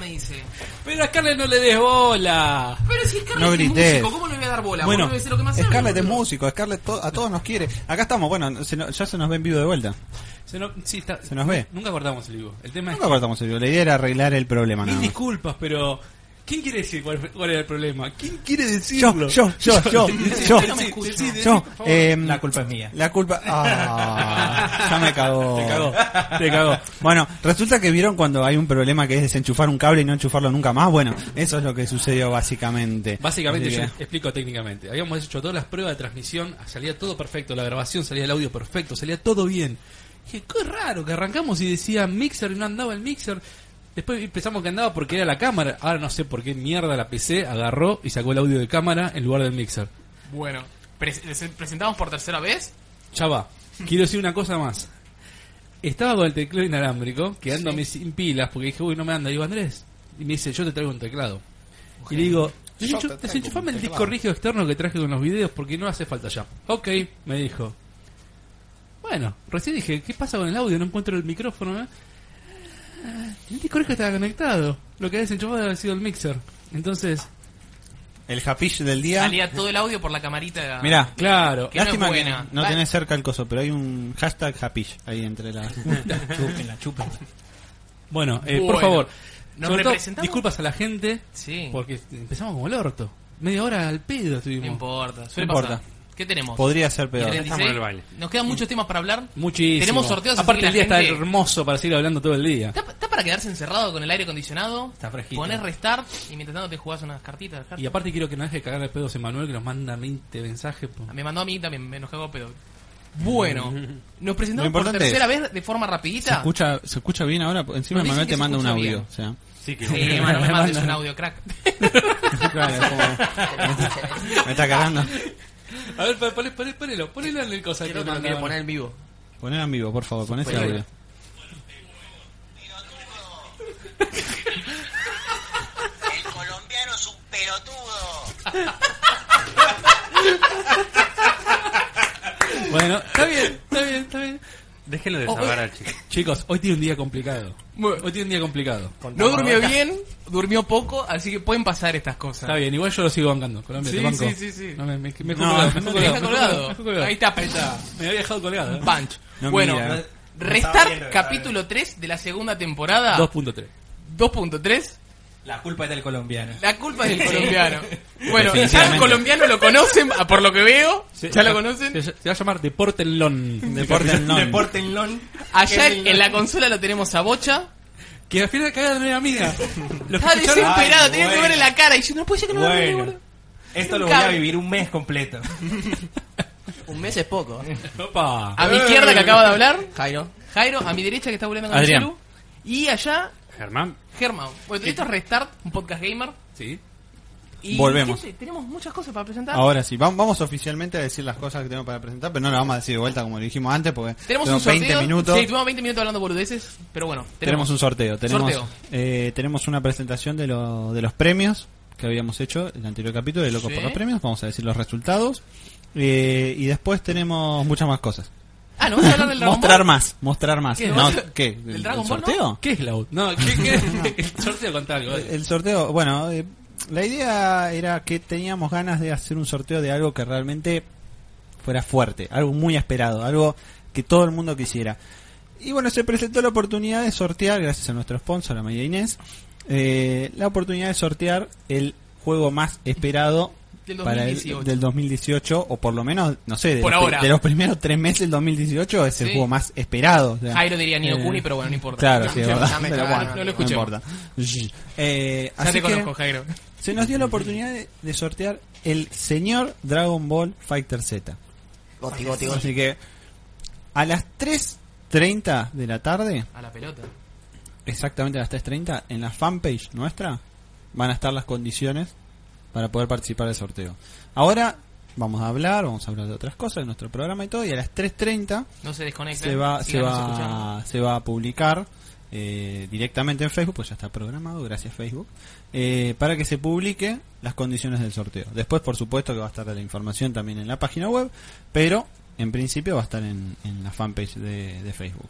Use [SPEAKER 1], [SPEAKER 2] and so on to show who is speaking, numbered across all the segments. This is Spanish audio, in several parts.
[SPEAKER 1] dice.
[SPEAKER 2] Pero a Scarlett no le des bola.
[SPEAKER 1] Pero si Scarlett
[SPEAKER 3] No
[SPEAKER 1] es
[SPEAKER 3] grites.
[SPEAKER 1] músico, ¿cómo le voy a dar bola?
[SPEAKER 3] Bueno,
[SPEAKER 1] Vos debes ser lo que más sabe,
[SPEAKER 3] Scarlett es
[SPEAKER 1] boludo.
[SPEAKER 3] músico, Scarlett to- a todos nos quiere. Acá estamos, bueno, se no- ya se nos ve en vivo de vuelta.
[SPEAKER 2] Se, no- sí, está-
[SPEAKER 3] Se nos ve.
[SPEAKER 2] Nunca cortamos el vivo. El tema
[SPEAKER 3] Nunca
[SPEAKER 2] es.
[SPEAKER 3] cortamos el vivo, la idea era arreglar el problema.
[SPEAKER 2] Mil
[SPEAKER 3] nada más.
[SPEAKER 2] disculpas, pero. ¿Quién quiere decir cuál, fue- cuál era el problema? ¿Quién quiere
[SPEAKER 3] Yo,
[SPEAKER 2] decirlo?
[SPEAKER 3] yo, yo, yo,
[SPEAKER 2] Decí,
[SPEAKER 3] yo,
[SPEAKER 2] decí, decí, decí,
[SPEAKER 3] yo.
[SPEAKER 2] por favor.
[SPEAKER 3] eh,
[SPEAKER 4] La culpa es mía.
[SPEAKER 3] La culpa. Ah, ya me cagó.
[SPEAKER 2] Te cagó, te cagó.
[SPEAKER 3] Bueno, resulta que vieron cuando hay un problema que es desenchufar un cable y no enchufarlo nunca más. Bueno, eso es lo que sucedió básicamente.
[SPEAKER 2] Básicamente,
[SPEAKER 3] Así
[SPEAKER 2] yo
[SPEAKER 3] que-
[SPEAKER 2] explico técnicamente. Habíamos hecho todas las pruebas de transmisión, salía todo perfecto, la grabación, salía el audio perfecto, salía todo bien. Dije, qué raro que arrancamos y decía mixer y no andaba el mixer. Después pensamos que andaba porque era la cámara. Ahora no sé por qué mierda la PC agarró y sacó el audio de cámara en lugar del mixer.
[SPEAKER 1] Bueno, pres- les presentamos por tercera vez.
[SPEAKER 2] Ya va. Quiero decir una cosa más. Estaba con el teclado inalámbrico, quedándome sin pilas, porque dije, uy, no me anda. Y digo, Andrés. Y me dice, yo te traigo un teclado. Y le digo,
[SPEAKER 5] Yo te
[SPEAKER 2] "Desenchu-
[SPEAKER 5] traigo
[SPEAKER 2] desenchufame
[SPEAKER 5] un
[SPEAKER 2] el disco
[SPEAKER 5] teclado".
[SPEAKER 2] rígido externo que traje con los videos, porque no hace falta ya. Ok, me dijo. Bueno, recién dije, ¿qué pasa con el audio? No encuentro el micrófono. ¿eh? El disco rígido estaba conectado. Lo que había desenchufado había sido el mixer. Entonces,
[SPEAKER 3] El japish del día.
[SPEAKER 1] Salía todo el audio por la camarita.
[SPEAKER 3] Mirá,
[SPEAKER 2] claro.
[SPEAKER 1] Que no es
[SPEAKER 3] lástima que
[SPEAKER 1] buena.
[SPEAKER 3] no
[SPEAKER 1] Vale.
[SPEAKER 3] tenés cerca el coso, pero hay un hashtag japish ahí entre las.
[SPEAKER 4] Chúpenla, chúpenla.
[SPEAKER 2] Bueno, eh,
[SPEAKER 1] Bueno.
[SPEAKER 2] por favor.
[SPEAKER 1] ¿Nos
[SPEAKER 2] sobre todo,
[SPEAKER 1] representamos?
[SPEAKER 2] disculpas a la gente
[SPEAKER 1] Sí.
[SPEAKER 2] Porque empezamos como el orto. Media hora al pedo
[SPEAKER 1] No
[SPEAKER 2] estuvimos.
[SPEAKER 1] importa. Suele
[SPEAKER 3] No
[SPEAKER 1] pasar.
[SPEAKER 3] importa.
[SPEAKER 1] ¿Qué tenemos?
[SPEAKER 3] Podría ser peor. Mm.
[SPEAKER 1] 36.
[SPEAKER 5] Estamos en el baile.
[SPEAKER 1] Nos quedan muchos temas para hablar.
[SPEAKER 2] Muchísimo.
[SPEAKER 1] Tenemos sorteos. así
[SPEAKER 2] Aparte,
[SPEAKER 1] que
[SPEAKER 2] el día
[SPEAKER 1] la
[SPEAKER 2] está
[SPEAKER 1] gente-
[SPEAKER 2] hermoso para seguir hablando todo el día.
[SPEAKER 1] Está, está para quedarse encerrado con el aire acondicionado.
[SPEAKER 4] Está fresquito.
[SPEAKER 1] Poner restart y mientras tanto te jugás unas cartitas.
[SPEAKER 2] Y aparte, quiero que no deje de cagar de pedos a Manuel, que nos manda 20 mensajes. po.
[SPEAKER 1] Ah, Me mandó a mí también, me enojaba, pero. Bueno, nos presentamos
[SPEAKER 3] Lo
[SPEAKER 1] por
[SPEAKER 3] importante
[SPEAKER 1] tercera vez de forma
[SPEAKER 3] ¿Se
[SPEAKER 1] rapidita.
[SPEAKER 3] escucha, ¿Se escucha bien ahora?
[SPEAKER 1] Nos
[SPEAKER 3] Encima
[SPEAKER 1] dicen
[SPEAKER 3] Manuel
[SPEAKER 1] que
[SPEAKER 3] te
[SPEAKER 1] se
[SPEAKER 3] manda un
[SPEAKER 1] escucha
[SPEAKER 3] audio.
[SPEAKER 1] bien.
[SPEAKER 3] O sea.
[SPEAKER 5] Sí, que
[SPEAKER 1] Sí, mano, me mandes un audio crack.
[SPEAKER 3] Claro, es como- me está cagando.
[SPEAKER 2] A ver, pa- poné- poné- ponelo, ponelo en el cosa que
[SPEAKER 1] Creo que
[SPEAKER 2] nos
[SPEAKER 1] lo quiere
[SPEAKER 2] mandaron.
[SPEAKER 1] poner en vivo.
[SPEAKER 3] Poner en vivo, por favor, pon ese
[SPEAKER 1] Bueno.
[SPEAKER 3] audio.
[SPEAKER 6] El colombiano es un pelotudo.
[SPEAKER 2] Bueno, está bien, está bien, está bien.
[SPEAKER 5] Déjenlo desahogar al chico.
[SPEAKER 2] Chicos, hoy tiene un día complicado.
[SPEAKER 1] Bueno.
[SPEAKER 2] Hoy tiene un día complicado.
[SPEAKER 1] No durmió bien, durmió poco, así que pueden pasar estas cosas.
[SPEAKER 2] Está bien, igual yo lo sigo bancando. Colombia,
[SPEAKER 1] Sí,
[SPEAKER 2] te banco.
[SPEAKER 1] sí, sí, sí.
[SPEAKER 2] No, me, me, me fue
[SPEAKER 3] No,
[SPEAKER 2] colgado,
[SPEAKER 3] me
[SPEAKER 2] me fue
[SPEAKER 1] Te deja
[SPEAKER 2] colgado, me fue colgado, me fue
[SPEAKER 1] colgado.
[SPEAKER 2] colgado.
[SPEAKER 1] Ahí está, ahí está.
[SPEAKER 2] Me había dejado colgado. ¿eh?
[SPEAKER 1] Punch.
[SPEAKER 3] No,
[SPEAKER 1] bueno,
[SPEAKER 3] mira.
[SPEAKER 4] Estaba
[SPEAKER 1] restar
[SPEAKER 4] viendo, estaba
[SPEAKER 1] capítulo 3 de la segunda temporada
[SPEAKER 2] 2.3.
[SPEAKER 1] 2.3.
[SPEAKER 4] La culpa es del colombiano.
[SPEAKER 1] La culpa es del colombiano. Bueno, ya el
[SPEAKER 3] Definitivamente.
[SPEAKER 1] colombiano lo conocen, ah, por lo que veo.
[SPEAKER 2] Se-
[SPEAKER 1] Ya lo
[SPEAKER 2] Se,
[SPEAKER 1] conocen.
[SPEAKER 2] se va a llamar Deporte en Lon.
[SPEAKER 3] Deporte en non.
[SPEAKER 4] Deporte en LON.
[SPEAKER 1] Allá
[SPEAKER 4] Que es el
[SPEAKER 1] en la
[SPEAKER 4] LON.
[SPEAKER 1] consola lo tenemos a Bocha.
[SPEAKER 2] Que al final cagada no era amiga. Lo
[SPEAKER 1] Está
[SPEAKER 2] escucharon-
[SPEAKER 1] desesperado,
[SPEAKER 4] Ay,
[SPEAKER 1] tenía que
[SPEAKER 4] bueno.
[SPEAKER 1] ver en la cara. Y yo, no puede ser que no lo arregle,
[SPEAKER 4] Bueno.
[SPEAKER 1] boludo.
[SPEAKER 4] Esto lo
[SPEAKER 1] Un
[SPEAKER 4] voy a
[SPEAKER 1] cable.
[SPEAKER 4] vivir un mes completo.
[SPEAKER 7] Un mes es poco.
[SPEAKER 2] Opa.
[SPEAKER 1] A mi izquierda que acaba de hablar,
[SPEAKER 7] Jairo.
[SPEAKER 1] Jairo. A mi derecha que está volando con
[SPEAKER 3] Eh. Adrián.
[SPEAKER 1] el celu. Y allá,
[SPEAKER 5] Germán,
[SPEAKER 1] Germán. Bueno, esto es Restart, un podcast gamer.
[SPEAKER 2] Sí.
[SPEAKER 1] Y,
[SPEAKER 3] Volvemos.
[SPEAKER 1] gente, tenemos muchas cosas para presentar.
[SPEAKER 3] Ahora sí, vam- vamos oficialmente a decir las cosas que tenemos para presentar, pero no las vamos a decir de vuelta como lo dijimos antes, porque
[SPEAKER 1] tenemos un
[SPEAKER 3] tenemos
[SPEAKER 1] sorteo.
[SPEAKER 3] 20 minutos.
[SPEAKER 1] Sí, tuvimos 20 minutos hablando boludeces. Pero bueno,
[SPEAKER 3] tenemos un sorteo. Tenemos,
[SPEAKER 1] Sorteo.
[SPEAKER 3] eh, tenemos una presentación de, lo- de los premios que habíamos hecho en el anterior capítulo de Locos
[SPEAKER 1] Sí.
[SPEAKER 3] por los Premios. Vamos a decir los resultados. eh, y después tenemos muchas más cosas.
[SPEAKER 1] Ah, no, vamos a hablar del Dragon
[SPEAKER 3] mostrar
[SPEAKER 1] Ball?
[SPEAKER 3] más, mostrar más.
[SPEAKER 1] ¿Qué?
[SPEAKER 3] No,
[SPEAKER 1] ¿Del
[SPEAKER 3] ¿Qué?
[SPEAKER 1] Dragon Ball, no?
[SPEAKER 3] sorteo?
[SPEAKER 2] ¿Qué es la U? No, ¿qué, qué, el sorteo contra algo.
[SPEAKER 3] Eh,
[SPEAKER 1] eh.
[SPEAKER 3] El- El sorteo, bueno, eh, la idea era que teníamos ganas de hacer un sorteo de algo que realmente fuera fuerte, algo muy esperado, algo que todo el mundo quisiera. Y bueno, se presentó la oportunidad de sortear, gracias a nuestro sponsor, a María Inés, eh, la oportunidad de sortear el juego más esperado
[SPEAKER 1] Del
[SPEAKER 3] para el-
[SPEAKER 1] 2018.
[SPEAKER 3] del 2018, o por lo menos, no sé, de,
[SPEAKER 1] Por
[SPEAKER 3] los, pri-
[SPEAKER 1] ahora.
[SPEAKER 3] de los primeros tres meses del 2018 es el
[SPEAKER 1] Sí.
[SPEAKER 3] juego más esperado. o sea,
[SPEAKER 1] Jairo diría Nino
[SPEAKER 3] eh,
[SPEAKER 1] Kuni, pero bueno, no importa.
[SPEAKER 3] Claro, sí, es verdad.
[SPEAKER 7] ya me
[SPEAKER 3] Pero
[SPEAKER 7] cagaron.
[SPEAKER 3] bueno,
[SPEAKER 1] No lo
[SPEAKER 3] no
[SPEAKER 1] escuché.
[SPEAKER 3] importa. Eh,
[SPEAKER 1] Ya
[SPEAKER 3] así
[SPEAKER 1] te
[SPEAKER 3] que
[SPEAKER 1] conozco, Jairo.
[SPEAKER 3] se nos dio la oportunidad de, de sortear el señor Dragon Ball Fighter Z.
[SPEAKER 7] Goti, goti, goti.
[SPEAKER 3] Así que a las 3.30 de la tarde,
[SPEAKER 1] A la pelota.
[SPEAKER 3] exactamente a las 3.30, en la fanpage nuestra van a estar las condiciones para poder participar del sorteo. Ahora vamos a hablar, vamos a hablar de otras cosas, de nuestro programa y todo, y a las 3.30
[SPEAKER 1] No se desconecten.
[SPEAKER 3] se va, se
[SPEAKER 1] síganos escuchando.
[SPEAKER 3] va, se va a publicar eh, directamente en Facebook, pues ya está programado, gracias Facebook, eh, para que se publique las condiciones del sorteo. Después, por supuesto, que va a estar la información también en la página web, pero en principio va a estar en, en la fanpage de, de Facebook.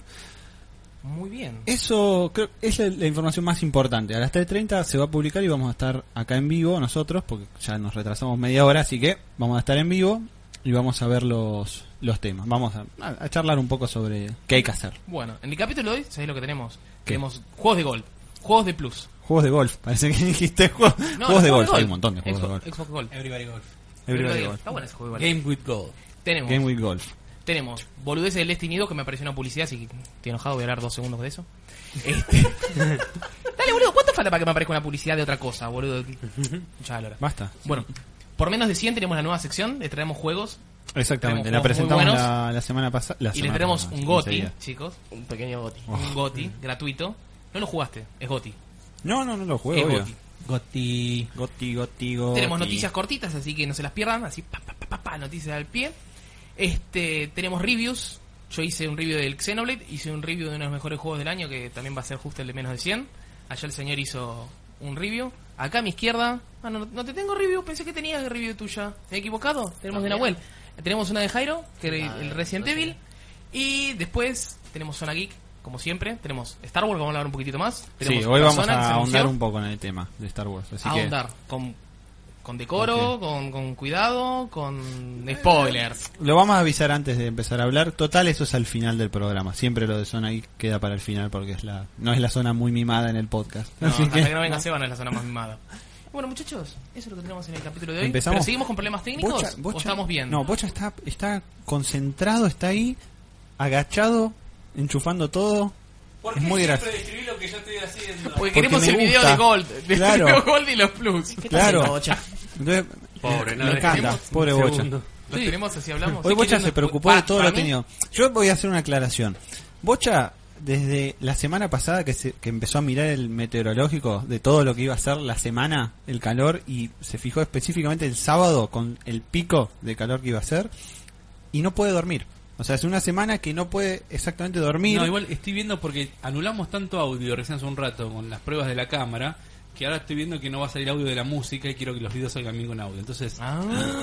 [SPEAKER 4] Muy bien.
[SPEAKER 3] Eso creo es la, la información más importante. A las 3.30 se va a publicar y vamos a estar acá en vivo nosotros, porque ya nos retrasamos media hora, así que vamos a estar en vivo y vamos a ver los, los temas. Vamos a, a- a charlar un poco sobre qué hay que hacer.
[SPEAKER 1] Bueno, en el capítulo de hoy, ¿sabéis lo que tenemos?
[SPEAKER 3] ¿Qué?
[SPEAKER 1] Tenemos juegos de golf, juegos de plus.
[SPEAKER 3] Juegos de golf, parece que dijiste juegos,
[SPEAKER 1] No,
[SPEAKER 3] juegos de golf. Hay un montón de juegos
[SPEAKER 1] Xbox-
[SPEAKER 3] de golf.
[SPEAKER 1] Xbox Golf.
[SPEAKER 4] Everybody Golf.
[SPEAKER 3] Everybody
[SPEAKER 1] Everybody
[SPEAKER 3] Golf.
[SPEAKER 1] Está bueno ese juego igual.
[SPEAKER 2] Game with Gold.
[SPEAKER 1] Tenemos,
[SPEAKER 3] Game with Golf.
[SPEAKER 1] tenemos boludeces del Destiny 2 que me apareció una publicidad, así que estoy enojado, voy a hablar dos segundos de eso. Este- Dale, boludo, ¿cuánto falta para que me aparezca una publicidad de otra cosa, boludo? Ya, Laura.
[SPEAKER 3] Basta.
[SPEAKER 1] Bueno, por menos de 100 tenemos la nueva sección, le traemos juegos
[SPEAKER 3] Exactamente, la
[SPEAKER 1] Tenemos juegos muy
[SPEAKER 3] presentamos
[SPEAKER 1] buenos.
[SPEAKER 3] la, la semana pasada.
[SPEAKER 1] y le traemos un GOTI, chicos.
[SPEAKER 7] Un pequeño goti.
[SPEAKER 1] Un GOTI gratuito. No lo jugaste, es GOTI.
[SPEAKER 3] No, no, no lo
[SPEAKER 1] Es
[SPEAKER 3] juego. obvio.
[SPEAKER 1] GOTY.
[SPEAKER 4] Gotti.
[SPEAKER 3] Goti, goti, goti.
[SPEAKER 1] Tenemos noticias cortitas, así que no se las pierdan, así pa, pa, pa, pa, pa, noticias al pie. Este, tenemos reviews. Yo hice un review del Xenoblade, hice un review de uno de los mejores juegos del año, que también va a ser justo el de menos de 100. Allá el señor hizo un review. Acá a mi izquierda, ah, no, no te tengo review, pensé que tenías review tuya. ¿Te he equivocado? Tenemos de Nahuel. Tenemos una de Jairo, que era el Resident Evil. Y después tenemos Zona Geek, como siempre. Tenemos Star Wars, vamos a hablar un poquitito más. Tenemos
[SPEAKER 3] Sí, hoy vamos
[SPEAKER 1] Persona, que se
[SPEAKER 3] a ahondar
[SPEAKER 1] anunció
[SPEAKER 3] un poco en el tema de Star Wars. Así que
[SPEAKER 1] ahondar con, con decoro, con, con cuidado, con spoilers.
[SPEAKER 3] Lo vamos a avisar antes de empezar a hablar. Total, eso es al final del programa. Siempre lo de zona ahí queda para el final porque es la no es la zona muy mimada en el podcast.
[SPEAKER 1] No,
[SPEAKER 3] Así
[SPEAKER 1] hasta
[SPEAKER 3] que-
[SPEAKER 1] que no venga Seba no es la zona más mimada. Bueno, muchachos, eso es lo que tenemos en el capítulo de hoy.
[SPEAKER 3] Empezamos.
[SPEAKER 1] ¿Pero seguimos con problemas técnicos
[SPEAKER 3] Bocha-
[SPEAKER 1] o
[SPEAKER 3] Bocha-
[SPEAKER 1] estamos bien?
[SPEAKER 3] No, Bocha está, está concentrado, está ahí, agachado, enchufando todo. Es muy gracioso.
[SPEAKER 2] describí lo que yo estoy haciendo?
[SPEAKER 1] porque queremos
[SPEAKER 3] me
[SPEAKER 1] el video
[SPEAKER 3] gusta.
[SPEAKER 1] de Gold, de
[SPEAKER 3] Claro.
[SPEAKER 1] video Gold y los Plus.
[SPEAKER 7] ¿Qué estás
[SPEAKER 3] Claro.
[SPEAKER 7] haciendo, Bocha?
[SPEAKER 3] Entonces, eh,
[SPEAKER 5] Pobre, no
[SPEAKER 3] me
[SPEAKER 5] le
[SPEAKER 3] encanta,
[SPEAKER 5] dejemos
[SPEAKER 3] pobre
[SPEAKER 5] un
[SPEAKER 3] Bocha.
[SPEAKER 5] segundo.
[SPEAKER 1] Los tenemos así hablamos.
[SPEAKER 3] Hoy
[SPEAKER 1] Si
[SPEAKER 3] Bocha
[SPEAKER 1] quieren,
[SPEAKER 3] se
[SPEAKER 1] no-
[SPEAKER 3] preocupó de
[SPEAKER 1] pa-
[SPEAKER 3] todo
[SPEAKER 1] para
[SPEAKER 3] lo
[SPEAKER 1] mí,
[SPEAKER 3] tenido. Yo voy a hacer una aclaración. Bocha, desde la semana pasada que, se- que empezó a mirar el meteorológico de todo lo que iba a ser la semana, el calor, y se fijó específicamente el sábado con el pico de calor que iba a ser, y no puede dormir. O sea, es una semana que no puede exactamente dormir.
[SPEAKER 2] No, igual estoy viendo porque anulamos tanto audio recién hace un rato con las pruebas de la cámara que ahora estoy viendo que no va a salir audio de la música y quiero que los videos salgan bien con audio. Entonces,
[SPEAKER 1] Ah,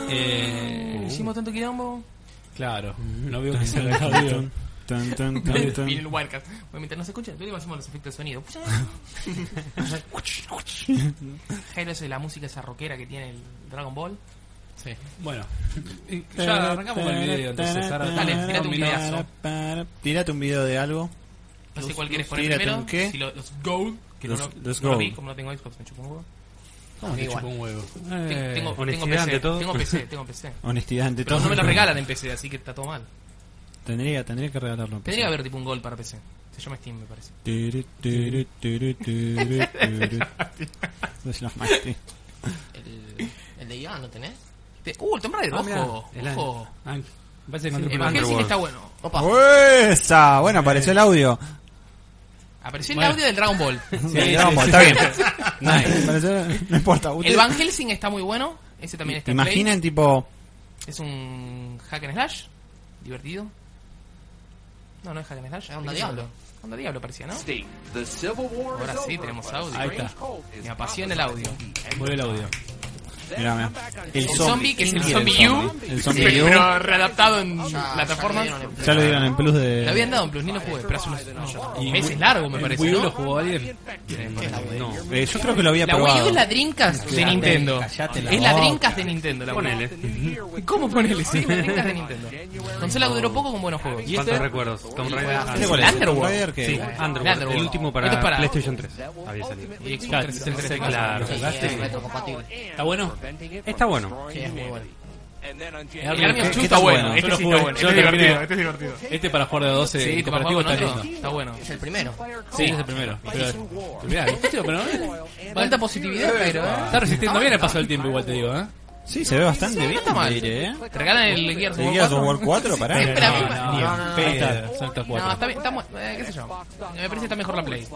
[SPEAKER 2] eh,
[SPEAKER 1] hicimos tanto quilombo.
[SPEAKER 2] claro, no veo que salga audio.
[SPEAKER 3] Tun, tun, tun, tun, tun.
[SPEAKER 1] Viene el Wirecast. Bueno, mientras no se escucha, luego hacemos los efectos de sonido. Jairo es la música esa rockera que tiene el Dragon Ball. Sí.
[SPEAKER 2] Bueno, eh, ya arrancamos con el video entonces. Ahora
[SPEAKER 1] Dale, tirate un
[SPEAKER 2] Combinamos.
[SPEAKER 1] videazo.
[SPEAKER 3] Tirate un video de algo.
[SPEAKER 1] No sé
[SPEAKER 3] Los-
[SPEAKER 1] cuál quieres
[SPEAKER 3] los
[SPEAKER 1] poner
[SPEAKER 3] tírate
[SPEAKER 1] primero.
[SPEAKER 3] un qué.
[SPEAKER 1] Si lo- los Gold, que no,
[SPEAKER 3] Los-
[SPEAKER 1] lo-
[SPEAKER 3] los
[SPEAKER 1] no lo vi,
[SPEAKER 3] Gold.
[SPEAKER 1] como no tengo Xbox, me chupo un huevo.
[SPEAKER 2] ¿Cómo te
[SPEAKER 1] Igual.
[SPEAKER 2] chupa un huevo?
[SPEAKER 1] Tengo-
[SPEAKER 2] Eh,
[SPEAKER 1] tengo, tengo
[SPEAKER 5] honestidad
[SPEAKER 1] PC,
[SPEAKER 5] ante todo.
[SPEAKER 1] tengo PC, tengo PC.
[SPEAKER 3] Honestidad ante
[SPEAKER 1] Pero
[SPEAKER 3] todo.
[SPEAKER 1] no me lo regalan en PC, así que está todo mal.
[SPEAKER 3] Tendría, tendría que regalarlo.
[SPEAKER 1] Tendría que haber tipo un Gold para PC. Se llama Steam, me parece.
[SPEAKER 3] Turu, turu, turu, turu, turu. Sos los más, sí.
[SPEAKER 7] El, el de Iván, ¿lo tenés?
[SPEAKER 1] Te- Uh, el Tomb Raider,
[SPEAKER 2] Ah, mirá,
[SPEAKER 1] ojo,
[SPEAKER 2] el
[SPEAKER 1] ojo.
[SPEAKER 2] Ah, parece que
[SPEAKER 1] El
[SPEAKER 2] encontré
[SPEAKER 1] Evangel
[SPEAKER 2] un
[SPEAKER 1] sí que
[SPEAKER 5] Underworld.
[SPEAKER 1] está bueno.
[SPEAKER 7] Opa.
[SPEAKER 3] ¡Esa! Bueno, apareció el audio.
[SPEAKER 1] Apareció el
[SPEAKER 2] Bueno.
[SPEAKER 1] audio del Dragon Ball.
[SPEAKER 3] Sí, vamos, está bien. Apareció- No importa.
[SPEAKER 1] El
[SPEAKER 3] Ustedes-
[SPEAKER 1] Van Helsing está muy bueno. Ese también está en Play.
[SPEAKER 3] Imaginen, tipo.
[SPEAKER 1] Es un hack and slash. Divertido. No, no es hack and slash.
[SPEAKER 7] Onda
[SPEAKER 1] ¿Qué
[SPEAKER 7] Diablo.
[SPEAKER 1] es? Onda Diablo parecía, ¿no?
[SPEAKER 8] Ahora sí tenemos audio.
[SPEAKER 2] Ahí está.
[SPEAKER 1] Me apasiona el audio.
[SPEAKER 2] Vuelve el audio.
[SPEAKER 3] mirá, mirá. El
[SPEAKER 1] El
[SPEAKER 3] zombie.
[SPEAKER 1] zombie, que es el
[SPEAKER 3] Sí,
[SPEAKER 1] zombie U.
[SPEAKER 3] El zombie
[SPEAKER 1] pero-
[SPEAKER 3] U.
[SPEAKER 1] Pero readaptado en
[SPEAKER 7] Ya lo
[SPEAKER 1] plataformas.
[SPEAKER 7] dieron en
[SPEAKER 3] Ya lo dieron en plus
[SPEAKER 1] Lo
[SPEAKER 3] de.
[SPEAKER 1] habían dado en Plus, ni lo jugué, pero hace unos, unos
[SPEAKER 2] Y-
[SPEAKER 1] meses largo me parece.
[SPEAKER 2] Wii U
[SPEAKER 1] ¿no?
[SPEAKER 2] lo jugó alguien.
[SPEAKER 5] No,
[SPEAKER 3] Eh, yo creo que lo había
[SPEAKER 1] La Wii U
[SPEAKER 3] probado.
[SPEAKER 1] es la Dreamcast de Nintendo.
[SPEAKER 4] Callate la
[SPEAKER 1] Es la
[SPEAKER 4] boca.
[SPEAKER 1] Dreamcast de Nintendo, la Wii U. ¿Cómo ponele? Sí, la Dreamcast de Nintendo. Consola que duró poco con buenos juegos. ¿Y
[SPEAKER 5] ¿cuántos
[SPEAKER 1] este?
[SPEAKER 5] recuerdos? Tomb Raider. Ah,
[SPEAKER 3] ¿Este cuál es?
[SPEAKER 1] Underworld.
[SPEAKER 3] Tomb Raider, que-
[SPEAKER 5] Sí, Underworld,
[SPEAKER 1] Underworld.
[SPEAKER 5] el último
[SPEAKER 1] Esto Este es
[SPEAKER 5] para,
[SPEAKER 1] para-
[SPEAKER 5] PlayStation 3. Había salido.
[SPEAKER 1] Y Xbox 360.
[SPEAKER 5] Claro.
[SPEAKER 7] Sí, es retrocompatible.
[SPEAKER 2] ¿Está bueno?
[SPEAKER 5] Está bueno.
[SPEAKER 7] Sí, es muy bueno.
[SPEAKER 1] El
[SPEAKER 2] ¿Qué-
[SPEAKER 1] Army of
[SPEAKER 2] qué
[SPEAKER 1] Two
[SPEAKER 3] está
[SPEAKER 1] está bueno.
[SPEAKER 3] bueno?
[SPEAKER 1] Este
[SPEAKER 2] Yo
[SPEAKER 1] sí
[SPEAKER 2] lo
[SPEAKER 1] está
[SPEAKER 2] jugué,
[SPEAKER 1] bueno.
[SPEAKER 2] yo
[SPEAKER 1] Este es
[SPEAKER 2] lo terminé.
[SPEAKER 1] divertido. Este es divertido.
[SPEAKER 2] Este para jugar de a 12
[SPEAKER 1] Sí,
[SPEAKER 2] en
[SPEAKER 1] te papá
[SPEAKER 2] cooperativo
[SPEAKER 1] con
[SPEAKER 2] está
[SPEAKER 1] otro.
[SPEAKER 2] lindo.
[SPEAKER 1] Está bueno.
[SPEAKER 7] Es el primero.
[SPEAKER 2] Sí, es el primero. Pero, mirá, ¿viste? Pero, eh,
[SPEAKER 1] Tanta positividad, pero. ¿eh?
[SPEAKER 2] está resistiendo bien el paso del tiempo, igual te digo, ¿eh?
[SPEAKER 3] Sí, se ve bastante
[SPEAKER 1] Sí, no
[SPEAKER 3] bien.
[SPEAKER 1] está mal.
[SPEAKER 3] diré, ¿eh?
[SPEAKER 1] Te regalan el Gears
[SPEAKER 3] ¿Te
[SPEAKER 1] of
[SPEAKER 3] Gears of
[SPEAKER 1] War
[SPEAKER 3] War 4? Pará.
[SPEAKER 1] Sí, espera,
[SPEAKER 3] No,
[SPEAKER 1] espera.
[SPEAKER 3] no,
[SPEAKER 2] ni en
[SPEAKER 3] no, no.
[SPEAKER 2] pedo.
[SPEAKER 3] Ahí está.
[SPEAKER 2] Son
[SPEAKER 1] 4. No, está
[SPEAKER 2] estas cuatro.
[SPEAKER 1] bien, está mu- eh, qué sé yo. Me parece que está mejor la Play.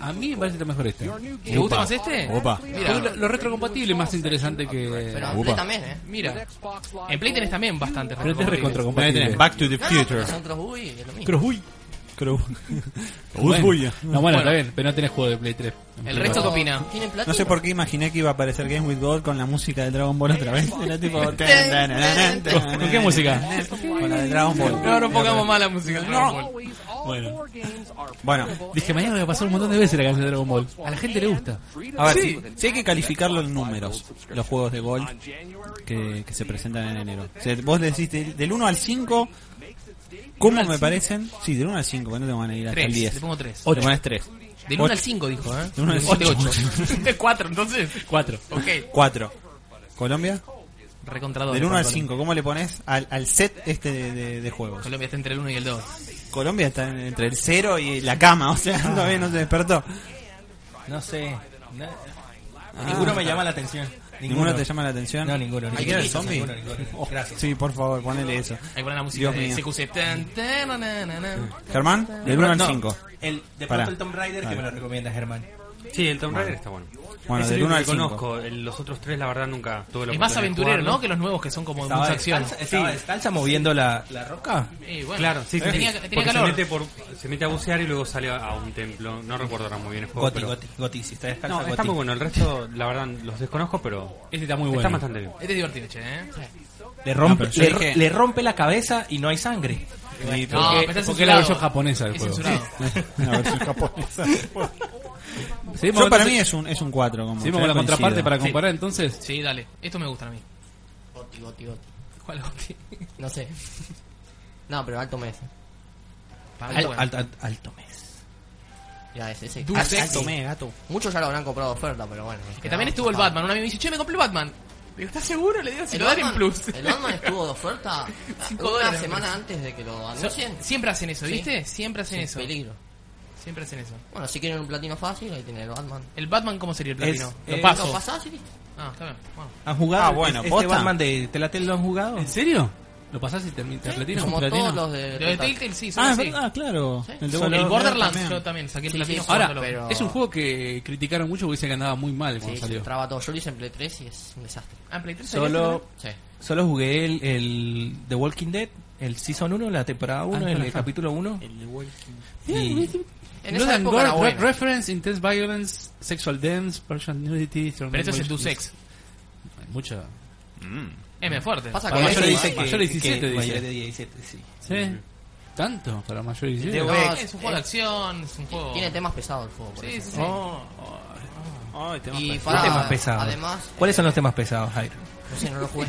[SPEAKER 2] A mí me parece que está mejor este.
[SPEAKER 1] ¿Te gusta más este?
[SPEAKER 3] Opa.
[SPEAKER 1] Mira,
[SPEAKER 2] Lo, lo retrocompatible es más interesante que. este
[SPEAKER 7] Pero en
[SPEAKER 3] Upa.
[SPEAKER 7] Play también, ¿eh?
[SPEAKER 1] mira. En Play tenés también bastante
[SPEAKER 2] Pero este es
[SPEAKER 1] retrocompatibles.
[SPEAKER 3] Ahí tenés,
[SPEAKER 2] recontracompatible.
[SPEAKER 3] Back to the
[SPEAKER 7] No, no,
[SPEAKER 3] Future.
[SPEAKER 7] porque son cross UI, es lo mismo.
[SPEAKER 2] Crossbuy.
[SPEAKER 3] Creo.
[SPEAKER 2] Bueno. No, bueno,
[SPEAKER 1] Bueno.
[SPEAKER 2] está bien, pero no tenés juego de Play 3.
[SPEAKER 1] El resto que opina.
[SPEAKER 7] ¿Tienen plata?
[SPEAKER 3] No sé por qué imaginé que iba a aparecer Game with Gold con la música de Dragon Ball otra vez. Era tipo.
[SPEAKER 2] ¿Con qué música?
[SPEAKER 3] Con la de Dragon Ball.
[SPEAKER 1] No, no pongamos más la música. No.
[SPEAKER 2] Bueno.
[SPEAKER 3] Bueno,
[SPEAKER 2] Dije, mañana voy a pasar un montón de veces la canción de Dragon Ball. A la gente le gusta.
[SPEAKER 3] a ver, si, si hay que calificarlo en números, los juegos de golf que, que se presentan en enero. O sea, vos le decís del, 1 al 5, ¿cómo me parecen? Sí, del 1 al 5, cuando te van a ir hasta el
[SPEAKER 1] Tres, le
[SPEAKER 3] 10.
[SPEAKER 1] pongo tres.
[SPEAKER 3] Ocho. Le pones 3.
[SPEAKER 1] Del 1
[SPEAKER 3] Ocho.
[SPEAKER 1] al 5 dijo, ¿eh?
[SPEAKER 3] Del uno al
[SPEAKER 1] Vos de
[SPEAKER 3] cinco.
[SPEAKER 1] 8. De 4, entonces.
[SPEAKER 2] Cuatro.
[SPEAKER 1] Ok.
[SPEAKER 3] 4. ¿Colombia?
[SPEAKER 1] Recontrador.
[SPEAKER 3] Del 1 al 5, ¿cómo le pones al, al set este de, de- de juegos?
[SPEAKER 1] Colombia está entre el 1 y el 2.
[SPEAKER 3] Colombia está en- entre el 0 y la cama, o sea, todavía no se despertó.
[SPEAKER 4] No sé. No- ninguno me llama la atención.
[SPEAKER 3] ¿Ninguno, te llama la atención?
[SPEAKER 4] No, ninguno.
[SPEAKER 3] ¿Hay que
[SPEAKER 4] ninguno,
[SPEAKER 3] ver zombie?
[SPEAKER 4] ninguno, ninguno.
[SPEAKER 3] Oh,
[SPEAKER 4] Gracias.
[SPEAKER 3] Sí, por favor, ponele eso.
[SPEAKER 1] Ahí ponen la música
[SPEAKER 3] Dios
[SPEAKER 1] de
[SPEAKER 3] mío.
[SPEAKER 1] CQC. Tan, tan, na, na, na, na.
[SPEAKER 3] Germán, del 1 al
[SPEAKER 4] No,
[SPEAKER 3] 5.
[SPEAKER 4] El, de
[SPEAKER 3] Pará.
[SPEAKER 4] pronto el Tomb Raider que me lo recomienda Germán.
[SPEAKER 5] Sí, el Tomb Raider está bueno.
[SPEAKER 3] Bueno,
[SPEAKER 5] es
[SPEAKER 3] del
[SPEAKER 5] el
[SPEAKER 3] uno
[SPEAKER 5] único
[SPEAKER 3] al
[SPEAKER 5] que
[SPEAKER 3] cinco.
[SPEAKER 5] conozco. El- los otros tres, la verdad, nunca tuve la
[SPEAKER 1] Es más
[SPEAKER 5] oportunidad de
[SPEAKER 1] aventurero,
[SPEAKER 5] jugarlo.
[SPEAKER 1] ¿no? Que los nuevos que son como
[SPEAKER 4] Estaba Ah,
[SPEAKER 1] mucha acción.
[SPEAKER 4] Estalza- estaba Estalza moviendo la, la roca.
[SPEAKER 1] Eh, bueno,
[SPEAKER 5] Claro, sí, sí,
[SPEAKER 1] tenía,
[SPEAKER 5] sí.
[SPEAKER 1] tenía
[SPEAKER 5] Porque
[SPEAKER 1] calor.
[SPEAKER 5] Se, mete por- se mete a bucear y luego sale a, a un templo. No recuerdo ahora muy bien el juego.
[SPEAKER 4] Goti,
[SPEAKER 5] Oh, pero-
[SPEAKER 4] Goti, Goti. Si está Estalza,
[SPEAKER 5] No, está
[SPEAKER 4] Goti.
[SPEAKER 5] muy bueno. El resto, la verdad, los desconozco, pero
[SPEAKER 2] Este está muy bueno.
[SPEAKER 5] está bastante bien.
[SPEAKER 1] Este es divertido, che, ¿eh?
[SPEAKER 4] Le rompe,
[SPEAKER 3] No, pero yo
[SPEAKER 4] le,
[SPEAKER 3] dije-
[SPEAKER 4] le rompe la cabeza y no hay sangre.
[SPEAKER 1] No,
[SPEAKER 2] porque-
[SPEAKER 1] pero está
[SPEAKER 2] porque es la
[SPEAKER 1] censurado.
[SPEAKER 2] versión japonesa del
[SPEAKER 1] Es
[SPEAKER 2] juego.
[SPEAKER 1] censurado.
[SPEAKER 3] Una versión japonesa.
[SPEAKER 2] Seguimos
[SPEAKER 3] Yo
[SPEAKER 2] con-
[SPEAKER 3] para mí es un, es un 4. Como
[SPEAKER 2] Seguimos con la
[SPEAKER 3] coincido.
[SPEAKER 2] contraparte para comparar entonces.
[SPEAKER 1] Sí, dale. Esto me gusta a mí.
[SPEAKER 7] Goti, goti, goti.
[SPEAKER 1] ¿Cuál Gotti?
[SPEAKER 7] No sé. No, pero alto mes.
[SPEAKER 1] Para mí,
[SPEAKER 4] Alto,
[SPEAKER 1] bueno.
[SPEAKER 4] alto, alto, alto mes.
[SPEAKER 7] Ya es ese.
[SPEAKER 1] Du
[SPEAKER 3] Ah,
[SPEAKER 7] Al-
[SPEAKER 1] sexto
[SPEAKER 7] al-
[SPEAKER 1] mes,
[SPEAKER 3] gato.
[SPEAKER 7] Muchos ya lo habrán comprado oferta, pero bueno.
[SPEAKER 1] Que también estuvo el Batman. Un amigo me dice, che, me compré el Batman. Le digo, ¿estás seguro? Le digo, si lo dan en plus.
[SPEAKER 7] El Batman estuvo de oferta
[SPEAKER 1] Cinco
[SPEAKER 7] una
[SPEAKER 1] dólares.
[SPEAKER 7] semana antes de que lo
[SPEAKER 1] So-
[SPEAKER 7] anuncien.
[SPEAKER 1] Siempre hacen eso,
[SPEAKER 7] Sí.
[SPEAKER 1] ¿viste? Siempre hacen
[SPEAKER 7] Es
[SPEAKER 1] eso.
[SPEAKER 7] un peligro.
[SPEAKER 1] Siempre hacen eso.
[SPEAKER 7] Bueno, si quieren un platino fácil, ahí tienen el Batman.
[SPEAKER 1] ¿El Batman cómo sería el platino?
[SPEAKER 4] Es-
[SPEAKER 1] lo
[SPEAKER 4] eh,
[SPEAKER 1] paso.
[SPEAKER 7] ¿Lo pasás? Sí.
[SPEAKER 1] Ah, está bien. Bueno.
[SPEAKER 4] ¿Han jugado?
[SPEAKER 3] Ah, bueno,
[SPEAKER 4] ¿Este
[SPEAKER 3] posta.
[SPEAKER 4] Batman de Telatel lo han jugado?
[SPEAKER 2] ¿En serio? ¿Lo pasás y te, te platino?
[SPEAKER 7] Como
[SPEAKER 2] ¿Platino?
[SPEAKER 7] todos los de.
[SPEAKER 1] Lo de Telltale sí, son
[SPEAKER 3] Ah, es
[SPEAKER 1] así.
[SPEAKER 3] verdad, claro.
[SPEAKER 7] Sí.
[SPEAKER 3] El, de
[SPEAKER 1] Son-
[SPEAKER 3] Borderlands
[SPEAKER 1] el Borderlands
[SPEAKER 3] también.
[SPEAKER 1] yo también saqué el
[SPEAKER 7] Sí, sí,
[SPEAKER 1] platino.
[SPEAKER 7] sí,
[SPEAKER 1] Ahora,
[SPEAKER 7] pero- pero-
[SPEAKER 2] Es un juego que criticaron mucho porque dicen que andaba muy mal cuando
[SPEAKER 7] Sí, se
[SPEAKER 2] salió.
[SPEAKER 7] traba todo. Yo lo hice en Play 3 y es un desastre.
[SPEAKER 1] Ah, Play 3 salió
[SPEAKER 4] Solo,
[SPEAKER 7] Sí.
[SPEAKER 4] solo jugué el, el The Walking Dead, el Season 1, la temporada 1, el,
[SPEAKER 2] Ah, ajá.
[SPEAKER 4] capítulo 1.
[SPEAKER 2] Y-
[SPEAKER 7] En
[SPEAKER 2] Blood
[SPEAKER 7] esa
[SPEAKER 2] and
[SPEAKER 7] época
[SPEAKER 2] gore,
[SPEAKER 7] era
[SPEAKER 2] re-
[SPEAKER 7] bueno.
[SPEAKER 2] reference, intense violence, sexual dance, personal nudity.
[SPEAKER 1] Pero esto es el Dusex.
[SPEAKER 2] Mucho.
[SPEAKER 1] Es más fuerte.
[SPEAKER 7] Pasa
[SPEAKER 4] Para
[SPEAKER 7] con
[SPEAKER 4] mayor
[SPEAKER 7] eso.
[SPEAKER 4] de
[SPEAKER 7] igual.
[SPEAKER 4] 17.
[SPEAKER 2] Mayor de 17
[SPEAKER 4] que-
[SPEAKER 2] dice.
[SPEAKER 4] mayor de 17, sí.
[SPEAKER 2] ¿Sí? Mm. ¿Tanto? Para mayor de
[SPEAKER 1] No,
[SPEAKER 2] 17.
[SPEAKER 1] es un juego de acción, es un juego...
[SPEAKER 7] Tiene Oh. temas pesados el juego. Por
[SPEAKER 1] Sí,
[SPEAKER 7] eso.
[SPEAKER 1] sí, sí.
[SPEAKER 3] Ay, te
[SPEAKER 7] Y
[SPEAKER 4] Los
[SPEAKER 7] para,
[SPEAKER 4] temas pesados.
[SPEAKER 7] Además, eh,
[SPEAKER 4] ¿Cuáles son los temas pesados, Jairo?
[SPEAKER 7] no sé, no lo jugué.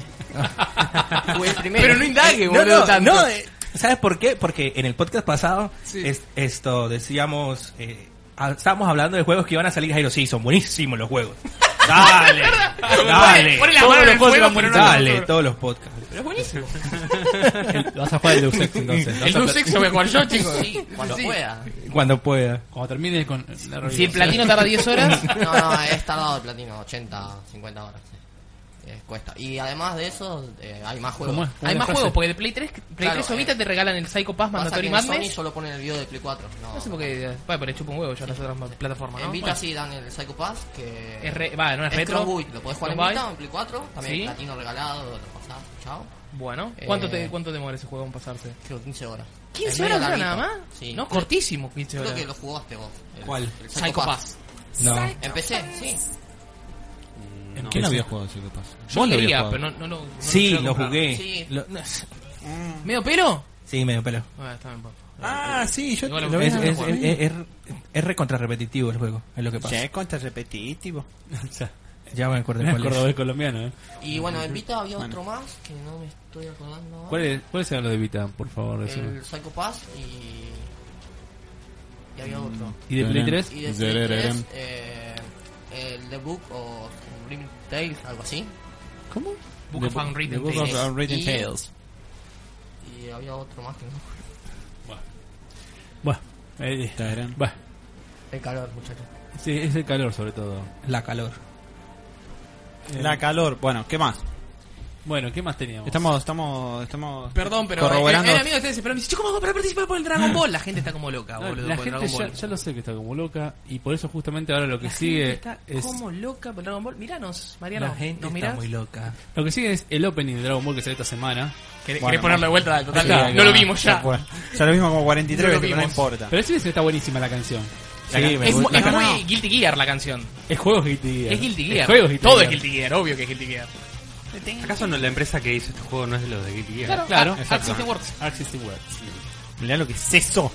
[SPEAKER 7] jugué el primero.
[SPEAKER 1] Pero no indague,
[SPEAKER 4] No,
[SPEAKER 1] boludo,
[SPEAKER 4] no,
[SPEAKER 1] tanto.
[SPEAKER 4] no, eh, ¿Sabes por qué? Porque en el podcast pasado
[SPEAKER 1] Sí.
[SPEAKER 4] es- esto decíamos, eh, ah, estábamos hablando de juegos que iban a salir. Jairo, sí, son buenísimos los juegos. Dale, dale.
[SPEAKER 1] Pone la
[SPEAKER 4] todos
[SPEAKER 1] mano en
[SPEAKER 4] los
[SPEAKER 1] el
[SPEAKER 4] juegos
[SPEAKER 1] fuego,
[SPEAKER 4] eran
[SPEAKER 1] pero no
[SPEAKER 4] buenísimos. Dale,
[SPEAKER 1] nosotros.
[SPEAKER 4] todos los podcasts.
[SPEAKER 2] Vas a jugar el Deus Ex entonces.
[SPEAKER 1] El Dusex lo voy a jugar yo, chicos.
[SPEAKER 7] Sí, cuando
[SPEAKER 1] Sí.
[SPEAKER 7] pueda.
[SPEAKER 4] Cuando pueda.
[SPEAKER 2] Cuando termine con la
[SPEAKER 1] Si el
[SPEAKER 2] revelación.
[SPEAKER 1] platino tarda 10 horas...
[SPEAKER 7] No, no, es tardado el platino, 80, 50 horas. sí. Eh, cuesta. Y además de eso, eh, hay más juegos.
[SPEAKER 2] ¿Cómo es?
[SPEAKER 1] Hay
[SPEAKER 2] Una
[SPEAKER 1] más
[SPEAKER 2] frase.
[SPEAKER 1] juegos, porque de Play 3, Play
[SPEAKER 7] Claro,
[SPEAKER 1] 3 o Vita
[SPEAKER 7] eh.
[SPEAKER 1] te regalan el Psycho Pass
[SPEAKER 7] Pasa que
[SPEAKER 1] Mandatory
[SPEAKER 7] en Sony
[SPEAKER 1] Madney.
[SPEAKER 7] solo ponen el video de Play 4. No,
[SPEAKER 1] No sé por qué... Bueno, pero chupa un huevo ya las otras ma- plataformas, ¿no?
[SPEAKER 7] En Vita
[SPEAKER 1] Bueno,
[SPEAKER 7] sí dan el Psycho Pass, que
[SPEAKER 1] Es re- va, no es retro.
[SPEAKER 7] Crossbuy, lo podés jugar en
[SPEAKER 1] Crossbuy.
[SPEAKER 7] Vita o en Play 4, también
[SPEAKER 1] Sí.
[SPEAKER 7] platino regalado, lo pasás, chao.
[SPEAKER 1] Bueno, ¿cuánto,
[SPEAKER 7] Eh.
[SPEAKER 1] te, ¿cuánto demora ese juego en pasarse?
[SPEAKER 7] Creo 15 horas. Es
[SPEAKER 1] 15
[SPEAKER 7] medio
[SPEAKER 1] horas dura
[SPEAKER 7] larguito.
[SPEAKER 1] nada más.
[SPEAKER 7] Sí.
[SPEAKER 1] No, cortísimo 15
[SPEAKER 7] Creo
[SPEAKER 1] horas.
[SPEAKER 7] que lo jugaste vos. el-
[SPEAKER 2] ¿Cuál?
[SPEAKER 7] El Psycho
[SPEAKER 1] Psycho Pass.
[SPEAKER 7] Pass.
[SPEAKER 4] No.
[SPEAKER 7] Empecé, sí.
[SPEAKER 5] No.
[SPEAKER 3] ¿Quién había jugado eso? ¿Qué pasa?
[SPEAKER 1] Yo lo quería, pero no, no lo. no lo
[SPEAKER 4] Sí,
[SPEAKER 1] llegué a
[SPEAKER 4] lo
[SPEAKER 1] comprar.
[SPEAKER 4] jugué.
[SPEAKER 7] Sí.
[SPEAKER 4] Lo-
[SPEAKER 1] ¿Medio pelo?
[SPEAKER 4] sí, medio pelo.
[SPEAKER 1] Ah, está bien, papá.
[SPEAKER 3] Ah, sí, yo
[SPEAKER 1] Igual
[SPEAKER 3] te-
[SPEAKER 1] lo-
[SPEAKER 3] lo
[SPEAKER 4] Es,
[SPEAKER 3] vi.
[SPEAKER 4] es, es, es, es recontra repetitivo el juego, es lo que pasa.
[SPEAKER 3] Che, es contra repetitivo.
[SPEAKER 4] Ya me acuerdo
[SPEAKER 2] No es
[SPEAKER 4] cuál es.
[SPEAKER 2] cordobés colombiano, ¿eh?
[SPEAKER 7] Y bueno, en Vita había otro más que no me estoy acordando. ahora.
[SPEAKER 2] ¿Cuál es, ¿Cuál es el de Vita, por favor? decime?
[SPEAKER 7] El Psycho Pass y. Y había otro.
[SPEAKER 2] ¿Y de Play 3?
[SPEAKER 7] Y de Play 3, eh, el The Book o Grim Tales, algo así.
[SPEAKER 2] ¿Cómo?
[SPEAKER 1] Book of Unwritten
[SPEAKER 3] Book
[SPEAKER 1] Tales.
[SPEAKER 3] of Unwritten
[SPEAKER 7] Y-
[SPEAKER 3] Tales.
[SPEAKER 7] Y había otro más que no.
[SPEAKER 2] Bueno, eh,
[SPEAKER 3] Está gran.
[SPEAKER 2] bueno,
[SPEAKER 7] El calor, muchachos.
[SPEAKER 2] sí, es el calor sobre todo.
[SPEAKER 4] La calor.
[SPEAKER 3] La calor. Bueno, ¿qué más?
[SPEAKER 2] Bueno, ¿qué más teníamos?
[SPEAKER 3] Estamos, estamos, estamos.
[SPEAKER 1] Perdón, pero.
[SPEAKER 3] Corroborando.
[SPEAKER 1] eh, El amigo está desesperado. Me dice, "Che, ¿cómo hago para participar por el Dragon Ball? La gente está como loca,
[SPEAKER 2] No,
[SPEAKER 1] Ah, boludo.
[SPEAKER 2] la
[SPEAKER 1] por el
[SPEAKER 2] gente
[SPEAKER 1] Dragon
[SPEAKER 2] ya,
[SPEAKER 1] Ball.
[SPEAKER 2] ya lo sé que está como loca y por eso justamente ahora lo que
[SPEAKER 1] La
[SPEAKER 2] sigue
[SPEAKER 1] gente está
[SPEAKER 2] es
[SPEAKER 1] como loca por el Dragon Ball. Miranos, Mariano.
[SPEAKER 4] La gente
[SPEAKER 1] ¿Nos
[SPEAKER 4] está
[SPEAKER 1] mirás?
[SPEAKER 4] muy loca.
[SPEAKER 2] lo que sigue es el opening de Dragon Ball que sale esta semana.
[SPEAKER 1] ¿Querés,
[SPEAKER 3] Bueno,
[SPEAKER 1] querés ponerlo de vuelta? Total,
[SPEAKER 3] Sí, acá,
[SPEAKER 1] no lo vimos ya.
[SPEAKER 3] fue. Ya lo vimos como 43
[SPEAKER 1] No lo
[SPEAKER 3] veces, pero no
[SPEAKER 1] vimos.
[SPEAKER 3] importa.
[SPEAKER 2] Pero sí es- está buenísima la canción.
[SPEAKER 3] La can-
[SPEAKER 1] Es, mu-
[SPEAKER 3] la
[SPEAKER 1] es
[SPEAKER 3] can-
[SPEAKER 1] muy Guilty Gear la canción.
[SPEAKER 2] El juego es Guilty Gear.
[SPEAKER 1] Es Guilty
[SPEAKER 2] El
[SPEAKER 1] Gear.
[SPEAKER 2] juego es Guilty
[SPEAKER 1] Todo
[SPEAKER 2] Gear.
[SPEAKER 1] es Guilty Gear, obvio que es Guilty Gear.
[SPEAKER 5] ¿Acaso no, la empresa que hizo este juego no es de los de Guilty Gear?
[SPEAKER 1] Claro, ah,
[SPEAKER 2] exacto.
[SPEAKER 1] Access the Works.
[SPEAKER 2] Access to Words.
[SPEAKER 3] Mirá lo que es eso.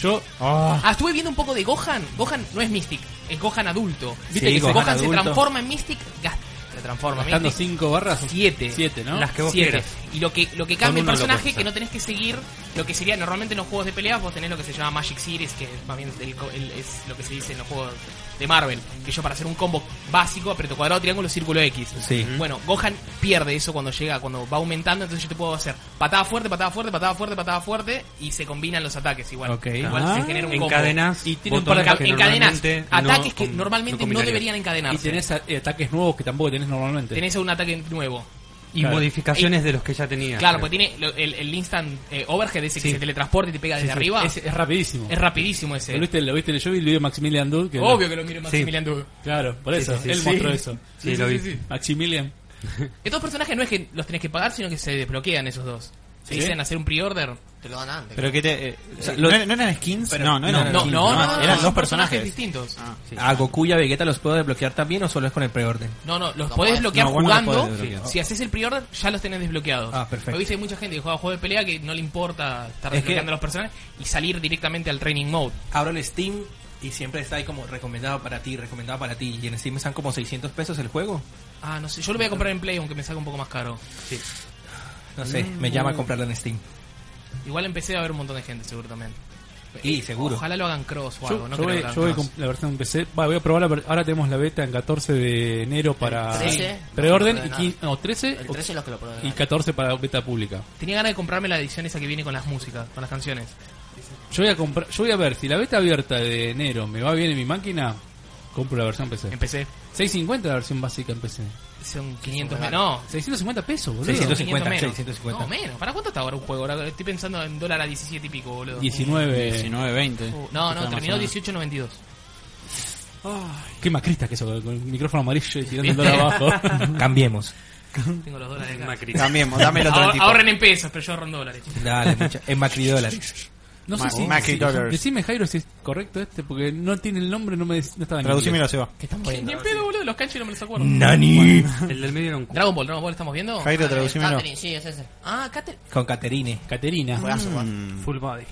[SPEAKER 2] Yo
[SPEAKER 1] Ah, estuve viendo un poco de Gohan. Gohan no es Mystic, es Gohan adulto. Viste
[SPEAKER 4] Sí,
[SPEAKER 1] que si
[SPEAKER 4] Gohan
[SPEAKER 1] Gohan se
[SPEAKER 4] adulto.
[SPEAKER 1] transforma en Mystic, gasta- se transforma en
[SPEAKER 2] gastando
[SPEAKER 1] Mystic.
[SPEAKER 2] 5 barras.
[SPEAKER 1] 7.
[SPEAKER 2] Siete, ¿no?
[SPEAKER 4] Las que vos
[SPEAKER 1] Siete.
[SPEAKER 4] quieras.
[SPEAKER 1] Y lo que, lo que cambia el
[SPEAKER 5] uno lo
[SPEAKER 1] personaje
[SPEAKER 5] puedes
[SPEAKER 1] que
[SPEAKER 5] hacer.
[SPEAKER 1] no tenés que seguir lo que sería normalmente en los juegos de pelea vos tenés lo que se llama Magic Series, que es más bien el co- el- es lo que se dice en los juegos de Marvel. Que yo para hacer un combo básico aprieto cuadrado, triángulo, círculo X.
[SPEAKER 4] Sí.
[SPEAKER 1] Bueno, Gohan pierde eso cuando llega, cuando va aumentando, entonces yo te puedo hacer patada fuerte, patada fuerte, patada fuerte, patada fuerte, y se combinan los ataques igual.
[SPEAKER 4] Ok.
[SPEAKER 1] Igual
[SPEAKER 3] Ah.
[SPEAKER 1] se genera un
[SPEAKER 5] En
[SPEAKER 1] combo.
[SPEAKER 5] cadenas.
[SPEAKER 2] Y tiene un
[SPEAKER 5] botones
[SPEAKER 1] Enca-
[SPEAKER 5] que
[SPEAKER 1] encadenas
[SPEAKER 5] normalmente no
[SPEAKER 1] ataques que
[SPEAKER 5] com-
[SPEAKER 1] normalmente no,
[SPEAKER 5] combinaría.
[SPEAKER 1] deberían encadenarse.
[SPEAKER 2] Y tenés a- eh, ataques nuevos que tampoco tenés normalmente.
[SPEAKER 1] tenés un ataque nuevo.
[SPEAKER 5] Y
[SPEAKER 2] Claro.
[SPEAKER 5] modificaciones de los que ya tenía.
[SPEAKER 1] Claro, pues, porque tiene lo- el, el instant eh, overhead ese que
[SPEAKER 5] Sí.
[SPEAKER 1] se teletransporta y te pega desde arriba.
[SPEAKER 2] Es, es rapidísimo.
[SPEAKER 1] es rapidísimo ese.
[SPEAKER 2] ¿Lo viste, lo viste en el show y lo vio Maximilian Dude. que-
[SPEAKER 1] Obvio que lo mire Maximilian Dude.
[SPEAKER 2] Claro, por eso.
[SPEAKER 5] Sí, sí, sí.
[SPEAKER 2] él
[SPEAKER 5] Sí.
[SPEAKER 2] mostró eso.
[SPEAKER 5] Sí, lo vi.
[SPEAKER 2] Maximilian.
[SPEAKER 1] Estos personajes no es que los tenés que pagar, sino que se desbloquean esos dos. Se dicen hacer un pre-order.
[SPEAKER 7] Te lo dan antes.
[SPEAKER 3] Pero que te. eh,
[SPEAKER 4] sea,
[SPEAKER 3] eh,
[SPEAKER 4] lo-
[SPEAKER 3] ¿no, no eran skins? no, no
[SPEAKER 1] No,
[SPEAKER 3] eran
[SPEAKER 1] no,
[SPEAKER 3] skins,
[SPEAKER 1] no, no, no,
[SPEAKER 3] eran
[SPEAKER 1] son
[SPEAKER 3] dos personajes.
[SPEAKER 1] distintos.
[SPEAKER 4] ¿A Ah, Goku y a Vegeta los puedo desbloquear también o solo es con el preorden?
[SPEAKER 1] No, no, los
[SPEAKER 7] No
[SPEAKER 1] podés
[SPEAKER 7] podés-
[SPEAKER 1] bloquear
[SPEAKER 3] no, vos no los
[SPEAKER 1] jugando.
[SPEAKER 3] podés bloquear.
[SPEAKER 1] Si haces el pre-order, ya los tenés desbloqueados.
[SPEAKER 4] Ah, perfecto.
[SPEAKER 1] Lo viste hay mucha gente que juega juegos de pelea que no le importa estar
[SPEAKER 4] Es que-
[SPEAKER 1] desbloqueando a los personajes y salir directamente al training mode.
[SPEAKER 4] Abro el Steam y siempre está ahí como recomendado para ti, recomendado para ti. Y en Steam están como 600 pesos el juego.
[SPEAKER 1] Ah, no sé, yo lo voy a comprar en Play aunque me salga un poco más caro.
[SPEAKER 4] No sé, me llama a comprarlo en Steam.
[SPEAKER 1] Igual empecé a ver un montón de gente, seguro también.
[SPEAKER 4] Y seguro.
[SPEAKER 1] Ojalá lo hagan cross o
[SPEAKER 2] Yo,
[SPEAKER 1] algo, no
[SPEAKER 2] yo
[SPEAKER 1] creo
[SPEAKER 2] voy,
[SPEAKER 1] que lo hagan
[SPEAKER 2] yo voy
[SPEAKER 1] cross.
[SPEAKER 2] con la versión PC. Va, voy a probarla. pero Ahora tenemos la beta en 14 de enero para
[SPEAKER 7] 13.
[SPEAKER 2] preorden.
[SPEAKER 7] No,
[SPEAKER 2] y
[SPEAKER 7] no,
[SPEAKER 2] 15 no, 13,
[SPEAKER 7] El 13
[SPEAKER 2] o-
[SPEAKER 7] los que lo prueben.
[SPEAKER 2] y 14 para beta pública.
[SPEAKER 1] Tenía ganas de comprarme la edición esa que viene con las músicas, con las canciones.
[SPEAKER 2] Yo voy a comprar, yo voy a ver si la beta abierta de enero me va bien en mi máquina, compro la versión
[SPEAKER 7] Em-
[SPEAKER 2] PC.
[SPEAKER 1] Empecé.
[SPEAKER 2] 650 la versión básica en PC.
[SPEAKER 1] Son 500 menos. No,
[SPEAKER 2] 650 pesos, boludo.
[SPEAKER 4] 650.
[SPEAKER 1] 500 menos.
[SPEAKER 4] 650.
[SPEAKER 1] No, menos. ¿Para cuánto está ahora un juego? Ahora estoy pensando en dólar a 17 y pico, boludo.
[SPEAKER 2] 19.
[SPEAKER 3] 19, 20.
[SPEAKER 1] Uh, no, no, terminó 18.92.
[SPEAKER 2] Qué macrista que eso, con el micrófono amarillo y tirando el dólar abajo.
[SPEAKER 4] Cambiemos.
[SPEAKER 1] Tengo los dólares acá.
[SPEAKER 5] Una crisis.
[SPEAKER 3] También, dámelo otro
[SPEAKER 1] Ahor-
[SPEAKER 3] tipo.
[SPEAKER 1] ahorren en pesos, pero yo ahorro en dólares.
[SPEAKER 4] Dale, mucha. En Macri dólares.
[SPEAKER 2] No sé
[SPEAKER 3] Ma-
[SPEAKER 2] si,
[SPEAKER 3] Macri
[SPEAKER 2] si-
[SPEAKER 3] dollars.
[SPEAKER 2] Decime Jairo si es correcto este, porque no tiene el nombre, no me no estaba en
[SPEAKER 3] Traducímelo,
[SPEAKER 2] inglés.
[SPEAKER 3] Seba.
[SPEAKER 1] ¿Qué estamos viendo? Ni en pedo, boludo. Los canchis no me los acuerdo.
[SPEAKER 4] Nani.
[SPEAKER 5] El del medio era un cu-
[SPEAKER 1] Dragon Ball, Dragon Ball, ¿estamos viendo?
[SPEAKER 3] Jairo, traducímelo.
[SPEAKER 7] Ah, Catherine, sí, es ese.
[SPEAKER 1] Ah, Cater.
[SPEAKER 4] Con Caterine.
[SPEAKER 2] Caterina.
[SPEAKER 7] Juegazo, juegazo.
[SPEAKER 5] full body.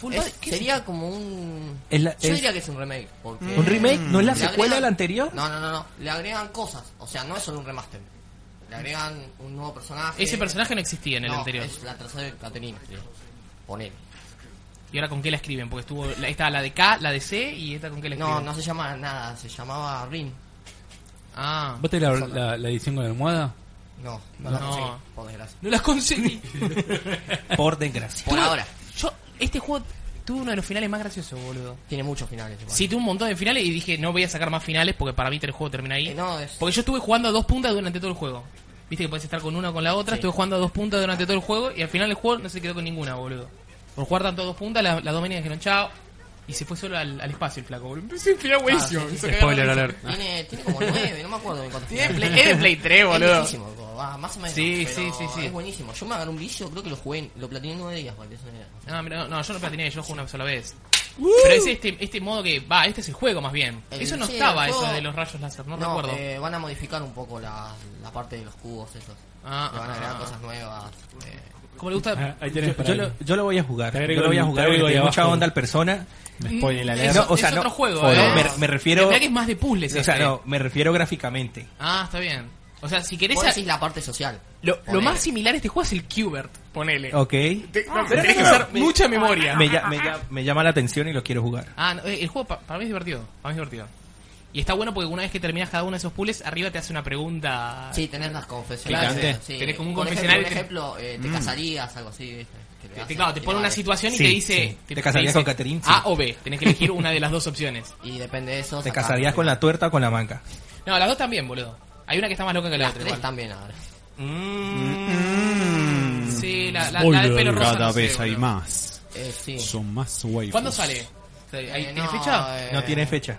[SPEAKER 1] Full
[SPEAKER 7] Es-
[SPEAKER 1] Body, ¿qué es?
[SPEAKER 7] sería como un.
[SPEAKER 4] Es la-
[SPEAKER 7] yo
[SPEAKER 4] es-
[SPEAKER 7] diría que es un remake. porque-
[SPEAKER 4] ¿Un remake? ¿No es la
[SPEAKER 7] Le
[SPEAKER 4] secuela de la anterior?
[SPEAKER 7] No, no, no, no. Le agregan cosas. O sea, no es solo un remaster. Le agregan un nuevo personaje.
[SPEAKER 1] Ese personaje no existía en el
[SPEAKER 7] No,
[SPEAKER 1] anterior.
[SPEAKER 7] Es la tercera Caterina, creo. Ponele.
[SPEAKER 1] ¿Y ahora con qué la escriben? Porque estuvo. La, estaba la de K, la de C y esta con qué la
[SPEAKER 7] No,
[SPEAKER 1] escriben.
[SPEAKER 7] no se llama nada. Se llamaba Rin.
[SPEAKER 1] Ah,
[SPEAKER 2] ¿Vos tenés la, la- la edición con la almohada?
[SPEAKER 7] No, no, la
[SPEAKER 1] No.
[SPEAKER 7] conseguí, por desgracia.
[SPEAKER 1] no las conseguí.
[SPEAKER 4] Por desgracia.
[SPEAKER 7] Por ahora.
[SPEAKER 1] Yo, este juego tuvo uno de los finales más graciosos, boludo.
[SPEAKER 7] Tiene muchos finales. igual.
[SPEAKER 1] Sí, tuve un montón de finales y dije, no voy a sacar más finales porque para mí el juego termina ahí.
[SPEAKER 7] Eh, no, es-
[SPEAKER 1] Porque yo estuve jugando a dos puntas durante todo el juego. Viste que podés estar con una o con la otra, estuve jugando a dos puntas durante todo el juego y al final el juego no se quedó con ninguna, boludo. Por jugar tanto a dos puntas, la- las dos meninas dijeron chao y se fue solo al, al espacio el flaco, boludo. Empecé a
[SPEAKER 7] Ah,
[SPEAKER 1] enfriar buenísimo. me hizo cagar la
[SPEAKER 5] Spoiler
[SPEAKER 1] risa.
[SPEAKER 5] alert.
[SPEAKER 7] Tiene, tiene como nueve, no me acuerdo bien cuántos
[SPEAKER 1] Tiene
[SPEAKER 7] finales.
[SPEAKER 1] Play- es de Play 3, boludo.
[SPEAKER 7] Es buenísimo, como, va, más o menos.
[SPEAKER 1] Sí,
[SPEAKER 7] pero
[SPEAKER 1] sí, sí, sí.
[SPEAKER 7] Es buenísimo. Yo me agarré un vicio, creo que lo jugué, en- lo platiné en nueve días, vale, eso era.
[SPEAKER 1] No, mira, no, yo no platiné, yo jugué una sola vez. Pero es este, este modo que. Va, este es el juego más bien.
[SPEAKER 7] Uh. El-
[SPEAKER 1] eso no
[SPEAKER 7] sí,
[SPEAKER 1] estaba,
[SPEAKER 7] el
[SPEAKER 1] eso
[SPEAKER 7] juego-
[SPEAKER 1] de los rayos láser, no, recuerdo.
[SPEAKER 7] eh, van a modificar un poco la, la parte de los cubos esos.
[SPEAKER 1] Ah,
[SPEAKER 7] Le van a
[SPEAKER 1] ah,
[SPEAKER 7] agregar
[SPEAKER 1] ah.
[SPEAKER 7] cosas nuevas. eh,
[SPEAKER 1] ¿Cómo le gusta?
[SPEAKER 2] Ah, ahí tenés para
[SPEAKER 4] Yo
[SPEAKER 2] ahí.
[SPEAKER 4] lo, yo lo voy a jugar.
[SPEAKER 2] Te
[SPEAKER 4] Yo
[SPEAKER 2] agrego
[SPEAKER 4] lo voy a
[SPEAKER 2] el- te
[SPEAKER 4] jugar
[SPEAKER 2] agrego
[SPEAKER 4] porque
[SPEAKER 2] ahí
[SPEAKER 4] tiene mucha
[SPEAKER 2] abajo.
[SPEAKER 4] onda al persona.
[SPEAKER 3] Spoiler
[SPEAKER 1] Mm, Es-
[SPEAKER 3] alert.
[SPEAKER 4] No, o sea,
[SPEAKER 1] es
[SPEAKER 4] no-
[SPEAKER 1] otro juego,
[SPEAKER 4] o
[SPEAKER 1] ¿eh?
[SPEAKER 4] no, me- me refiero-
[SPEAKER 1] La verdad que es más de puzzles.
[SPEAKER 4] O sea,
[SPEAKER 1] este.
[SPEAKER 4] no, me refiero gráficamente.
[SPEAKER 1] Ah, está bien. O sea, si querés.
[SPEAKER 7] vos
[SPEAKER 1] a-
[SPEAKER 7] decís la parte social.
[SPEAKER 1] Lo, lo
[SPEAKER 7] Ponele.
[SPEAKER 1] más similar a este juego es el Qbert, ponele.
[SPEAKER 4] Ok.
[SPEAKER 1] Te- no, tenés que usar mucha memoria.
[SPEAKER 4] Me, lla- me lla- me llama la atención y lo quiero jugar.
[SPEAKER 1] Ah, no, eh, el juego pa- para mí es divertido. Para mí es divertido. Y está bueno porque una vez que terminas cada uno de esos puzzles, arriba te hace una pregunta.
[SPEAKER 7] Sí, tenés las confesiones.
[SPEAKER 1] Picante.
[SPEAKER 7] eh, sí.
[SPEAKER 1] Tenés como un
[SPEAKER 7] Por ejemplo,
[SPEAKER 1] confesionario
[SPEAKER 7] Por
[SPEAKER 1] que- Mm.
[SPEAKER 7] ejemplo, eh, te casarías, algo así. ¿viste? Que le
[SPEAKER 1] Te,
[SPEAKER 7] hacen-
[SPEAKER 1] claro, te
[SPEAKER 7] y
[SPEAKER 1] pone una
[SPEAKER 7] vale.
[SPEAKER 1] situación y
[SPEAKER 4] Sí,
[SPEAKER 1] te dice.
[SPEAKER 4] sí.
[SPEAKER 1] te-
[SPEAKER 4] ¿Te casarías
[SPEAKER 1] dice
[SPEAKER 4] con Catherine? Sí.
[SPEAKER 1] A o B. Tenés que elegir una de las dos opciones.
[SPEAKER 7] Y depende de eso.
[SPEAKER 4] ¿Te
[SPEAKER 7] sacás-
[SPEAKER 4] casarías con la tuerta o con la manga?
[SPEAKER 1] No, las dos también, boludo. Hay una que está más loca que la otra.
[SPEAKER 7] Tres
[SPEAKER 1] Igual.
[SPEAKER 7] también ahora.
[SPEAKER 1] Sí, la, la, la del pelo rosa.
[SPEAKER 3] Cada
[SPEAKER 1] no sé,
[SPEAKER 3] vez hay
[SPEAKER 1] boludo.
[SPEAKER 3] más.
[SPEAKER 7] Eh, sí.
[SPEAKER 3] Son más waifus.
[SPEAKER 1] ¿Cuándo sale? O sea, ¿hay-
[SPEAKER 7] Eh,
[SPEAKER 1] ¿Tiene
[SPEAKER 7] no,
[SPEAKER 1] fecha?
[SPEAKER 7] eh,
[SPEAKER 4] No tiene fecha.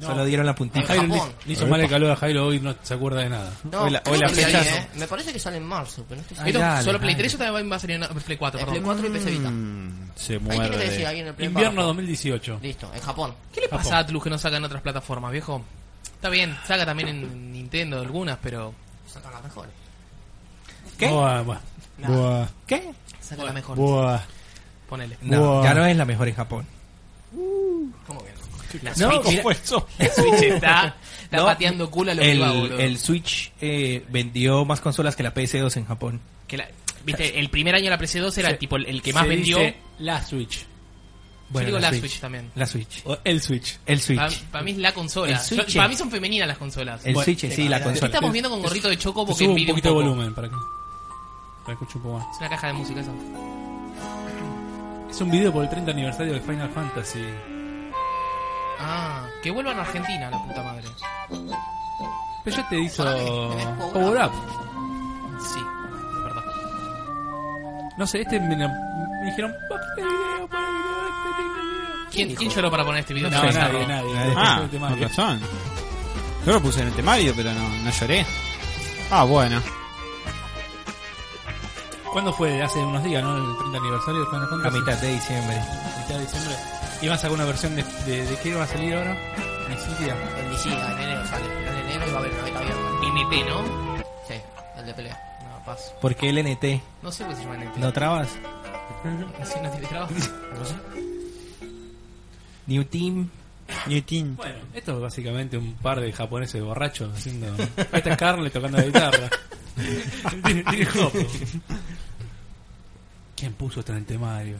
[SPEAKER 4] Solo dieron la
[SPEAKER 2] A
[SPEAKER 4] puntita.
[SPEAKER 7] Ay,
[SPEAKER 2] Jairo le,
[SPEAKER 7] Japón.
[SPEAKER 2] le hizo mal el calor a Jairo hoy, no se acuerda de nada.
[SPEAKER 7] No,
[SPEAKER 4] Hoy la-
[SPEAKER 7] creo
[SPEAKER 4] hoy la
[SPEAKER 7] que
[SPEAKER 4] fecha
[SPEAKER 7] sí,
[SPEAKER 4] son-
[SPEAKER 7] eh. Me parece que sale en marzo, pero no estoy seguro.
[SPEAKER 1] ¿Esto
[SPEAKER 4] dale,
[SPEAKER 1] solo Play
[SPEAKER 4] dale.
[SPEAKER 1] 3 o también va a salir en Eh, Play 4?
[SPEAKER 7] En
[SPEAKER 1] Perdón.
[SPEAKER 7] Play 4 y PC Vita.
[SPEAKER 3] Mm, se
[SPEAKER 7] Ahí tiene que decir
[SPEAKER 3] muerde.
[SPEAKER 7] alguien en el Play
[SPEAKER 2] Invierno
[SPEAKER 7] Bajo.
[SPEAKER 2] 2018.
[SPEAKER 7] Listo, en Japón.
[SPEAKER 1] ¿Qué le pasa
[SPEAKER 2] Japón.
[SPEAKER 1] a Atlus que no saca en otras plataformas, viejo? Está bien, saca también en Nintendo algunas, pero
[SPEAKER 7] Sacan las mejores.
[SPEAKER 4] ¿Qué?
[SPEAKER 2] Buah, buah.
[SPEAKER 3] Buah,
[SPEAKER 1] saca la mejor.
[SPEAKER 3] buah.
[SPEAKER 1] ponele.
[SPEAKER 4] No,
[SPEAKER 3] Wow.
[SPEAKER 4] ya no es la mejor en Japón.
[SPEAKER 1] ¿Cómo que no? La
[SPEAKER 4] No,
[SPEAKER 1] Switch,
[SPEAKER 4] mira,
[SPEAKER 1] la Switch está, está
[SPEAKER 4] No,
[SPEAKER 1] pateando culo a lo que
[SPEAKER 4] el,
[SPEAKER 1] va, boludo.
[SPEAKER 4] el Switch eh, vendió más consolas que la PS2 en Japón.
[SPEAKER 1] Que la- Viste, el primer año de la PS2 era tipo el, el que más
[SPEAKER 2] Se
[SPEAKER 1] vendió.
[SPEAKER 2] dice la Switch.
[SPEAKER 1] digo la Switch también. Ah,
[SPEAKER 4] La Switch.
[SPEAKER 2] O el Switch.
[SPEAKER 4] El Switch.
[SPEAKER 1] Para, mí es la consola.
[SPEAKER 4] El
[SPEAKER 1] Yo-
[SPEAKER 4] Switch.
[SPEAKER 1] para mí son femeninas las consolas.
[SPEAKER 4] el Switch, sí, la
[SPEAKER 1] ¿Qué
[SPEAKER 4] consola.
[SPEAKER 1] estamos viendo con gorrito de choco
[SPEAKER 2] Te
[SPEAKER 1] porque
[SPEAKER 2] subo un
[SPEAKER 1] envidio
[SPEAKER 2] poquito de
[SPEAKER 1] poco.
[SPEAKER 2] volumen para que para que escuche un poco más.
[SPEAKER 1] Es una caja de música eso.
[SPEAKER 2] Es un video por el 30 aniversario de Final Fantasy.
[SPEAKER 1] Ah, que vuelvan a Argentina, la puta madre.
[SPEAKER 2] Pero ya te hizo
[SPEAKER 7] Solamente-
[SPEAKER 2] Power Up.
[SPEAKER 1] Sí, es verdad.
[SPEAKER 2] No sé, este me, me dijeron, "Ponete video, ponete video, ponete video".
[SPEAKER 1] ¿Quién, ¿Quién lloró para poner este video?
[SPEAKER 2] No,
[SPEAKER 1] Yo,
[SPEAKER 2] nadie,
[SPEAKER 1] Sarro.
[SPEAKER 2] nadie.
[SPEAKER 3] Ah,
[SPEAKER 2] Este
[SPEAKER 3] con
[SPEAKER 2] Mario.
[SPEAKER 3] razón. Yo lo puse en el temario, pero no, no lloré. Ah, bueno.
[SPEAKER 2] ¿Cuándo fue? Hace unos días, ¿no? El 30 aniversario de Final
[SPEAKER 4] A
[SPEAKER 2] Fantasy.
[SPEAKER 4] mitad de diciembre.
[SPEAKER 2] mitad de diciembre. ¿Y vas a sacar una versión de, de, de qué va a salir ahora? Homicidia.
[SPEAKER 7] El Misiga, en enero sale. En enero iba a haber una beta abierta.
[SPEAKER 1] NT, ¿no?
[SPEAKER 7] Sí, el de pelea.
[SPEAKER 1] No, paso.
[SPEAKER 4] ¿Por qué el NT?
[SPEAKER 1] No sé por qué se llama NT.
[SPEAKER 4] ¿No trabas?
[SPEAKER 1] Así no tiene trabajo.
[SPEAKER 4] New Team.
[SPEAKER 3] Newton.
[SPEAKER 2] Bueno, esto es básicamente un par de japoneses borrachos haciendo. Ahí está Carly tocando la guitarra. ¿Quién puso esto en el temario?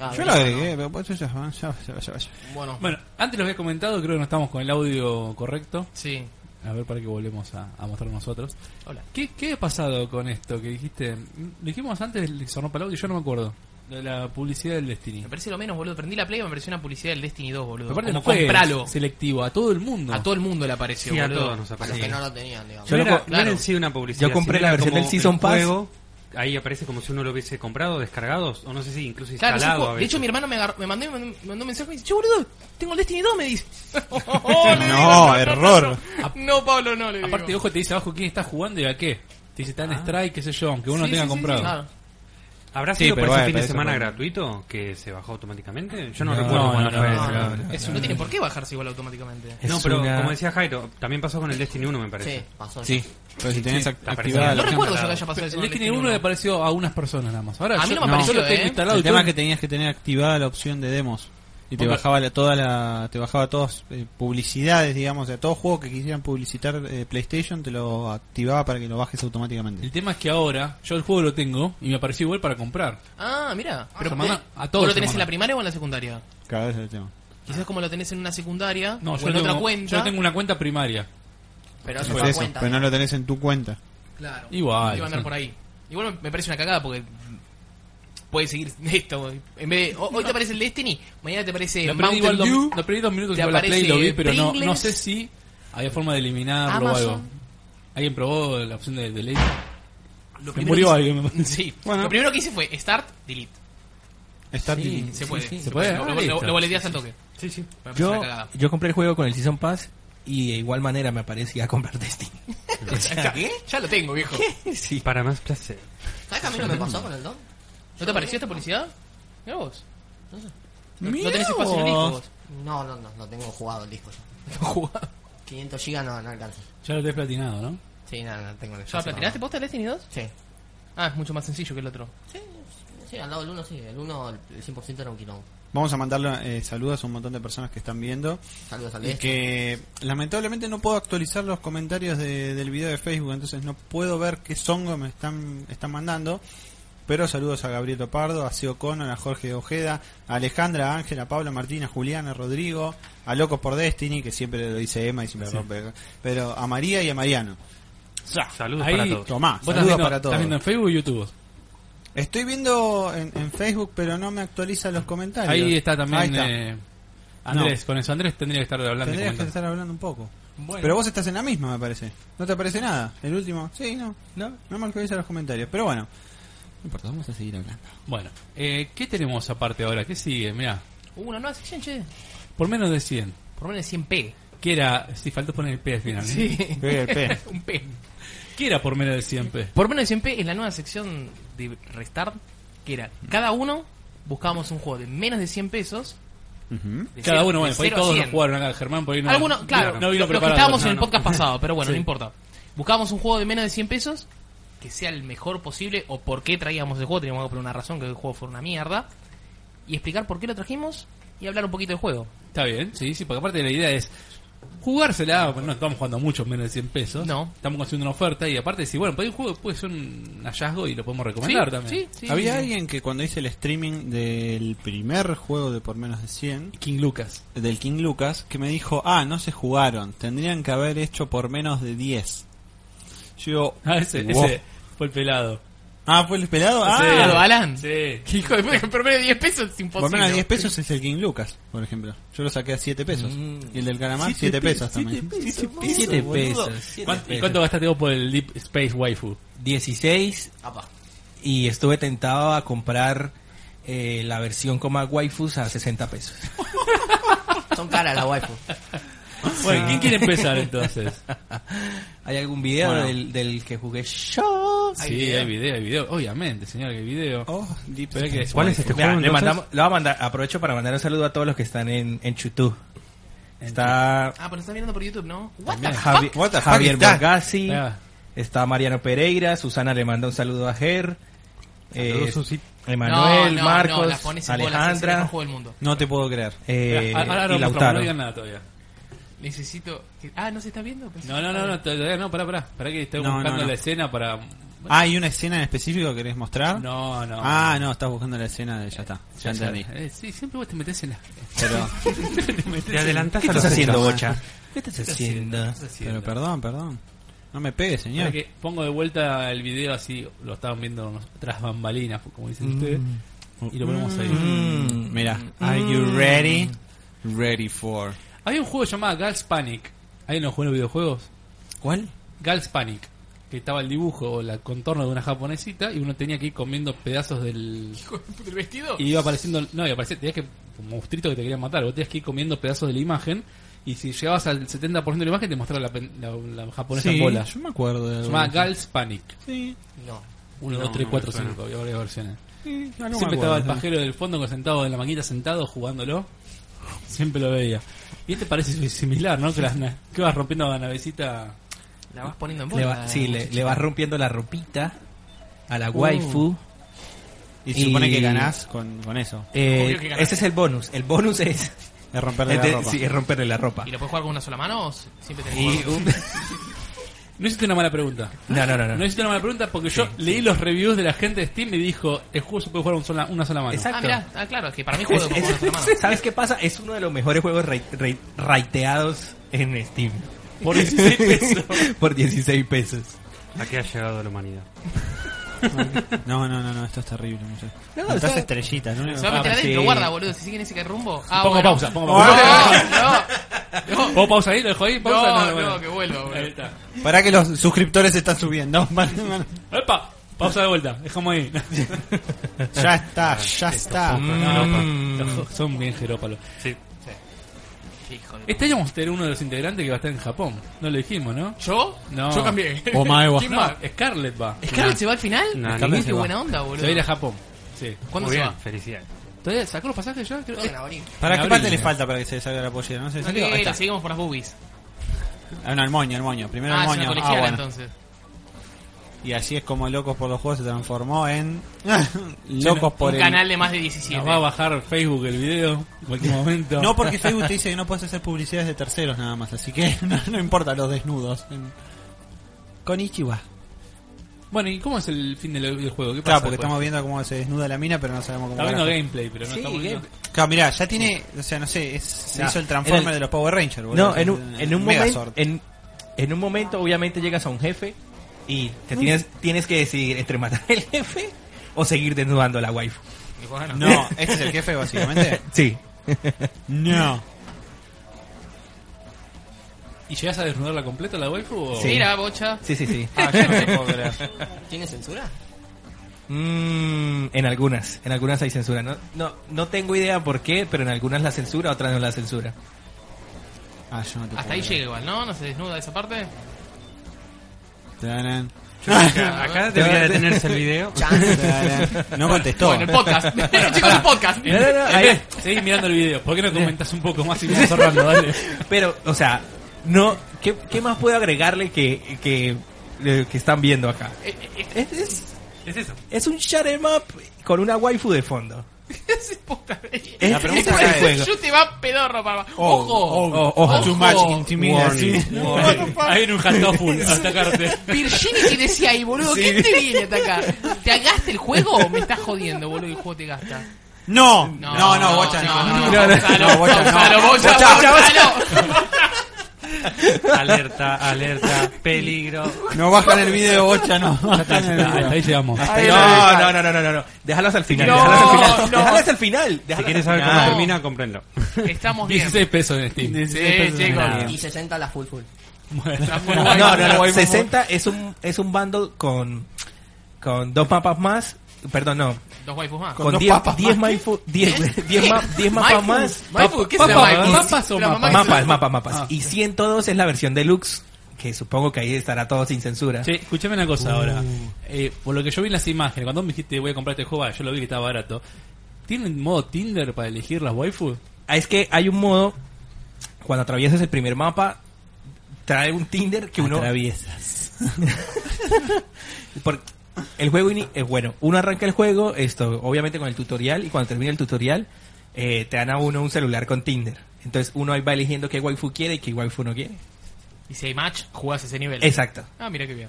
[SPEAKER 7] Ah,
[SPEAKER 3] Yo lo agregué, pero pues ya, ya, ya, ya, ya, ya.
[SPEAKER 7] Bueno,
[SPEAKER 2] Bueno, antes lo había comentado, creo que no estamos con el audio correcto.
[SPEAKER 1] Sí.
[SPEAKER 2] A ver, para que volvemos a, a mostrar nosotros.
[SPEAKER 1] Hola.
[SPEAKER 2] ¿Qué, ¿Qué ha pasado con esto que dijiste? Mm, Dijimos antes del Exornopa Audio, yo no me acuerdo. De la publicidad del Destiny.
[SPEAKER 1] Me parece lo menos, boludo. Prendí la play y me pareció una publicidad del Destiny 2, boludo.
[SPEAKER 2] Pero aparte
[SPEAKER 1] Como
[SPEAKER 2] no fue
[SPEAKER 1] compralo.
[SPEAKER 2] selectivo, a todo el mundo.
[SPEAKER 1] A todo el mundo le apareció,
[SPEAKER 5] Sí, a
[SPEAKER 1] boludo.
[SPEAKER 5] todos nos
[SPEAKER 7] a los
[SPEAKER 5] aparece.
[SPEAKER 7] que no lo
[SPEAKER 3] Eh,
[SPEAKER 7] tenían, digamos.
[SPEAKER 4] Yo
[SPEAKER 5] Yo
[SPEAKER 4] lo
[SPEAKER 5] no era,
[SPEAKER 4] co-
[SPEAKER 5] no era en
[SPEAKER 1] claro.
[SPEAKER 5] sí una publicidad.
[SPEAKER 4] Yo compré
[SPEAKER 5] sino
[SPEAKER 4] la
[SPEAKER 5] era
[SPEAKER 4] versión
[SPEAKER 5] como
[SPEAKER 4] del Season
[SPEAKER 5] el
[SPEAKER 4] Pass.
[SPEAKER 5] juego, ahí aparece como si uno lo hubiese comprado, descargado, o no sé si incluso
[SPEAKER 1] Claro,
[SPEAKER 5] instalado.
[SPEAKER 1] no sé cómo-
[SPEAKER 5] a
[SPEAKER 1] de hecho
[SPEAKER 5] veces.
[SPEAKER 1] mi hermano me, agarró- me mandó, me mandó- me mandó un mensaje y me dice, che boludo, tengo el Destiny 2, me dice. Oh, Le digo,
[SPEAKER 3] error.
[SPEAKER 1] No, No, Pablo, no le digo. Ah.
[SPEAKER 2] Aparte, ojo, te dice abajo quién está jugando y a qué. Te dice tan strike, qué sé yo, aunque uno
[SPEAKER 1] Sí,
[SPEAKER 2] tenga
[SPEAKER 1] sí, sí,
[SPEAKER 2] comprado.
[SPEAKER 1] sí, claro.
[SPEAKER 5] ¿Habrá
[SPEAKER 3] Sí,
[SPEAKER 5] sido
[SPEAKER 3] pero
[SPEAKER 5] por ese
[SPEAKER 3] bueno,
[SPEAKER 5] fin de
[SPEAKER 3] pero eso
[SPEAKER 5] semana
[SPEAKER 3] fue-
[SPEAKER 5] gratuito que se bajó automáticamente? Yo no,
[SPEAKER 4] No,
[SPEAKER 5] recuerdo
[SPEAKER 2] no,
[SPEAKER 5] cuándo
[SPEAKER 2] no,
[SPEAKER 5] fue.
[SPEAKER 2] no,
[SPEAKER 5] eso.
[SPEAKER 2] no,
[SPEAKER 5] no,
[SPEAKER 1] Eso no tiene por qué bajarse igual automáticamente.
[SPEAKER 4] Es
[SPEAKER 5] pero
[SPEAKER 4] una-
[SPEAKER 5] como decía Jairo, también pasó con el Destiny 1, me parece.
[SPEAKER 7] Sí, pasó.
[SPEAKER 3] Sí, pero si tenés act-
[SPEAKER 5] apareció.
[SPEAKER 3] activada
[SPEAKER 1] No
[SPEAKER 3] la
[SPEAKER 5] Claro.
[SPEAKER 1] recuerdo yo que
[SPEAKER 5] Claro.
[SPEAKER 1] haya pasado eso.
[SPEAKER 2] El
[SPEAKER 1] en
[SPEAKER 2] Destiny 1 le apareció a unas personas nada más. Ahora,
[SPEAKER 1] A mí
[SPEAKER 2] yo,
[SPEAKER 1] no me apareció,
[SPEAKER 2] yo lo tengo
[SPEAKER 1] ¿eh?
[SPEAKER 2] instalado
[SPEAKER 3] el
[SPEAKER 2] y todo.
[SPEAKER 3] tema es que tenías que tener activada la opción de demos y te
[SPEAKER 2] Bueno,
[SPEAKER 3] bajaba la, toda la te bajaba todas eh, publicidades digamos o sea todo juego que quisieran publicitar eh, PlayStation te lo activaba para que lo bajes automáticamente
[SPEAKER 2] El tema es que ahora yo el juego lo tengo y me apareció igual para comprar.
[SPEAKER 1] Ah, mira.
[SPEAKER 2] se
[SPEAKER 1] Pero
[SPEAKER 2] manda
[SPEAKER 1] vos-
[SPEAKER 2] a todos
[SPEAKER 1] ¿vos lo
[SPEAKER 2] se
[SPEAKER 1] tenés en
[SPEAKER 2] manda.
[SPEAKER 1] la primaria o en la secundaria?
[SPEAKER 3] cada vez el tema
[SPEAKER 1] Quizás como lo tenés en una secundaria
[SPEAKER 2] No,
[SPEAKER 1] o
[SPEAKER 2] yo
[SPEAKER 1] en
[SPEAKER 2] tengo,
[SPEAKER 1] otra cuenta.
[SPEAKER 2] yo tengo una cuenta primaria.
[SPEAKER 7] Pero
[SPEAKER 3] Es
[SPEAKER 7] eso
[SPEAKER 3] eso,
[SPEAKER 7] da cuenta.
[SPEAKER 3] pero no lo tenés en tu cuenta
[SPEAKER 1] Claro.
[SPEAKER 2] Igual,
[SPEAKER 1] Iba a andar
[SPEAKER 2] sí.
[SPEAKER 1] por ahí. Igual me- me parece una cagada porque puede seguir esto. En vez de- ho- hoy te aparece el Destiny, mañana te aparece
[SPEAKER 2] Lo perdí,
[SPEAKER 1] Mountain
[SPEAKER 2] igual dos-
[SPEAKER 1] Dew.
[SPEAKER 2] lo perdí dos minutos
[SPEAKER 1] te
[SPEAKER 2] igual la play
[SPEAKER 1] aparece
[SPEAKER 2] lo vi, pero no, no
[SPEAKER 1] Pringles.
[SPEAKER 2] sé si había forma de eliminarlo o algo.
[SPEAKER 1] Amazon.
[SPEAKER 2] ¿Alguien probó la opción de delay?
[SPEAKER 1] Lo
[SPEAKER 2] Se
[SPEAKER 1] primero
[SPEAKER 2] murió
[SPEAKER 1] que
[SPEAKER 2] alguien. me
[SPEAKER 1] hice-
[SPEAKER 2] parece.
[SPEAKER 1] Sí.
[SPEAKER 3] Bueno.
[SPEAKER 1] Lo primero que hice fue start, delete.
[SPEAKER 3] está
[SPEAKER 2] Sí.
[SPEAKER 1] Se puede.
[SPEAKER 2] sí, se puede.
[SPEAKER 1] Lo,
[SPEAKER 2] Ah,
[SPEAKER 1] lo- lo-
[SPEAKER 2] listo.
[SPEAKER 1] lo boleteás al toque.
[SPEAKER 5] Sí, sí.
[SPEAKER 1] Me parece una
[SPEAKER 4] Yo,
[SPEAKER 1] cagada.
[SPEAKER 4] yo compré el juego con el Season Pass y de igual manera me aparecía a comprar Destiny. O sea, ¿qué?
[SPEAKER 1] Ya lo tengo, viejo.
[SPEAKER 4] Sí.
[SPEAKER 5] Para más placer.
[SPEAKER 7] ¿Sabes que a mí no me pasó con el don?
[SPEAKER 1] ¿No te apareció esta publicidad? Mira vos. No,
[SPEAKER 3] Mirá
[SPEAKER 1] no tenés espacio en el disco vos.
[SPEAKER 7] pues, No, no, no, no tengo jugado el disco ya.
[SPEAKER 1] No jugás.
[SPEAKER 7] 500 gigas no, no alcanza.
[SPEAKER 2] Ya lo tenés platinado, ¿no?
[SPEAKER 7] Sí, no, no tengo el
[SPEAKER 1] ¿Ya
[SPEAKER 7] espacio
[SPEAKER 1] la platinaste
[SPEAKER 7] para-
[SPEAKER 1] posta el Destiny 2?
[SPEAKER 7] Sí.
[SPEAKER 1] Ah, es mucho más sencillo que el otro.
[SPEAKER 7] Sí, sí, al lado del 1 sí. El 1, el 100% era un quilombo.
[SPEAKER 3] vamos a mandarle eh, saludos a un montón de personas que están viendo
[SPEAKER 7] Saludos al este.
[SPEAKER 3] y
[SPEAKER 7] Destiny.
[SPEAKER 3] que lamentablemente no puedo actualizar los comentarios de- del video de Facebook, entonces no puedo ver qué songo me están, están mandando. Pero saludos a Gabriel Topardo, a Seo Conan, a Jorge Ojeda, a Alejandra, a Ángela, a Pablo, a Martina, a Juliana, a Rodrigo, a Locos por Destiny, que siempre lo dice Emma y siempre rompe. Pero a María y a Mariano.
[SPEAKER 5] Saludos
[SPEAKER 2] Ahí-
[SPEAKER 5] para todos.
[SPEAKER 2] ¿Vos
[SPEAKER 3] Tomás,
[SPEAKER 2] estás
[SPEAKER 3] saludos
[SPEAKER 2] viendo,
[SPEAKER 3] para
[SPEAKER 2] estás viendo en
[SPEAKER 3] todos.
[SPEAKER 2] Facebook o YouTube?
[SPEAKER 3] Estoy viendo en, en Facebook, pero no me actualiza los comentarios.
[SPEAKER 2] Ahí está también
[SPEAKER 3] Ahí está.
[SPEAKER 2] eh, Andrés. Con eso Andrés tendría que estar hablando. y
[SPEAKER 3] Tendrías que
[SPEAKER 2] comentando.
[SPEAKER 3] estar hablando un poco.
[SPEAKER 2] Bueno.
[SPEAKER 3] Pero vos estás en la misma, me parece. No te aparece nada. El último. Sí, no.
[SPEAKER 4] No.
[SPEAKER 3] No me actualiza los comentarios. Pero bueno. No importa, vamos a seguir hablando.
[SPEAKER 2] Bueno, eh, ¿qué tenemos aparte ahora? ¿Qué sigue? Mirá,
[SPEAKER 1] Hubo Uh, una nueva sección, che.
[SPEAKER 2] por menos de 100.
[SPEAKER 1] Por lo menos 100p.
[SPEAKER 2] ¿Qué era? Si faltó poner el P al final. ¿no?
[SPEAKER 3] PvP.
[SPEAKER 1] un P.
[SPEAKER 2] ¿Qué era por menos de 100 P?
[SPEAKER 1] Por menos de 100p es la nueva sección de Restart, que era cada uno buscábamos un juego de menos de 100 pesos. de
[SPEAKER 2] Cada
[SPEAKER 1] cero-
[SPEAKER 2] uno, bueno,
[SPEAKER 1] de
[SPEAKER 2] por ahí
[SPEAKER 1] cero a
[SPEAKER 2] todos
[SPEAKER 1] 100.
[SPEAKER 2] los jugaron acá. Germán por ahí no,
[SPEAKER 1] Algunos, claro,
[SPEAKER 2] no vino
[SPEAKER 1] lo- lo que
[SPEAKER 2] preparado.
[SPEAKER 1] estábamos
[SPEAKER 2] No,
[SPEAKER 1] en el
[SPEAKER 2] no.
[SPEAKER 1] podcast pasado, pero bueno,
[SPEAKER 2] Sí.
[SPEAKER 1] no importa. Buscábamos un juego de menos de 100 pesos que sea el mejor posible o por qué traíamos el juego, teníamos que poner una razón que el juego fuera una mierda. y explicar por qué lo trajimos y hablar un poquito del juego.
[SPEAKER 2] Está bien, sí, sí, porque aparte la idea es jugársela, bueno, no estamos jugando mucho, menos de 100 pesos.
[SPEAKER 1] No.
[SPEAKER 2] Estamos haciendo una oferta y aparte decir, bueno, pues un juego puede ser un hallazgo y lo podemos recomendar
[SPEAKER 1] sí,
[SPEAKER 2] también.
[SPEAKER 1] sí,
[SPEAKER 3] Había
[SPEAKER 1] sí.
[SPEAKER 3] alguien que cuando hice el streaming del primer juego de por menos de 100,
[SPEAKER 2] King Lucas.
[SPEAKER 3] del King Lucas, que me dijo, ah, no se jugaron, tendrían que haber hecho por menos de 10. Yo digo,
[SPEAKER 2] Ah, ese,
[SPEAKER 3] "Wow".
[SPEAKER 2] ese fue el pelado.
[SPEAKER 3] Ah, fue el pelado, ah,
[SPEAKER 1] ¿Pelado Alan?
[SPEAKER 2] Sí.
[SPEAKER 1] Que hijo de puta, que por menos de 10 pesos es imposible.
[SPEAKER 3] Por menos de 10 pesos es el King Lucas, por ejemplo. Yo lo saqué a 7 pesos.
[SPEAKER 2] Mm.
[SPEAKER 3] Y el del
[SPEAKER 2] Ah,
[SPEAKER 3] calamar, 7 pesos también.
[SPEAKER 4] 7 pesos.
[SPEAKER 2] ¿Cuánto- ¿Y cuánto gastaste vos por el Deep Space Waifu?
[SPEAKER 4] 16
[SPEAKER 7] Apa.
[SPEAKER 4] y estuve tentado a comprar eh, la versión con más waifus a 60 pesos.
[SPEAKER 7] Son caras las waifu.
[SPEAKER 2] Bueno, ¿quién quiere empezar entonces?
[SPEAKER 4] ¿Hay algún video
[SPEAKER 3] Bueno.
[SPEAKER 4] del, del que jugué yo?
[SPEAKER 2] sí, hay video, hay video. Obviamente, señor, hay video.
[SPEAKER 3] Oh, Deep
[SPEAKER 2] Pero hay que-
[SPEAKER 4] ¿Cuál es este
[SPEAKER 2] Mira,
[SPEAKER 4] juego?
[SPEAKER 2] le mandamos-
[SPEAKER 4] aprovecho para mandar un saludo a todos los que están en, en Chutú. Está
[SPEAKER 1] Ah, pero estás mirando por YouTube, ¿no? What the fuck?
[SPEAKER 4] Javi-
[SPEAKER 3] What the fuck
[SPEAKER 4] Javier
[SPEAKER 3] is that?
[SPEAKER 4] Borgasi,
[SPEAKER 2] Ah.
[SPEAKER 4] está Mariano Pereira, Susana le manda un saludo a Ger, eh,
[SPEAKER 5] Susi.
[SPEAKER 4] Emanuel,
[SPEAKER 1] no, no, no, la pones
[SPEAKER 4] Marcos,
[SPEAKER 1] en bolas, es el mejor
[SPEAKER 4] Alejandra
[SPEAKER 1] juego del mundo.
[SPEAKER 3] No te puedo creer.
[SPEAKER 4] eh,
[SPEAKER 2] Ahora- ahora
[SPEAKER 4] y
[SPEAKER 2] lo mostramos, no
[SPEAKER 4] Lautaro.
[SPEAKER 2] digan nada todavía.
[SPEAKER 1] Necesito. que- Ah, ¿no se está viendo? Pensé
[SPEAKER 2] No,
[SPEAKER 1] que
[SPEAKER 2] no,
[SPEAKER 1] estaba
[SPEAKER 2] no, no,
[SPEAKER 1] bien.
[SPEAKER 2] todavía no, pará, pará. Pará que estoy
[SPEAKER 3] No,
[SPEAKER 2] buscando
[SPEAKER 3] no, no.
[SPEAKER 2] la escena para...
[SPEAKER 3] Ah, ¿hay una escena en específico que querés mostrar?
[SPEAKER 2] No, no.
[SPEAKER 3] Ah, no, estás buscando la escena de ya está. Ya,
[SPEAKER 2] Ya sé.
[SPEAKER 3] entendí.
[SPEAKER 2] Eh, sí, siempre vos te metés en la...
[SPEAKER 3] Pero,
[SPEAKER 5] Te adelantaste
[SPEAKER 4] ¿Qué
[SPEAKER 5] a
[SPEAKER 4] estás
[SPEAKER 5] los
[SPEAKER 4] haciendo,
[SPEAKER 5] hechos.
[SPEAKER 4] Bocha? ¿Qué estás haciendo?
[SPEAKER 3] pero perdón, perdón. No me pegues,
[SPEAKER 2] Pará
[SPEAKER 3] señor.
[SPEAKER 2] que pongo de vuelta el video así, lo estaban viendo nos- tras bambalinas, como dicen ustedes. Y lo ponemos ahí.
[SPEAKER 4] Mm.
[SPEAKER 3] Mira, are you ready? Ready for.
[SPEAKER 2] Había un juego llamado Gals Panic. ¿Hay unos juegos videojuegos?
[SPEAKER 3] ¿Cuál?
[SPEAKER 2] Gals Panic. Que estaba el dibujo o el contorno de una japonesita y uno tenía que ir comiendo pedazos del...
[SPEAKER 1] ¿El vestido?
[SPEAKER 2] Y iba apareciendo... No, y aparecía, tenías que... Un monstruito que te quería matar. Vos tenías que ir comiendo pedazos de la imagen y si llegabas al 70% de la imagen te mostraba la, pen- la, la japonesa
[SPEAKER 3] Sí,
[SPEAKER 2] en bola.
[SPEAKER 3] yo me acuerdo de
[SPEAKER 2] Se
[SPEAKER 3] algo
[SPEAKER 2] llamaba
[SPEAKER 3] así.
[SPEAKER 2] Gals Panic.
[SPEAKER 3] Sí,
[SPEAKER 2] 1,
[SPEAKER 5] No,
[SPEAKER 2] 2, 3,
[SPEAKER 5] no
[SPEAKER 2] 4,
[SPEAKER 5] me suena.
[SPEAKER 2] 5. Había varias versiones.
[SPEAKER 3] sí, algo me
[SPEAKER 2] Siempre
[SPEAKER 3] acuerdo,
[SPEAKER 2] estaba el
[SPEAKER 3] sí.
[SPEAKER 2] pajero del fondo con sentado en la maquinita sentado jugándolo. Siempre lo veía. Y este parece similar, ¿no? Que, las na- que vas rompiendo la navecita.
[SPEAKER 1] La vas poniendo en
[SPEAKER 4] Le
[SPEAKER 1] bola.
[SPEAKER 4] va- sí, le, le vas rompiendo la ropita a
[SPEAKER 1] Uh.
[SPEAKER 4] la waifu.
[SPEAKER 3] Y se
[SPEAKER 4] Y-
[SPEAKER 3] supone que ganás con, con eso.
[SPEAKER 4] Eh,
[SPEAKER 1] Obvio que ganas.
[SPEAKER 4] ese es el bonus. El bonus es,
[SPEAKER 3] Es romperle
[SPEAKER 4] es de-
[SPEAKER 3] la ropa.
[SPEAKER 4] Este, sí, es romperle la ropa.
[SPEAKER 1] ¿Y lo puedes jugar con una sola mano o siempre tenés que
[SPEAKER 4] Y
[SPEAKER 1] jugar?
[SPEAKER 4] un-
[SPEAKER 2] No hiciste una mala pregunta.
[SPEAKER 4] No, no, no, no.
[SPEAKER 2] No hiciste una mala pregunta porque yo leí los reviews de la gente de Steam y dijo: el juego se puede jugar con sola- una sola mano.
[SPEAKER 4] Exacto.
[SPEAKER 1] Ah, mirá, ah, claro, es que para mí
[SPEAKER 4] Es-
[SPEAKER 1] juego con
[SPEAKER 4] es-
[SPEAKER 1] una sola mano.
[SPEAKER 4] ¿Sabes qué pasa? Es uno de los mejores juegos ra- ra- raiteados en Steam.
[SPEAKER 2] Por 16 pesos.
[SPEAKER 4] Por 16 pesos.
[SPEAKER 5] ¿A qué ha llegado la humanidad?
[SPEAKER 3] No, no, no, no, esto es terrible. muchachos.
[SPEAKER 4] No,
[SPEAKER 3] Estás
[SPEAKER 4] o sea-
[SPEAKER 3] estrellitas, ¿no?
[SPEAKER 1] Se va a meter
[SPEAKER 4] Ah,
[SPEAKER 1] adentro,
[SPEAKER 4] sí.
[SPEAKER 1] guarda, boludo. Si siguen ese rumbo. Ah,
[SPEAKER 2] pongo
[SPEAKER 1] bueno.
[SPEAKER 2] pausa, pongo pausa.
[SPEAKER 1] No, no, no.
[SPEAKER 2] ¿Pongo pausa ahí? ¿Lo dejo ahí? ¿Pausa?
[SPEAKER 1] No, no, que vuelva, boludo.
[SPEAKER 2] Ahí está.
[SPEAKER 3] Para que los suscriptores están subiendo.
[SPEAKER 2] ¡Epa! Pausa de vuelta. Dejamos ahí.
[SPEAKER 3] ya está, ya está.
[SPEAKER 2] Los juegos Son bien jerópalos.
[SPEAKER 5] Sí.
[SPEAKER 1] Hijo de-
[SPEAKER 2] Este año vamos a tener uno de los integrantes que va a estar en Japón. No lo dijimos, ¿no?
[SPEAKER 1] ¿Yo?
[SPEAKER 2] No.
[SPEAKER 1] Yo cambié.
[SPEAKER 3] Oh my god.
[SPEAKER 1] ¿Quién
[SPEAKER 2] No,
[SPEAKER 1] va?
[SPEAKER 2] Scarlett va.
[SPEAKER 1] ¿Scarlett se va al final?
[SPEAKER 5] No,
[SPEAKER 1] Qué
[SPEAKER 5] Scarlett se va.
[SPEAKER 1] buena onda, boludo.
[SPEAKER 2] Se va a ir a Japón. Sí.
[SPEAKER 1] ¿Cuándo
[SPEAKER 5] Muy
[SPEAKER 1] se
[SPEAKER 5] bien,
[SPEAKER 1] va?
[SPEAKER 5] felicidades.
[SPEAKER 2] ¿Todavía sacó los pasajes ya? Creo-
[SPEAKER 7] Todo en abril.
[SPEAKER 3] ¿Para
[SPEAKER 2] En
[SPEAKER 3] qué
[SPEAKER 2] abril.
[SPEAKER 3] parte le falta para que se le salga la pollera? No sé,
[SPEAKER 1] No,
[SPEAKER 3] salió. Ahí
[SPEAKER 1] que
[SPEAKER 3] está.
[SPEAKER 1] seguimos por las boobies.
[SPEAKER 3] Ah, no, el moño, el moño. Primero
[SPEAKER 1] Ah,
[SPEAKER 3] el
[SPEAKER 1] es una
[SPEAKER 3] moño. Ah,
[SPEAKER 1] colegiala
[SPEAKER 3] bueno.
[SPEAKER 1] entonces.
[SPEAKER 3] Y así es como Locos por los Juegos se transformó en Locos por
[SPEAKER 1] Un
[SPEAKER 3] el...
[SPEAKER 1] canal de más de 17.
[SPEAKER 2] Nos va a bajar Facebook el video en cualquier momento.
[SPEAKER 3] No, porque Facebook te dice que no puedes hacer publicidades de terceros nada más, así que no, no importa los desnudos. Con Ichiwa.
[SPEAKER 2] Bueno, ¿y cómo es el fin del del juego? ¿Qué pasa?
[SPEAKER 3] Claro, porque estamos viendo cómo se desnuda la mina, pero no sabemos cómo.
[SPEAKER 2] Está viendo
[SPEAKER 3] carajo.
[SPEAKER 2] gameplay, pero no
[SPEAKER 4] Sí,
[SPEAKER 2] estamos viendo.
[SPEAKER 4] gameplay.
[SPEAKER 3] Claro, mirá, ya tiene, o sea, no sé, es- se
[SPEAKER 4] No,
[SPEAKER 3] hizo el Transformer
[SPEAKER 4] era el-
[SPEAKER 3] de los Power Rangers, boludo.
[SPEAKER 4] No, en un, en un
[SPEAKER 3] Megazord.
[SPEAKER 4] momento. En, en un momento, obviamente, llegas a un jefe y te tienes, tienes que decidir entre matar al jefe o seguir desnudando a la waifu.
[SPEAKER 3] No, este es el jefe, básicamente.
[SPEAKER 4] Sí.
[SPEAKER 3] no.
[SPEAKER 2] ¿Y llegas a desnudarla completa la waifu? O... Eh,
[SPEAKER 4] Sí.
[SPEAKER 1] Mira, bocha.
[SPEAKER 4] Sí, sí, sí.
[SPEAKER 3] Ah, yo no lo puedo creer.
[SPEAKER 7] ¿Tiene censura?
[SPEAKER 4] Mm, en algunas. En algunas hay censura. No, no, no tengo idea por qué, pero en algunas la censura, otras no la censura.
[SPEAKER 3] Ah, yo no te
[SPEAKER 1] Hasta ahí llega igual, ¿no? No se desnuda esa parte.
[SPEAKER 3] Tarán,
[SPEAKER 5] Acá debería detenerse el video.
[SPEAKER 7] Chance.
[SPEAKER 3] tarán. No contestó.
[SPEAKER 1] Bueno, el podcast. Chicos, el podcast.
[SPEAKER 4] No, no, no, ahí-
[SPEAKER 2] Seguí mirando el video. ¿Por qué no comentas un poco más y vamos cerrando? Dale.
[SPEAKER 4] Pero, o sea, no, ¿qué, qué más puedo agregarle que, que, eh, que están viendo acá?
[SPEAKER 1] Eh, eh,
[SPEAKER 4] Es, es,
[SPEAKER 5] Es eso.
[SPEAKER 4] es un shut 'em up con una waifu de fondo.
[SPEAKER 1] Ese puta-
[SPEAKER 4] La pregunta es el juego.
[SPEAKER 1] Yo te va pedorro, papá.
[SPEAKER 4] Oh,
[SPEAKER 1] ojo,
[SPEAKER 4] oh, ojo.
[SPEAKER 1] Too
[SPEAKER 4] Too
[SPEAKER 1] much
[SPEAKER 4] much
[SPEAKER 2] Ahí viene un handfull a atacarte.
[SPEAKER 1] Virginity decía ahí, boludo, ¿qué te viene hasta acá? ¿Te agaste el juego o me estás jodiendo, boludo? El juego te gasta.
[SPEAKER 3] No, no, no, bocha, no.
[SPEAKER 1] No,
[SPEAKER 3] No, no,
[SPEAKER 1] Gonzalo,
[SPEAKER 3] no, bocha, no.
[SPEAKER 1] Gonzalo, bocha,
[SPEAKER 3] Bocha, bocha,
[SPEAKER 1] Gonzalo.
[SPEAKER 5] Alerta, alerta, peligro.
[SPEAKER 3] No bajan el video, bocha, no. Bajan el
[SPEAKER 2] Hasta
[SPEAKER 3] video.
[SPEAKER 2] Ahí llegamos.
[SPEAKER 4] No, no, no, no, no, no. Déjalo hasta el final.
[SPEAKER 1] No,
[SPEAKER 4] déjalo hasta el final.
[SPEAKER 1] no.
[SPEAKER 4] Déjalo hasta el final.
[SPEAKER 5] Si
[SPEAKER 4] déjalo
[SPEAKER 5] quieres
[SPEAKER 4] hasta el
[SPEAKER 5] saber cómo
[SPEAKER 1] No.
[SPEAKER 4] final.
[SPEAKER 5] termina, comprenlo.
[SPEAKER 1] Estamos bien.
[SPEAKER 2] 16 pesos en Steam.
[SPEAKER 1] Sí, chicos.
[SPEAKER 3] Ah,
[SPEAKER 7] Y 60 la full full.
[SPEAKER 1] Está muy
[SPEAKER 4] No,
[SPEAKER 1] bueno.
[SPEAKER 4] no, no,
[SPEAKER 1] Muy, muy,
[SPEAKER 4] 60 es un, es un bundle con, con dos mapas más. Perdón, no.
[SPEAKER 1] muy- Dos waifus más.
[SPEAKER 4] Con 10 mindful- 10 10 ma- 10 mapas
[SPEAKER 1] Mindful-
[SPEAKER 4] más.
[SPEAKER 1] mindful, ¿qué
[SPEAKER 2] Mapa-
[SPEAKER 1] será mindful?
[SPEAKER 2] mapas o
[SPEAKER 1] La mamá
[SPEAKER 2] mapas?
[SPEAKER 1] que se-
[SPEAKER 4] Mapas, mapas, mapas.
[SPEAKER 2] Ah.
[SPEAKER 4] Y 102 es la versión deluxe, que supongo que ahí estará todo sin censura.
[SPEAKER 2] Che, escuchame una cosa ahora.
[SPEAKER 3] Uh.
[SPEAKER 2] Eh, por lo que yo vi en las imágenes, cuando me dijiste voy a comprar este juego, ah, yo lo vi que estaba barato. ¿Tienen modo Tinder para elegir las waifu?
[SPEAKER 4] Ah, Es que hay un modo, cuando atraviesas el primer mapa, trae un Tinder que uno...
[SPEAKER 3] Atraviesas.
[SPEAKER 4] por- el juego, ini- eh, bueno, uno arranca el juego, esto obviamente con el tutorial, y cuando termina el tutorial, eh, te dan a uno un celular con Tinder. Entonces uno ahí va eligiendo qué waifu quiere y qué waifu no quiere.
[SPEAKER 1] Y si hay match, jugás ese nivel.
[SPEAKER 4] Exacto.
[SPEAKER 1] Ah, mira qué bien.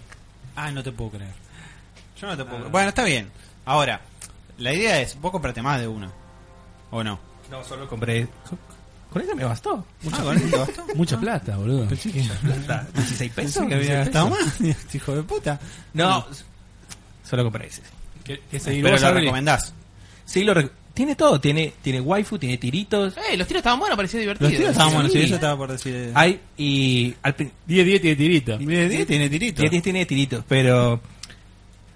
[SPEAKER 3] Ah, no te puedo creer. Yo no te puedo creer. Bueno, está bien. Ahora, la idea es, vos comprate más de uno. ¿O no?
[SPEAKER 4] No, solo compré... Con eso me bastó.
[SPEAKER 3] Ah, con esto bastó.
[SPEAKER 2] Mucha plata, boludo.
[SPEAKER 4] Plata, 16 pesos.
[SPEAKER 3] Pensé que había gastado más, este hijo de puta.
[SPEAKER 4] No, solo compré ese.
[SPEAKER 2] ¿Qué,
[SPEAKER 3] Pero lo recomendás.
[SPEAKER 4] Sí, lo rec- tiene todo, tiene tiene waifu, tiene tiritos.
[SPEAKER 1] Eh, los tiros estaban buenos, parecía divertido.
[SPEAKER 3] Los tíos estaban buenos,
[SPEAKER 1] Sí.
[SPEAKER 3] sí, yo estaba por decir. eh,
[SPEAKER 4] Hay y al prin-
[SPEAKER 2] 10, 10 tiene tirita.
[SPEAKER 3] Mire, tiene- tiene tirito.
[SPEAKER 4] 10 tiene tiritos, pero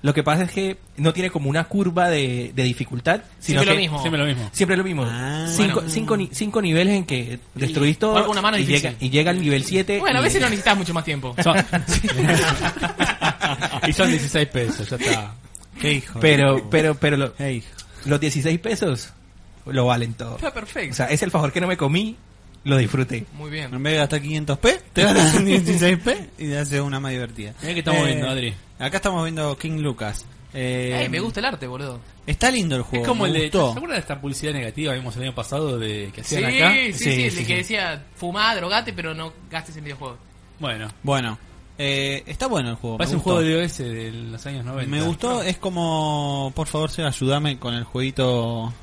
[SPEAKER 4] lo que pasa es que no tiene como una curva de, de dificultad, sino
[SPEAKER 1] Siempre lo
[SPEAKER 4] que-
[SPEAKER 1] mismo.
[SPEAKER 2] Siempre lo mismo.
[SPEAKER 4] Siempre lo mismo.
[SPEAKER 3] Ah.
[SPEAKER 4] cinco,
[SPEAKER 1] Bueno.
[SPEAKER 4] cinco ni- cinco niveles en que destruís todo
[SPEAKER 1] jugar con una mano
[SPEAKER 4] y,
[SPEAKER 1] es
[SPEAKER 4] llega,
[SPEAKER 1] difícil.
[SPEAKER 4] y llega al nivel 7.
[SPEAKER 1] Bueno, a
[SPEAKER 4] y-
[SPEAKER 1] veces no necesitas mucho más tiempo.
[SPEAKER 2] Son- y son 16 pesos, ya está.
[SPEAKER 3] Qué hijo.
[SPEAKER 4] Pero, pero, pero lo-
[SPEAKER 3] Qué hijo.
[SPEAKER 4] los 16 pesos lo valen todo.
[SPEAKER 1] Está
[SPEAKER 4] O
[SPEAKER 1] perfecto.
[SPEAKER 4] sea, es el favor que no me comí, lo disfruté.
[SPEAKER 1] Muy bien.
[SPEAKER 3] En vez de gastar 500p, te gastan 16p y te haces una más divertida. Eh,
[SPEAKER 2] Mirá que estamos viendo, Adri.
[SPEAKER 3] Acá estamos viendo King Lucas. Eh,
[SPEAKER 1] Ey, me gusta el arte, boludo.
[SPEAKER 3] Está lindo el juego.
[SPEAKER 2] Es como
[SPEAKER 3] me
[SPEAKER 2] el de. ¿Se
[SPEAKER 3] gustó.
[SPEAKER 2] acuerdan de esta publicidad negativa que vimos el año pasado de que
[SPEAKER 1] Sí,
[SPEAKER 2] hacían acá?
[SPEAKER 1] sí, sí,
[SPEAKER 4] Sí,
[SPEAKER 1] el
[SPEAKER 4] sí,
[SPEAKER 1] de
[SPEAKER 4] sí.
[SPEAKER 1] que decía, fumá, drogate, pero no gastes en videojuegos.
[SPEAKER 2] Bueno,
[SPEAKER 3] Bueno, eh, está bueno el juego.
[SPEAKER 2] parece
[SPEAKER 3] me
[SPEAKER 2] un
[SPEAKER 3] gustó.
[SPEAKER 2] juego de OS de los años 90.
[SPEAKER 3] Me gustó, es como. Por favor, Seba, ayúdame con el jueguito.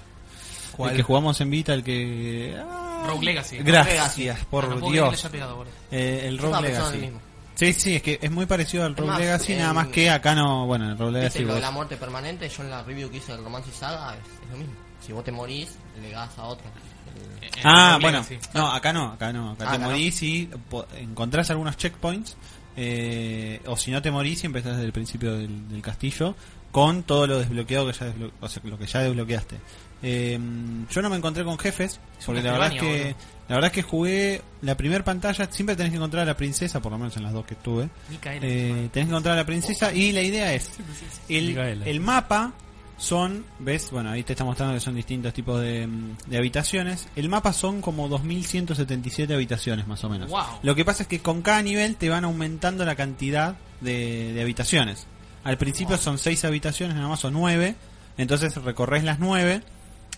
[SPEAKER 3] El que jugamos en Vita, el que. ah,
[SPEAKER 1] Rogue Legacy.
[SPEAKER 3] Gracias, por
[SPEAKER 1] Ah, no puedo creer que le
[SPEAKER 3] Dios.
[SPEAKER 1] haya pegado, boludo.
[SPEAKER 3] Eh, el
[SPEAKER 7] estaba
[SPEAKER 3] Rogue
[SPEAKER 7] pensando en el
[SPEAKER 3] Legacy.
[SPEAKER 7] mismo.
[SPEAKER 3] Sí, sí, es que es muy parecido al Rogue
[SPEAKER 7] más,
[SPEAKER 3] Legacy, nada
[SPEAKER 7] en-
[SPEAKER 3] más que acá no. Bueno, en el Rogue
[SPEAKER 7] Viste
[SPEAKER 3] Legacy.
[SPEAKER 7] lo de
[SPEAKER 3] vos-
[SPEAKER 7] la muerte permanente, yo en la review que hice del Romance y Saga es, es lo mismo. Si vos te morís, le das a otro.
[SPEAKER 1] Eh, eh,
[SPEAKER 3] Ah,
[SPEAKER 1] Rogue
[SPEAKER 3] bueno,
[SPEAKER 1] Legacy.
[SPEAKER 3] no, acá no, acá no. Acá
[SPEAKER 7] Ah,
[SPEAKER 3] te
[SPEAKER 7] acá
[SPEAKER 3] morís y po- encontrás algunos checkpoints. eh, o si no te morís y empezás desde el principio del, del castillo con todo lo desbloqueado que ya, desblo- o sea, lo que ya desbloqueaste. Eh, yo no me encontré con jefes, porque la verdad es
[SPEAKER 1] Castlevania,
[SPEAKER 3] que la verdad es que jugué la primera pantalla, siempre tenés que encontrar a la princesa, por lo menos en las dos que estuve.
[SPEAKER 1] Micaela.
[SPEAKER 3] Eh, tenés que encontrar a la princesa y la idea es el,
[SPEAKER 2] Micaela.
[SPEAKER 3] el mapa son ves bueno ahí te está mostrando que son distintos tipos de, mm, de habitaciones el mapa son como 2177 habitaciones más o menos
[SPEAKER 1] Wow.
[SPEAKER 3] lo que pasa es que con cada nivel te van aumentando la cantidad de, de habitaciones al principio son 6 habitaciones nada más o 9 entonces recorres las 9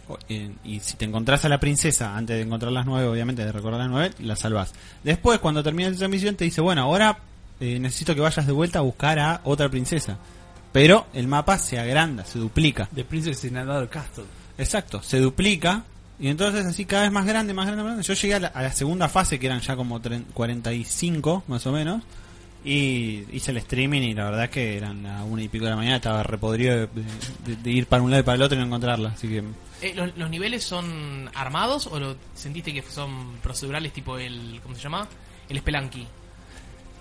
[SPEAKER 3] o- eh, y si te encontrás a la princesa antes de encontrar las nueve, obviamente de recorrer las nueve, la salvás. Después, cuando terminas esa misión, te dice, bueno, ahora eh, necesito que vayas de vuelta a buscar a otra princesa. Pero el mapa se agranda, se duplica.
[SPEAKER 2] The Princess in Another Castle.
[SPEAKER 3] Exacto, se duplica. Y entonces así cada vez más grande, más grande, más grande. Yo llegué a la, a la segunda fase, que eran ya como tre- 45 más o menos. Y hice el streaming y la verdad es que eran la una y pico de la mañana. Estaba repodrido de, de- de ir para un lado y para el otro y no encontrarla. Así que
[SPEAKER 1] Eh, ¿los, los niveles son armados o lo sentiste que son procedurales tipo el... ¿Cómo se llama? El Spelunky.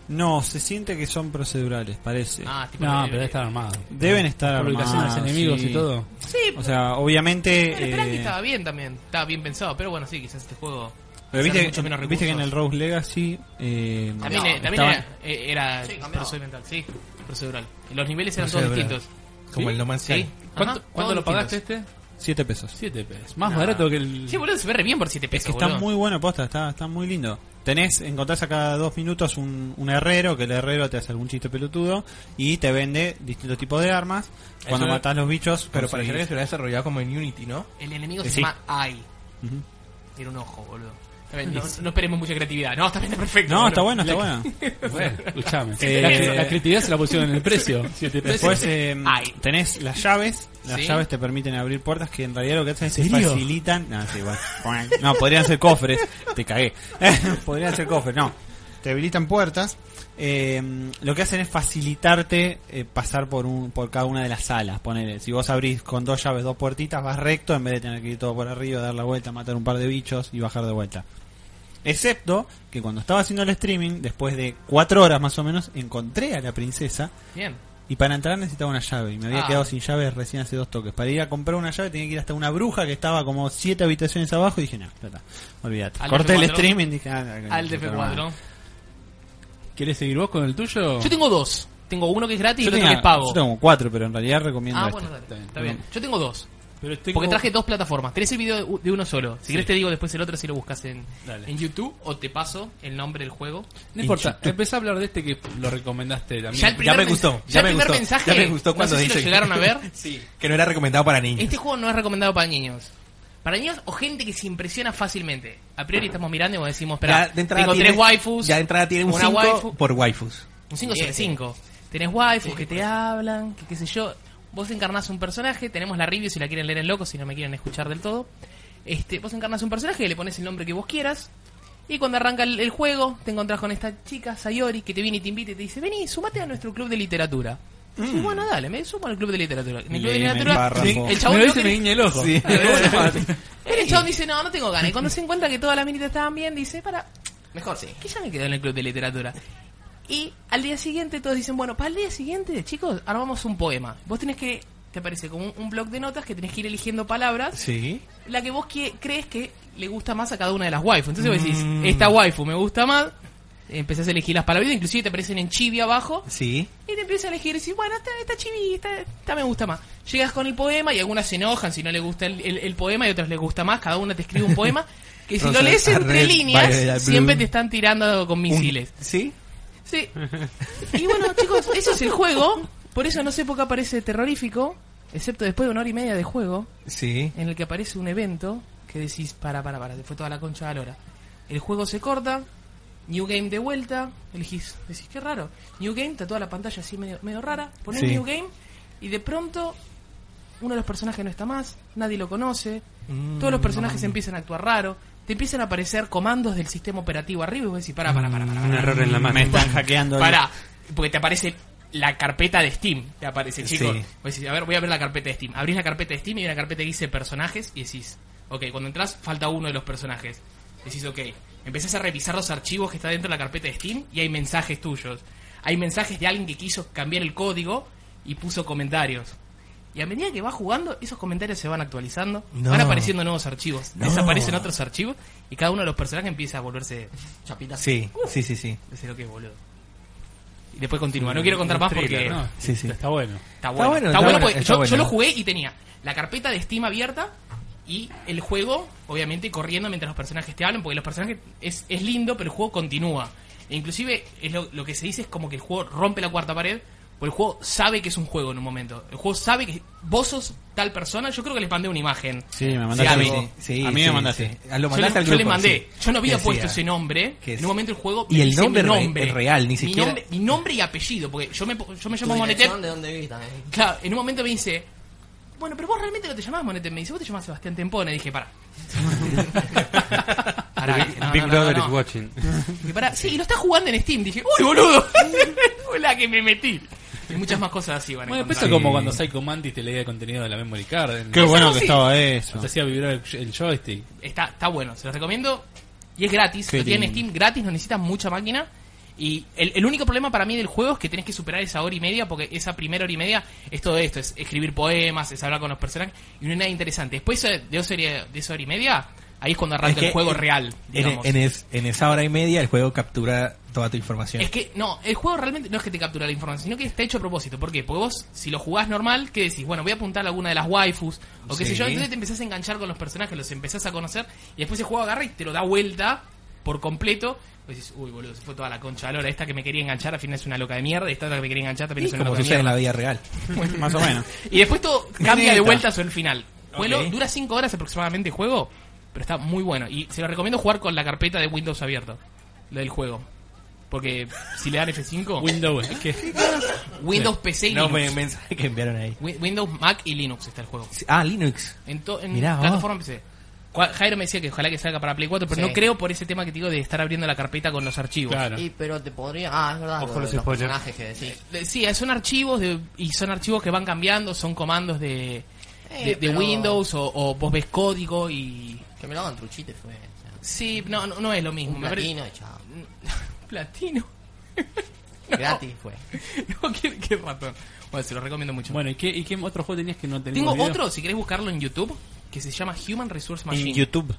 [SPEAKER 3] No, se siente que son procedurales, parece.
[SPEAKER 1] Ah, tipo
[SPEAKER 2] No,
[SPEAKER 1] el-
[SPEAKER 2] pero debe estar armado.
[SPEAKER 3] Deben estar
[SPEAKER 2] Por ubicación de los
[SPEAKER 3] armados,
[SPEAKER 2] enemigos
[SPEAKER 3] sí.
[SPEAKER 2] y todo.
[SPEAKER 1] Sí,
[SPEAKER 3] O sea, obviamente.
[SPEAKER 1] el Spelunky
[SPEAKER 3] eh,
[SPEAKER 1] estaba bien también. Estaba bien pensado, pero bueno, sí, quizás este juego...
[SPEAKER 3] pero
[SPEAKER 1] sale
[SPEAKER 3] viste,
[SPEAKER 1] mucho menos
[SPEAKER 3] viste que en
[SPEAKER 1] recursos.
[SPEAKER 3] el Rogue Legacy. eh,
[SPEAKER 1] También,
[SPEAKER 7] No,
[SPEAKER 1] eh, también
[SPEAKER 3] estaban-
[SPEAKER 1] era, eh, era
[SPEAKER 7] Sí, cambiado.
[SPEAKER 1] procedimental, sí, procedural. Los niveles eran todos
[SPEAKER 4] Procedural.
[SPEAKER 1] distintos.
[SPEAKER 4] Como el No Man's
[SPEAKER 1] Sí.
[SPEAKER 4] Sky.
[SPEAKER 1] Ajá,
[SPEAKER 2] ¿Cuánto,
[SPEAKER 1] todos
[SPEAKER 2] cuánto lo
[SPEAKER 1] distintos.
[SPEAKER 2] pagaste este?
[SPEAKER 3] 7 pesos.
[SPEAKER 2] 7 pesos. Más barato que el.
[SPEAKER 1] Sí, boludo, se ve re bien por 7
[SPEAKER 3] Es
[SPEAKER 1] pesos.
[SPEAKER 3] que está
[SPEAKER 1] boludo.
[SPEAKER 3] muy bueno, posta, está, está muy lindo. Tenés, encontrás a cada dos minutos un, un herrero, que el herrero te hace algún chiste pelotudo y te vende distintos tipos de armas. Cuando
[SPEAKER 4] Eso-
[SPEAKER 3] matás los bichos,
[SPEAKER 4] Pero
[SPEAKER 3] conseguís-
[SPEAKER 4] pareciera que se hubiera desarrollado como en Unity, ¿no?
[SPEAKER 1] El enemigo
[SPEAKER 3] Eh,
[SPEAKER 1] se
[SPEAKER 3] sí.
[SPEAKER 1] llama Ai.
[SPEAKER 3] Ujú.
[SPEAKER 1] Era un ojo, boludo. Está bien, No, no esperemos mucha creatividad. No, está bien, está perfecto.
[SPEAKER 3] No,
[SPEAKER 1] boludo.
[SPEAKER 3] está bueno, está bueno.
[SPEAKER 2] Bueno, escuchame.
[SPEAKER 1] Eh,
[SPEAKER 2] la, la creatividad se la pusieron en el precio. 7 pesos.
[SPEAKER 3] Después eh,
[SPEAKER 1] Ay.
[SPEAKER 3] tenés las llaves. Las
[SPEAKER 1] Sí.
[SPEAKER 3] llaves te permiten abrir puertas que en realidad lo que hacen es que
[SPEAKER 2] serio?
[SPEAKER 3] facilitan. No, sí, bueno. No, podrían ser cofres. Te cagué. podrían ser cofres, no. Te habilitan puertas. Eh, lo que hacen es facilitarte eh, pasar por un por cada una de las salas. Ponele, si vos abrís con dos llaves, dos puertitas, vas recto en vez de tener que ir todo por arriba, dar la vuelta, matar un par de bichos y bajar de vuelta. Excepto que cuando estaba haciendo el streaming, después de cuatro horas más o menos, encontré a la princesa
[SPEAKER 1] Bien.
[SPEAKER 3] y para entrar necesitaba una llave. Y me había
[SPEAKER 1] Ah.
[SPEAKER 3] quedado sin llaves recién hace dos toques. Para ir a comprar una llave tenía que ir hasta una bruja que estaba como siete habitaciones abajo. Y dije, no, ya está, olvídate.
[SPEAKER 1] Al
[SPEAKER 3] Corté el
[SPEAKER 1] F4.
[SPEAKER 3] streaming y dije, ah, no,
[SPEAKER 1] Al
[SPEAKER 3] no, no, no,
[SPEAKER 1] DF4.
[SPEAKER 3] no.
[SPEAKER 2] ¿Querés seguir vos con el tuyo?
[SPEAKER 1] Yo tengo dos. Tengo uno que es gratis y
[SPEAKER 3] Yo,
[SPEAKER 1] el otro que
[SPEAKER 3] tenía-
[SPEAKER 1] es pago.
[SPEAKER 3] yo tengo como cuatro, pero en realidad recomiendo
[SPEAKER 1] Ah,
[SPEAKER 3] este.
[SPEAKER 1] bueno, dale,
[SPEAKER 2] Está bien.
[SPEAKER 1] está bien. Yo tengo dos.
[SPEAKER 2] Pero tengo-
[SPEAKER 1] Porque traje dos plataformas. Tenés el video de u- de uno solo. Si querés te digo después el otro si lo buscas en,
[SPEAKER 2] Dale.
[SPEAKER 1] en YouTube o te paso el nombre del juego.
[SPEAKER 2] No importa, empecé a hablar de este que lo recomendaste también.
[SPEAKER 1] Ya el primer
[SPEAKER 4] me
[SPEAKER 1] mens-
[SPEAKER 4] gustó,
[SPEAKER 1] Ya,
[SPEAKER 4] ya
[SPEAKER 1] el
[SPEAKER 4] me
[SPEAKER 1] primer
[SPEAKER 4] gustó,
[SPEAKER 1] mensaje.
[SPEAKER 4] ya me gustó cuando
[SPEAKER 1] no sé si
[SPEAKER 4] dicen.
[SPEAKER 1] lo llegaron a ver.
[SPEAKER 4] Sí. Que no era recomendado para niños.
[SPEAKER 1] Este juego no es recomendado para niños. Para niños o gente que se impresiona fácilmente. A priori estamos mirando y vos decimos, espera,
[SPEAKER 4] Ya de entrada
[SPEAKER 1] tengo
[SPEAKER 4] tiene-
[SPEAKER 1] tres waifus.
[SPEAKER 4] Ya de entrada tiene un
[SPEAKER 1] una
[SPEAKER 4] 5
[SPEAKER 1] waifu,
[SPEAKER 4] por waifus.
[SPEAKER 1] un 5 sobre 5. Tenés waifus que te hablan, que qué sé yo. Vos encarnás un personaje, tenemos la review si la quieren leer en loco, si no me quieren escuchar del todo. Este, vos encarnás un personaje, le pones el nombre que vos quieras. Y cuando arranca el, el juego, te encontrás con esta chica, Sayori, que te viene y te invita y te dice, vení, sumate a nuestro club de literatura. Y decís, bueno, dale, me sumo al club de literatura. En el club de
[SPEAKER 3] Léeme el
[SPEAKER 1] literatura,
[SPEAKER 3] párrafo.
[SPEAKER 1] el
[SPEAKER 2] Me
[SPEAKER 1] chabón
[SPEAKER 2] lo
[SPEAKER 1] no
[SPEAKER 2] dice, me
[SPEAKER 1] quiere-
[SPEAKER 2] guiña el ojo.
[SPEAKER 4] Sí.
[SPEAKER 1] el chabón dice, no, no tengo ganas. Y cuando se encuentra que todas las minitas estaban bien, dice, para,
[SPEAKER 7] Mejor sí.
[SPEAKER 1] que ya me quedo en el club de literatura. Y al día siguiente todos dicen, bueno, para el día siguiente, chicos, armamos un poema. Vos tenés que, te aparece como un, un bloc de notas que tenés que ir eligiendo palabras,
[SPEAKER 4] Sí.
[SPEAKER 1] la que vos que- crees que le gusta más a cada una de las waifu. Entonces vos decís,
[SPEAKER 7] Mm.
[SPEAKER 1] esta waifu me gusta más, empezás a elegir las palabras, inclusive te aparecen en chibi abajo,
[SPEAKER 4] Sí.
[SPEAKER 1] y te empiezas a elegir y decís, bueno, esta, esta chibi, esta, esta me gusta más. Llegas con el poema y algunas se enojan si no le gusta el, el- el poema y otras les gusta más. Cada una te escribe un poema que si lo
[SPEAKER 4] Rosas
[SPEAKER 1] lees entre
[SPEAKER 4] red, violet, blue.
[SPEAKER 1] líneas siempre te están tirando con
[SPEAKER 4] Un-
[SPEAKER 1] misiles.
[SPEAKER 4] Sí.
[SPEAKER 1] Sí. Y bueno, chicos, eso es el juego. Por eso no sé por qué aparece terrorífico, excepto después de una hora y media de juego
[SPEAKER 4] Sí.
[SPEAKER 1] en el que aparece un evento que decís, para, para, para, te fue toda la concha de la hora. El juego se corta, New Game de vuelta, elegís, decís, qué raro. New Game, está toda la pantalla así medio, medio rara, ponés
[SPEAKER 4] Sí.
[SPEAKER 1] New Game y de pronto uno de los personajes no está más, nadie lo conoce, todos los personajes empiezan a actuar raro, te empiezan a aparecer comandos del sistema operativo arriba y vos decís, para, para, para, para.
[SPEAKER 5] Un error en la
[SPEAKER 3] Me
[SPEAKER 5] máquina.
[SPEAKER 3] están hackeando. el-
[SPEAKER 1] Pará, porque te aparece la carpeta de Steam. Te aparece, chicos.
[SPEAKER 4] Sí.
[SPEAKER 1] Vos decís, a ver, voy a ver la carpeta de Steam. Abrís la carpeta de Steam y hay una carpeta que dice personajes y decís, ok, cuando entras falta uno de los personajes. Decís, ok, empezás a revisar los archivos que está dentro de la carpeta de Steam y hay mensajes tuyos. Hay mensajes de alguien que quiso cambiar el código y puso comentarios. Y a medida que vas jugando, esos comentarios se van actualizando,
[SPEAKER 4] No.
[SPEAKER 1] van apareciendo nuevos archivos, desaparecen otros archivos y cada uno de los personajes empieza a volverse
[SPEAKER 7] Chapita.
[SPEAKER 4] Sí. Sí, sí, sí.
[SPEAKER 1] no sé lo que es, boludo. Y después continúa. No quiero contar más porque
[SPEAKER 2] No,
[SPEAKER 4] Sí, sí.
[SPEAKER 2] Está bueno.
[SPEAKER 1] está bueno. Está bueno, porque
[SPEAKER 4] está
[SPEAKER 1] yo,
[SPEAKER 4] bueno.
[SPEAKER 1] yo lo jugué y tenía la carpeta de Steam abierta y el juego, obviamente, corriendo mientras los personajes te hablan, porque los personajes es, es lindo, pero el juego continúa. E inclusive es lo, lo que se dice es como que el juego rompe la cuarta pared, porque el juego sabe que es un juego en un momento. El juego sabe que vos sos tal persona. Yo creo que les mandé una imagen.
[SPEAKER 3] Sí, me
[SPEAKER 1] Sí,
[SPEAKER 3] mandaste
[SPEAKER 1] a
[SPEAKER 3] algo.
[SPEAKER 1] mí.
[SPEAKER 4] Sí,
[SPEAKER 3] a mí
[SPEAKER 4] sí,
[SPEAKER 3] me mandaste.
[SPEAKER 4] sí. Ah, Lo
[SPEAKER 1] Yo
[SPEAKER 4] mandaste
[SPEAKER 1] le-
[SPEAKER 4] al
[SPEAKER 1] yo le
[SPEAKER 4] grupo,
[SPEAKER 1] mandé.
[SPEAKER 4] sí.
[SPEAKER 1] Yo no había
[SPEAKER 4] Que
[SPEAKER 1] puesto
[SPEAKER 4] sea-
[SPEAKER 1] ese nombre.
[SPEAKER 4] que
[SPEAKER 1] en
[SPEAKER 4] es-
[SPEAKER 1] un momento el juego.
[SPEAKER 4] Y
[SPEAKER 1] me
[SPEAKER 4] el
[SPEAKER 1] dice mi
[SPEAKER 4] nombre re- es real, ni
[SPEAKER 1] Mi
[SPEAKER 4] siquiera-
[SPEAKER 1] nombre- Mi nombre y apellido, porque yo me, po- yo me
[SPEAKER 7] ¿Tu
[SPEAKER 1] llamo Monetet.
[SPEAKER 7] dirección de dónde vivís también?
[SPEAKER 1] Claro, en un momento me dice. Bueno, pero vos realmente no te llamás Monetet. Me dice, vos te llamás Sebastián Tempone. Dije, pará. Pará, dije, no,
[SPEAKER 5] Big
[SPEAKER 1] no, no,
[SPEAKER 5] Brother
[SPEAKER 1] no,
[SPEAKER 5] is
[SPEAKER 1] no.
[SPEAKER 5] watching.
[SPEAKER 1] Dije, pará. Sí, y lo está jugando en Steam. Dije, uy, boludo. Fue la que me metí. Y muchas más cosas así van a
[SPEAKER 2] Bueno,
[SPEAKER 1] encontrar.
[SPEAKER 2] empezó como cuando Psycho Mantis te leía el contenido de la memory card. en-
[SPEAKER 3] Qué bueno que
[SPEAKER 1] sí.
[SPEAKER 3] estaba eso.
[SPEAKER 2] Te hacía vibrar el, el joystick.
[SPEAKER 1] está, está bueno, se los recomiendo. Y es gratis,
[SPEAKER 3] Qué
[SPEAKER 1] lo tienen en
[SPEAKER 3] lindo.
[SPEAKER 1] Steam gratis, no necesitas mucha máquina. Y el, el único problema para mí del juego es que tenés que superar esa hora y media, porque esa primera hora y media es todo esto, es escribir poemas, es hablar con los personajes, y no hay nada interesante. Después de, de esa hora- de esa hora y media, Ahí es cuando arranca
[SPEAKER 4] Es que
[SPEAKER 1] el juego
[SPEAKER 4] en-
[SPEAKER 1] real,
[SPEAKER 4] En, e-
[SPEAKER 1] digamos.
[SPEAKER 4] en es- en esa hora y media el juego captura toda tu información.
[SPEAKER 1] Es que, no, el juego realmente no es que te captura la información, sino que está hecho a propósito. ¿Por qué? Porque vos, si lo jugás normal, ¿qué decís? Bueno, voy a apuntar a alguna de las waifus, o qué sé
[SPEAKER 4] Sí.
[SPEAKER 1] yo. Entonces te empezás a enganchar con los personajes, los empezás a conocer, y después el juego agarra y te lo da vuelta por completo. Pues dices, uy, boludo, se fue toda la concha de la hora. Esta que me quería enganchar, al final es una loca de mierda. y Esta otra que me quería enganchar, también
[SPEAKER 4] Y
[SPEAKER 1] es una
[SPEAKER 4] como
[SPEAKER 1] loca de
[SPEAKER 4] sucede en
[SPEAKER 1] mierda.
[SPEAKER 4] la vida real.
[SPEAKER 3] Más o menos.
[SPEAKER 1] Y después todo cambia de
[SPEAKER 4] Neta.
[SPEAKER 1] vuelta sobre el final. Bueno,
[SPEAKER 4] Ok.
[SPEAKER 1] dura 5 horas aproximadamente el juego, pero está muy bueno. Y se lo recomiendo jugar con la carpeta de Windows abierta, la del juego. Porque si le dan F5,
[SPEAKER 2] Windows, es que
[SPEAKER 1] Windows PC y
[SPEAKER 4] No, me
[SPEAKER 1] Linux.
[SPEAKER 4] mensaje que enviaron ahí.
[SPEAKER 1] Wi- Windows, Mac y Linux está el juego.
[SPEAKER 4] Ah, Linux.
[SPEAKER 1] En, to- en
[SPEAKER 4] Mirá vos.
[SPEAKER 1] plataforma PC. Cua- Jairo me decía que ojalá que salga para Play 4, pero
[SPEAKER 7] Sí.
[SPEAKER 1] no creo por ese tema que te digo de estar abriendo la carpeta con los archivos.
[SPEAKER 2] claro.
[SPEAKER 7] Y pero te podría. Ah, es verdad.
[SPEAKER 5] Ojo
[SPEAKER 7] lo
[SPEAKER 5] los
[SPEAKER 7] de los
[SPEAKER 5] spoilers.
[SPEAKER 7] personajes que decís.
[SPEAKER 1] Eh, Sí, son archivos de- y son archivos que van cambiando, son comandos de,
[SPEAKER 7] Eh,
[SPEAKER 1] de, de
[SPEAKER 7] pero-
[SPEAKER 1] Windows o, o vos ves código y...
[SPEAKER 7] Que me lo hagan truchite fue. o sea,
[SPEAKER 1] Sí, no, no, no es lo mismo.
[SPEAKER 7] un
[SPEAKER 1] me pare-
[SPEAKER 7] platino y chao.
[SPEAKER 1] Platino.
[SPEAKER 7] Gratis fue.
[SPEAKER 1] No, qué, qué ratón. Bueno, se lo recomiendo mucho.
[SPEAKER 2] Bueno, ¿y qué, ¿y qué otro juego tenías que no tenías?
[SPEAKER 1] Tengo
[SPEAKER 2] video?
[SPEAKER 1] otro, si querés buscarlo en YouTube, que se llama Human Resource
[SPEAKER 3] En
[SPEAKER 1] Machine.
[SPEAKER 3] YouTube.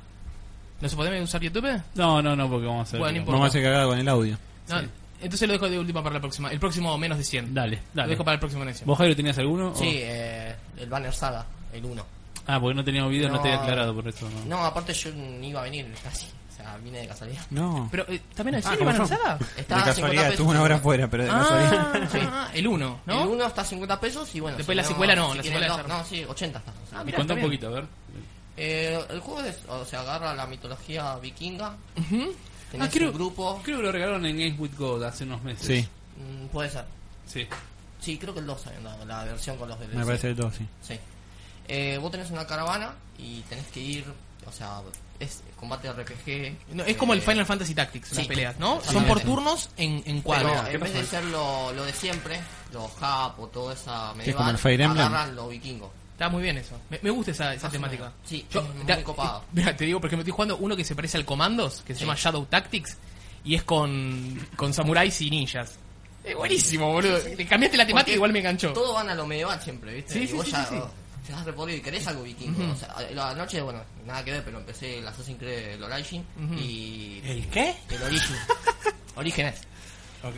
[SPEAKER 1] ¿No se podemos usar YouTube?
[SPEAKER 2] No, no, no, porque vamos a hacer.
[SPEAKER 1] Bueno, no
[SPEAKER 3] No me hace cagada con el audio.
[SPEAKER 1] No, Entonces lo dejo de última para la próxima. El próximo menos de 100.
[SPEAKER 2] Dale,
[SPEAKER 1] Lo
[SPEAKER 2] dale.
[SPEAKER 1] dejo para el próximo menos de 100.
[SPEAKER 2] ¿Vos, Jairo, tenías alguno? o-
[SPEAKER 7] Sí, eh, el Banner Saga, el 1.
[SPEAKER 2] Ah, porque no teníamos video, no, te había aclarado por eso. No.
[SPEAKER 7] No, aparte yo ni iba a venir casi. O sea, vine de casualidad.
[SPEAKER 3] No.
[SPEAKER 1] Pero eh, también el
[SPEAKER 3] Ah,
[SPEAKER 1] cine
[SPEAKER 3] ¿cómo
[SPEAKER 1] Human
[SPEAKER 3] son?
[SPEAKER 1] Resource?
[SPEAKER 7] Estaba
[SPEAKER 3] De
[SPEAKER 7] a 50
[SPEAKER 3] casualidad,
[SPEAKER 7] pesos.
[SPEAKER 3] estuvo una hora afuera, pero de casualidad.
[SPEAKER 1] Ah, ah, el 1, ¿no?
[SPEAKER 7] El 1 está a 50 pesos y bueno.
[SPEAKER 1] Después la secuela no, la
[SPEAKER 7] quieren
[SPEAKER 1] secuela
[SPEAKER 7] dos-
[SPEAKER 1] ya-
[SPEAKER 7] No, sí, 80 está. o sea.
[SPEAKER 1] Ah, mirá,
[SPEAKER 2] Contá un
[SPEAKER 1] está bien.
[SPEAKER 2] poquito, a ver.
[SPEAKER 7] Eh, el juego es, o sea, agarra la mitología vikinga.
[SPEAKER 1] Ujú. Ah,
[SPEAKER 7] Tenés
[SPEAKER 2] creo-
[SPEAKER 7] un grupo.
[SPEAKER 2] Creo que lo regalaron en Games with God hace unos meses.
[SPEAKER 3] Sí,
[SPEAKER 7] mm, puede ser.
[SPEAKER 2] Sí.
[SPEAKER 7] Sí, creo que el 2 habían dado, la versión con los DLC.
[SPEAKER 3] me parece el dos, sí.
[SPEAKER 7] Sí. Eh, vos tenés una caravana y tenés que ir, o sea, es combate RPG.
[SPEAKER 1] No, es como el
[SPEAKER 7] eh,
[SPEAKER 1] Final Fantasy Tactics, las
[SPEAKER 7] sí.
[SPEAKER 1] peleas, ¿no? Son
[SPEAKER 7] Exactamente.
[SPEAKER 1] por turnos en, en
[SPEAKER 7] Pero
[SPEAKER 1] cuadros.
[SPEAKER 7] en vez de ser lo, lo de siempre, los japos, toda esa medieval,
[SPEAKER 3] como el Fire Emblem?
[SPEAKER 7] agarran los vikingos.
[SPEAKER 1] Está muy bien eso. Me, me gusta esa, esa
[SPEAKER 7] Más o
[SPEAKER 1] temática.
[SPEAKER 7] menos. Sí,
[SPEAKER 1] Yo-
[SPEAKER 7] es muy
[SPEAKER 1] te-
[SPEAKER 7] copado.
[SPEAKER 1] Mira, te digo, porque me estoy jugando uno que se parece al Commandos, que se
[SPEAKER 7] Sí.
[SPEAKER 1] llama Shadow Tactics, y es con, con samuráis y ninjas. Es buenísimo, boludo. Le cambiaste la temática,
[SPEAKER 7] Porque
[SPEAKER 1] igual me enganchó.
[SPEAKER 7] Todo van a lo medieval siempre, ¿viste?
[SPEAKER 1] Sí,
[SPEAKER 7] y
[SPEAKER 1] sí,
[SPEAKER 7] vos
[SPEAKER 1] sí,
[SPEAKER 7] ya
[SPEAKER 1] sí, sí.
[SPEAKER 7] oh, te has repodido y querés algo vikingo. O sea, a- la noche, bueno, nada que ver, pero empecé el Assassin's Creed el Origin y
[SPEAKER 4] ¿El qué?
[SPEAKER 7] el Origin. Orígenes.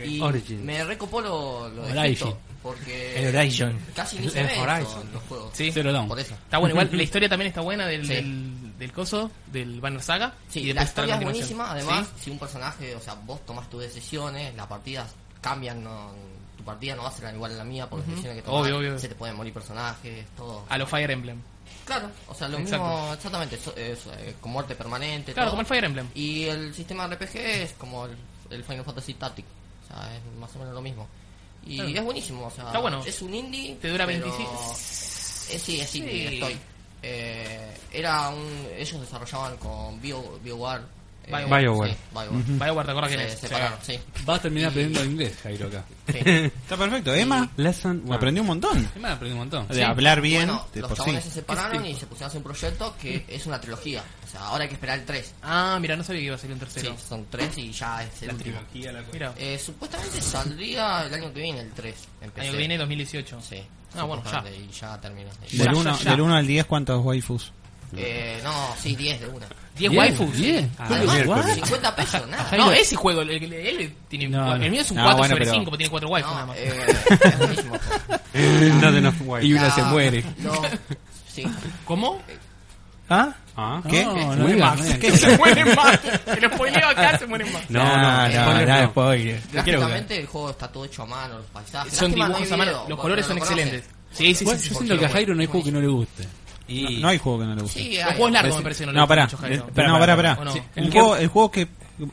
[SPEAKER 7] Y
[SPEAKER 4] Origin.
[SPEAKER 7] me recopó lo, lo de
[SPEAKER 2] Origin.
[SPEAKER 7] Egipto, porque
[SPEAKER 4] El Horizon.
[SPEAKER 7] casi ni se
[SPEAKER 4] El
[SPEAKER 7] ve eso
[SPEAKER 4] Horizon.
[SPEAKER 7] en los juegos.
[SPEAKER 1] Sí.
[SPEAKER 2] Zero Dawn.
[SPEAKER 7] Por eso.
[SPEAKER 1] Está bueno, igual la historia también está buena del,
[SPEAKER 7] Sí.
[SPEAKER 1] del, del coso, del Banner Saga.
[SPEAKER 7] Sí,
[SPEAKER 1] después
[SPEAKER 7] la
[SPEAKER 1] está
[SPEAKER 7] historia es
[SPEAKER 1] continuación.
[SPEAKER 7] buenísima, además,
[SPEAKER 1] Sí.
[SPEAKER 7] si un personaje, o sea, vos tomás tus decisiones, las partidas cambian, no- tu partida no va a ser igual a la mía por las decisiones que tomás,
[SPEAKER 1] Obvio, obvio.
[SPEAKER 7] se te pueden morir personajes, todo.
[SPEAKER 1] A los Fire Emblem.
[SPEAKER 7] Claro, o sea, lo
[SPEAKER 1] Exacto.
[SPEAKER 7] mismo, exactamente, so- es, eh, con muerte permanente.
[SPEAKER 1] Claro,
[SPEAKER 7] todo.
[SPEAKER 1] como el Fire Emblem.
[SPEAKER 7] Y el sistema RPG es como el, el Final Fantasy Tactics, o sea, es más o menos lo mismo. Y
[SPEAKER 1] Claro.
[SPEAKER 7] es buenísimo, o sea,
[SPEAKER 1] Está bueno.
[SPEAKER 7] es un indie.
[SPEAKER 1] Te dura
[SPEAKER 7] pero-
[SPEAKER 1] 25.
[SPEAKER 7] Eh, sí, es indie,
[SPEAKER 1] Sí.
[SPEAKER 7] estoy. Eh, era un, ellos desarrollaban con Bio, BioWare. eh,
[SPEAKER 1] Bioware.
[SPEAKER 5] Bioware.
[SPEAKER 7] sí, Bioware.
[SPEAKER 1] BioWare, ¿te acordás quién
[SPEAKER 7] Se
[SPEAKER 1] es?
[SPEAKER 7] separaron,
[SPEAKER 1] Sí.
[SPEAKER 7] sí.
[SPEAKER 2] Vas a terminar aprendiendo inglés, Jairo, acá.
[SPEAKER 7] sí.
[SPEAKER 3] Está perfecto. Emma, lesson one. aprendí un montón.
[SPEAKER 2] Además, aprendí un montón.
[SPEAKER 3] De hablar bien,
[SPEAKER 7] Bueno,
[SPEAKER 3] de
[SPEAKER 7] los
[SPEAKER 3] por sí.
[SPEAKER 7] chabones se separaron y se pusieron a hacer un proyecto que es una trilogía. O sea, ahora hay que esperar el 3.
[SPEAKER 1] Ah, mira, no sabía que iba a salir un
[SPEAKER 7] Sí,
[SPEAKER 1] tercero.
[SPEAKER 7] son 3 y ya es el último.
[SPEAKER 1] Mira,
[SPEAKER 7] Eh, supuestamente saldría el año que viene el 3.
[SPEAKER 1] año que viene 2018.
[SPEAKER 7] Sí.
[SPEAKER 1] Ah, bueno, ya.
[SPEAKER 7] supuestamente, Y ya terminó.
[SPEAKER 1] Ya,
[SPEAKER 3] Del
[SPEAKER 1] ya,
[SPEAKER 3] 1
[SPEAKER 1] ya.
[SPEAKER 3] del uno al 10, ¿cuántos waifus?
[SPEAKER 7] Eh, no, sí, 10 de una.
[SPEAKER 1] 10 waifus.
[SPEAKER 2] Bien.
[SPEAKER 7] Además, 50 pesos, nada.
[SPEAKER 1] Ah,
[SPEAKER 7] eh,
[SPEAKER 1] No, ese juego, el, el, el- el tiene
[SPEAKER 2] No,
[SPEAKER 1] cuatro-
[SPEAKER 2] no.
[SPEAKER 1] el mío es un
[SPEAKER 3] No,
[SPEAKER 1] 4
[SPEAKER 3] bueno,
[SPEAKER 1] sobre
[SPEAKER 3] pero-
[SPEAKER 1] 5, tiene 4 waifus nada
[SPEAKER 7] No,
[SPEAKER 1] más.
[SPEAKER 7] eh, es lo mismo.
[SPEAKER 5] Not enough white.
[SPEAKER 4] Y una se
[SPEAKER 7] La-
[SPEAKER 4] muere.
[SPEAKER 7] lo- sí.
[SPEAKER 1] ¿Cómo?
[SPEAKER 7] eh,
[SPEAKER 3] ¿Ah?
[SPEAKER 5] Ah.
[SPEAKER 3] ¿Qué?
[SPEAKER 2] No, no
[SPEAKER 3] Muy
[SPEAKER 2] digas,
[SPEAKER 3] mal.
[SPEAKER 2] no digas.
[SPEAKER 3] ¿Qué?
[SPEAKER 1] Se mueren más. Se lo spoileo acá, se mueren más.
[SPEAKER 5] No,
[SPEAKER 3] Ah,
[SPEAKER 5] no,
[SPEAKER 7] no,
[SPEAKER 5] spoiler
[SPEAKER 4] no,
[SPEAKER 5] no.
[SPEAKER 4] spoiler. No quiero jugar.
[SPEAKER 7] Prácticamente el juego está todo hecho a mano, los paisajes.
[SPEAKER 1] Son
[SPEAKER 7] Lástima, no hay
[SPEAKER 1] dibujos a mano,
[SPEAKER 7] video,
[SPEAKER 1] los
[SPEAKER 7] porque
[SPEAKER 1] colores
[SPEAKER 7] no
[SPEAKER 1] son
[SPEAKER 7] lo conocen.
[SPEAKER 1] excelentes. Sí, sí,
[SPEAKER 2] Bueno,
[SPEAKER 1] sí.
[SPEAKER 2] yo
[SPEAKER 1] sí.
[SPEAKER 2] siento que a Jairo no hay juego que no le guste.
[SPEAKER 4] Y
[SPEAKER 3] No hay juego que no le guste.
[SPEAKER 7] Sí,
[SPEAKER 1] Los
[SPEAKER 7] hay.
[SPEAKER 1] juegos largos me parece no le
[SPEAKER 3] No,
[SPEAKER 1] gusta
[SPEAKER 3] pará.
[SPEAKER 1] mucho a Jairo.
[SPEAKER 3] Pará, no, pará, pará.
[SPEAKER 1] ¿O no?
[SPEAKER 3] Sí,
[SPEAKER 1] ¿O
[SPEAKER 3] El,
[SPEAKER 1] no?
[SPEAKER 3] juego, el juego que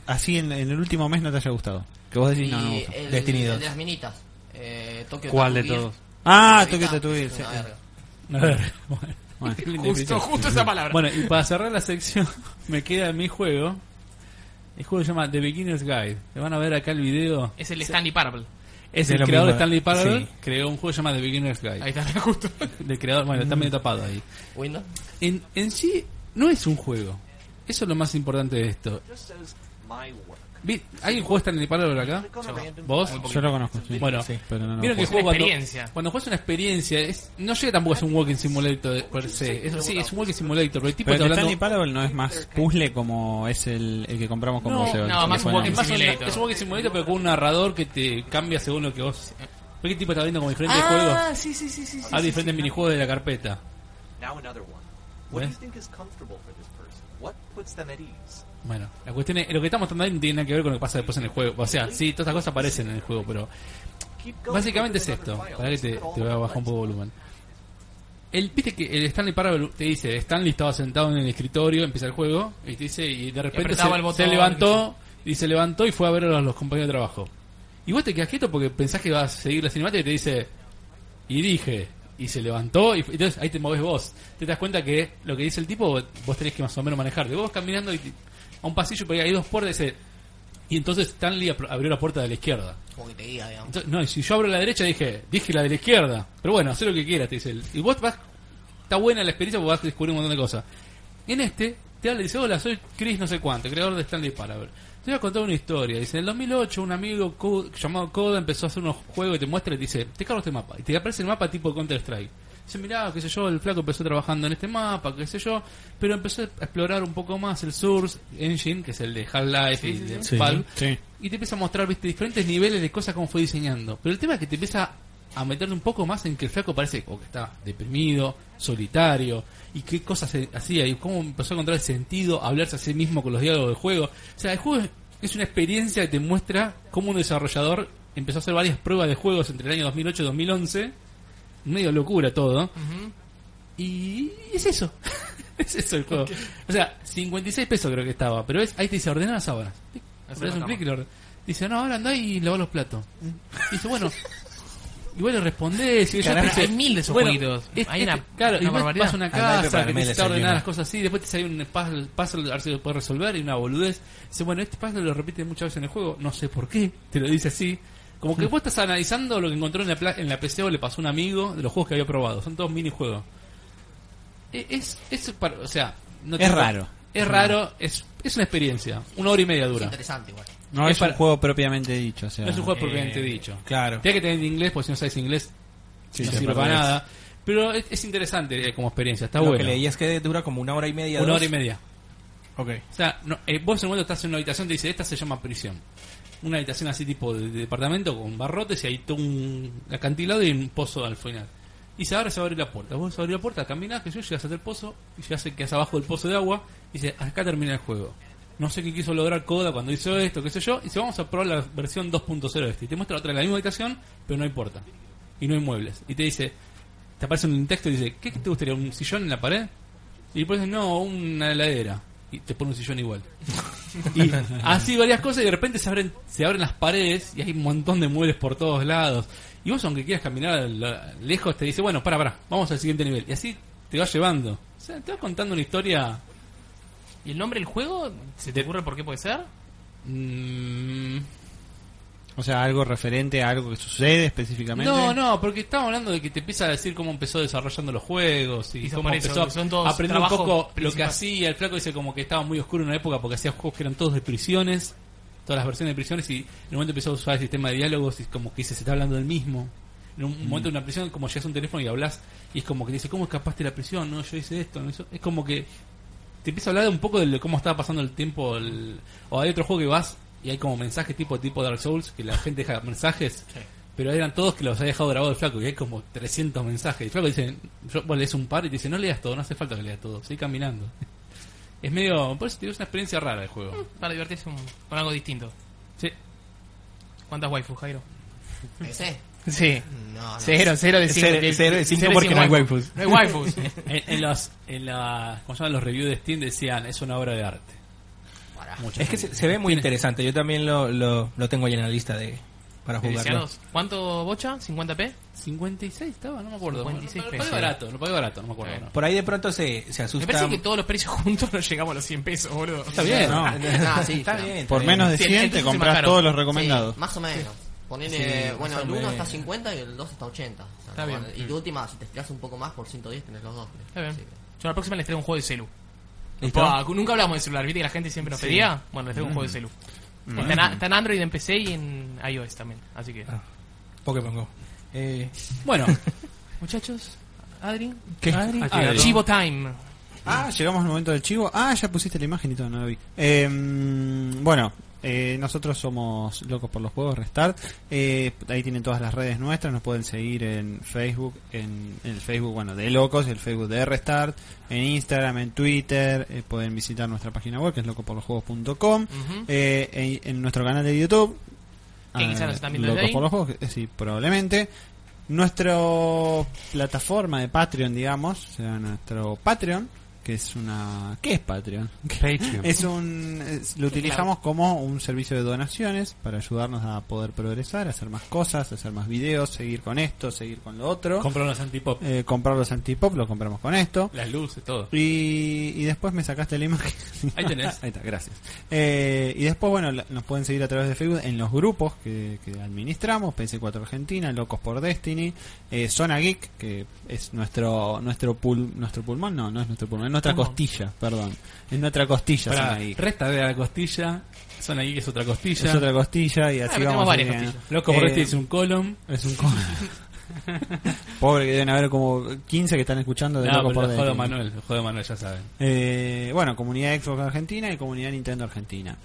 [SPEAKER 3] así en, en el último mes no te haya gustado. Que vos decís,
[SPEAKER 7] Y
[SPEAKER 3] no, no me gusta.
[SPEAKER 7] el,
[SPEAKER 4] Destiny
[SPEAKER 7] el
[SPEAKER 4] 2.
[SPEAKER 7] de las minitas. Eh, Tokyo
[SPEAKER 5] ¿Cuál de
[SPEAKER 7] Tattoo Gear.
[SPEAKER 5] todos?
[SPEAKER 3] Ah,
[SPEAKER 7] Ahorita
[SPEAKER 3] toque te tuve.
[SPEAKER 7] es una verga.
[SPEAKER 2] A ver, bueno.
[SPEAKER 1] Justo, justo esa palabra.
[SPEAKER 2] Bueno, y para cerrar la sección, me queda mi juego. El juego se llama The Beginner's Guide. Le van a ver acá el video.
[SPEAKER 1] es el Stanley Parable.
[SPEAKER 2] Es
[SPEAKER 4] Es
[SPEAKER 2] el
[SPEAKER 4] lo
[SPEAKER 2] creador
[SPEAKER 4] mismo,
[SPEAKER 2] Stanley Parable.
[SPEAKER 4] sí.
[SPEAKER 2] Creó un juego llamado The Beginner's Guide.
[SPEAKER 1] Ahí está, justo.
[SPEAKER 2] Del creador, bueno, está medio tapado ahí.
[SPEAKER 7] Windows.
[SPEAKER 2] En, en sí, no es un juego. Eso es lo más importante de esto. Vi- ¿Alguien juega Stanley Parable acá? ¿Vos?
[SPEAKER 3] Yo lo conozco, sí.
[SPEAKER 2] Bueno,
[SPEAKER 3] pero no, lo
[SPEAKER 2] Vieron que
[SPEAKER 1] Es una
[SPEAKER 3] juego.
[SPEAKER 2] juego cuando,
[SPEAKER 1] experiencia.
[SPEAKER 2] cuando juegas una exiencia, es- no llega tampoco a ser un walking simulator de- per se. Es, sí, es un walking simulator, pero el tipo
[SPEAKER 3] Pero el
[SPEAKER 2] está
[SPEAKER 3] de Stanley
[SPEAKER 2] hablando...
[SPEAKER 3] Parable no es más puzzle como es el, el que compramos con
[SPEAKER 2] No,
[SPEAKER 3] vos, Seba,
[SPEAKER 1] no,
[SPEAKER 3] que
[SPEAKER 1] más
[SPEAKER 3] fue
[SPEAKER 1] un
[SPEAKER 3] en-
[SPEAKER 1] walking
[SPEAKER 2] Es más un-
[SPEAKER 1] simulator.
[SPEAKER 2] es un walking simulator, pero con un narrador que te cambia según lo que vos... ¿Ves que el tipo está viendo como diferentes juegos?
[SPEAKER 1] Ah, sí, sí, sí, sí. sí,
[SPEAKER 2] Hay
[SPEAKER 1] sí,
[SPEAKER 2] diferentes minijuegos de la carpeta.
[SPEAKER 8] Now another one. What do
[SPEAKER 2] ¿Ves?
[SPEAKER 8] you think is comfortable for this person? What puts them at ease?
[SPEAKER 2] Bueno, la cuestión es, lo que estamos tratando ahí no tiene nada que ver con lo que pasa después en el juego. O sea, sí, todas estas cosas aparecen en el juego, pero
[SPEAKER 8] Keep going
[SPEAKER 2] básicamente
[SPEAKER 8] with
[SPEAKER 2] es
[SPEAKER 8] another
[SPEAKER 2] esto.
[SPEAKER 8] file.
[SPEAKER 2] Para que te,
[SPEAKER 8] Look at all
[SPEAKER 2] te voy a
[SPEAKER 8] the
[SPEAKER 2] bajar un
[SPEAKER 8] highlights.
[SPEAKER 2] poco el volumen. El, viste que el Stanley Parable te dice, Stanley estaba sentado en el escritorio, empieza el juego, y te dice, y de repente se,
[SPEAKER 1] apretaba el botón,
[SPEAKER 2] se levantó, y se levantó y fue a ver a los, los compañeros de trabajo. Y vos te quedás quieto porque pensás que vas a seguir la cinemática y te dice, y dije, y se levantó, y entonces ahí te moves vos. Te das cuenta que lo que dice el tipo, vos tenés que más o menos manejarte. Vos vas caminando y te- a un pasillo, pero hay dos puertas, y dice, y entonces Stanley apro- abrió la puerta de la izquierda.
[SPEAKER 7] Como que te guía, digamos.
[SPEAKER 2] Entonces, no, y si yo abro la derecha dije, dije la de la izquierda. Pero bueno, haz lo que quieras, te dice él. Y vos vas, está buena la experiencia porque vas a descubrir un montón de cosas. En este, te habla y dice, hola, soy Chris no sé cuánto, creador de Stanley Parable. Te voy a contar una historia. Dice, en el 2008 un amigo Co- llamado Coda empezó a hacer unos juegos y te muestra y te dice, te cargo este mapa. Y te aparece el mapa tipo Counter-Strike. Dice, mirá, qué sé yo, el flaco empezó trabajando en este mapa, qué sé yo, pero empezó a explorar un poco más el Source Engine, que es el de Half-Life y de Valve.
[SPEAKER 3] Sí.
[SPEAKER 2] Y te empieza a mostrar viste, diferentes niveles de cosas como fue diseñando. Pero el tema es que te empieza a meterte un poco más en que el flaco parece o que está deprimido, solitario, y qué cosas se- hacía, y cómo empezó a encontrar el sentido, a hablarse a sí mismo con los diálogos del juego. O sea, el juego es, es una experiencia que te muestra cómo un desarrollador empezó a hacer varias pruebas de juegos entre el año 2008 y 2011. Medio locura todo. Y es eso. es eso el juego. O sea, 56 pesos creo que estaba. Pero es, ahí te dice ordenar las sábanas.
[SPEAKER 1] Hacer
[SPEAKER 2] Haces
[SPEAKER 1] la
[SPEAKER 2] un
[SPEAKER 1] cama.
[SPEAKER 2] clic y lo orden- Dice, no, ahora andá y lavá los platos. Y dice, bueno. Igual le respondés. Y yo
[SPEAKER 1] Caramba,
[SPEAKER 2] pensé,
[SPEAKER 1] hay mil de esos jueguitos. Hay una-
[SPEAKER 2] este, claro,
[SPEAKER 1] una
[SPEAKER 2] y vos
[SPEAKER 1] barbaridad.
[SPEAKER 2] vas a una
[SPEAKER 4] Andá y
[SPEAKER 2] casa que
[SPEAKER 4] preparame la
[SPEAKER 2] necesita ordenar
[SPEAKER 4] desayuno.
[SPEAKER 2] las cosas así. Después te sale un puzzle, puzzle a ver si lo puedes resolver y una boludez. Dice, bueno, este puzzle lo repite muchas veces en el juego. No sé por qué. Te lo dice así. Como
[SPEAKER 1] Hmm.
[SPEAKER 2] que vos estás analizando lo que encontró en la, pla- en la PC o le pasó a un amigo de los juegos que había probado. Son todos minijuegos. E- Es, es, para- o sea, no
[SPEAKER 3] Es
[SPEAKER 2] tiene-
[SPEAKER 3] raro.
[SPEAKER 2] Es raro, es, es una experiencia. Una hora y media
[SPEAKER 7] Es
[SPEAKER 2] dura.
[SPEAKER 7] interesante igual.
[SPEAKER 3] No
[SPEAKER 2] Es
[SPEAKER 3] es,
[SPEAKER 2] para-
[SPEAKER 3] un juego propiamente dicho, o sea,
[SPEAKER 2] No es un juego
[SPEAKER 4] Eh,
[SPEAKER 2] propiamente dicho.
[SPEAKER 3] Claro.
[SPEAKER 2] Tienes que tener inglés, porque si no sabes inglés,
[SPEAKER 3] Sí,
[SPEAKER 2] no
[SPEAKER 3] te
[SPEAKER 2] sirve para
[SPEAKER 3] perdés.
[SPEAKER 2] nada. Pero es, es interesante eh, como experiencia, está
[SPEAKER 4] Lo
[SPEAKER 2] bueno.
[SPEAKER 4] que leí es que dura como una hora y media.
[SPEAKER 2] Una
[SPEAKER 4] dos.
[SPEAKER 2] hora y media.
[SPEAKER 4] Ok.
[SPEAKER 2] O sea, no, eh, vos en un momento estás en una habitación, te dice, esta se llama prisión. Una habitación así tipo de, de departamento con barrotes y ahí todo un acantilado y un pozo al final. Y se abre, se abre la puerta. Vos abrís la puerta, caminás, que yo llegas hasta el pozo y llegas, quedás abajo del pozo de agua y dice, acá termina el juego. No sé qué quiso lograr Coda cuando hizo esto, qué sé yo. Y dice, vamos a probar la versión 2.0 de este. Y te muestra otra en la misma habitación, pero no hay puerta. Y no hay muebles. Y te dice, te aparece un texto y dice, ¿qué te gustaría? ¿Un sillón en la pared? Y después no, una heladera. Y te pone un sillón igual. Y así varias cosas y de repente se abren, se abren las paredes y hay un montón de muebles por todos lados. Y vos aunque quieras caminar a la- lejos te dice, bueno, para, para, vamos al siguiente nivel. Y así te vas llevando. O sea, te vas contando una historia...
[SPEAKER 1] ¿Y el nombre del juego? ¿Se te ocurre por qué puede ser?
[SPEAKER 2] mm,
[SPEAKER 3] O sea, algo referente a algo que sucede específicamente.
[SPEAKER 2] No, no, porque estamos hablando de que te empieza a decir cómo empezó desarrollando los juegos y
[SPEAKER 1] Quizás
[SPEAKER 2] cómo
[SPEAKER 1] por eso,
[SPEAKER 2] empezó
[SPEAKER 1] que son todos
[SPEAKER 2] a aprender un
[SPEAKER 1] trabajos
[SPEAKER 2] poco lo que
[SPEAKER 1] principales.
[SPEAKER 2] hacía. El flaco dice como que estaba muy oscuro en una época porque hacía juegos que eran todos de prisiones, todas las versiones de prisiones y en un momento empezó a usar el sistema de diálogos y como que dice, se está hablando del mismo. En un momento de una prisión, como llegas a un teléfono y hablas y es como que te dice, ¿cómo escapaste de la prisión? No, yo hice esto, no, eso. Es como que te empieza a hablar un poco de lo- cómo estaba pasando el tiempo. el- o hay otro juego que vas y hay como mensajes tipo tipo Dark Souls, que la gente deja mensajes, pero eran todos que los había dejado grabado el flaco, y hay como 300 mensajes. El flaco dice, yo, vos lees un par y te dice, no leas todo, no hace falta que leas todo, seguí caminando. Es medio, por eso te digo, es una experiencia rara el juego.
[SPEAKER 1] Para divertirse un- con algo distinto.
[SPEAKER 2] Sí.
[SPEAKER 1] ¿Cuántas waifus, Jairo?
[SPEAKER 7] ¿Ese?
[SPEAKER 1] Sí.
[SPEAKER 7] No, no.
[SPEAKER 1] Cero, cero de
[SPEAKER 4] Cero-
[SPEAKER 1] de-
[SPEAKER 4] cero de cinco
[SPEAKER 1] cero
[SPEAKER 4] porque
[SPEAKER 1] cien
[SPEAKER 4] no hay waifus.
[SPEAKER 1] No hay waifus.
[SPEAKER 2] En, en los, en la, ¿cómo se llaman? los reviews de Steam decían, es una obra de arte.
[SPEAKER 7] Pará.
[SPEAKER 2] Mucha
[SPEAKER 4] Es que
[SPEAKER 2] gente.
[SPEAKER 4] se, se ve muy interesante. Yo también lo, lo, lo tengo ahí en la lista de para jugarlo.
[SPEAKER 1] Viciados. ¿Cuánto bocha? ¿50p?
[SPEAKER 2] 56 estaba, no me acuerdo.
[SPEAKER 1] 56
[SPEAKER 2] lo pagué
[SPEAKER 1] pesos.
[SPEAKER 2] barato, lo pagué barato, no me acuerdo.
[SPEAKER 1] Eh.
[SPEAKER 2] no.
[SPEAKER 4] Por ahí de pronto se, se
[SPEAKER 1] Me
[SPEAKER 4] asusta.
[SPEAKER 1] parece que todos los precios juntos no llegamos a los 100 pesos, boludo.
[SPEAKER 2] Está bien.
[SPEAKER 3] No.
[SPEAKER 7] Ah, sí,
[SPEAKER 4] Está
[SPEAKER 7] claro.
[SPEAKER 4] bien, está
[SPEAKER 3] Por
[SPEAKER 4] bien.
[SPEAKER 3] menos de
[SPEAKER 1] Sí, el
[SPEAKER 3] 100
[SPEAKER 1] Netflix
[SPEAKER 3] te
[SPEAKER 1] es más
[SPEAKER 3] compras
[SPEAKER 1] caro.
[SPEAKER 3] todos los recomendados.
[SPEAKER 7] Sí, más o menos. Ponele,
[SPEAKER 4] Sí,
[SPEAKER 7] bueno,
[SPEAKER 4] más
[SPEAKER 7] el
[SPEAKER 4] o
[SPEAKER 7] 1 está
[SPEAKER 4] menos.
[SPEAKER 7] 50 y el 2 está 80. O sea,
[SPEAKER 1] Está
[SPEAKER 7] no,
[SPEAKER 1] bien. Mm.
[SPEAKER 7] Y de última, si te fijas un poco más, por 110 tenés los dos.
[SPEAKER 1] Está bien.
[SPEAKER 7] Sí.
[SPEAKER 1] Yo la próxima les traigo un juego de celu. ah,
[SPEAKER 4] ¿Listo? Mm.
[SPEAKER 1] Pa, nunca hablamos de celular, viste que la gente siempre nos pedía. Bueno, les traigo un juego de celu. Está, en, a- está en Android, en PC y en iOS también. Así que,
[SPEAKER 4] Ah.
[SPEAKER 2] Pokémon Go. Eh, bueno,
[SPEAKER 1] muchachos, Adri,
[SPEAKER 2] ¿qué?
[SPEAKER 5] Ha
[SPEAKER 2] Ah,
[SPEAKER 5] llegado.
[SPEAKER 1] Chivo Time.
[SPEAKER 3] Ah, llegamos al momento del chivo. Ah, ya pusiste la imagen y todo, no la vi. Eh, bueno, eh, nosotros somos locos por los juegos, Restart. Eh, ahí tienen todas las redes nuestras, nos pueden seguir en Facebook, en, en el Facebook, bueno, de locos, el Facebook de Restart, en Instagram, en Twitter, eh, pueden visitar nuestra página web que es locoporlosjuegos.com,
[SPEAKER 1] Ujú.
[SPEAKER 3] eh, en, en nuestro canal de YouTube.
[SPEAKER 1] Que
[SPEAKER 3] ah,
[SPEAKER 1] quizás nos están viendo
[SPEAKER 3] Locos
[SPEAKER 1] desde ahí.
[SPEAKER 3] por los juegos, eh, sí, probablemente. Nuestra plataforma de Patreon, digamos, o sea, nuestro Patreon, que es una... ¿Qué es Patreon?
[SPEAKER 5] Patreon.
[SPEAKER 3] Es un... es- lo utilizamos como un servicio de donaciones para ayudarnos a poder progresar, hacer más cosas, hacer más videos, seguir con esto, seguir con lo otro.
[SPEAKER 2] Comprar unos antipop,
[SPEAKER 3] Eh, comprar los antipop, lo compramos con esto.
[SPEAKER 2] las luces, todo.
[SPEAKER 3] Y, y después me sacaste la imagen.
[SPEAKER 2] Ahí tenés.
[SPEAKER 3] Ahí está, gracias. Eh, y después, bueno, la- nos pueden seguir a través de Facebook en los grupos que, que administramos, PC4 Argentina, Locos por Destiny, eh, Zona Geek, que es nuestro nuestro pul- nuestro pulmón, no, no es nuestro pulmón, es nuestra
[SPEAKER 1] Pulmón.
[SPEAKER 3] costilla, perdón. Es nuestra costilla
[SPEAKER 2] Pará,
[SPEAKER 3] Zona Geek.
[SPEAKER 2] resta de la costilla, son ahí que es otra costilla.
[SPEAKER 3] Es otra costilla y
[SPEAKER 1] Ah,
[SPEAKER 3] así
[SPEAKER 1] pero tenemos
[SPEAKER 3] vamos
[SPEAKER 1] varias
[SPEAKER 3] alineando.
[SPEAKER 1] costillas.
[SPEAKER 2] Loco, por
[SPEAKER 3] Eh,
[SPEAKER 2] este es un column.
[SPEAKER 3] Es un co- Pobre que deben haber como 15 que están escuchando de
[SPEAKER 2] No,
[SPEAKER 3] Locos
[SPEAKER 2] pero
[SPEAKER 3] por
[SPEAKER 2] lo jodo a
[SPEAKER 3] Destiny.
[SPEAKER 2] Manuel, lo jodo a Manuel, ya saben.
[SPEAKER 3] Eh, bueno, comunidad Xbox Argentina y comunidad Nintendo Argentina.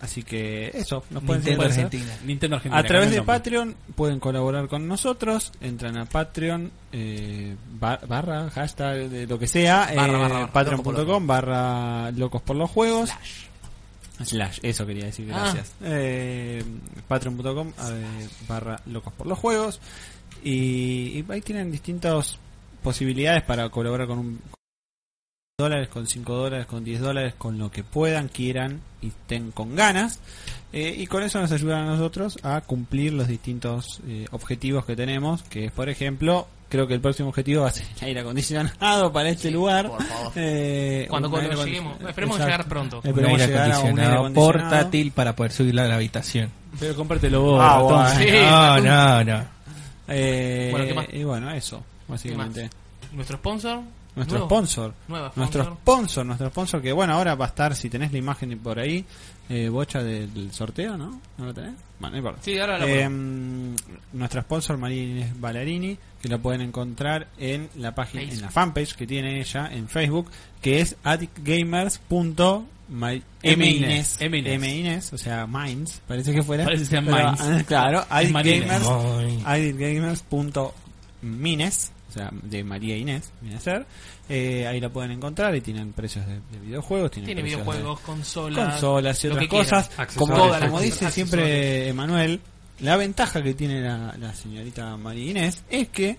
[SPEAKER 3] Así que eso, nos pueden
[SPEAKER 4] Nintendo
[SPEAKER 3] seguir.
[SPEAKER 4] Argentina.
[SPEAKER 2] Nintendo Argentina.
[SPEAKER 3] A través
[SPEAKER 2] cambia
[SPEAKER 3] de
[SPEAKER 2] el nombre.
[SPEAKER 3] Patreon pueden colaborar con nosotros. Entran a Patreon, eh, bar- barra, hashtag, de lo que sea,
[SPEAKER 1] Barra,
[SPEAKER 3] eh,
[SPEAKER 1] barra, barra,
[SPEAKER 3] patreon.com, barra locos por los juegos. Slash, eso quería decir, gracias. Eh, patreon.com, a ver, barra locos por los juegos. Y, y ahí tienen distintas posibilidades para colaborar con un dólares, con 5 dólares, con 10 dólares, con lo que puedan, quieran y estén con ganas. Eh, y con eso nos ayudan a nosotros a cumplir los distintos eh, objetivos que tenemos, que es, por ejemplo, creo que el próximo objetivo va a ser el aire acondicionado para este
[SPEAKER 7] Sí,
[SPEAKER 3] lugar.
[SPEAKER 7] por favor.
[SPEAKER 3] Eh,
[SPEAKER 1] Cuando-
[SPEAKER 3] un
[SPEAKER 1] cuando
[SPEAKER 3] aire acondicion-
[SPEAKER 1] lleguemos. Esperemos
[SPEAKER 3] Exacto.
[SPEAKER 1] llegar pronto.
[SPEAKER 3] Esperemos
[SPEAKER 4] Un aire
[SPEAKER 3] llegar Eh, a un aire
[SPEAKER 4] acondicionado
[SPEAKER 3] acondicionado.
[SPEAKER 4] portátil para poder subirlo a la habitación.
[SPEAKER 2] Pero compártelo vos.
[SPEAKER 3] Ah,
[SPEAKER 2] ratón.
[SPEAKER 3] bueno.
[SPEAKER 1] Sí.
[SPEAKER 4] No, no, no.
[SPEAKER 3] Eh,
[SPEAKER 1] Bueno, ¿qué más?
[SPEAKER 3] Y bueno, eso, básicamente.
[SPEAKER 1] Nuestro sponsor.
[SPEAKER 3] Nuestro
[SPEAKER 1] nuevo.
[SPEAKER 3] sponsor.
[SPEAKER 1] Nueva sponsor.
[SPEAKER 3] Nuestro sponsor, nuestro sponsor que bueno, ahora va a estar, si tenés la imagen por ahí, eh, bocha del sorteo, ¿no? ¿No la tenés? Bueno, no importa.
[SPEAKER 1] Sí, ahora la
[SPEAKER 3] Eh, nuestra sponsor María Inés Ballarini, que la pueden encontrar en la página, en
[SPEAKER 1] Facebook.
[SPEAKER 3] la fanpage que tiene ella en Facebook, que es addictgamers.minés.
[SPEAKER 1] E
[SPEAKER 2] Mines.
[SPEAKER 3] E Mines, o sea, Mines, parece que fuera.
[SPEAKER 2] Parece que sea
[SPEAKER 3] Pero, ah,
[SPEAKER 2] Mines.
[SPEAKER 3] Claro,
[SPEAKER 2] Es Marines.
[SPEAKER 3] addictgamers idgamers.mines, o sea, de María Inés, viene a ser. Eh, ahí la pueden encontrar y tienen precios de, de videojuegos, tienen
[SPEAKER 1] Tiene
[SPEAKER 3] precios
[SPEAKER 1] videojuegos,
[SPEAKER 3] de
[SPEAKER 1] consolas.
[SPEAKER 3] consolas y
[SPEAKER 1] lo
[SPEAKER 3] otras
[SPEAKER 1] que Ah, quieran.
[SPEAKER 3] cosas. Como,
[SPEAKER 5] Accesorios.
[SPEAKER 3] como
[SPEAKER 1] Accesorios.
[SPEAKER 3] dice siempre Emanuel, la ventaja que tiene la, la señorita María Inés es que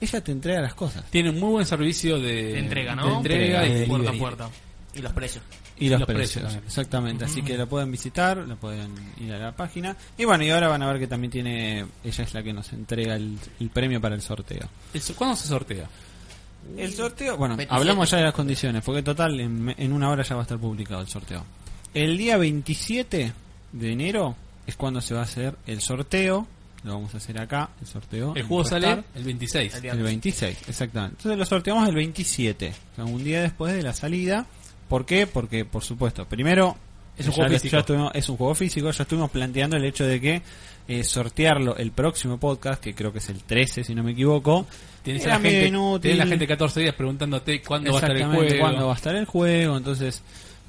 [SPEAKER 3] ella te entrega las cosas.
[SPEAKER 2] Tiene un muy buen servicio de,
[SPEAKER 1] De
[SPEAKER 3] Eh,
[SPEAKER 1] entrega,
[SPEAKER 2] de
[SPEAKER 1] ¿no?
[SPEAKER 2] entrega y
[SPEAKER 1] de puerta a
[SPEAKER 2] delivery.
[SPEAKER 1] puerta.
[SPEAKER 7] Y los precios.
[SPEAKER 3] Y los,
[SPEAKER 2] los precios
[SPEAKER 3] precios,
[SPEAKER 2] también.
[SPEAKER 3] exactamente. Así que la pueden visitar, la pueden ir a la página. Y bueno, y ahora van a ver que también tiene, ella es la que nos entrega el, el premio para el sorteo.
[SPEAKER 2] El so- ¿Cuándo se sortea?
[SPEAKER 3] El sorteo, bueno,
[SPEAKER 7] 27.
[SPEAKER 3] hablamos ya de las condiciones, porque total, en, en una hora ya va a estar publicado el sorteo. El día 27 de enero es cuando se va a hacer el sorteo. Lo vamos a hacer acá, el sorteo.
[SPEAKER 2] El
[SPEAKER 3] en
[SPEAKER 2] juego
[SPEAKER 3] Restart.
[SPEAKER 2] sale el 26.
[SPEAKER 3] El 26, exactamente. Entonces lo sorteamos el 27, o sea, un día después de la salida. ¿Por qué? Porque, por supuesto, primero...
[SPEAKER 2] Es un
[SPEAKER 3] ya
[SPEAKER 2] juego
[SPEAKER 3] lo-
[SPEAKER 2] físico.
[SPEAKER 3] ya estuvimos- es un juego físico, ya estuvimos planteando el hecho de que eh, sortearlo el próximo podcast, que creo que es el 13, si no me equivoco,
[SPEAKER 2] Tienes a
[SPEAKER 3] Era
[SPEAKER 2] la gente,
[SPEAKER 3] medio inútil.
[SPEAKER 2] tenés la gente 14 días preguntándote cuándo va a estar el
[SPEAKER 3] Exactamente,
[SPEAKER 2] juego.
[SPEAKER 3] cuándo va a estar el juego. Entonces,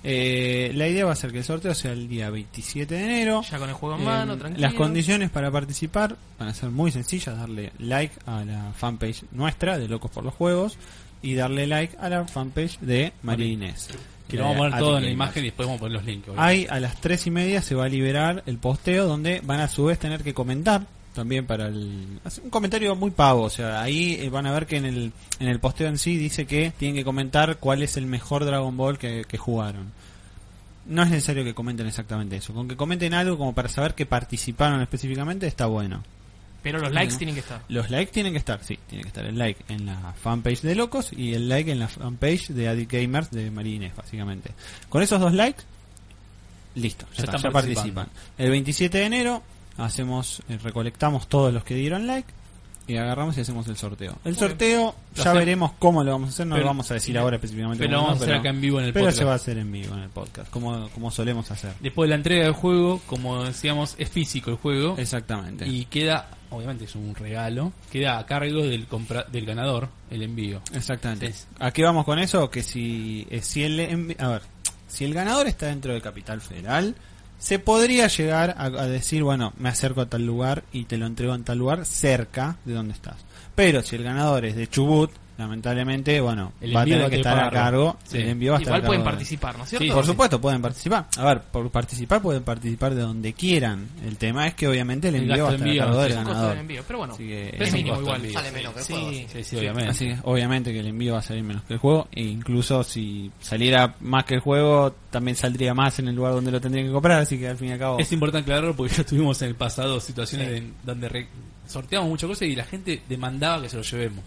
[SPEAKER 3] eh, la idea va a ser que el sorteo sea el día 27 de enero.
[SPEAKER 1] Ya con el juego en
[SPEAKER 3] Eh,
[SPEAKER 1] mano, tranquilo.
[SPEAKER 3] las condiciones para participar van a ser muy sencillas, darle like a la fanpage nuestra de Locos por los Juegos y darle like a la fanpage de María Inés.
[SPEAKER 2] Que lo vamos a poner
[SPEAKER 3] Eh,
[SPEAKER 2] todo en
[SPEAKER 3] Attic
[SPEAKER 2] la imagen y
[SPEAKER 3] Gamers.
[SPEAKER 2] después vamos a poner los links. obviamente.
[SPEAKER 3] Ahí a las 3 y media se va a liberar el posteo donde van a su vez tener que comentar también para el... hacer un comentario muy pavo, o sea, ahí eh, van a ver que en el, en el posteo en sí dice que tienen que comentar cuál es el mejor Dragon Ball que, que jugaron. No es necesario que comenten exactamente eso, con que comenten algo como para saber que participaron específicamente está bueno.
[SPEAKER 1] Pero los likes tienen que estar.
[SPEAKER 3] Los likes tienen que estar, sí, tiene que estar el like en la fanpage de Locos y el like en la fanpage de Addict Gamers de Marines, básicamente. Con esos dos likes, listo, ya,
[SPEAKER 2] Ya
[SPEAKER 3] está,
[SPEAKER 2] están
[SPEAKER 3] ya participan. El 27 de enero hacemos, eh, recolectamos todos los que dieron like y agarramos y hacemos el sorteo. El sorteo ya
[SPEAKER 2] hacemos.
[SPEAKER 3] veremos cómo lo vamos a hacer, no
[SPEAKER 2] Pero-
[SPEAKER 3] lo vamos a decir ahora específicamente.
[SPEAKER 2] Pero lo
[SPEAKER 3] cómo
[SPEAKER 2] vamos a
[SPEAKER 3] no,
[SPEAKER 2] hacer acá en vivo en el
[SPEAKER 3] pero
[SPEAKER 2] podcast.
[SPEAKER 3] se va a hacer en vivo en el podcast, como, como solemos hacer.
[SPEAKER 2] Después de la entrega del juego, como decíamos, es físico el juego.
[SPEAKER 3] Exactamente.
[SPEAKER 2] Y queda, obviamente es un regalo, queda a cargo del compra del ganador el envío.
[SPEAKER 3] Exactamente.
[SPEAKER 2] Sí.
[SPEAKER 3] ¿A qué vamos con eso? Que si, eh, si el envi- a ver, si el ganador está dentro de Capital Federal, se podría llegar a, a decir, bueno, me acerco a tal lugar y te lo entrego en tal lugar cerca de donde estás. Pero si el ganador es de Chubut, lamentablemente, bueno,
[SPEAKER 2] El
[SPEAKER 3] va a
[SPEAKER 2] envío
[SPEAKER 3] tener
[SPEAKER 2] lo
[SPEAKER 3] que
[SPEAKER 2] tiene
[SPEAKER 3] estar
[SPEAKER 2] que
[SPEAKER 3] a
[SPEAKER 2] pagar.
[SPEAKER 3] cargo.
[SPEAKER 2] Sí.
[SPEAKER 3] El envío va a estar
[SPEAKER 1] Igual
[SPEAKER 3] a
[SPEAKER 1] pueden
[SPEAKER 3] cargo de-
[SPEAKER 1] participar, ¿no es cierto?
[SPEAKER 2] Sí,
[SPEAKER 3] por supuesto, pueden participar. A ver, por participar pueden participar de donde quieran. El tema es que obviamente el
[SPEAKER 2] El
[SPEAKER 3] envío va a
[SPEAKER 2] gasto
[SPEAKER 3] estar
[SPEAKER 2] de
[SPEAKER 3] a
[SPEAKER 2] envío, sí,
[SPEAKER 3] cargo del
[SPEAKER 1] Es un costo
[SPEAKER 3] ganador.
[SPEAKER 1] del envío, pero bueno,
[SPEAKER 3] Así que
[SPEAKER 1] pero
[SPEAKER 2] es
[SPEAKER 1] es
[SPEAKER 2] un
[SPEAKER 1] mínimo
[SPEAKER 2] costo
[SPEAKER 1] igual.
[SPEAKER 2] del envío.
[SPEAKER 7] Sale menos que el
[SPEAKER 1] Sí.
[SPEAKER 7] juego,
[SPEAKER 2] Sí, sí, obviamente.
[SPEAKER 3] Así que obviamente que el envío va a salir menos que el juego. E incluso si saliera más que el juego, también saldría más en el lugar donde lo tendrían que comprar. Así que al fin y al cabo.
[SPEAKER 2] Es importante aclararlo porque ya tuvimos en el pasado situaciones en donde re- sorteamos muchas cosas y la gente demandaba que se lo llevemos.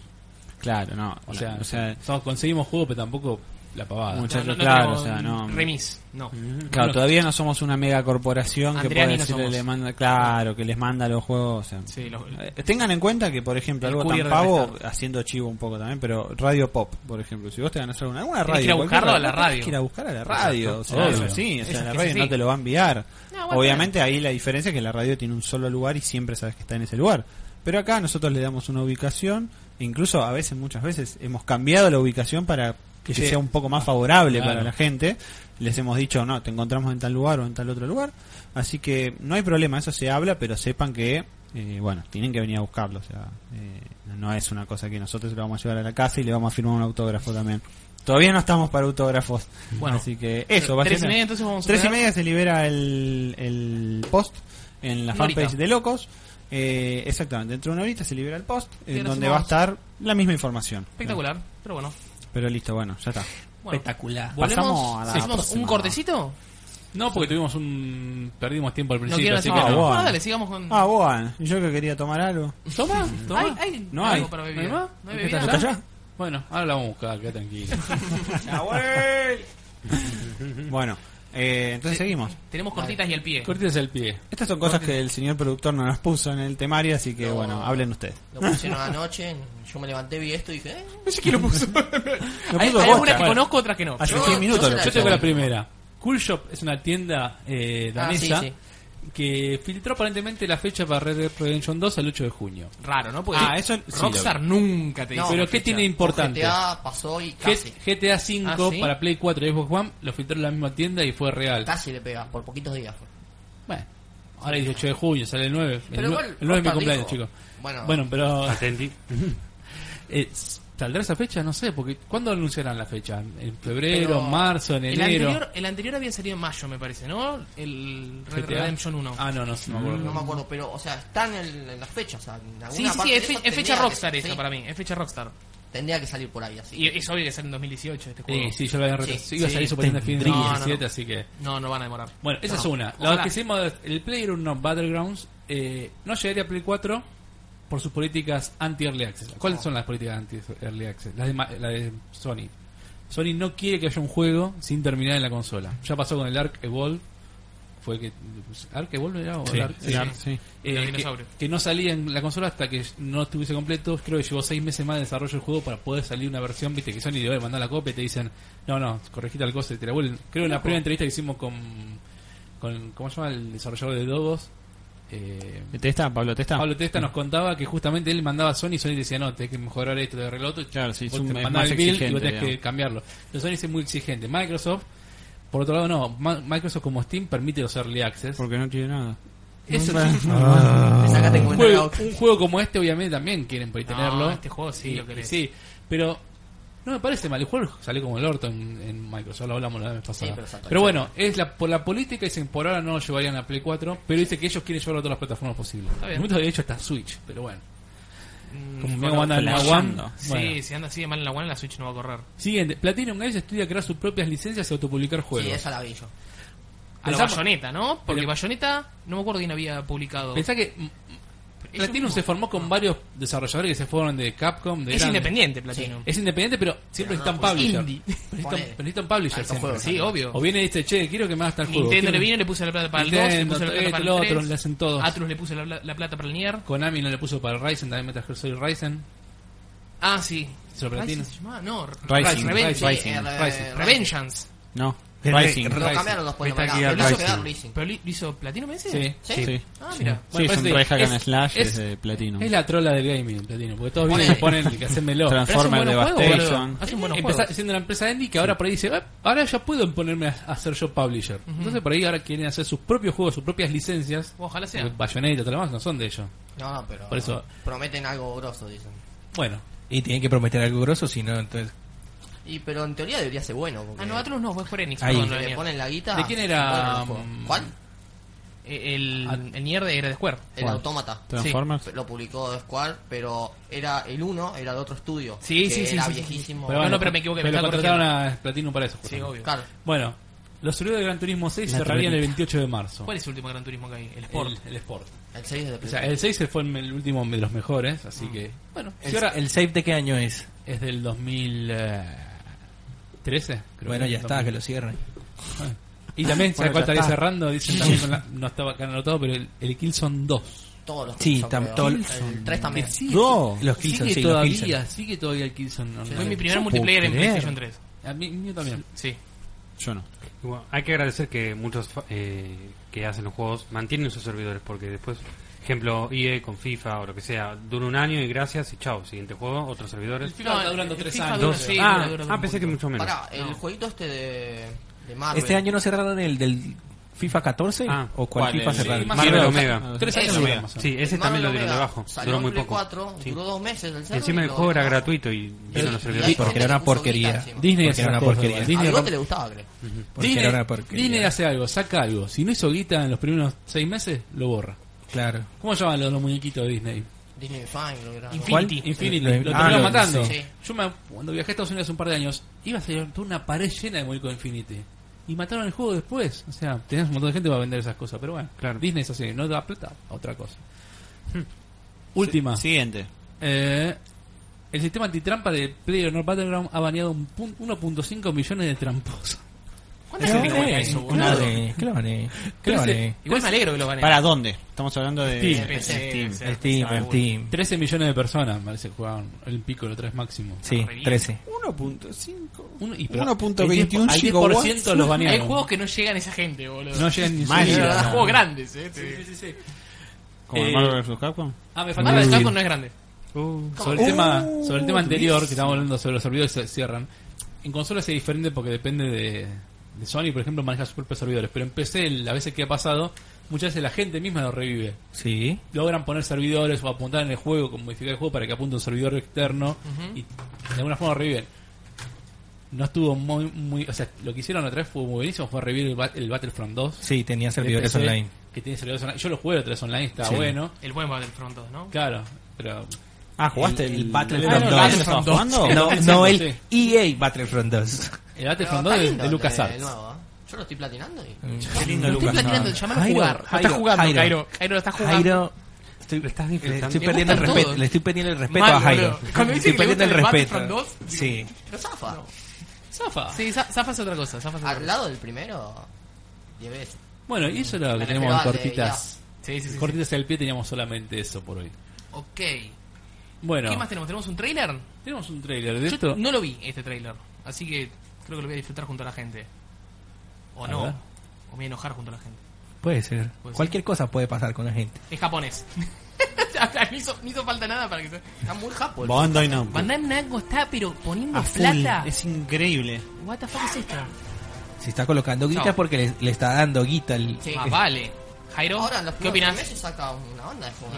[SPEAKER 3] Claro, no.
[SPEAKER 2] O sea,
[SPEAKER 3] o sea
[SPEAKER 2] no, conseguimos juegos, pero tampoco la pavada.
[SPEAKER 3] Mucho- Muchachos,
[SPEAKER 1] No, no, no
[SPEAKER 3] claro,
[SPEAKER 1] tenemos
[SPEAKER 3] o sea, no-
[SPEAKER 1] Remis, no.
[SPEAKER 3] claro,
[SPEAKER 2] no.
[SPEAKER 3] todavía no somos una mega corporación que puede
[SPEAKER 1] Andreani no
[SPEAKER 3] decirle,
[SPEAKER 1] somos.
[SPEAKER 3] le manda, claro, que les manda los juegos. o sea.
[SPEAKER 1] Sí, lo-
[SPEAKER 3] Eh, Tengan en cuenta que, por ejemplo,
[SPEAKER 1] El
[SPEAKER 3] algo
[SPEAKER 1] courier
[SPEAKER 3] tan
[SPEAKER 1] de
[SPEAKER 3] pavo,
[SPEAKER 1] Restart.
[SPEAKER 3] haciendo chivo un poco también, pero Radio Pop, por ejemplo, si vos te ganás alguna, alguna
[SPEAKER 1] Tenés
[SPEAKER 3] radio.
[SPEAKER 1] que ir a
[SPEAKER 3] cualquier
[SPEAKER 1] buscarlo a
[SPEAKER 3] radio,
[SPEAKER 1] la
[SPEAKER 3] vos tenés
[SPEAKER 1] radio.
[SPEAKER 3] que ir a buscar a la radio, o sea,
[SPEAKER 2] Obvio.
[SPEAKER 3] es así, o sea,
[SPEAKER 1] Es-
[SPEAKER 3] la
[SPEAKER 1] es
[SPEAKER 3] radio
[SPEAKER 1] así.
[SPEAKER 3] no te lo va a enviar.
[SPEAKER 1] No, aguanta.
[SPEAKER 3] Obviamente ahí la diferencia es que la radio tiene un solo lugar y siempre sabes que está en ese lugar. Pero acá nosotros le damos una ubicación, e incluso a veces, muchas veces, hemos cambiado la ubicación para que
[SPEAKER 2] Sí.
[SPEAKER 3] sea un poco más favorable
[SPEAKER 2] Claro.
[SPEAKER 3] para la gente. Les hemos dicho, no, te encontramos en tal lugar o en tal otro lugar. Así que no hay problema, eso se habla, pero sepan que, eh, bueno, tienen que venir a buscarlo. O sea, eh, no es una cosa que nosotros lo vamos a llevar a la casa y le vamos a firmar un autógrafo también. Todavía no estamos para autógrafos.
[SPEAKER 1] Bueno,
[SPEAKER 3] así que eso,
[SPEAKER 1] Tres y
[SPEAKER 3] básicamente.
[SPEAKER 1] media, entonces vamos a
[SPEAKER 3] Tres y
[SPEAKER 1] tener-
[SPEAKER 3] media se libera el, el post en la
[SPEAKER 1] Una horita.
[SPEAKER 3] fanpage de Locos. Eh, exactamente, dentro de una horita se libera el post
[SPEAKER 1] Y
[SPEAKER 3] en
[SPEAKER 1] ahora
[SPEAKER 3] donde
[SPEAKER 1] hacemos-
[SPEAKER 3] va a estar la misma información.
[SPEAKER 1] Espectacular, pero bueno.
[SPEAKER 3] Pero listo, bueno, ya está.
[SPEAKER 1] bueno
[SPEAKER 4] Espectacular.
[SPEAKER 1] ¿Volvemos?
[SPEAKER 3] Pasamos a la
[SPEAKER 1] ¿Hacemos un
[SPEAKER 3] próxima.
[SPEAKER 1] cortecito?
[SPEAKER 2] No, porque tuvimos un. Perdimos tiempo al
[SPEAKER 1] ¿No
[SPEAKER 2] principio.
[SPEAKER 1] quieren
[SPEAKER 2] así
[SPEAKER 1] hacer
[SPEAKER 2] que
[SPEAKER 1] más?
[SPEAKER 3] no.
[SPEAKER 2] no.
[SPEAKER 1] Bueno, dale, sigamos con...
[SPEAKER 3] Ah, bueno, ¿y yo que quería tomar algo.
[SPEAKER 2] Toma, toma.
[SPEAKER 1] ¿Hay, hay
[SPEAKER 3] No
[SPEAKER 1] algo
[SPEAKER 3] hay.
[SPEAKER 1] para
[SPEAKER 2] ¿No hay
[SPEAKER 1] beber.
[SPEAKER 2] más?
[SPEAKER 1] ¿No hay
[SPEAKER 2] ¿Qué
[SPEAKER 1] bebida?
[SPEAKER 2] tal? Bueno, ahora la vamos a buscar, queda tranquilo.
[SPEAKER 3] Bueno, eh, entonces seguimos.
[SPEAKER 1] Tenemos cortitas y al pie.
[SPEAKER 2] Cortes el pie.
[SPEAKER 3] Estas son cosas que el señor productor no nos puso en el temario, así que
[SPEAKER 7] No.
[SPEAKER 3] bueno, hablen ustedes.
[SPEAKER 7] Lo pusieron anoche, yo me levanté, vi esto y dije, eh,
[SPEAKER 3] No
[SPEAKER 1] Hay,
[SPEAKER 3] puso
[SPEAKER 1] hay
[SPEAKER 3] bocha.
[SPEAKER 1] algunas que
[SPEAKER 2] Bueno.
[SPEAKER 1] conozco, otras que no.
[SPEAKER 3] Hace
[SPEAKER 7] Yo-
[SPEAKER 3] 10
[SPEAKER 7] yo
[SPEAKER 3] minutos
[SPEAKER 7] se
[SPEAKER 3] lo
[SPEAKER 7] la
[SPEAKER 2] Yo
[SPEAKER 3] puso.
[SPEAKER 2] tengo la primera. Cool Shop es una tienda eh,
[SPEAKER 7] Ah, sí,
[SPEAKER 2] danesa
[SPEAKER 7] sí.
[SPEAKER 2] que filtró aparentemente la fecha para Red Dead Redemption 2 al 8 de junio.
[SPEAKER 1] Raro, ¿no? Porque
[SPEAKER 3] Ah, eso sí lo
[SPEAKER 1] Rockstar nunca te
[SPEAKER 7] No,
[SPEAKER 1] dice.
[SPEAKER 2] Pero
[SPEAKER 1] la
[SPEAKER 2] ¿qué
[SPEAKER 1] fecha.
[SPEAKER 2] tiene importante?
[SPEAKER 7] GTA pasó y casi.
[SPEAKER 2] GTA 5
[SPEAKER 1] Ah, ¿sí?
[SPEAKER 2] para Play 4 y Xbox One lo filtró en la misma tienda y fue real.
[SPEAKER 7] Casi le pega, por poquitos días fue.
[SPEAKER 2] Bueno, ahora es 18 de junio, sale el 9.
[SPEAKER 7] Pero
[SPEAKER 2] el, nue-
[SPEAKER 7] igual,
[SPEAKER 2] el 9 es mi
[SPEAKER 7] Rockstar
[SPEAKER 2] cumpleaños,
[SPEAKER 7] dijo,
[SPEAKER 2] chicos.
[SPEAKER 7] bueno.
[SPEAKER 2] bueno, pero
[SPEAKER 5] Atenti.
[SPEAKER 2] eh, ¿saldrá esa fecha? No sé, porque ¿cuándo anunciarán la fecha? ¿En febrero,
[SPEAKER 7] Pero-
[SPEAKER 2] marzo, en
[SPEAKER 1] El
[SPEAKER 2] enero?
[SPEAKER 1] anterior, el anterior había salido en mayo, me parece, ¿no? El Red Dead
[SPEAKER 2] GTA?
[SPEAKER 1] Redemption 1.
[SPEAKER 2] Ah, no, no, sé, no me acuerdo.
[SPEAKER 7] No me acuerdo, pero, o sea, están en, en las fechas. O sea, en alguna
[SPEAKER 1] Mm. sí, sí,
[SPEAKER 7] parte
[SPEAKER 1] sí,
[SPEAKER 7] de
[SPEAKER 1] es, fe-
[SPEAKER 7] eso
[SPEAKER 1] es fecha
[SPEAKER 7] tendría
[SPEAKER 1] Rockstar
[SPEAKER 7] que-
[SPEAKER 1] esa
[SPEAKER 7] sí,
[SPEAKER 1] para mí. Es fecha Rockstar.
[SPEAKER 7] Tendría que salir por ahí, así.
[SPEAKER 1] Y es obvio que sale en 2018 este juego.
[SPEAKER 2] Sí, sí, yo lo había retrasado.
[SPEAKER 7] Sí,
[SPEAKER 2] Iba a
[SPEAKER 1] sí,
[SPEAKER 2] salir suponiendo fin de
[SPEAKER 1] tendría.
[SPEAKER 2] 2017,
[SPEAKER 1] No, no, no.
[SPEAKER 2] así que...
[SPEAKER 1] No, no van a demorar.
[SPEAKER 2] Bueno, esa
[SPEAKER 1] No.
[SPEAKER 2] es una. La
[SPEAKER 1] Ojalá.
[SPEAKER 2] que hicimos, el PlayerUnknown's Battlegrounds, eh, no llegaría a Play 4 por sus políticas anti-early access. ¿Cuáles son las políticas anti-early access? Las de, ma- la de Sony. Sony no quiere que haya un juego sin terminar en la consola. Ya pasó con el Ark Evolve. Fue que. pues, ¿Ark Evolve era? O el Ark-
[SPEAKER 3] Sí,
[SPEAKER 2] Ark-
[SPEAKER 3] sí.
[SPEAKER 2] eh,
[SPEAKER 1] Los
[SPEAKER 2] que-
[SPEAKER 1] dinosaurios.
[SPEAKER 2] que, no salía en la consola hasta que no estuviese completo. Creo que llevó seis meses más de desarrollo del juego para poder salir una versión. Viste que Sony debe mandar la copia y te dicen, no, no, corregí tal cosa y te la vuelven. Creo en la primera entrevista que hicimos con, con ¿cómo se llama? El desarrollador de Dogos. Eh,
[SPEAKER 3] Testa, Pablo Testa.
[SPEAKER 2] Pablo Testa nos contaba que justamente él mandaba a Sony y Sony decía, no, tenés que mejorar esto, tenés que arreglar lo otro. y
[SPEAKER 3] Claro, sí,
[SPEAKER 2] vos
[SPEAKER 3] es un-
[SPEAKER 2] te
[SPEAKER 3] es
[SPEAKER 2] mandaba
[SPEAKER 3] más
[SPEAKER 2] el build y vos
[SPEAKER 3] exigente,
[SPEAKER 2] tenés que
[SPEAKER 3] digamos.
[SPEAKER 2] cambiarlo. Pero Sony es muy exigente. Microsoft, por otro lado, no. Ma- Microsoft como Steam permite los early access.
[SPEAKER 3] Porque no tiene nada.
[SPEAKER 2] Eso
[SPEAKER 3] Nunca-
[SPEAKER 2] es-
[SPEAKER 7] Le sacaste
[SPEAKER 2] un,
[SPEAKER 7] cuenta
[SPEAKER 2] juego,
[SPEAKER 7] de la-
[SPEAKER 2] un juego como este obviamente también quieren por ahí
[SPEAKER 1] No,
[SPEAKER 2] tenerlo.
[SPEAKER 1] este juego sí
[SPEAKER 2] Y-
[SPEAKER 1] lo querés.
[SPEAKER 2] y Sí, pero no me parece mal. El juego salió como el orto en, en Microsoft, lo hablamos la vez pasada.
[SPEAKER 7] pero se
[SPEAKER 2] pero, bueno, es la, por la política dicen por ahora no lo llevarían a Play 4, pero dice que ellos quieren llevarlo a todas las plataformas posibles.
[SPEAKER 1] Está bien.
[SPEAKER 2] El momento de hecho está Switch, pero bueno.
[SPEAKER 1] Mm,
[SPEAKER 2] Como me
[SPEAKER 1] bueno,
[SPEAKER 2] mandan la One.
[SPEAKER 3] flasheando.
[SPEAKER 1] Sí,
[SPEAKER 2] bueno.
[SPEAKER 1] si anda así de mal en la One, la Switch no va a correr.
[SPEAKER 2] Siguiente, Platinum Games estudia crear sus propias licencias y autopublicar juegos.
[SPEAKER 7] Sí, esa la vi yo.
[SPEAKER 1] A la
[SPEAKER 2] Pensamos-
[SPEAKER 1] Bayonetta, ¿no? Porque
[SPEAKER 2] Pero-
[SPEAKER 1] Bayonetta, no me acuerdo quién había publicado.
[SPEAKER 2] Pensá que mm,
[SPEAKER 1] ellos
[SPEAKER 2] Platinum se
[SPEAKER 1] mismos.
[SPEAKER 2] formó con varios desarrolladores que se fueron de Capcom. De
[SPEAKER 1] Es
[SPEAKER 2] grandes.
[SPEAKER 1] independiente Platinum.
[SPEAKER 2] Es independiente, pero siempre
[SPEAKER 7] Pero no,
[SPEAKER 2] necesitan
[SPEAKER 7] pues,
[SPEAKER 2] publisher.
[SPEAKER 1] indie.
[SPEAKER 2] Pero necesitan-
[SPEAKER 7] Ponele.
[SPEAKER 2] pero necesitan publisher
[SPEAKER 7] Alto
[SPEAKER 2] siempre.
[SPEAKER 7] juego,
[SPEAKER 1] Sí, obvio.
[SPEAKER 2] O viene y dice, che, quiero que me hagas tal Este juego.
[SPEAKER 1] Nintendo le
[SPEAKER 2] Quiero-
[SPEAKER 1] vino y le puso la plata para el 2, le
[SPEAKER 2] Nintendo,
[SPEAKER 1] puso la plata
[SPEAKER 2] esto,
[SPEAKER 1] para
[SPEAKER 2] lo
[SPEAKER 1] el
[SPEAKER 2] otro,
[SPEAKER 1] 3.
[SPEAKER 2] le hacen todos.
[SPEAKER 1] Atlus le puso la, pla- la plata para el Nier.
[SPEAKER 2] Konami no le puso para el Ryzen, también Metal Gear Solid Ryzen.
[SPEAKER 1] Ah, sí.
[SPEAKER 2] ¿Se lo platina?
[SPEAKER 1] Rising se llamaba? No,
[SPEAKER 3] Rising,
[SPEAKER 1] Reven-
[SPEAKER 3] Rising.
[SPEAKER 1] Reven-
[SPEAKER 2] Rising.
[SPEAKER 1] Eh, Revengeance.
[SPEAKER 3] No,
[SPEAKER 4] Re-
[SPEAKER 3] Rising.
[SPEAKER 4] re-
[SPEAKER 7] Lo cambiaron después.
[SPEAKER 4] Metal
[SPEAKER 7] no,
[SPEAKER 4] Gear
[SPEAKER 7] pero lo hizo
[SPEAKER 4] Rising.
[SPEAKER 7] quedar Rising.
[SPEAKER 1] ¿Pero li- lo hizo Platinum ese?
[SPEAKER 2] Sí.
[SPEAKER 7] ¿Sí?
[SPEAKER 3] Sí.
[SPEAKER 1] Ah, mira.
[SPEAKER 3] Sí,
[SPEAKER 2] Bueno,
[SPEAKER 3] es un
[SPEAKER 2] parece-
[SPEAKER 3] re hack and
[SPEAKER 2] es-
[SPEAKER 3] slash
[SPEAKER 2] es-
[SPEAKER 3] de Platinum.
[SPEAKER 2] Es la trola del gaming, Platino, porque todos vienen y
[SPEAKER 7] Ponele.
[SPEAKER 2] ponen que hacémelo.
[SPEAKER 1] Pero hace un
[SPEAKER 3] Transformer
[SPEAKER 1] buen juego, boludo.
[SPEAKER 3] Devastation.
[SPEAKER 1] Hace un buen juego.
[SPEAKER 2] Empezá siendo una empresa indie que ahora por ahí dice, "Ah, ahora ya puedo ponerme a a hacer yo publisher. Entonces por ahí ahora quieren hacer sus propios juegos, sus propias licencias.
[SPEAKER 1] Ojalá sea.
[SPEAKER 2] Porque Bayonetta, todo lo demás, no son de ellos.
[SPEAKER 7] No, no, pero.
[SPEAKER 2] Por eso-
[SPEAKER 7] Prometen algo grosso, dicen.
[SPEAKER 2] Bueno,
[SPEAKER 4] Y tienen que prometer algo grosso, si no, entonces.
[SPEAKER 7] Y pero en teoría debería ser bueno. Porque
[SPEAKER 1] Ah, no, Atlus no, fue Square Enix.
[SPEAKER 4] Ahí.
[SPEAKER 1] perdón,
[SPEAKER 7] si
[SPEAKER 1] lo de
[SPEAKER 7] le
[SPEAKER 1] Nier.
[SPEAKER 7] ponen la guita.
[SPEAKER 2] ¿De quién era,
[SPEAKER 7] se ponen los
[SPEAKER 2] mm,
[SPEAKER 7] juegos. ¿Cuál?
[SPEAKER 1] Eh, El, el Nier de- era de Square.
[SPEAKER 7] El Autómata.
[SPEAKER 3] Transformers.
[SPEAKER 7] Lo publicó Square, pero era el uno, era de otro estudio.
[SPEAKER 1] Sí,
[SPEAKER 7] que
[SPEAKER 1] sí, sí,
[SPEAKER 7] Era
[SPEAKER 1] sí, sí.
[SPEAKER 7] viejísimo.
[SPEAKER 1] Pero No, no, pero me equivoqué, me
[SPEAKER 2] Pero
[SPEAKER 1] estaba
[SPEAKER 2] contrataron a Platino para eso.
[SPEAKER 1] Sí,
[SPEAKER 2] justamente.
[SPEAKER 1] obvio.
[SPEAKER 7] Claro.
[SPEAKER 2] Bueno, los servidores de Gran Turismo 6
[SPEAKER 3] La
[SPEAKER 2] cerrarían el
[SPEAKER 3] trolerita.
[SPEAKER 2] 28 de marzo.
[SPEAKER 1] ¿Cuál es el último Gran Turismo que hay? El Sport.
[SPEAKER 2] El, el Sport.
[SPEAKER 7] El 6 de
[SPEAKER 2] O sea, el 6 fue el último de los mejores,
[SPEAKER 1] Mm.
[SPEAKER 2] así que... Bueno, si
[SPEAKER 4] El,
[SPEAKER 2] ahora
[SPEAKER 4] el save de qué año es?
[SPEAKER 2] es del 2013, creo
[SPEAKER 4] bueno,
[SPEAKER 2] que
[SPEAKER 4] ya
[SPEAKER 2] es
[SPEAKER 4] está, que lo cierren.
[SPEAKER 2] Y también, ¿sabes cuál
[SPEAKER 4] Bueno, ya
[SPEAKER 2] estaría
[SPEAKER 4] está.
[SPEAKER 2] cerrando? Dicen también con la- no estaba acá anotado, pero el, el Killzone 2.
[SPEAKER 7] Todos los
[SPEAKER 4] Sí,
[SPEAKER 7] que son,
[SPEAKER 4] tam-
[SPEAKER 7] creo.
[SPEAKER 4] todo-
[SPEAKER 7] El 3
[SPEAKER 1] Ah,
[SPEAKER 7] también.
[SPEAKER 3] No.
[SPEAKER 4] Oh, Los Killzone,
[SPEAKER 2] sigue
[SPEAKER 4] sí, los
[SPEAKER 2] todavía,
[SPEAKER 4] Killzone.
[SPEAKER 2] sigue todavía el Killzone. online.
[SPEAKER 1] Fue mi primer
[SPEAKER 4] No
[SPEAKER 1] multiplayer
[SPEAKER 4] puedo
[SPEAKER 1] en
[SPEAKER 4] creer.
[SPEAKER 1] PlayStation 3.
[SPEAKER 2] A mí, mío también.
[SPEAKER 1] Sí.
[SPEAKER 3] Yo no.
[SPEAKER 5] Bueno, hay que agradecer que muchos fa- eh, que hacen los juegos mantienen sus servidores porque después, ejemplo, EA con FIFA o lo que sea, dura un año y gracias y chao, siguiente juego, otros servidores.
[SPEAKER 2] FIFA está durando
[SPEAKER 1] el
[SPEAKER 2] tres
[SPEAKER 1] FIFA
[SPEAKER 2] años.
[SPEAKER 1] dura-
[SPEAKER 2] Dos.
[SPEAKER 1] sí,
[SPEAKER 5] ah,
[SPEAKER 1] dura- dura- dura
[SPEAKER 5] ah, pensé
[SPEAKER 1] un
[SPEAKER 5] que
[SPEAKER 1] poquito.
[SPEAKER 5] mucho menos.
[SPEAKER 7] Pará, el jueguito este de, de Marvel.
[SPEAKER 4] ¿Este año no cerraron el del FIFA 14?
[SPEAKER 5] Ah.
[SPEAKER 4] ¿O cuál,
[SPEAKER 3] ¿Cuál,
[SPEAKER 4] FIFA
[SPEAKER 3] el-
[SPEAKER 4] cerraron?
[SPEAKER 3] sí,
[SPEAKER 5] Marvel
[SPEAKER 2] Marvel
[SPEAKER 5] Omega.
[SPEAKER 4] Ah,
[SPEAKER 2] Omega. Tres años
[SPEAKER 7] Ese.
[SPEAKER 2] duraron más o menos.
[SPEAKER 5] Sí, ese
[SPEAKER 7] El
[SPEAKER 5] también lo
[SPEAKER 7] Marvel
[SPEAKER 5] dieron de
[SPEAKER 7] Omega
[SPEAKER 5] bajo,
[SPEAKER 7] Salió
[SPEAKER 5] duró
[SPEAKER 7] en
[SPEAKER 5] muy
[SPEAKER 7] Play
[SPEAKER 5] poco.
[SPEAKER 7] 4,
[SPEAKER 5] Sí.
[SPEAKER 7] duró dos meses el server
[SPEAKER 5] Encima
[SPEAKER 7] y
[SPEAKER 5] el
[SPEAKER 7] lo
[SPEAKER 5] juego era
[SPEAKER 7] dejaron.
[SPEAKER 5] gratuito y vieron los
[SPEAKER 7] Y
[SPEAKER 5] servidores.
[SPEAKER 7] hay
[SPEAKER 4] porque
[SPEAKER 7] gente
[SPEAKER 4] era una
[SPEAKER 7] que puso
[SPEAKER 4] porquería.
[SPEAKER 7] guita encima.
[SPEAKER 2] Disney
[SPEAKER 4] Porque
[SPEAKER 2] hace
[SPEAKER 4] era una
[SPEAKER 2] una cosas.
[SPEAKER 4] porquería.
[SPEAKER 2] Disney,
[SPEAKER 7] Algo que le gustaba, creo.
[SPEAKER 4] Porque
[SPEAKER 2] Disney-
[SPEAKER 4] era una porquería.
[SPEAKER 2] Disney hace algo, saca algo. Si no hizo guita en los primeros seis meses, lo borra.
[SPEAKER 4] Claro.
[SPEAKER 2] ¿Cómo llaman los, los muñequitos de Disney?
[SPEAKER 7] Disney Fine, creo que era.
[SPEAKER 1] Infinity.
[SPEAKER 7] ¿Cuál?
[SPEAKER 2] Infinity.
[SPEAKER 4] Lo-
[SPEAKER 2] Lo
[SPEAKER 4] ah,
[SPEAKER 2] terminaron
[SPEAKER 4] lo-
[SPEAKER 2] matando.
[SPEAKER 7] sí.
[SPEAKER 2] Yo me- cuando viajé a Estados Unidos hace un par de años, iba a salir toda una pared llena de muñecos de Infinity. Y mataron el juego después. O sea, tenías un montón de gente para vender esas cosas. Pero bueno,
[SPEAKER 5] Claro.
[SPEAKER 2] Disney es así, no da plata, otra cosa. Hmm.
[SPEAKER 1] Ah.
[SPEAKER 2] Última.
[SPEAKER 3] Siguiente.
[SPEAKER 2] Eh, el sistema antitrampa de PlayerUnknown's Battleground ha baneado un pun- 1.5 millones de tramposos.
[SPEAKER 1] ¿Cuánta gente
[SPEAKER 4] Eh, Clones,
[SPEAKER 1] juega eso, boludo?
[SPEAKER 4] clones, clones, clones.
[SPEAKER 1] Igual me alegro que lo ganen.
[SPEAKER 3] ¿Para dónde? Estamos hablando de
[SPEAKER 2] Steam.
[SPEAKER 3] de Steam.
[SPEAKER 1] Sí,
[SPEAKER 4] Steam, Steam.
[SPEAKER 2] 13 millones de personas, me parece, jugaban el pico, lo tres máximo.
[SPEAKER 4] Sí, 13.
[SPEAKER 3] 1.5.
[SPEAKER 2] Uno- y pero el
[SPEAKER 3] 1.21
[SPEAKER 2] 10 por- al 10% los
[SPEAKER 1] Hay
[SPEAKER 2] banearon.
[SPEAKER 1] juegos que no llegan a esa gente, boludo.
[SPEAKER 2] No llegan ni
[SPEAKER 3] Mal.
[SPEAKER 2] siquiera.
[SPEAKER 1] Son juegos grandes, eh.
[SPEAKER 3] Como el
[SPEAKER 2] Eh,
[SPEAKER 3] Marvel vs. Capcom.
[SPEAKER 2] Ah, me faltaba
[SPEAKER 1] Falta de
[SPEAKER 2] decir-
[SPEAKER 1] Capcom no es grande.
[SPEAKER 2] sobre el tema sobre el tema anterior que estábamos hablando sobre los servidores que se cierran en consolas es diferente porque depende de, de Sony por ejemplo maneja sus propios servidores pero en PC la veces que ha pasado muchas veces la gente misma lo revive
[SPEAKER 4] Sí.
[SPEAKER 2] logran poner servidores o apuntar en el juego como modificar el juego para que apunte un servidor externo y de alguna forma reviven no estuvo muy muy o sea lo que hicieron otra vez fue muy buenísimo fue revivir el, Bat- el Battlefront 2
[SPEAKER 4] Sí, tenía
[SPEAKER 2] de
[SPEAKER 4] servidores
[SPEAKER 2] PC,
[SPEAKER 4] online.
[SPEAKER 2] que tiene servidores online yo lo jugué otra vez online está
[SPEAKER 4] Sí.
[SPEAKER 2] bueno
[SPEAKER 1] El buen Battlefront 2, ¿no?
[SPEAKER 2] claro pero
[SPEAKER 4] Ah,
[SPEAKER 3] ¿Jugaste el, Battlefront
[SPEAKER 2] Ah, no,
[SPEAKER 3] 2?
[SPEAKER 2] el Battlefront
[SPEAKER 3] ¿Estabas
[SPEAKER 2] 2.
[SPEAKER 3] jugando?
[SPEAKER 4] No,
[SPEAKER 2] Sí.
[SPEAKER 4] no el
[SPEAKER 2] Sí.
[SPEAKER 4] EA Battlefront 2.
[SPEAKER 2] el
[SPEAKER 7] Pero
[SPEAKER 2] Battlefront 2
[SPEAKER 7] está
[SPEAKER 2] de,
[SPEAKER 7] lindo
[SPEAKER 2] de
[SPEAKER 7] el
[SPEAKER 2] LucasArts
[SPEAKER 7] el nuevo, ¿eh? Yo lo estoy platinando y...
[SPEAKER 4] Mm.
[SPEAKER 3] Qué lindo
[SPEAKER 1] Estoy
[SPEAKER 3] Lucas.
[SPEAKER 1] planeando, llamalo a
[SPEAKER 4] Jairo,
[SPEAKER 1] jugar. Lo
[SPEAKER 4] Jairo,
[SPEAKER 1] está jugando,
[SPEAKER 4] Jairo.
[SPEAKER 1] Jairo. Jairo, lo está jugando.
[SPEAKER 4] Jairo, estoy,
[SPEAKER 5] Lo estás disfrutando.
[SPEAKER 4] le estoy
[SPEAKER 5] Me
[SPEAKER 4] perdiendo el
[SPEAKER 1] gustan
[SPEAKER 4] respeto.
[SPEAKER 1] todos.
[SPEAKER 4] Le estoy perdiendo el respeto
[SPEAKER 1] Mal,
[SPEAKER 4] a Jairo.
[SPEAKER 1] boludo. Cuando dice que
[SPEAKER 4] estoy
[SPEAKER 1] le
[SPEAKER 4] perdiendo el
[SPEAKER 1] gusta el
[SPEAKER 4] respeto.
[SPEAKER 1] Battlefront 2,
[SPEAKER 4] Sí.
[SPEAKER 7] Pero zafa.
[SPEAKER 2] Zafa.
[SPEAKER 1] Sí, za- Zafa es otra cosa. Zafa es otra
[SPEAKER 7] Al
[SPEAKER 1] cosa.
[SPEAKER 7] lado del primero... 10 veces.
[SPEAKER 2] Bueno, y eso era lo que
[SPEAKER 7] Bueno,
[SPEAKER 2] teníamos
[SPEAKER 7] pero
[SPEAKER 2] en
[SPEAKER 7] vale,
[SPEAKER 2] cortitas.
[SPEAKER 1] Sí, sí, sí, sí.
[SPEAKER 2] cortitas al pie teníamos solamente eso por hoy.
[SPEAKER 1] Ok. ¿Qué
[SPEAKER 2] Bueno,
[SPEAKER 1] más tenemos? ¿Tenemos un trailer?
[SPEAKER 2] tenemos un trailer de
[SPEAKER 1] Yo
[SPEAKER 2] esto.
[SPEAKER 1] no lo vi, este trailer. Así que creo que lo voy a disfrutar junto a la gente. O
[SPEAKER 2] A
[SPEAKER 1] no.
[SPEAKER 2] ver.
[SPEAKER 1] O me voy a enojar junto a la gente.
[SPEAKER 4] Puede ser.
[SPEAKER 1] Puede ser.
[SPEAKER 4] Cualquier cosa puede pasar con la gente.
[SPEAKER 1] Es japonés. no, hizo, no hizo falta nada para que se...
[SPEAKER 7] Está muy japo. el-
[SPEAKER 3] Bandai Namco.
[SPEAKER 1] Bandai Namco está, pero poniendo
[SPEAKER 3] A full.
[SPEAKER 1] plata.
[SPEAKER 3] Es increíble.
[SPEAKER 1] What the fuck es esto?
[SPEAKER 4] Si está colocando guita
[SPEAKER 1] No.
[SPEAKER 4] es porque le, le está dando guita al.
[SPEAKER 7] Sí.
[SPEAKER 1] Ah, vale. Jairo,
[SPEAKER 7] Ahora en los
[SPEAKER 1] ¿qué
[SPEAKER 7] primeros
[SPEAKER 1] opinas? Mm.
[SPEAKER 7] meses saca una banda de juegos.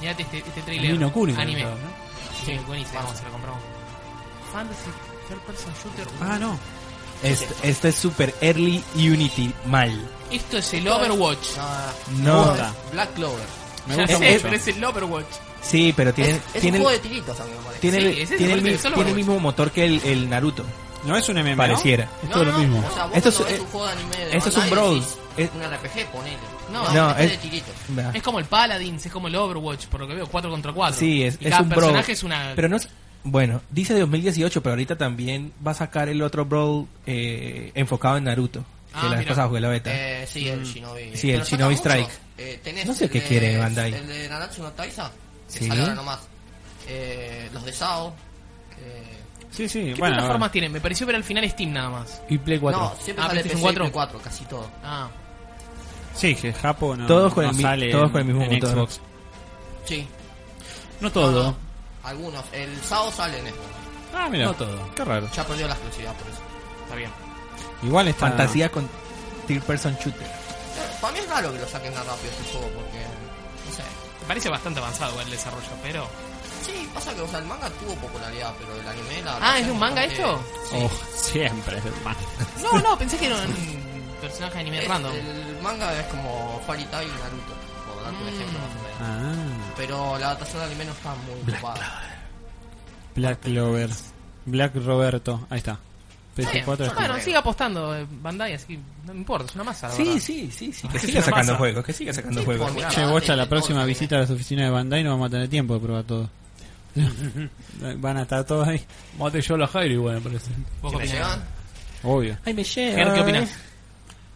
[SPEAKER 1] Mirate este, este
[SPEAKER 2] El
[SPEAKER 1] trailer.
[SPEAKER 2] Nino Kuni,
[SPEAKER 1] anime.
[SPEAKER 2] ¿no?
[SPEAKER 1] Sí, buenísimo. Vamos, se lo compramos. Fantasy Third Person Shooter.
[SPEAKER 3] Ah, no.
[SPEAKER 4] Este, este es Super Early Unity mal.
[SPEAKER 1] Esto es el Overwatch.
[SPEAKER 4] No.
[SPEAKER 7] No, es Black Clover.
[SPEAKER 3] Me
[SPEAKER 1] Ya
[SPEAKER 3] gusta
[SPEAKER 1] sé,
[SPEAKER 3] mucho.
[SPEAKER 1] pero es el Overwatch.
[SPEAKER 4] Sí, pero tiene.
[SPEAKER 7] Es, es un
[SPEAKER 4] tiene
[SPEAKER 7] juego de tiritos, a mí me parece.
[SPEAKER 4] tiene,
[SPEAKER 1] Sí,
[SPEAKER 4] el-
[SPEAKER 1] ese es
[SPEAKER 4] tiene el,
[SPEAKER 1] el
[SPEAKER 4] mi-
[SPEAKER 1] solo
[SPEAKER 4] tiene el
[SPEAKER 1] Overwatch.
[SPEAKER 4] mismo motor que el, el Naruto,
[SPEAKER 3] No es un MMO.
[SPEAKER 4] pareciera.
[SPEAKER 2] Es todo lo mismo.
[SPEAKER 7] O sea, vos
[SPEAKER 4] Esto
[SPEAKER 7] cuando
[SPEAKER 4] es- eh,
[SPEAKER 7] ves un juego de anime de
[SPEAKER 4] esto es un
[SPEAKER 7] Bandai
[SPEAKER 4] brawl.
[SPEAKER 7] decís,
[SPEAKER 4] Es-
[SPEAKER 7] Un RPG, ponele.
[SPEAKER 1] No,
[SPEAKER 7] no,
[SPEAKER 4] no,
[SPEAKER 7] este
[SPEAKER 4] es-
[SPEAKER 7] es de chiquito.
[SPEAKER 4] Nah.
[SPEAKER 1] Es como el Paladins, es como el Overwatch, por lo que veo, 4 contra 4.
[SPEAKER 4] Sí, es,
[SPEAKER 1] y
[SPEAKER 4] es
[SPEAKER 1] cada
[SPEAKER 4] un brawl.
[SPEAKER 1] personaje es una.
[SPEAKER 4] Pero no es- Bueno, dice 2018, pero ahorita también va a sacar el otro Brawl eh, enfocado en Naruto.
[SPEAKER 1] Ah,
[SPEAKER 4] que la vez
[SPEAKER 1] mira.
[SPEAKER 4] pasada jugué Pues la beta. Mm.
[SPEAKER 7] Eh, sí, el Shinobi.
[SPEAKER 4] Sí, el
[SPEAKER 7] Pero saca
[SPEAKER 4] Shinobi
[SPEAKER 7] muchos.
[SPEAKER 4] Strike.
[SPEAKER 7] Eh, tenés
[SPEAKER 4] No sé
[SPEAKER 7] el
[SPEAKER 4] qué
[SPEAKER 7] de-
[SPEAKER 4] quiere Bandai.
[SPEAKER 7] El de Nanatsu no Taisa, que
[SPEAKER 4] Sí.
[SPEAKER 7] sale ahora nomás. Eh, los de Sao. eh,
[SPEAKER 3] Sí, sí,
[SPEAKER 1] ¿Qué
[SPEAKER 3] bueno.
[SPEAKER 1] plataformas tienen? Me pareció ver al final Steam nada más.
[SPEAKER 2] Y Play 4.
[SPEAKER 7] no, siempre
[SPEAKER 1] Ah,
[SPEAKER 7] sale PC
[SPEAKER 1] PlayStation
[SPEAKER 7] 4.
[SPEAKER 1] 4.
[SPEAKER 7] 4, casi todo.
[SPEAKER 1] Ah,
[SPEAKER 3] Sí, que Japo no,
[SPEAKER 4] Todos con
[SPEAKER 3] no
[SPEAKER 4] el mi-
[SPEAKER 3] sale
[SPEAKER 4] todos
[SPEAKER 3] en-
[SPEAKER 4] con el mismo
[SPEAKER 3] en
[SPEAKER 4] motor.
[SPEAKER 3] Xbox.
[SPEAKER 7] Sí.
[SPEAKER 2] no todo.
[SPEAKER 7] No, no, algunos. El Sao sale en esto.
[SPEAKER 3] Ah, mira.
[SPEAKER 2] No todo.
[SPEAKER 3] Qué raro.
[SPEAKER 7] Ya perdió la exclusividad por eso.
[SPEAKER 1] está bien.
[SPEAKER 3] Igual está.
[SPEAKER 4] Fantasía con Third Person Shooter.
[SPEAKER 7] Eh, Para mí es raro que lo saquen tan rápido este juego porque. No sé.
[SPEAKER 1] Me parece bastante avanzado el desarrollo, pero.
[SPEAKER 7] Sí, pasa que o sea, el manga tuvo popularidad, pero el anime la.
[SPEAKER 1] Ah, ¿es de un manga esto?
[SPEAKER 3] Oh, siempre. hermano.
[SPEAKER 1] No, no, pensé que era un personaje de anime
[SPEAKER 7] Es-
[SPEAKER 1] random.
[SPEAKER 7] el manga es como Fairy Tail y Naruto, por darte un ejemplo más o menos.
[SPEAKER 3] Ah,
[SPEAKER 7] Pero la adaptación al anime no está muy ocupada.
[SPEAKER 3] Black Clover. Black Roberto. Ahí está. Este PS4
[SPEAKER 1] Bueno,
[SPEAKER 3] está.
[SPEAKER 1] bueno, sigue apostando eh, Bandai, así que no me importa, es una masa. la verdad.
[SPEAKER 4] Sí, sí, sí, sí. Que
[SPEAKER 1] Es
[SPEAKER 4] siga
[SPEAKER 1] una
[SPEAKER 4] sacando
[SPEAKER 1] masa.
[SPEAKER 4] juegos, que siga sacando
[SPEAKER 7] Sí,
[SPEAKER 4] juegos.
[SPEAKER 7] por mí.
[SPEAKER 3] Che, bocha, la próxima visita a las oficinas de Bandai no vamos a tener tiempo de probar todo. Van a estar todos ahí.
[SPEAKER 2] Mate yo a Jairo igual, me parece.
[SPEAKER 1] ¿Vos
[SPEAKER 7] ¿Te
[SPEAKER 1] qué opinás?
[SPEAKER 7] llevan?
[SPEAKER 3] Obvio.
[SPEAKER 4] Ay, me llega.
[SPEAKER 1] Ger, ¿qué opinás?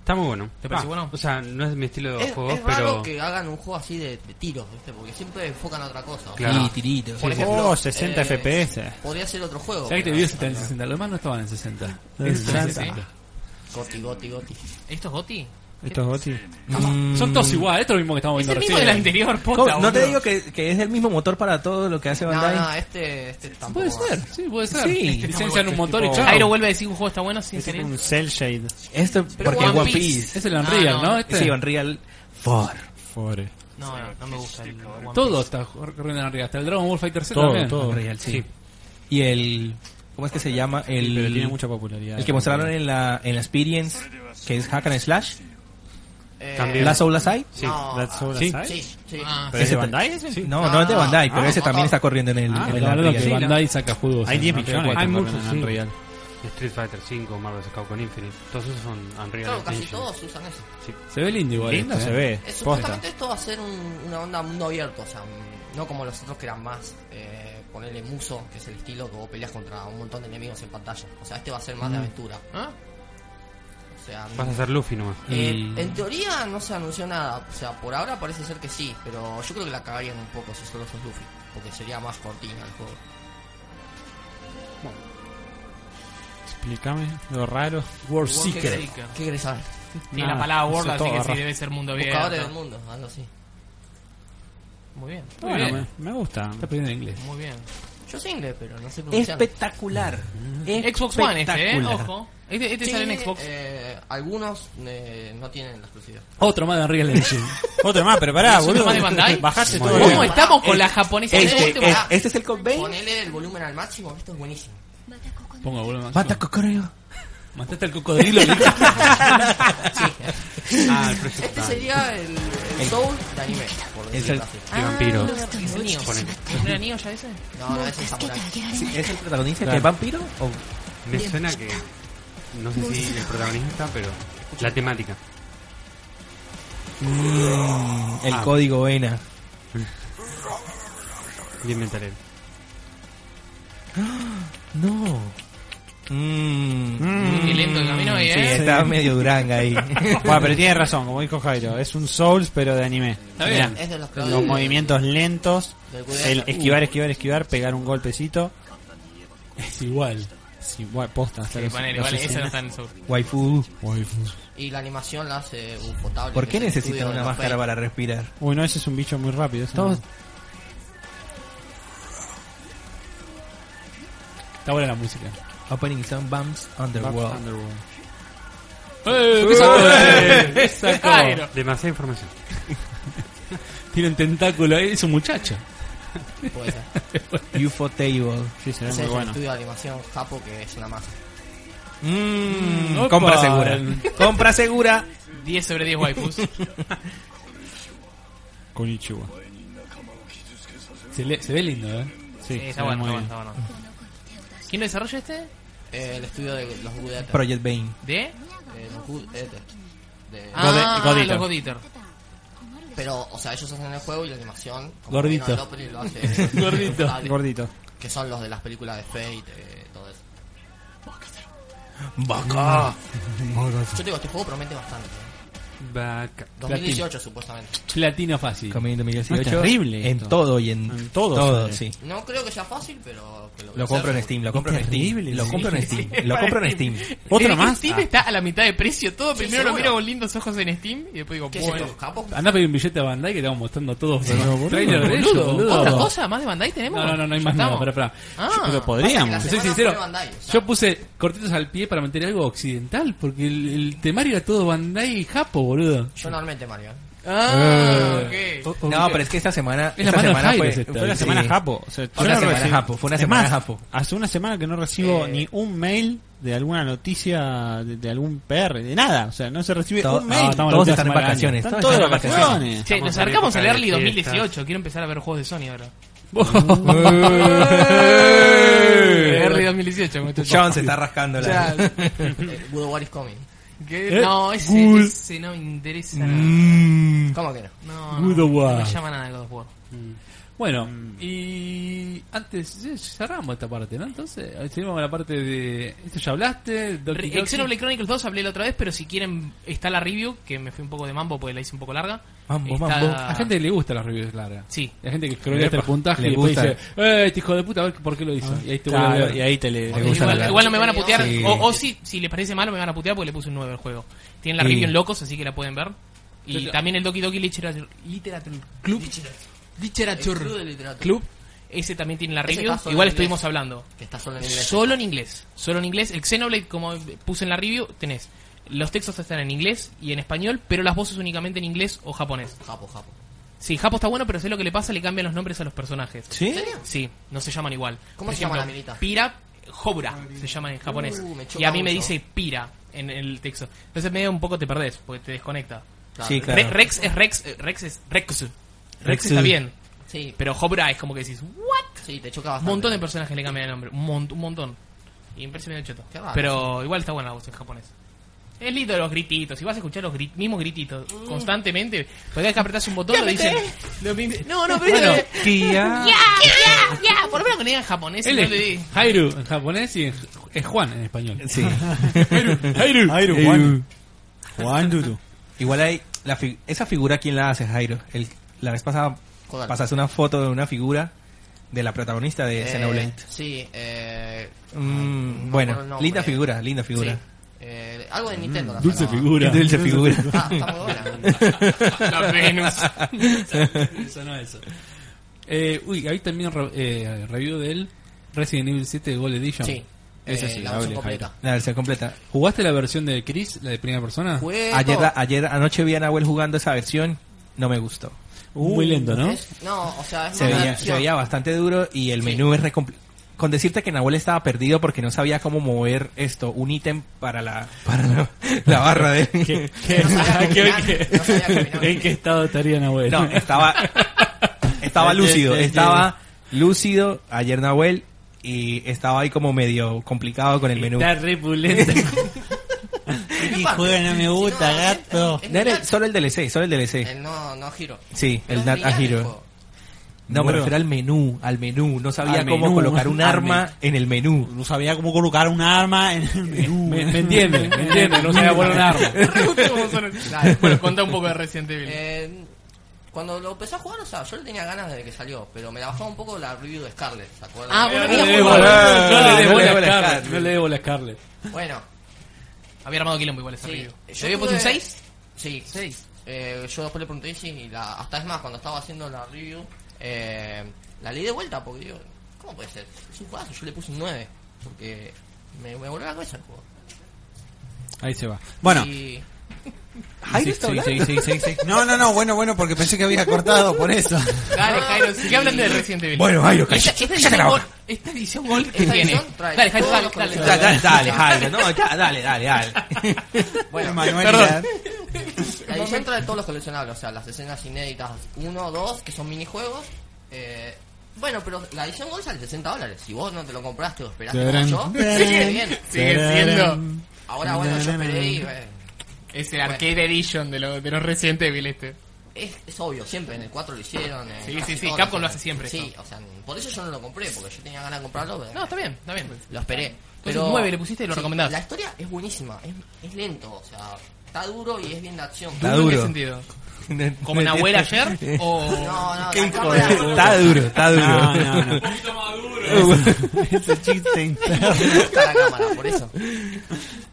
[SPEAKER 5] Está muy bueno.
[SPEAKER 1] ¿Te parece
[SPEAKER 5] Ah,
[SPEAKER 1] bueno?
[SPEAKER 5] O sea, no es mi estilo de
[SPEAKER 7] Es,
[SPEAKER 5] juego,
[SPEAKER 7] es raro
[SPEAKER 5] pero.
[SPEAKER 7] que hagan un juego así de, de tiros, ¿viste? Porque siempre enfocan a otra cosa.
[SPEAKER 5] Claro.
[SPEAKER 4] Y tirito.
[SPEAKER 7] Por
[SPEAKER 3] Sí.
[SPEAKER 7] ejemplo, eh,
[SPEAKER 3] Oh, 60 FPS.
[SPEAKER 7] Podría ser otro juego.
[SPEAKER 2] ¿Sabes que te
[SPEAKER 7] pero-
[SPEAKER 2] vio está en 60? Lo demás no estaban en 60.
[SPEAKER 3] En
[SPEAKER 2] Eso está en
[SPEAKER 1] 60.
[SPEAKER 2] 60.
[SPEAKER 7] Goti, goti, goti.
[SPEAKER 1] ¿Esto es Goti?
[SPEAKER 3] Estos botis.
[SPEAKER 2] Mm. Son todos iguales, esto es lo mismo que estamos
[SPEAKER 1] Es
[SPEAKER 2] viendo
[SPEAKER 1] el mismo de
[SPEAKER 2] recién.
[SPEAKER 1] la anterior, posta,
[SPEAKER 4] Mm. ¿Cómo? No te
[SPEAKER 1] boludo.
[SPEAKER 4] digo que, que es el mismo motor para todo lo que hace
[SPEAKER 7] No,
[SPEAKER 4] Bandai.
[SPEAKER 7] no, este, este tampoco.
[SPEAKER 2] Puede ser, sí, puede ser.
[SPEAKER 4] Sí.
[SPEAKER 2] Licencian un motor y chao.
[SPEAKER 1] Jairo vuelve a decir que un juego está bueno sin
[SPEAKER 3] Es
[SPEAKER 1] ser.
[SPEAKER 3] un cel shade.
[SPEAKER 4] Esto
[SPEAKER 1] Pero
[SPEAKER 4] porque
[SPEAKER 1] One
[SPEAKER 4] One Piece.
[SPEAKER 1] Piece.
[SPEAKER 2] Es el Unreal,
[SPEAKER 1] Ah,
[SPEAKER 2] ¿no?
[SPEAKER 1] no.
[SPEAKER 2] Este.
[SPEAKER 4] Sí, Unreal 4.
[SPEAKER 3] Fore.
[SPEAKER 1] No, no, no me gusta el One Piece.
[SPEAKER 2] Todo está corriendo en Unreal. Hasta el Dragon Ball Fighter Z
[SPEAKER 3] Todo,
[SPEAKER 2] también.
[SPEAKER 3] todo.
[SPEAKER 4] Unreal, sí.
[SPEAKER 5] Sí.
[SPEAKER 4] Y el... ¿Cómo es que se llama? El...
[SPEAKER 3] Pero tiene mucha popularidad.
[SPEAKER 4] El que mostraron en la, en la Experience, que es Hack and Slash,
[SPEAKER 7] Eh,
[SPEAKER 5] También.
[SPEAKER 4] La Soul Aside.
[SPEAKER 5] Sí.
[SPEAKER 7] no,
[SPEAKER 3] That's all
[SPEAKER 5] Sí.
[SPEAKER 3] aside.
[SPEAKER 7] Sí, sí.
[SPEAKER 1] Ah,
[SPEAKER 3] ¿Pero es
[SPEAKER 4] Ese
[SPEAKER 3] de
[SPEAKER 4] ta-
[SPEAKER 3] Bandai ese?
[SPEAKER 4] No,
[SPEAKER 7] Ah,
[SPEAKER 4] no es de Bandai, pero
[SPEAKER 7] ah,
[SPEAKER 4] ese también
[SPEAKER 7] ah.
[SPEAKER 4] está corriendo en el,
[SPEAKER 3] Ah,
[SPEAKER 4] en el
[SPEAKER 2] Estamos hablando que
[SPEAKER 4] Unreal.
[SPEAKER 2] Bandai saca juegos.
[SPEAKER 3] Hay
[SPEAKER 2] en
[SPEAKER 3] 10
[SPEAKER 2] Unreal
[SPEAKER 3] millones
[SPEAKER 2] cuatro.
[SPEAKER 5] Hay
[SPEAKER 3] que
[SPEAKER 5] muchos,
[SPEAKER 3] corren en
[SPEAKER 5] sí.
[SPEAKER 3] Unreal.
[SPEAKER 5] Street Fighter 5, Marvel vs. Capcom Infinite. Todos esos son Unreal.
[SPEAKER 7] Claro, casi
[SPEAKER 5] Engine.
[SPEAKER 7] todos usan eso.
[SPEAKER 2] Se ve lindo igual.
[SPEAKER 3] Lindo
[SPEAKER 2] este,
[SPEAKER 3] se
[SPEAKER 2] eh.
[SPEAKER 3] ve.
[SPEAKER 7] Eh,
[SPEAKER 3] Posta.
[SPEAKER 7] Supuestamente esto va a ser un- una onda mundo abierto, o sea, mm, no como los otros que eran más eh, ponerle muso, que es el estilo que vos peleas contra un montón de enemigos en pantalla. O sea, este va a ser más de aventura.
[SPEAKER 1] ¿Ah?
[SPEAKER 7] O sea,
[SPEAKER 5] Vas a
[SPEAKER 7] mm,
[SPEAKER 5] ser Luffy nomás.
[SPEAKER 7] eh,
[SPEAKER 2] Y-
[SPEAKER 7] en teoría no se anunció nada. O sea, por ahora parece ser que sí, pero yo creo que la cagarían un poco si solo sos Luffy, porque sería más cortina el juego.
[SPEAKER 3] Explícame lo raro.
[SPEAKER 1] World
[SPEAKER 2] World Seeker.
[SPEAKER 1] Seeker.
[SPEAKER 7] ¿Qué querés saber?
[SPEAKER 1] Tiene
[SPEAKER 3] Nada,
[SPEAKER 1] la palabra World,
[SPEAKER 3] hizo
[SPEAKER 1] así
[SPEAKER 3] todo,
[SPEAKER 1] que sí,
[SPEAKER 3] Rafa.
[SPEAKER 1] debe ser mundo
[SPEAKER 7] Buscadores del
[SPEAKER 1] abierto.
[SPEAKER 7] mundo, algo así.
[SPEAKER 1] Muy bien,
[SPEAKER 2] Muy
[SPEAKER 3] Bueno,
[SPEAKER 2] bien.
[SPEAKER 3] me, me gusta.
[SPEAKER 2] Está aprendiendo inglés.
[SPEAKER 1] muy bien.
[SPEAKER 7] Yo sé inglés, pero no sé pronunciar.
[SPEAKER 4] Espectacular.
[SPEAKER 1] Xbox One este, ¿eh?
[SPEAKER 4] Espectacular.
[SPEAKER 1] Ojo. Este, este
[SPEAKER 7] Sí,
[SPEAKER 1] sale en Xbox.
[SPEAKER 7] eh, algunos eh, no tienen la exclusividad.
[SPEAKER 2] Otro más de Unreal Engine.
[SPEAKER 3] Otro más, pero pará,
[SPEAKER 1] ¿Es uno
[SPEAKER 3] Ah, boludo. este
[SPEAKER 1] más de Bandai?
[SPEAKER 3] Bajaste
[SPEAKER 4] Muy
[SPEAKER 3] todo.
[SPEAKER 1] ¿Cómo
[SPEAKER 7] bien.
[SPEAKER 1] estamos con
[SPEAKER 4] Este-
[SPEAKER 1] la japonesa?
[SPEAKER 4] Este,
[SPEAKER 1] Este,
[SPEAKER 4] es, este es el Cobain.
[SPEAKER 7] Ponele el volumen al máximo, esto es buenísimo.
[SPEAKER 2] Pongo el volumen
[SPEAKER 4] Mata
[SPEAKER 2] máximo.
[SPEAKER 4] Cocoreo.
[SPEAKER 2] Mataste al cocodrilo. le dije.
[SPEAKER 5] Ah, el precio.
[SPEAKER 7] Este sería el, el soul de anime, por
[SPEAKER 4] Es
[SPEAKER 7] decirlo
[SPEAKER 4] el,
[SPEAKER 1] Ah.
[SPEAKER 7] así.
[SPEAKER 5] De vampiro.
[SPEAKER 1] Este ¿Es el Neo? ¿No era Neo ya ese?
[SPEAKER 7] No, no, ese es samurai.
[SPEAKER 4] sí, es el protagonista que es vampiro. O,
[SPEAKER 5] Me suena que. No sé si el protagonista, pero. La temática.
[SPEAKER 4] Mm, el código Vena.
[SPEAKER 5] Bien mental.
[SPEAKER 4] No. Mm.
[SPEAKER 1] Qué lento el camino ahí,
[SPEAKER 4] Sí,
[SPEAKER 1] ¿eh?
[SPEAKER 4] está medio duranga ahí.
[SPEAKER 3] Bueno, pero tiene razón, como dijo Jairo. Es un Souls, pero de anime.
[SPEAKER 2] Está bien.
[SPEAKER 7] Es de los creadores
[SPEAKER 3] Los
[SPEAKER 7] del-
[SPEAKER 3] movimientos lentos.
[SPEAKER 7] del Guillermo.
[SPEAKER 3] El esquivar, esquivar, esquivar. Pegar un golpecito.
[SPEAKER 2] Es igual.
[SPEAKER 3] Sí, bueno, posta. hasta
[SPEAKER 1] Sí,
[SPEAKER 3] los-
[SPEAKER 1] ponele,
[SPEAKER 3] los
[SPEAKER 1] vale, ese no
[SPEAKER 3] escenas.
[SPEAKER 1] está en Xbox.
[SPEAKER 4] Waifu.
[SPEAKER 7] Y la animación la hace un potable.
[SPEAKER 4] ¿Por
[SPEAKER 7] que
[SPEAKER 4] qué
[SPEAKER 7] es el
[SPEAKER 4] necesitan
[SPEAKER 7] estudio de
[SPEAKER 4] una
[SPEAKER 7] los
[SPEAKER 4] máscara
[SPEAKER 7] Fate.
[SPEAKER 4] para respirar?
[SPEAKER 3] Uy, no, ese es un bicho muy rápido. ese
[SPEAKER 4] Todos-
[SPEAKER 3] no.
[SPEAKER 2] Está buena la música.
[SPEAKER 4] Opening Sound Bumps Underworld.
[SPEAKER 3] Underworld.
[SPEAKER 2] ¡Eh! ¿Qué sacó? Eh, ¿Qué sacó?
[SPEAKER 1] Jairo.
[SPEAKER 5] Demasiada información.
[SPEAKER 2] Tiene un tentáculo. eh, Es un muchacho.
[SPEAKER 7] Puede ser.
[SPEAKER 4] UFO Table.
[SPEAKER 3] Sí, se ve muy
[SPEAKER 7] Ese es el
[SPEAKER 3] bueno.
[SPEAKER 7] estudio de animación japo que es una masa.
[SPEAKER 4] Mm,
[SPEAKER 2] Opa.
[SPEAKER 4] compra segura. compra segura.
[SPEAKER 1] 10 sobre 10 waifus.
[SPEAKER 3] Konichiwa.
[SPEAKER 2] Se, le- se ve lindo, ¿eh?
[SPEAKER 3] Sí,
[SPEAKER 1] Eh,
[SPEAKER 3] se
[SPEAKER 1] está
[SPEAKER 3] ve
[SPEAKER 1] bueno,
[SPEAKER 3] muy
[SPEAKER 1] está bueno,
[SPEAKER 3] bien.
[SPEAKER 1] está bueno. ¿Quién lo desarrolla este?
[SPEAKER 7] Eh, el estudio de los Good Eater.
[SPEAKER 4] Project Bane.
[SPEAKER 1] ¿De?
[SPEAKER 7] Eh, los Good Eater. de-
[SPEAKER 1] Ah,
[SPEAKER 3] God Eater.
[SPEAKER 1] los God Eater.
[SPEAKER 7] Pero, o sea, ellos hacen el juego y la animación. como
[SPEAKER 3] Gordito.
[SPEAKER 7] Bruno Lopelli lo hace.
[SPEAKER 2] Gordito.
[SPEAKER 7] Dale.
[SPEAKER 3] Gordito.
[SPEAKER 7] Que son los de las películas de Fate, eh, todo eso.
[SPEAKER 4] Vaca.
[SPEAKER 7] Yo te digo, este juego promete bastante. ¿eh?
[SPEAKER 5] Vaca.
[SPEAKER 7] 2018 supuestamente.
[SPEAKER 2] Platino fácil.
[SPEAKER 4] Mm. Comiendo 2018.
[SPEAKER 3] No, es terrible
[SPEAKER 4] En
[SPEAKER 3] esto.
[SPEAKER 4] todo y Ah, en,
[SPEAKER 3] En todo sale.
[SPEAKER 4] sí.
[SPEAKER 7] No creo que sea fácil, pero... que
[SPEAKER 4] Lo compro en Steam, lo compro en Steam.
[SPEAKER 3] Terrible,
[SPEAKER 4] Lo
[SPEAKER 3] sí.
[SPEAKER 4] compro en Steam. Lo compro en Steam.
[SPEAKER 3] ¿Otra
[SPEAKER 1] El
[SPEAKER 3] más?
[SPEAKER 1] Steam
[SPEAKER 3] Ah.
[SPEAKER 1] está a la mitad de precio todo.
[SPEAKER 7] Sí,
[SPEAKER 1] Primero lo
[SPEAKER 7] seguro.
[SPEAKER 1] miro con lindos ojos en Steam y después digo,
[SPEAKER 7] ¿Qué es
[SPEAKER 1] bueno.
[SPEAKER 7] esto, capos?
[SPEAKER 2] Andá a pedir un billete a Bandai que te vamos mostrando todos
[SPEAKER 3] No,
[SPEAKER 2] los
[SPEAKER 3] boludo,
[SPEAKER 2] trailers de ellos,
[SPEAKER 3] boludo.
[SPEAKER 2] boludo.
[SPEAKER 1] ¿Otra cosa más de Bandai tenemos?
[SPEAKER 2] No, no, no, no hay
[SPEAKER 1] ¿Ya
[SPEAKER 2] más nada.
[SPEAKER 1] estamos?
[SPEAKER 2] Pará, pará.
[SPEAKER 1] Ah,
[SPEAKER 3] Pero
[SPEAKER 7] Pasa
[SPEAKER 3] podríamos.
[SPEAKER 2] Te soy
[SPEAKER 7] que Semana
[SPEAKER 2] sincero,
[SPEAKER 7] fue Bandai, o sea.
[SPEAKER 2] yo puse cortitos al pie para meter algo occidental, porque el, el temario era todo Bandai y Japo, boludo.
[SPEAKER 7] Yo normalmente, Mario. ¿eh?
[SPEAKER 1] Ah,
[SPEAKER 2] Eh.
[SPEAKER 1] ok.
[SPEAKER 4] No, pero Oh, es que esta semana.
[SPEAKER 2] Es la
[SPEAKER 4] esta
[SPEAKER 2] mano
[SPEAKER 4] semana
[SPEAKER 2] de
[SPEAKER 4] fue,
[SPEAKER 2] Jairo, esta.
[SPEAKER 4] fue
[SPEAKER 3] Fue una
[SPEAKER 2] Sí.
[SPEAKER 3] semana japo. O sea, yo
[SPEAKER 4] una
[SPEAKER 3] no
[SPEAKER 4] semana
[SPEAKER 3] recibo-
[SPEAKER 4] japo, fue una
[SPEAKER 3] Es
[SPEAKER 4] semana
[SPEAKER 3] más,
[SPEAKER 4] japo.
[SPEAKER 3] Hace una semana que no recibo
[SPEAKER 7] Eh.
[SPEAKER 3] ni un mail de alguna noticia de, de algún PR, de nada. O sea, no se recibe
[SPEAKER 4] Todo-
[SPEAKER 3] un
[SPEAKER 4] no,
[SPEAKER 3] mail.
[SPEAKER 4] estamos-
[SPEAKER 3] Todos
[SPEAKER 4] todos están en
[SPEAKER 3] semana de
[SPEAKER 4] vacaciones.
[SPEAKER 3] año. Están
[SPEAKER 4] todos
[SPEAKER 3] todos de
[SPEAKER 4] están en vacaciones.
[SPEAKER 3] vacaciones.
[SPEAKER 1] Che, nos
[SPEAKER 5] Estamos en
[SPEAKER 1] acercamos
[SPEAKER 5] época
[SPEAKER 1] al
[SPEAKER 5] de
[SPEAKER 1] Early
[SPEAKER 5] fiestas.
[SPEAKER 1] 2018. Quiero empezar a ver juegos de Sony ahora.
[SPEAKER 2] Eh.
[SPEAKER 1] Early 2018, muchachos.
[SPEAKER 4] John se está rascando
[SPEAKER 1] Ya,
[SPEAKER 4] la.
[SPEAKER 7] Eh, Good War is Coming.
[SPEAKER 1] ¿qué? No, ese, ese no me interesa. nada.
[SPEAKER 4] Mm.
[SPEAKER 7] ¿Cómo que no?
[SPEAKER 1] No,
[SPEAKER 2] Good
[SPEAKER 1] no,
[SPEAKER 2] War.
[SPEAKER 1] no me llama nada el God of War.
[SPEAKER 2] Bueno, y antes sí, cerramos esta parte, ¿no? Entonces, ahí seguimos con la parte de... Esto ya hablaste, Doki
[SPEAKER 1] Re-
[SPEAKER 2] Doki.
[SPEAKER 1] Xenoblade Chronicles 2 hablé la otra vez, pero si quieren está la review, que me fui un poco de mambo porque la hice un poco larga.
[SPEAKER 4] Mambo,
[SPEAKER 1] Está-
[SPEAKER 4] mambo.
[SPEAKER 2] A gente que le gustan las reviews largas.
[SPEAKER 1] Ah. Sí.
[SPEAKER 2] La gente que creo que hasta el puntaje
[SPEAKER 4] le
[SPEAKER 2] y después
[SPEAKER 4] gusta.
[SPEAKER 2] dice, eh, este hijo de puta, a ver por qué lo hizo. y ahí te vuelve a
[SPEAKER 3] Claro,
[SPEAKER 2] ver.
[SPEAKER 3] y ahí te le.
[SPEAKER 4] Me gusta
[SPEAKER 1] Igual,
[SPEAKER 4] la-
[SPEAKER 1] igual no me van a putear,
[SPEAKER 4] Sí.
[SPEAKER 1] o, o si, si les parece malo me van a putear porque le puse un 9 al juego. Tienen la
[SPEAKER 4] Sí.
[SPEAKER 1] review en Locos, así que la pueden ver. Y
[SPEAKER 2] Yo-
[SPEAKER 1] también el Doki Doki Literature, Literature Club.
[SPEAKER 7] El Club
[SPEAKER 1] Literature
[SPEAKER 7] de Literatura.
[SPEAKER 1] Club. Ese también tiene la
[SPEAKER 7] Ese
[SPEAKER 1] review.
[SPEAKER 7] está solo
[SPEAKER 1] Igual
[SPEAKER 7] en
[SPEAKER 1] estuvimos
[SPEAKER 7] inglés.
[SPEAKER 1] hablando.
[SPEAKER 7] Que está solo en inglés.
[SPEAKER 1] Solo en inglés. Solo en inglés. El Xenoblade, como puse en la review, tenés. Los textos están en inglés y en español, pero las voces únicamente en inglés o japonés.
[SPEAKER 7] Japo, japo.
[SPEAKER 1] Sí, Japo está bueno, pero sé lo que le pasa, le cambian los nombres a los personajes.
[SPEAKER 4] ¿Sí?
[SPEAKER 1] Sí, no se llaman igual.
[SPEAKER 7] ¿Cómo se llama la minita?
[SPEAKER 1] Pira, Hobra, se llama en japonés.
[SPEAKER 7] Uh, me choca
[SPEAKER 1] y a mí me
[SPEAKER 7] mucho.
[SPEAKER 1] dice Pira en el texto. Entonces medio un poco te perdés, porque te desconecta.
[SPEAKER 4] Sí, claro.
[SPEAKER 1] Re- Rex es Rex, eh, Rex es Rex. Rex
[SPEAKER 4] Rexu.
[SPEAKER 1] está bien,
[SPEAKER 7] Sí,
[SPEAKER 1] pero Hobra es como que decís, ¿what?
[SPEAKER 7] sí, te choca
[SPEAKER 1] Un
[SPEAKER 7] bastante. Eh,
[SPEAKER 1] montón de personajes le cambian el nombre, un, mon- un montón. Y me parece medio choto.
[SPEAKER 7] Qué raro,
[SPEAKER 1] Pero igual está buena la voz en japonés. Es lindo los grititos. Si vas a escuchar los gri- mismos grititos constantemente, porque cada vez que apretás un botón lo dicen. lo mismo- no, no, pero.
[SPEAKER 2] Bueno,
[SPEAKER 1] Ya, ya, ya. Por lo menos que le digan japonés. y
[SPEAKER 2] Él
[SPEAKER 1] no le
[SPEAKER 2] es
[SPEAKER 1] di-
[SPEAKER 2] Jairu en japonés y en- es Juan en español.
[SPEAKER 4] Sí.
[SPEAKER 3] Airu, Airu, Juan. Juan Dudu.
[SPEAKER 4] Igual hay. La fi- esa figura, ¿quién la hace, Jairo? El, la vez pasada
[SPEAKER 7] Kodak.
[SPEAKER 4] pasaste una foto de una figura de la protagonista de
[SPEAKER 7] Eh,
[SPEAKER 4] Xenoblade.
[SPEAKER 7] Sí, eh...
[SPEAKER 4] Mm,
[SPEAKER 7] no
[SPEAKER 4] bueno,
[SPEAKER 7] recuerdo el nombre.
[SPEAKER 4] linda figura, linda figura.
[SPEAKER 7] Sí. Eh, algo de Nintendo. la
[SPEAKER 2] Dulce
[SPEAKER 7] sacaba.
[SPEAKER 2] figura.
[SPEAKER 4] Qué dulce figura.
[SPEAKER 7] Ah, está muy buena.
[SPEAKER 1] La Venus.
[SPEAKER 2] eso no eso. Eh, uy, ahí también re- eh, review del Resident Evil 7 Gold Edition.
[SPEAKER 7] Sí.
[SPEAKER 2] Esa
[SPEAKER 7] eh,
[SPEAKER 2] sí,
[SPEAKER 7] la
[SPEAKER 2] la
[SPEAKER 7] versión
[SPEAKER 2] hable,
[SPEAKER 7] completa.
[SPEAKER 4] La versión completa.
[SPEAKER 2] ¿Jugaste la versión de Chris, la de primera persona?
[SPEAKER 7] Juego-
[SPEAKER 4] Ayer, ayer anoche vi a Nahuel jugando esa versión, no me gustó.
[SPEAKER 2] Muy lento, ¿no?
[SPEAKER 7] Es- no, o sea, es
[SPEAKER 4] Se
[SPEAKER 7] una
[SPEAKER 4] veía,
[SPEAKER 7] versión.
[SPEAKER 4] se veía bastante duro y el
[SPEAKER 7] Sí.
[SPEAKER 4] menú es re compl- Con decirte que Nahuel estaba perdido porque no sabía cómo mover esto, un ítem para la, para la, la barra de...
[SPEAKER 7] No sabía caminar, no sabía caminar.
[SPEAKER 2] ¿En qué estado estaría Nahuel?
[SPEAKER 4] No, estaba, estaba lúcido, estaba lúcido ayer Nahuel y estaba ahí como medio complicado con el menú.
[SPEAKER 2] Está repulente.
[SPEAKER 3] Hijo de no me gusta, gato.
[SPEAKER 7] Es
[SPEAKER 4] No era-
[SPEAKER 7] Nat-
[SPEAKER 4] solo el DLC, solo el DLC.
[SPEAKER 7] el Eh, no, no giro.
[SPEAKER 4] Sí, el
[SPEAKER 7] Pero es
[SPEAKER 4] Nat a
[SPEAKER 7] lineal el
[SPEAKER 4] Hero.
[SPEAKER 7] juego.
[SPEAKER 4] No, me
[SPEAKER 3] Bueno.
[SPEAKER 4] refiero al menú, al menú. No sabía
[SPEAKER 3] Al
[SPEAKER 4] cómo
[SPEAKER 3] menú,
[SPEAKER 4] colocar un
[SPEAKER 3] al
[SPEAKER 4] arma en el menú.
[SPEAKER 3] No sabía cómo colocar un arma en el menú.
[SPEAKER 2] me, me entiende, me entiende, no sabía volar un arma.
[SPEAKER 1] Dale, bueno, contá un poco de Resident Evil.
[SPEAKER 7] Eh, cuando lo empecé a jugar, o sea, yo le tenía ganas desde que salió, pero me la bajaba un poco la review de Scarlett, ¿se acuerdan?
[SPEAKER 1] Ah,
[SPEAKER 2] No
[SPEAKER 1] bueno,
[SPEAKER 2] le
[SPEAKER 1] mira,
[SPEAKER 2] debo
[SPEAKER 1] bueno,
[SPEAKER 2] la- no le
[SPEAKER 4] no
[SPEAKER 2] debo
[SPEAKER 4] le
[SPEAKER 2] la
[SPEAKER 4] debo la
[SPEAKER 2] Scarlett,
[SPEAKER 4] Scarlett.
[SPEAKER 2] No le debo la Scarlett.
[SPEAKER 7] Bueno,
[SPEAKER 1] Había armado quilombo igual esa
[SPEAKER 7] Sí,
[SPEAKER 1] review.
[SPEAKER 7] yo
[SPEAKER 1] Yo había puesto un
[SPEAKER 7] tuve-
[SPEAKER 1] 6.
[SPEAKER 7] Sí,
[SPEAKER 1] Seis.
[SPEAKER 7] Eh, yo después le pregunté sí, y la, hasta es más, cuando estaba haciendo la review, eh, la leí de vuelta porque digo, ¿cómo puede ser? Es un juegazo, yo le puse un 9, porque me, me voló la cabeza el juego.
[SPEAKER 3] Ahí se va. Bueno,
[SPEAKER 7] Y-
[SPEAKER 4] Jairo está hablando.
[SPEAKER 3] no, no, no, bueno, bueno, porque pensé que había cortado por eso.
[SPEAKER 1] Dale, Jairo, si que hablan de Resident Evil.
[SPEAKER 4] Bueno, Jairo,
[SPEAKER 1] esta,
[SPEAKER 4] cállate,
[SPEAKER 1] esta edición
[SPEAKER 4] cállate la
[SPEAKER 1] Gold,
[SPEAKER 4] boca.
[SPEAKER 1] esta edición Gold que
[SPEAKER 7] Esta
[SPEAKER 1] tiene.
[SPEAKER 7] edición trae
[SPEAKER 1] Dale, Jairo,
[SPEAKER 7] todos
[SPEAKER 1] dale,
[SPEAKER 7] los
[SPEAKER 1] dale,
[SPEAKER 7] conceptos.
[SPEAKER 4] Ya,
[SPEAKER 1] dale.
[SPEAKER 4] Dale, dale, Jairo. No, ya, dale, dale, dale.
[SPEAKER 7] bueno,
[SPEAKER 3] Manuel,
[SPEAKER 7] la edición trae todos los coleccionables, o sea, las escenas inéditas 1, 2, que son minijuegos. Eh, bueno, pero la edición Gold sale 60 dólares. Si vos no te lo compraste o esperaste como yo, sigue bien.
[SPEAKER 1] Sigue siendo.
[SPEAKER 7] Ahora, bueno, yo esperé y... eh,
[SPEAKER 1] Es el
[SPEAKER 7] Bueno.
[SPEAKER 1] Arcade Edition de, lo, de los Resident Evil este.
[SPEAKER 7] Es, es obvio, siempre en el 4 lo hicieron. en
[SPEAKER 1] Sí,
[SPEAKER 7] casi
[SPEAKER 1] sí, sí,
[SPEAKER 7] todos
[SPEAKER 1] Capcom
[SPEAKER 7] los-
[SPEAKER 1] lo hace siempre,
[SPEAKER 7] Sí, o sea, por eso yo no lo compré, porque yo tenía ganas de comprarlo, pero
[SPEAKER 1] No, está bien, está bien.
[SPEAKER 7] lo esperé. Pero
[SPEAKER 1] nueve le pusiste y lo
[SPEAKER 7] sí,
[SPEAKER 1] recomendás.
[SPEAKER 7] La historia es buenísima, es, es lento, o sea, está duro y es bien de acción.
[SPEAKER 4] Está
[SPEAKER 1] ¿En qué
[SPEAKER 4] duro.
[SPEAKER 1] sentido? ¿Como en abuela ayer? O...
[SPEAKER 7] No, no,
[SPEAKER 4] Qué
[SPEAKER 7] la
[SPEAKER 4] hijo
[SPEAKER 7] cámara-
[SPEAKER 4] de- Está duro, está duro.
[SPEAKER 3] No, no, no. Ese chiste interno.
[SPEAKER 7] está la cámara, por eso.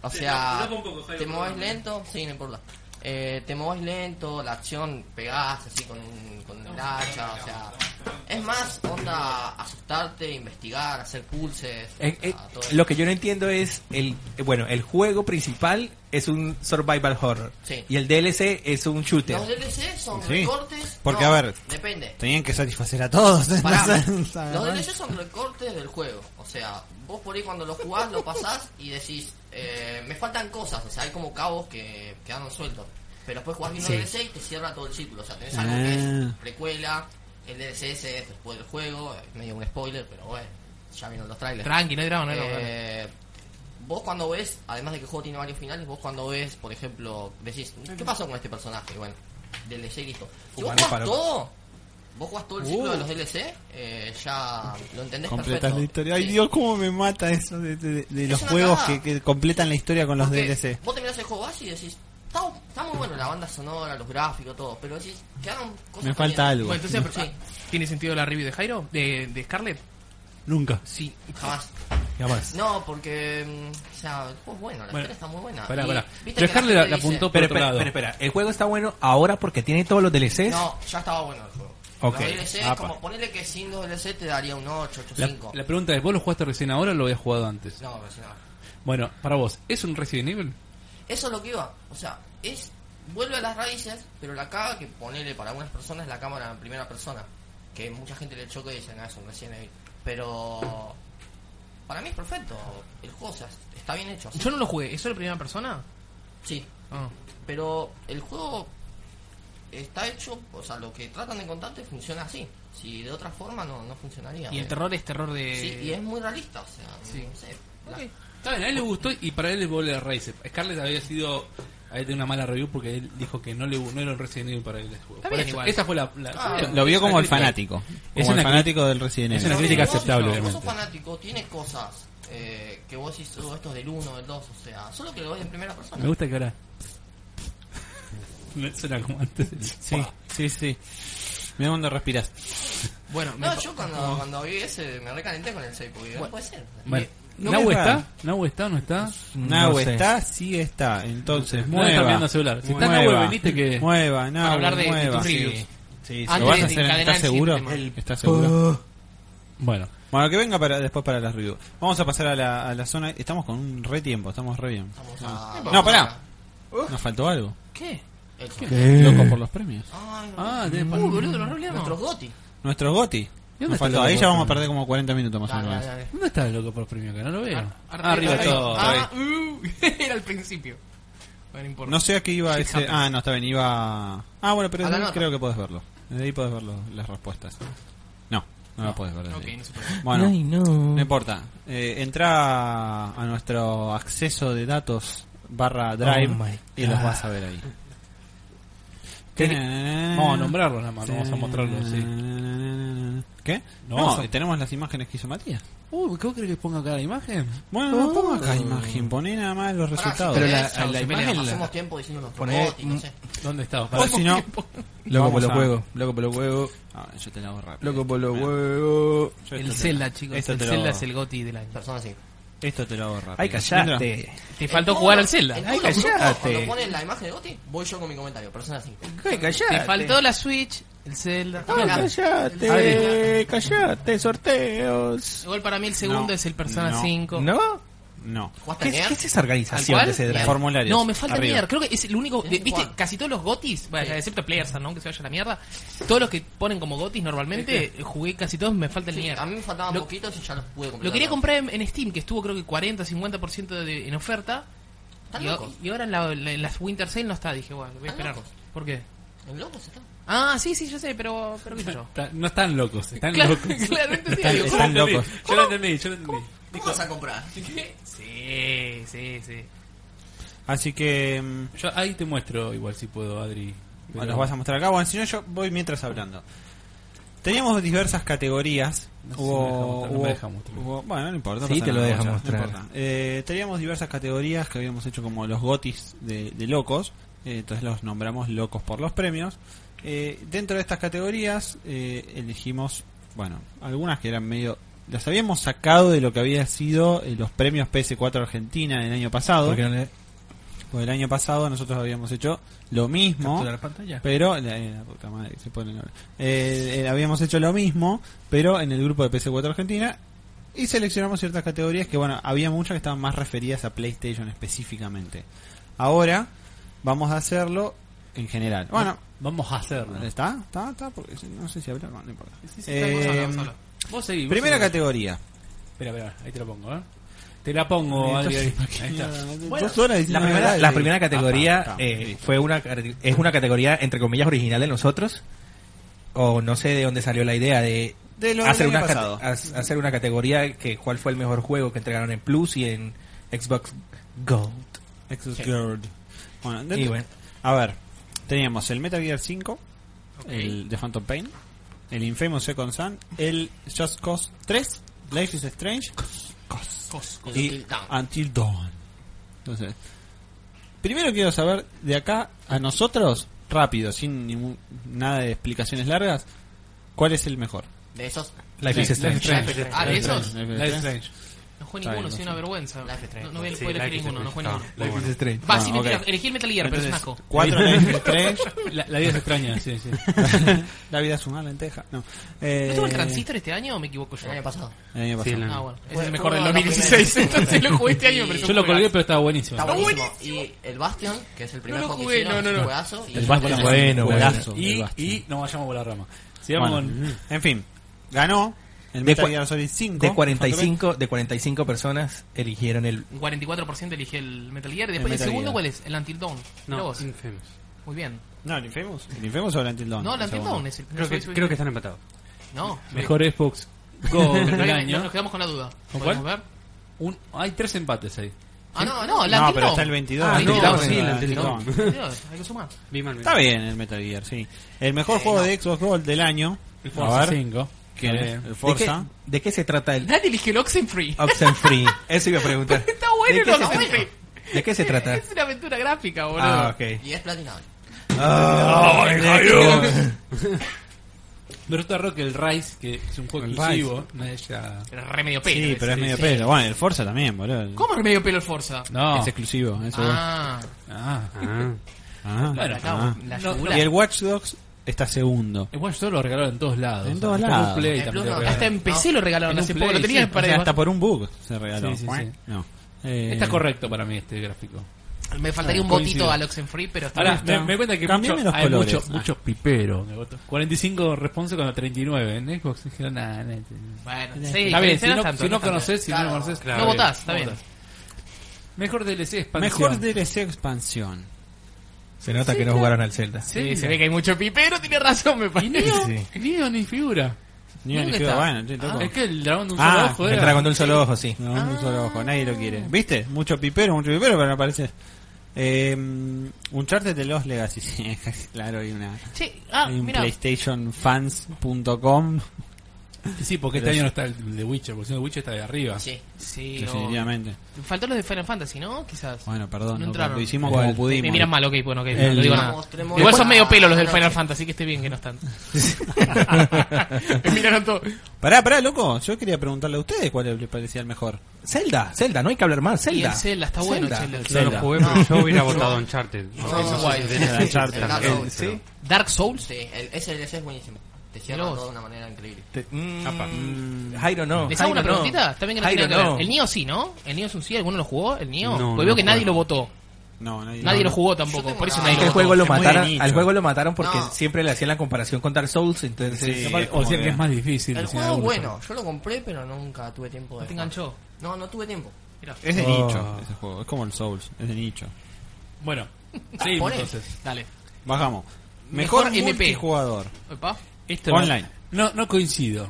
[SPEAKER 7] O sea, te movés lento, sí, no importa. Eh, te movés lento, la acción pegás así con, un- con el hacha, o sea. Es más, onda, asustarte, investigar, hacer pulses.
[SPEAKER 4] Eh, eh,
[SPEAKER 7] o sea, todo eso.
[SPEAKER 4] lo que yo no entiendo es el eh, bueno el juego principal es un survival horror
[SPEAKER 7] Sí.
[SPEAKER 4] y el DLC es un shooter
[SPEAKER 7] Los DLC son
[SPEAKER 3] Sí.
[SPEAKER 7] recortes.
[SPEAKER 3] Porque,
[SPEAKER 7] no,
[SPEAKER 3] a ver,
[SPEAKER 7] Depende.
[SPEAKER 3] Tenían que satisfacer a todos.
[SPEAKER 7] Pará,
[SPEAKER 3] entonces,
[SPEAKER 7] los DLC son recortes del juego. O sea, vos por ahí cuando lo jugás, lo pasás y decís, eh, me faltan cosas. O sea, hay como cabos que quedaron sueltos. Pero después jugás bien los DLC y te cierra todo el círculo. O sea, tenés algo que
[SPEAKER 3] Ah.
[SPEAKER 7] es precuela, el DLC ese es después del juego. Es medio un spoiler, pero bueno, ya vieron los trailers.
[SPEAKER 1] Tranqui, no hay drama, no hay drama.
[SPEAKER 7] Eh, Vos cuando ves, además de que el juego tiene varios finales, vos cuando ves, por ejemplo, decís, ¿qué pasó con este personaje? Bueno, DLC y listo. Si vos
[SPEAKER 4] Fumando
[SPEAKER 7] jugás
[SPEAKER 4] palo.
[SPEAKER 7] todo, vos jugás todo el ciclo de los DLC, eh, ya lo entendés
[SPEAKER 3] Completas
[SPEAKER 7] perfecto.
[SPEAKER 3] Uh. la historia. Ay,
[SPEAKER 7] Sí.
[SPEAKER 3] Dios, cómo me mata eso de, de- de
[SPEAKER 7] Es
[SPEAKER 3] los
[SPEAKER 7] una
[SPEAKER 3] juegos que,
[SPEAKER 7] cagada.
[SPEAKER 3] que completan la historia con los
[SPEAKER 7] Porque
[SPEAKER 3] DLC.
[SPEAKER 7] Vos terminás el juego así y decís, está, está muy bueno la banda sonora, los gráficos, todo, pero decís, quedaron cosas
[SPEAKER 3] Me falta
[SPEAKER 7] también.
[SPEAKER 3] algo.
[SPEAKER 1] Bueno, entonces, ah,
[SPEAKER 7] Sí.
[SPEAKER 1] ¿tiene sentido la review de Jairo? ¿De, de Scarlett?
[SPEAKER 3] Nunca.
[SPEAKER 1] Sí.
[SPEAKER 7] Jamás.
[SPEAKER 4] Ya
[SPEAKER 3] Pues.
[SPEAKER 4] más.
[SPEAKER 7] No, porque, mm, o sea, el juego es bueno, la
[SPEAKER 2] Bueno,
[SPEAKER 7] historia está muy buena.
[SPEAKER 2] pará,
[SPEAKER 7] Y
[SPEAKER 2] pará.
[SPEAKER 7] viste que la
[SPEAKER 2] Dejarle la-
[SPEAKER 7] gente
[SPEAKER 2] la
[SPEAKER 7] dice,
[SPEAKER 2] apuntó
[SPEAKER 4] pero,
[SPEAKER 2] Por otro
[SPEAKER 4] espera,
[SPEAKER 2] lado.
[SPEAKER 4] espera, espera. el juego está bueno ahora porque tiene todos los DLCs
[SPEAKER 7] No, ya estaba bueno el juego.
[SPEAKER 4] Ok.
[SPEAKER 7] Los DLC,
[SPEAKER 2] Apa.
[SPEAKER 7] como ponerle que sin los DLC te daría un 8, 8,
[SPEAKER 2] La,
[SPEAKER 7] 5.
[SPEAKER 2] la pregunta es, ¿vos lo jugaste recién ahora o lo habías jugado antes?
[SPEAKER 7] No, pero si no.
[SPEAKER 2] Bueno, para vos, ¿es un Resident Evil?
[SPEAKER 7] Eso es lo que iba. O sea, es. Vuelve a las raíces, pero la caga que ponerle para algunas personas es la cámara en primera persona. Que mucha gente le choca y dice, ah, es un Resident Evil". Pero. Para mí es perfecto. El juego o sea, está bien hecho. así.
[SPEAKER 1] Yo no lo jugué. ¿Eso en primera persona?
[SPEAKER 7] Sí,
[SPEAKER 1] Ah.
[SPEAKER 7] Pero el juego está hecho, o sea, lo que tratan de contarte funciona así. Si de otra forma no, no funcionaría.
[SPEAKER 1] Y el
[SPEAKER 7] Eh,
[SPEAKER 1] terror es terror de...
[SPEAKER 7] Sí, y es muy realista, o sea,
[SPEAKER 1] Eh, Sí.
[SPEAKER 7] no sé. La-
[SPEAKER 1] Ok.
[SPEAKER 2] Está bien, a él le gustó y para él es Bola Race. Scarlett había sido. Había tenido una mala review porque él dijo que no, le, no era un Resident Evil para él el juego.
[SPEAKER 1] Está
[SPEAKER 2] Por
[SPEAKER 1] bien,
[SPEAKER 2] eso,
[SPEAKER 1] igual.
[SPEAKER 2] esa fue la. la-
[SPEAKER 7] Ah,
[SPEAKER 2] es una-
[SPEAKER 3] Lo vio como el
[SPEAKER 2] es una crítica.
[SPEAKER 3] fanático.
[SPEAKER 2] Es
[SPEAKER 3] Como el
[SPEAKER 2] una cri-
[SPEAKER 3] fanático del Resident
[SPEAKER 2] es
[SPEAKER 3] Evil.
[SPEAKER 2] una crítica
[SPEAKER 7] Pero vos,
[SPEAKER 2] aceptable,
[SPEAKER 7] si sos-
[SPEAKER 2] obviamente.
[SPEAKER 7] vos sos fanático, tiene cosas eh, que vos decís, oh, esto es del 1, del 2, o sea, solo que lo ves en primera persona.
[SPEAKER 2] Me gusta que ahora. No suena como antes.
[SPEAKER 3] Sí, sí, sí. Mira cuando respiras.
[SPEAKER 1] Bueno, me
[SPEAKER 7] No,
[SPEAKER 1] pa-
[SPEAKER 7] yo cuando, cuando vi ese me recalenté con el 6 porque no puede ser.
[SPEAKER 2] Bueno,
[SPEAKER 3] No
[SPEAKER 2] ¿Nahu
[SPEAKER 3] me
[SPEAKER 2] está?
[SPEAKER 3] raro.
[SPEAKER 2] ¿Nahu está o no está?
[SPEAKER 3] Nahue
[SPEAKER 4] sé.
[SPEAKER 3] está, sí está. Entonces,
[SPEAKER 2] No
[SPEAKER 3] mueva.
[SPEAKER 2] está viendo celular. Si está
[SPEAKER 3] Mueva.
[SPEAKER 2] Nahue, venite que-
[SPEAKER 3] Mueva, no,
[SPEAKER 1] Para hablar de- de tus
[SPEAKER 3] mueva.
[SPEAKER 1] reviews.
[SPEAKER 3] Sí. Sí,
[SPEAKER 1] Antes
[SPEAKER 3] ¿Lo vas
[SPEAKER 1] de
[SPEAKER 3] a hacer?
[SPEAKER 1] encadenar
[SPEAKER 3] ¿Estás
[SPEAKER 1] el
[SPEAKER 3] seguro?
[SPEAKER 1] siguiente tema.
[SPEAKER 3] ¿Estás seguro?
[SPEAKER 2] Bueno,
[SPEAKER 3] Bueno, que venga para después para las reviews. Vamos a pasar a la, a la zona. Estamos con un re tiempo, estamos re bien.
[SPEAKER 7] Vamos a...
[SPEAKER 3] No, pará. Nos faltó algo.
[SPEAKER 1] ¿Qué?
[SPEAKER 7] El-
[SPEAKER 4] Eh.
[SPEAKER 3] Loco por los premios.
[SPEAKER 7] Ay,
[SPEAKER 2] ah, tenés pa-
[SPEAKER 1] Uy, Uh, boludo, lo
[SPEAKER 7] nuestros
[SPEAKER 1] roleamos.
[SPEAKER 7] Goti.
[SPEAKER 3] Nuestro Goti.
[SPEAKER 2] dónde
[SPEAKER 3] Nos
[SPEAKER 2] está
[SPEAKER 3] faltó.
[SPEAKER 2] el
[SPEAKER 3] Ahí
[SPEAKER 2] Goti?
[SPEAKER 3] ya vamos a perder como 40 minutos más o
[SPEAKER 7] Dale,
[SPEAKER 3] menos.
[SPEAKER 7] dale, dale.
[SPEAKER 2] ¿Dónde está el loco por premio? Que no lo veo.
[SPEAKER 1] Ar- ar-
[SPEAKER 2] Ah, arriba
[SPEAKER 1] ar-
[SPEAKER 2] todo.
[SPEAKER 1] Ah, uh, era al principio. Bueno, no importa.
[SPEAKER 3] No sé a qué iba
[SPEAKER 1] Shit
[SPEAKER 3] ese.
[SPEAKER 1] happens.
[SPEAKER 3] Ah, no, está bien, iba. Ah, bueno, pero
[SPEAKER 7] A la
[SPEAKER 3] desde ahí
[SPEAKER 7] nota.
[SPEAKER 3] creo que podés verlo. Desde ahí podés ver lo- las respuestas. No, no, la podés ver. desde
[SPEAKER 1] Ok,
[SPEAKER 3] ahí.
[SPEAKER 1] no se puede.
[SPEAKER 3] Bueno, no importa. Eh, entra a nuestro acceso de datos barra drive
[SPEAKER 4] Oh my
[SPEAKER 3] y los vas a ver ahí.
[SPEAKER 2] Vamos a nombrarlo nada más, no vamos a mostrarlo, sí.
[SPEAKER 3] ¿Qué?
[SPEAKER 2] No,
[SPEAKER 3] No, eh,
[SPEAKER 2] sí.
[SPEAKER 3] tenemos las imagen que hizo Matías. Oh.
[SPEAKER 2] Uy, ¿cómo crees que ponga acá la imagen?
[SPEAKER 3] Bueno, no ponga acá imagen, poné nada más los
[SPEAKER 7] Pará, si
[SPEAKER 3] resultados.
[SPEAKER 7] querés,
[SPEAKER 4] Pero la-
[SPEAKER 7] chao,
[SPEAKER 4] la
[SPEAKER 7] si
[SPEAKER 4] imagen
[SPEAKER 7] querés,
[SPEAKER 4] la-
[SPEAKER 7] Hacemos tiempo diciendo nuestros
[SPEAKER 4] Poné
[SPEAKER 7] Goti,
[SPEAKER 1] mm,
[SPEAKER 7] no sé.
[SPEAKER 2] ¿Dónde está?
[SPEAKER 3] O si no,
[SPEAKER 4] loco por
[SPEAKER 3] Vamos
[SPEAKER 4] los
[SPEAKER 3] a-
[SPEAKER 4] juegos loco por los juegos
[SPEAKER 3] Ah, yo te la hago rápido.
[SPEAKER 4] loco por los juegos
[SPEAKER 3] Yo
[SPEAKER 1] El
[SPEAKER 3] esto te-
[SPEAKER 1] Zelda, chicos.
[SPEAKER 3] esto
[SPEAKER 1] El
[SPEAKER 3] te lo-
[SPEAKER 1] Zelda es el Goti del año.
[SPEAKER 7] Persona así.
[SPEAKER 3] Esto te lo hago rápido.
[SPEAKER 4] ay
[SPEAKER 3] Mientras-
[SPEAKER 4] callaste
[SPEAKER 1] Te
[SPEAKER 7] El
[SPEAKER 1] faltó
[SPEAKER 7] todo-
[SPEAKER 1] jugar al
[SPEAKER 7] en
[SPEAKER 1] Zelda.
[SPEAKER 4] Ay,
[SPEAKER 7] todos los grupos,
[SPEAKER 4] callate.
[SPEAKER 7] Cuando ponen la imagen de Goti, voy yo con mi comentario. Persona así.
[SPEAKER 4] ay
[SPEAKER 1] Te
[SPEAKER 4] callaste
[SPEAKER 1] faltó la Switch, el Zelda.
[SPEAKER 7] Ah, la-
[SPEAKER 4] callaste callaste sorteos
[SPEAKER 1] Igual para mí el segundo
[SPEAKER 3] No.
[SPEAKER 1] es el Persona
[SPEAKER 3] No.
[SPEAKER 1] 5.
[SPEAKER 4] no
[SPEAKER 3] No.
[SPEAKER 7] ¿Jugaste
[SPEAKER 4] ¿Qué,
[SPEAKER 7] a
[SPEAKER 4] es-
[SPEAKER 7] Nier?
[SPEAKER 4] qué es esa
[SPEAKER 1] ¿Al
[SPEAKER 4] organización
[SPEAKER 1] cual?
[SPEAKER 4] de ese drive?
[SPEAKER 3] Form- Formularios.
[SPEAKER 1] No, me falta
[SPEAKER 3] Arriba.
[SPEAKER 1] Mierda. Creo que es el único.
[SPEAKER 7] Tenés que
[SPEAKER 1] ¿Viste?
[SPEAKER 7] jugar.
[SPEAKER 1] Casi todos los gotis, bueno,
[SPEAKER 7] Sí.
[SPEAKER 1] excepto Players, ¿no? Que se vaya a la mierda. Todos los que ponen como gotis normalmente, jugué casi todos, me falta el
[SPEAKER 7] Sí,
[SPEAKER 1] Nier.
[SPEAKER 7] a mí me faltaban
[SPEAKER 1] Lo-
[SPEAKER 7] poquitos y ya los pude comprar.
[SPEAKER 1] Lo quería comprar en, en Steam, que estuvo creo que 40, 50% de- en oferta.
[SPEAKER 7] Están
[SPEAKER 1] Y, a-
[SPEAKER 7] locos.
[SPEAKER 1] y ahora en, la, la- en las Winter Sale no está, dije, bueno, voy a
[SPEAKER 7] Están
[SPEAKER 1] esperar.
[SPEAKER 7] locos.
[SPEAKER 1] ¿Por qué?
[SPEAKER 7] El loco se está.
[SPEAKER 1] Ah, sí, sí, yo sé, pero, pero qué sé yo.
[SPEAKER 2] Está- no están locos, están
[SPEAKER 1] Claro,
[SPEAKER 2] locos.
[SPEAKER 1] claro, no entendía,
[SPEAKER 3] Están-
[SPEAKER 1] digo,
[SPEAKER 3] están
[SPEAKER 1] ¿cómo?
[SPEAKER 3] locos.
[SPEAKER 2] Yo lo entendí, yo lo entendí.
[SPEAKER 7] ¿Cómo vas a comprar?
[SPEAKER 1] Sí, sí, sí.
[SPEAKER 3] Así que mm,
[SPEAKER 2] Yo ahí te muestro igual si puedo, Adri.
[SPEAKER 3] bueno, los vas a mostrar acá. Bueno, si no, yo voy mientras hablando. Teníamos diversas categorías.
[SPEAKER 2] No sé si me deja
[SPEAKER 3] Hubo-
[SPEAKER 2] mostrar, no me deja mostrar.
[SPEAKER 3] hubo- hubo- Bueno, no importa. no
[SPEAKER 4] Sí,
[SPEAKER 3] pasa
[SPEAKER 4] te lo
[SPEAKER 3] nada,
[SPEAKER 4] deja
[SPEAKER 3] no
[SPEAKER 4] mostrar.
[SPEAKER 3] importa. Eh, teníamos diversas categorías que habíamos hecho como los gotis de, de locos. eh, entonces los nombramos locos por los premios. Eh, dentro de estas categorías eh, elegimos, bueno, algunas que eran medio... Las habíamos sacado de lo que había sido eh, los premios PS4 Argentina del año pasado.
[SPEAKER 4] Porque
[SPEAKER 3] Porque,
[SPEAKER 4] no le
[SPEAKER 3] el año pasado nosotros habíamos hecho lo mismo.
[SPEAKER 4] captura la pantalla.
[SPEAKER 3] Pero, la, eh, la puta madre, se ponen ahora. Eh, eh, habíamos hecho lo mismo, pero en el grupo de PC4 Argentina. Y seleccionamos ciertas categorías que, bueno, había muchas que estaban más referidas a PlayStation específicamente. Ahora vamos a hacerlo en general.
[SPEAKER 1] Ah,
[SPEAKER 3] Bueno,
[SPEAKER 2] Vamos a hacerlo.
[SPEAKER 3] ¿está? ¿Está? ¿Está? Porque si- no sé si hablar, bueno, no importa.
[SPEAKER 1] sí,
[SPEAKER 3] Eh,
[SPEAKER 1] vamos a hablar, vamos a hablar.
[SPEAKER 2] Vos seguís.
[SPEAKER 3] primera
[SPEAKER 2] categoría.
[SPEAKER 3] categoría.
[SPEAKER 2] Espera, espera, ahí te la pongo, ¿eh? Te la
[SPEAKER 4] Oh,
[SPEAKER 2] pongo, Adri. Ahí ahí está.
[SPEAKER 3] Dos horas
[SPEAKER 4] La
[SPEAKER 3] diciendo
[SPEAKER 4] primera,
[SPEAKER 3] verdad
[SPEAKER 4] la
[SPEAKER 3] y-
[SPEAKER 4] primera categoría
[SPEAKER 3] Ah, pa, pa,
[SPEAKER 4] eh,
[SPEAKER 3] listo.
[SPEAKER 4] fue una cate- es una categoría entre comillas original de nosotros o no sé de dónde salió la idea de,
[SPEAKER 3] De lo del
[SPEAKER 4] hacer
[SPEAKER 3] año
[SPEAKER 4] una cate-
[SPEAKER 3] pasado.
[SPEAKER 4] ha- hacer una categoría que cuál fue el mejor juego que entregaron en Plus y en Xbox Gold.
[SPEAKER 3] Exos Girl. Bueno,
[SPEAKER 4] Y
[SPEAKER 3] dentro-
[SPEAKER 4] bueno,
[SPEAKER 3] A ver, teníamos el Metal Gear 5, el de Phantom Pain, el Infamous Second Son, el Just Cause 3, Life is Strange
[SPEAKER 7] Con
[SPEAKER 3] y
[SPEAKER 7] Until Dawn.
[SPEAKER 3] Until Dawn. Entonces, primero quiero saber de acá a nosotros, rápido, sin ningún- nada de explicaciones largas, ¿cuál es el mejor?
[SPEAKER 7] De esos.
[SPEAKER 4] Life is Strange.
[SPEAKER 7] Ah, de esos.
[SPEAKER 3] Life is
[SPEAKER 2] Life is
[SPEAKER 3] Strange.
[SPEAKER 2] Strange.
[SPEAKER 1] No jugué
[SPEAKER 3] Está
[SPEAKER 1] ninguno,
[SPEAKER 3] bien,
[SPEAKER 1] soy una vergüenza.
[SPEAKER 7] Life is Strange.
[SPEAKER 1] No, no voy a
[SPEAKER 5] Sí,
[SPEAKER 1] poder
[SPEAKER 5] Life
[SPEAKER 1] elegir
[SPEAKER 5] is
[SPEAKER 1] ninguno, no jugué
[SPEAKER 5] Strange.
[SPEAKER 1] ninguno.
[SPEAKER 5] Muy bueno.
[SPEAKER 4] Strange.
[SPEAKER 1] Va,
[SPEAKER 3] Ah,
[SPEAKER 1] sí, mentira,
[SPEAKER 3] ok.
[SPEAKER 1] elegí el Metal Gear, pero es un
[SPEAKER 3] Entonces,
[SPEAKER 1] asco.
[SPEAKER 3] Cuatro Life is Strange,
[SPEAKER 2] La, la vida es extraña, sí, sí.
[SPEAKER 3] la vida es una lenteja. No,
[SPEAKER 1] ¿No
[SPEAKER 3] eh,
[SPEAKER 1] estuvo el Transistor este año o me equivoco yo?
[SPEAKER 7] El año pasado.
[SPEAKER 3] el año
[SPEAKER 5] Sí,
[SPEAKER 3] pasado.
[SPEAKER 5] la-
[SPEAKER 1] Ah, bueno, es
[SPEAKER 7] Bueno,
[SPEAKER 1] el mejor del
[SPEAKER 7] no, no,
[SPEAKER 1] 2016,
[SPEAKER 7] primero.
[SPEAKER 1] entonces lo jugué este año.
[SPEAKER 7] Y-
[SPEAKER 1] pero es un
[SPEAKER 2] Yo lo colgué,
[SPEAKER 1] juegazo.
[SPEAKER 2] pero estaba buenísimo.
[SPEAKER 7] Está
[SPEAKER 1] No,
[SPEAKER 7] buenísimo. Y el Bastion, que es el primer
[SPEAKER 1] lo
[SPEAKER 7] juego
[SPEAKER 1] jugué,
[SPEAKER 7] que hicieron,
[SPEAKER 1] no, no,
[SPEAKER 7] es
[SPEAKER 1] no.
[SPEAKER 7] un juegazo. y-
[SPEAKER 3] El Bastion
[SPEAKER 7] y-
[SPEAKER 3] es bueno,
[SPEAKER 2] Juegazo.
[SPEAKER 3] bueno.
[SPEAKER 2] Y,
[SPEAKER 3] Juegazo.
[SPEAKER 2] y no vayamos por la rama. Sigamos
[SPEAKER 3] Bueno,
[SPEAKER 2] con-
[SPEAKER 3] en fin, ganó el
[SPEAKER 4] De
[SPEAKER 3] Metal
[SPEAKER 4] cua-
[SPEAKER 3] Gear Solid 5.
[SPEAKER 4] De 45 de 45 personas eligieron el
[SPEAKER 1] Un 44% eligió el Metal Gear. Y después, el,
[SPEAKER 3] El Metal
[SPEAKER 1] segundo,
[SPEAKER 3] Gear.
[SPEAKER 1] ¿cuál es? El Until Dawn. Mirá
[SPEAKER 5] No,
[SPEAKER 1] vos.
[SPEAKER 5] Infamous.
[SPEAKER 1] Muy bien.
[SPEAKER 3] No, el Infamous. ¿El Infamous o el Until Dawn?
[SPEAKER 1] No, el
[SPEAKER 3] El
[SPEAKER 1] Until
[SPEAKER 3] segundo.
[SPEAKER 1] Dawn es el
[SPEAKER 5] Creo
[SPEAKER 1] soy-
[SPEAKER 5] que,
[SPEAKER 1] soy-
[SPEAKER 5] creo que están empatados.
[SPEAKER 1] No.
[SPEAKER 2] Mejor Xbox Go
[SPEAKER 1] Pero
[SPEAKER 2] del
[SPEAKER 1] no- no-
[SPEAKER 2] año.
[SPEAKER 1] Nos quedamos con la duda.
[SPEAKER 2] ¿Con
[SPEAKER 1] ¿Podemos
[SPEAKER 2] cuál?
[SPEAKER 1] ver?
[SPEAKER 2] Un- hay tres empates ahí.
[SPEAKER 1] Ah, no, no, el
[SPEAKER 3] No,
[SPEAKER 1] Until
[SPEAKER 3] pero
[SPEAKER 1] Dawn.
[SPEAKER 3] está el 22.
[SPEAKER 1] Ah,
[SPEAKER 3] el
[SPEAKER 1] no,
[SPEAKER 3] Until Dawn,
[SPEAKER 1] sí,
[SPEAKER 4] el
[SPEAKER 3] el
[SPEAKER 4] Until
[SPEAKER 3] Until
[SPEAKER 4] Dawn.
[SPEAKER 3] Dawn.
[SPEAKER 1] Dios, Hay que sumar.
[SPEAKER 5] Vi mal,
[SPEAKER 3] Está bien el Metal Gear, sí. El mejor juego de Xbox Gold del año.
[SPEAKER 2] El
[SPEAKER 3] A
[SPEAKER 2] Forza
[SPEAKER 3] ver,
[SPEAKER 2] 5.
[SPEAKER 3] ¿quién
[SPEAKER 2] Está
[SPEAKER 3] es?
[SPEAKER 2] bien.
[SPEAKER 3] El Forza.
[SPEAKER 4] ¿De qué, de qué se trata el
[SPEAKER 1] Nadie eligió el Oxenfree.
[SPEAKER 4] Oxenfree? Eso iba a preguntar.
[SPEAKER 1] Está bueno
[SPEAKER 4] ¿De
[SPEAKER 1] el
[SPEAKER 4] qué se
[SPEAKER 1] Oxenfree.
[SPEAKER 4] ¿De qué se trata?
[SPEAKER 1] Es una aventura gráfica, boludo.
[SPEAKER 4] Ah, ok.
[SPEAKER 7] Y es platinable.
[SPEAKER 2] Pero está Rock el Rise, que es un juego
[SPEAKER 3] El
[SPEAKER 2] exclusivo. No es ya-
[SPEAKER 1] Era re medio pelo.
[SPEAKER 3] Sí,
[SPEAKER 1] ese.
[SPEAKER 3] pero es medio
[SPEAKER 1] Sí.
[SPEAKER 3] pelo. Bueno, el Forza también, boludo.
[SPEAKER 1] ¿Cómo es medio pelo el Forza?
[SPEAKER 2] No.
[SPEAKER 3] Es exclusivo, eso.
[SPEAKER 1] Ah,
[SPEAKER 2] Ah.
[SPEAKER 5] Ah,
[SPEAKER 3] Ah,
[SPEAKER 2] Bueno,
[SPEAKER 3] ah.
[SPEAKER 1] la
[SPEAKER 2] No,
[SPEAKER 1] yugular.
[SPEAKER 3] Y el Watch Dogs está segundo.
[SPEAKER 2] El Watch Dogs Eh, lo regalaron en todos lados.
[SPEAKER 3] En
[SPEAKER 2] O sea,
[SPEAKER 3] todos
[SPEAKER 2] hasta
[SPEAKER 3] lados.
[SPEAKER 2] un Play
[SPEAKER 7] El
[SPEAKER 2] Eh, también
[SPEAKER 7] Plus
[SPEAKER 2] lo
[SPEAKER 7] no.
[SPEAKER 1] Hasta
[SPEAKER 2] regalaron.
[SPEAKER 1] en PC lo regalaron
[SPEAKER 2] En un
[SPEAKER 1] hace
[SPEAKER 2] Play,
[SPEAKER 1] poco. Lo tenía
[SPEAKER 2] sí.
[SPEAKER 1] en
[SPEAKER 3] O
[SPEAKER 1] par de
[SPEAKER 3] sea, hasta por un bug se regaló.
[SPEAKER 2] Sí, sí, sí.
[SPEAKER 3] No. Eh,
[SPEAKER 2] Está correcto para mí este gráfico.
[SPEAKER 1] Me faltaría un
[SPEAKER 2] Coincido.
[SPEAKER 1] botito al Oxenfree, pero está
[SPEAKER 2] Ahora,
[SPEAKER 1] bien.
[SPEAKER 2] me, me doy cuenta que
[SPEAKER 3] Cambiame
[SPEAKER 2] mucho-
[SPEAKER 3] los
[SPEAKER 2] hay
[SPEAKER 3] colores.
[SPEAKER 2] muchos
[SPEAKER 3] Ah.
[SPEAKER 2] muchos piperos. Me votó. 45 response con la 39. En Xbox dijeron, nah, nah, nah.
[SPEAKER 1] Bueno, sí,
[SPEAKER 2] Está bien, si
[SPEAKER 1] diferencia
[SPEAKER 2] no,
[SPEAKER 1] es tanto,
[SPEAKER 2] si no
[SPEAKER 1] es tanto.
[SPEAKER 2] conoces, si
[SPEAKER 7] Claro.
[SPEAKER 2] no conoces,
[SPEAKER 5] No
[SPEAKER 2] claro,
[SPEAKER 1] votás, está bien.
[SPEAKER 2] votás. Mejor DLC expansión.
[SPEAKER 3] Mejor DLC expansión.
[SPEAKER 4] Se nota que no jugaron al Zelda.
[SPEAKER 1] Sí, se ve que hay mucho pipero, tiene razón, me
[SPEAKER 2] Y
[SPEAKER 1] parece.
[SPEAKER 2] Neo,
[SPEAKER 4] Sí.
[SPEAKER 2] Neo ni figura.
[SPEAKER 3] Ni
[SPEAKER 1] ¿Dónde
[SPEAKER 3] ni
[SPEAKER 1] está?
[SPEAKER 3] bueno, che, loco.
[SPEAKER 2] Ah. Es que el dragón de un
[SPEAKER 3] Ah,
[SPEAKER 2] solo ojo
[SPEAKER 4] El
[SPEAKER 2] era-
[SPEAKER 4] dragón de un solo ojo, sí.
[SPEAKER 3] No, un solo ojo, nadie lo quiere. ¿Viste? Mucho pipero, mucho pipero, pero no aparece. Eh, un charter de los Legacy, sí, claro, hay una.
[SPEAKER 1] Che, ah,
[SPEAKER 3] hay un
[SPEAKER 1] mira,
[SPEAKER 3] PlayStationFans.com,
[SPEAKER 2] Sí, porque este año
[SPEAKER 3] Pero sí.
[SPEAKER 2] no está el de Witcher, porque si no, el Witcher está de arriba.
[SPEAKER 7] Sí.
[SPEAKER 1] Sí, no.
[SPEAKER 3] definitivamente.
[SPEAKER 1] Faltó los de Final Fantasy, ¿no? Quizás.
[SPEAKER 3] Bueno, perdón,
[SPEAKER 1] No
[SPEAKER 3] no,
[SPEAKER 1] entraron.
[SPEAKER 3] lo hicimos
[SPEAKER 2] ¿Cuál?
[SPEAKER 3] como
[SPEAKER 1] me
[SPEAKER 3] pudimos.
[SPEAKER 1] miran mal, ok, bueno, ok,
[SPEAKER 3] El-
[SPEAKER 1] no digo nada.
[SPEAKER 7] Mostremos- mostremos
[SPEAKER 1] Igual son
[SPEAKER 7] la-
[SPEAKER 1] medio pelos los del
[SPEAKER 7] la
[SPEAKER 1] Final
[SPEAKER 7] noche.
[SPEAKER 1] Fantasy, que esté bien que no están. me miraron todo.
[SPEAKER 3] Pará, pará, loco, yo quería preguntarle a ustedes cuál les parecía el mejor.
[SPEAKER 4] Zelda, Zelda, no hay que hablar más.
[SPEAKER 1] Y
[SPEAKER 4] Zelda.
[SPEAKER 1] el Zelda, está bueno, che, el
[SPEAKER 5] no
[SPEAKER 1] Zelda.
[SPEAKER 5] lo jugué, pero yo hubiera votado Uncharted.
[SPEAKER 7] No,
[SPEAKER 5] Eso sí,
[SPEAKER 7] guay.
[SPEAKER 5] debería
[SPEAKER 7] El
[SPEAKER 5] estar
[SPEAKER 4] Ah,
[SPEAKER 7] Dark
[SPEAKER 5] bien,
[SPEAKER 7] Souls.
[SPEAKER 5] pero-
[SPEAKER 1] Dark Souls.
[SPEAKER 7] Sí, el, ese DLC es buenísimo. Te cierra
[SPEAKER 1] Mirá vos.
[SPEAKER 7] todo de una manera increíble.
[SPEAKER 4] Te- mm, Jairo no.
[SPEAKER 1] ¿Les hago una
[SPEAKER 4] Jairo no.
[SPEAKER 1] preguntita? Está bien que no
[SPEAKER 4] Jairo
[SPEAKER 1] tiene nada que
[SPEAKER 4] no.
[SPEAKER 1] ver. El Nio sí, ¿no? El Nio es un sí, ¿alguno lo jugó? ¿El Nio?
[SPEAKER 5] No,
[SPEAKER 1] Porque
[SPEAKER 5] no
[SPEAKER 1] veo que
[SPEAKER 5] lo
[SPEAKER 1] nadie
[SPEAKER 5] juego.
[SPEAKER 1] lo votó.
[SPEAKER 3] No, nadie,
[SPEAKER 1] Nadie
[SPEAKER 3] no,
[SPEAKER 1] lo jugó
[SPEAKER 7] Yo
[SPEAKER 1] tampoco,
[SPEAKER 7] tengo
[SPEAKER 1] por eso
[SPEAKER 7] una-
[SPEAKER 1] nadie
[SPEAKER 4] Es que
[SPEAKER 1] lo
[SPEAKER 4] el
[SPEAKER 1] votó.
[SPEAKER 4] juego lo
[SPEAKER 3] Es muy de
[SPEAKER 4] mataron,
[SPEAKER 3] nicho.
[SPEAKER 4] al juego lo mataron porque
[SPEAKER 7] No.
[SPEAKER 4] siempre le hacían la comparación con Dark Souls, entonces
[SPEAKER 3] Sí.
[SPEAKER 2] Capaz- o sea que es más difícil.
[SPEAKER 7] El
[SPEAKER 2] sin
[SPEAKER 7] juego es
[SPEAKER 2] algunos.
[SPEAKER 7] bueno, yo lo compré, pero nunca tuve tiempo de.
[SPEAKER 1] Te
[SPEAKER 7] jugar.
[SPEAKER 1] enganchó.
[SPEAKER 7] No, no tuve tiempo.
[SPEAKER 1] Mirá.
[SPEAKER 3] Es de
[SPEAKER 2] Oh.
[SPEAKER 3] nicho ese juego, es como el Souls, es de nicho.
[SPEAKER 2] Bueno, seguimos
[SPEAKER 7] Poné.
[SPEAKER 2] entonces.
[SPEAKER 1] Dale.
[SPEAKER 3] Bajamos.
[SPEAKER 1] Mejor
[SPEAKER 3] Mejor,
[SPEAKER 1] MP.
[SPEAKER 3] multijugador.
[SPEAKER 1] Opa.
[SPEAKER 2] Esto
[SPEAKER 3] Online.
[SPEAKER 2] Este No, no coincido.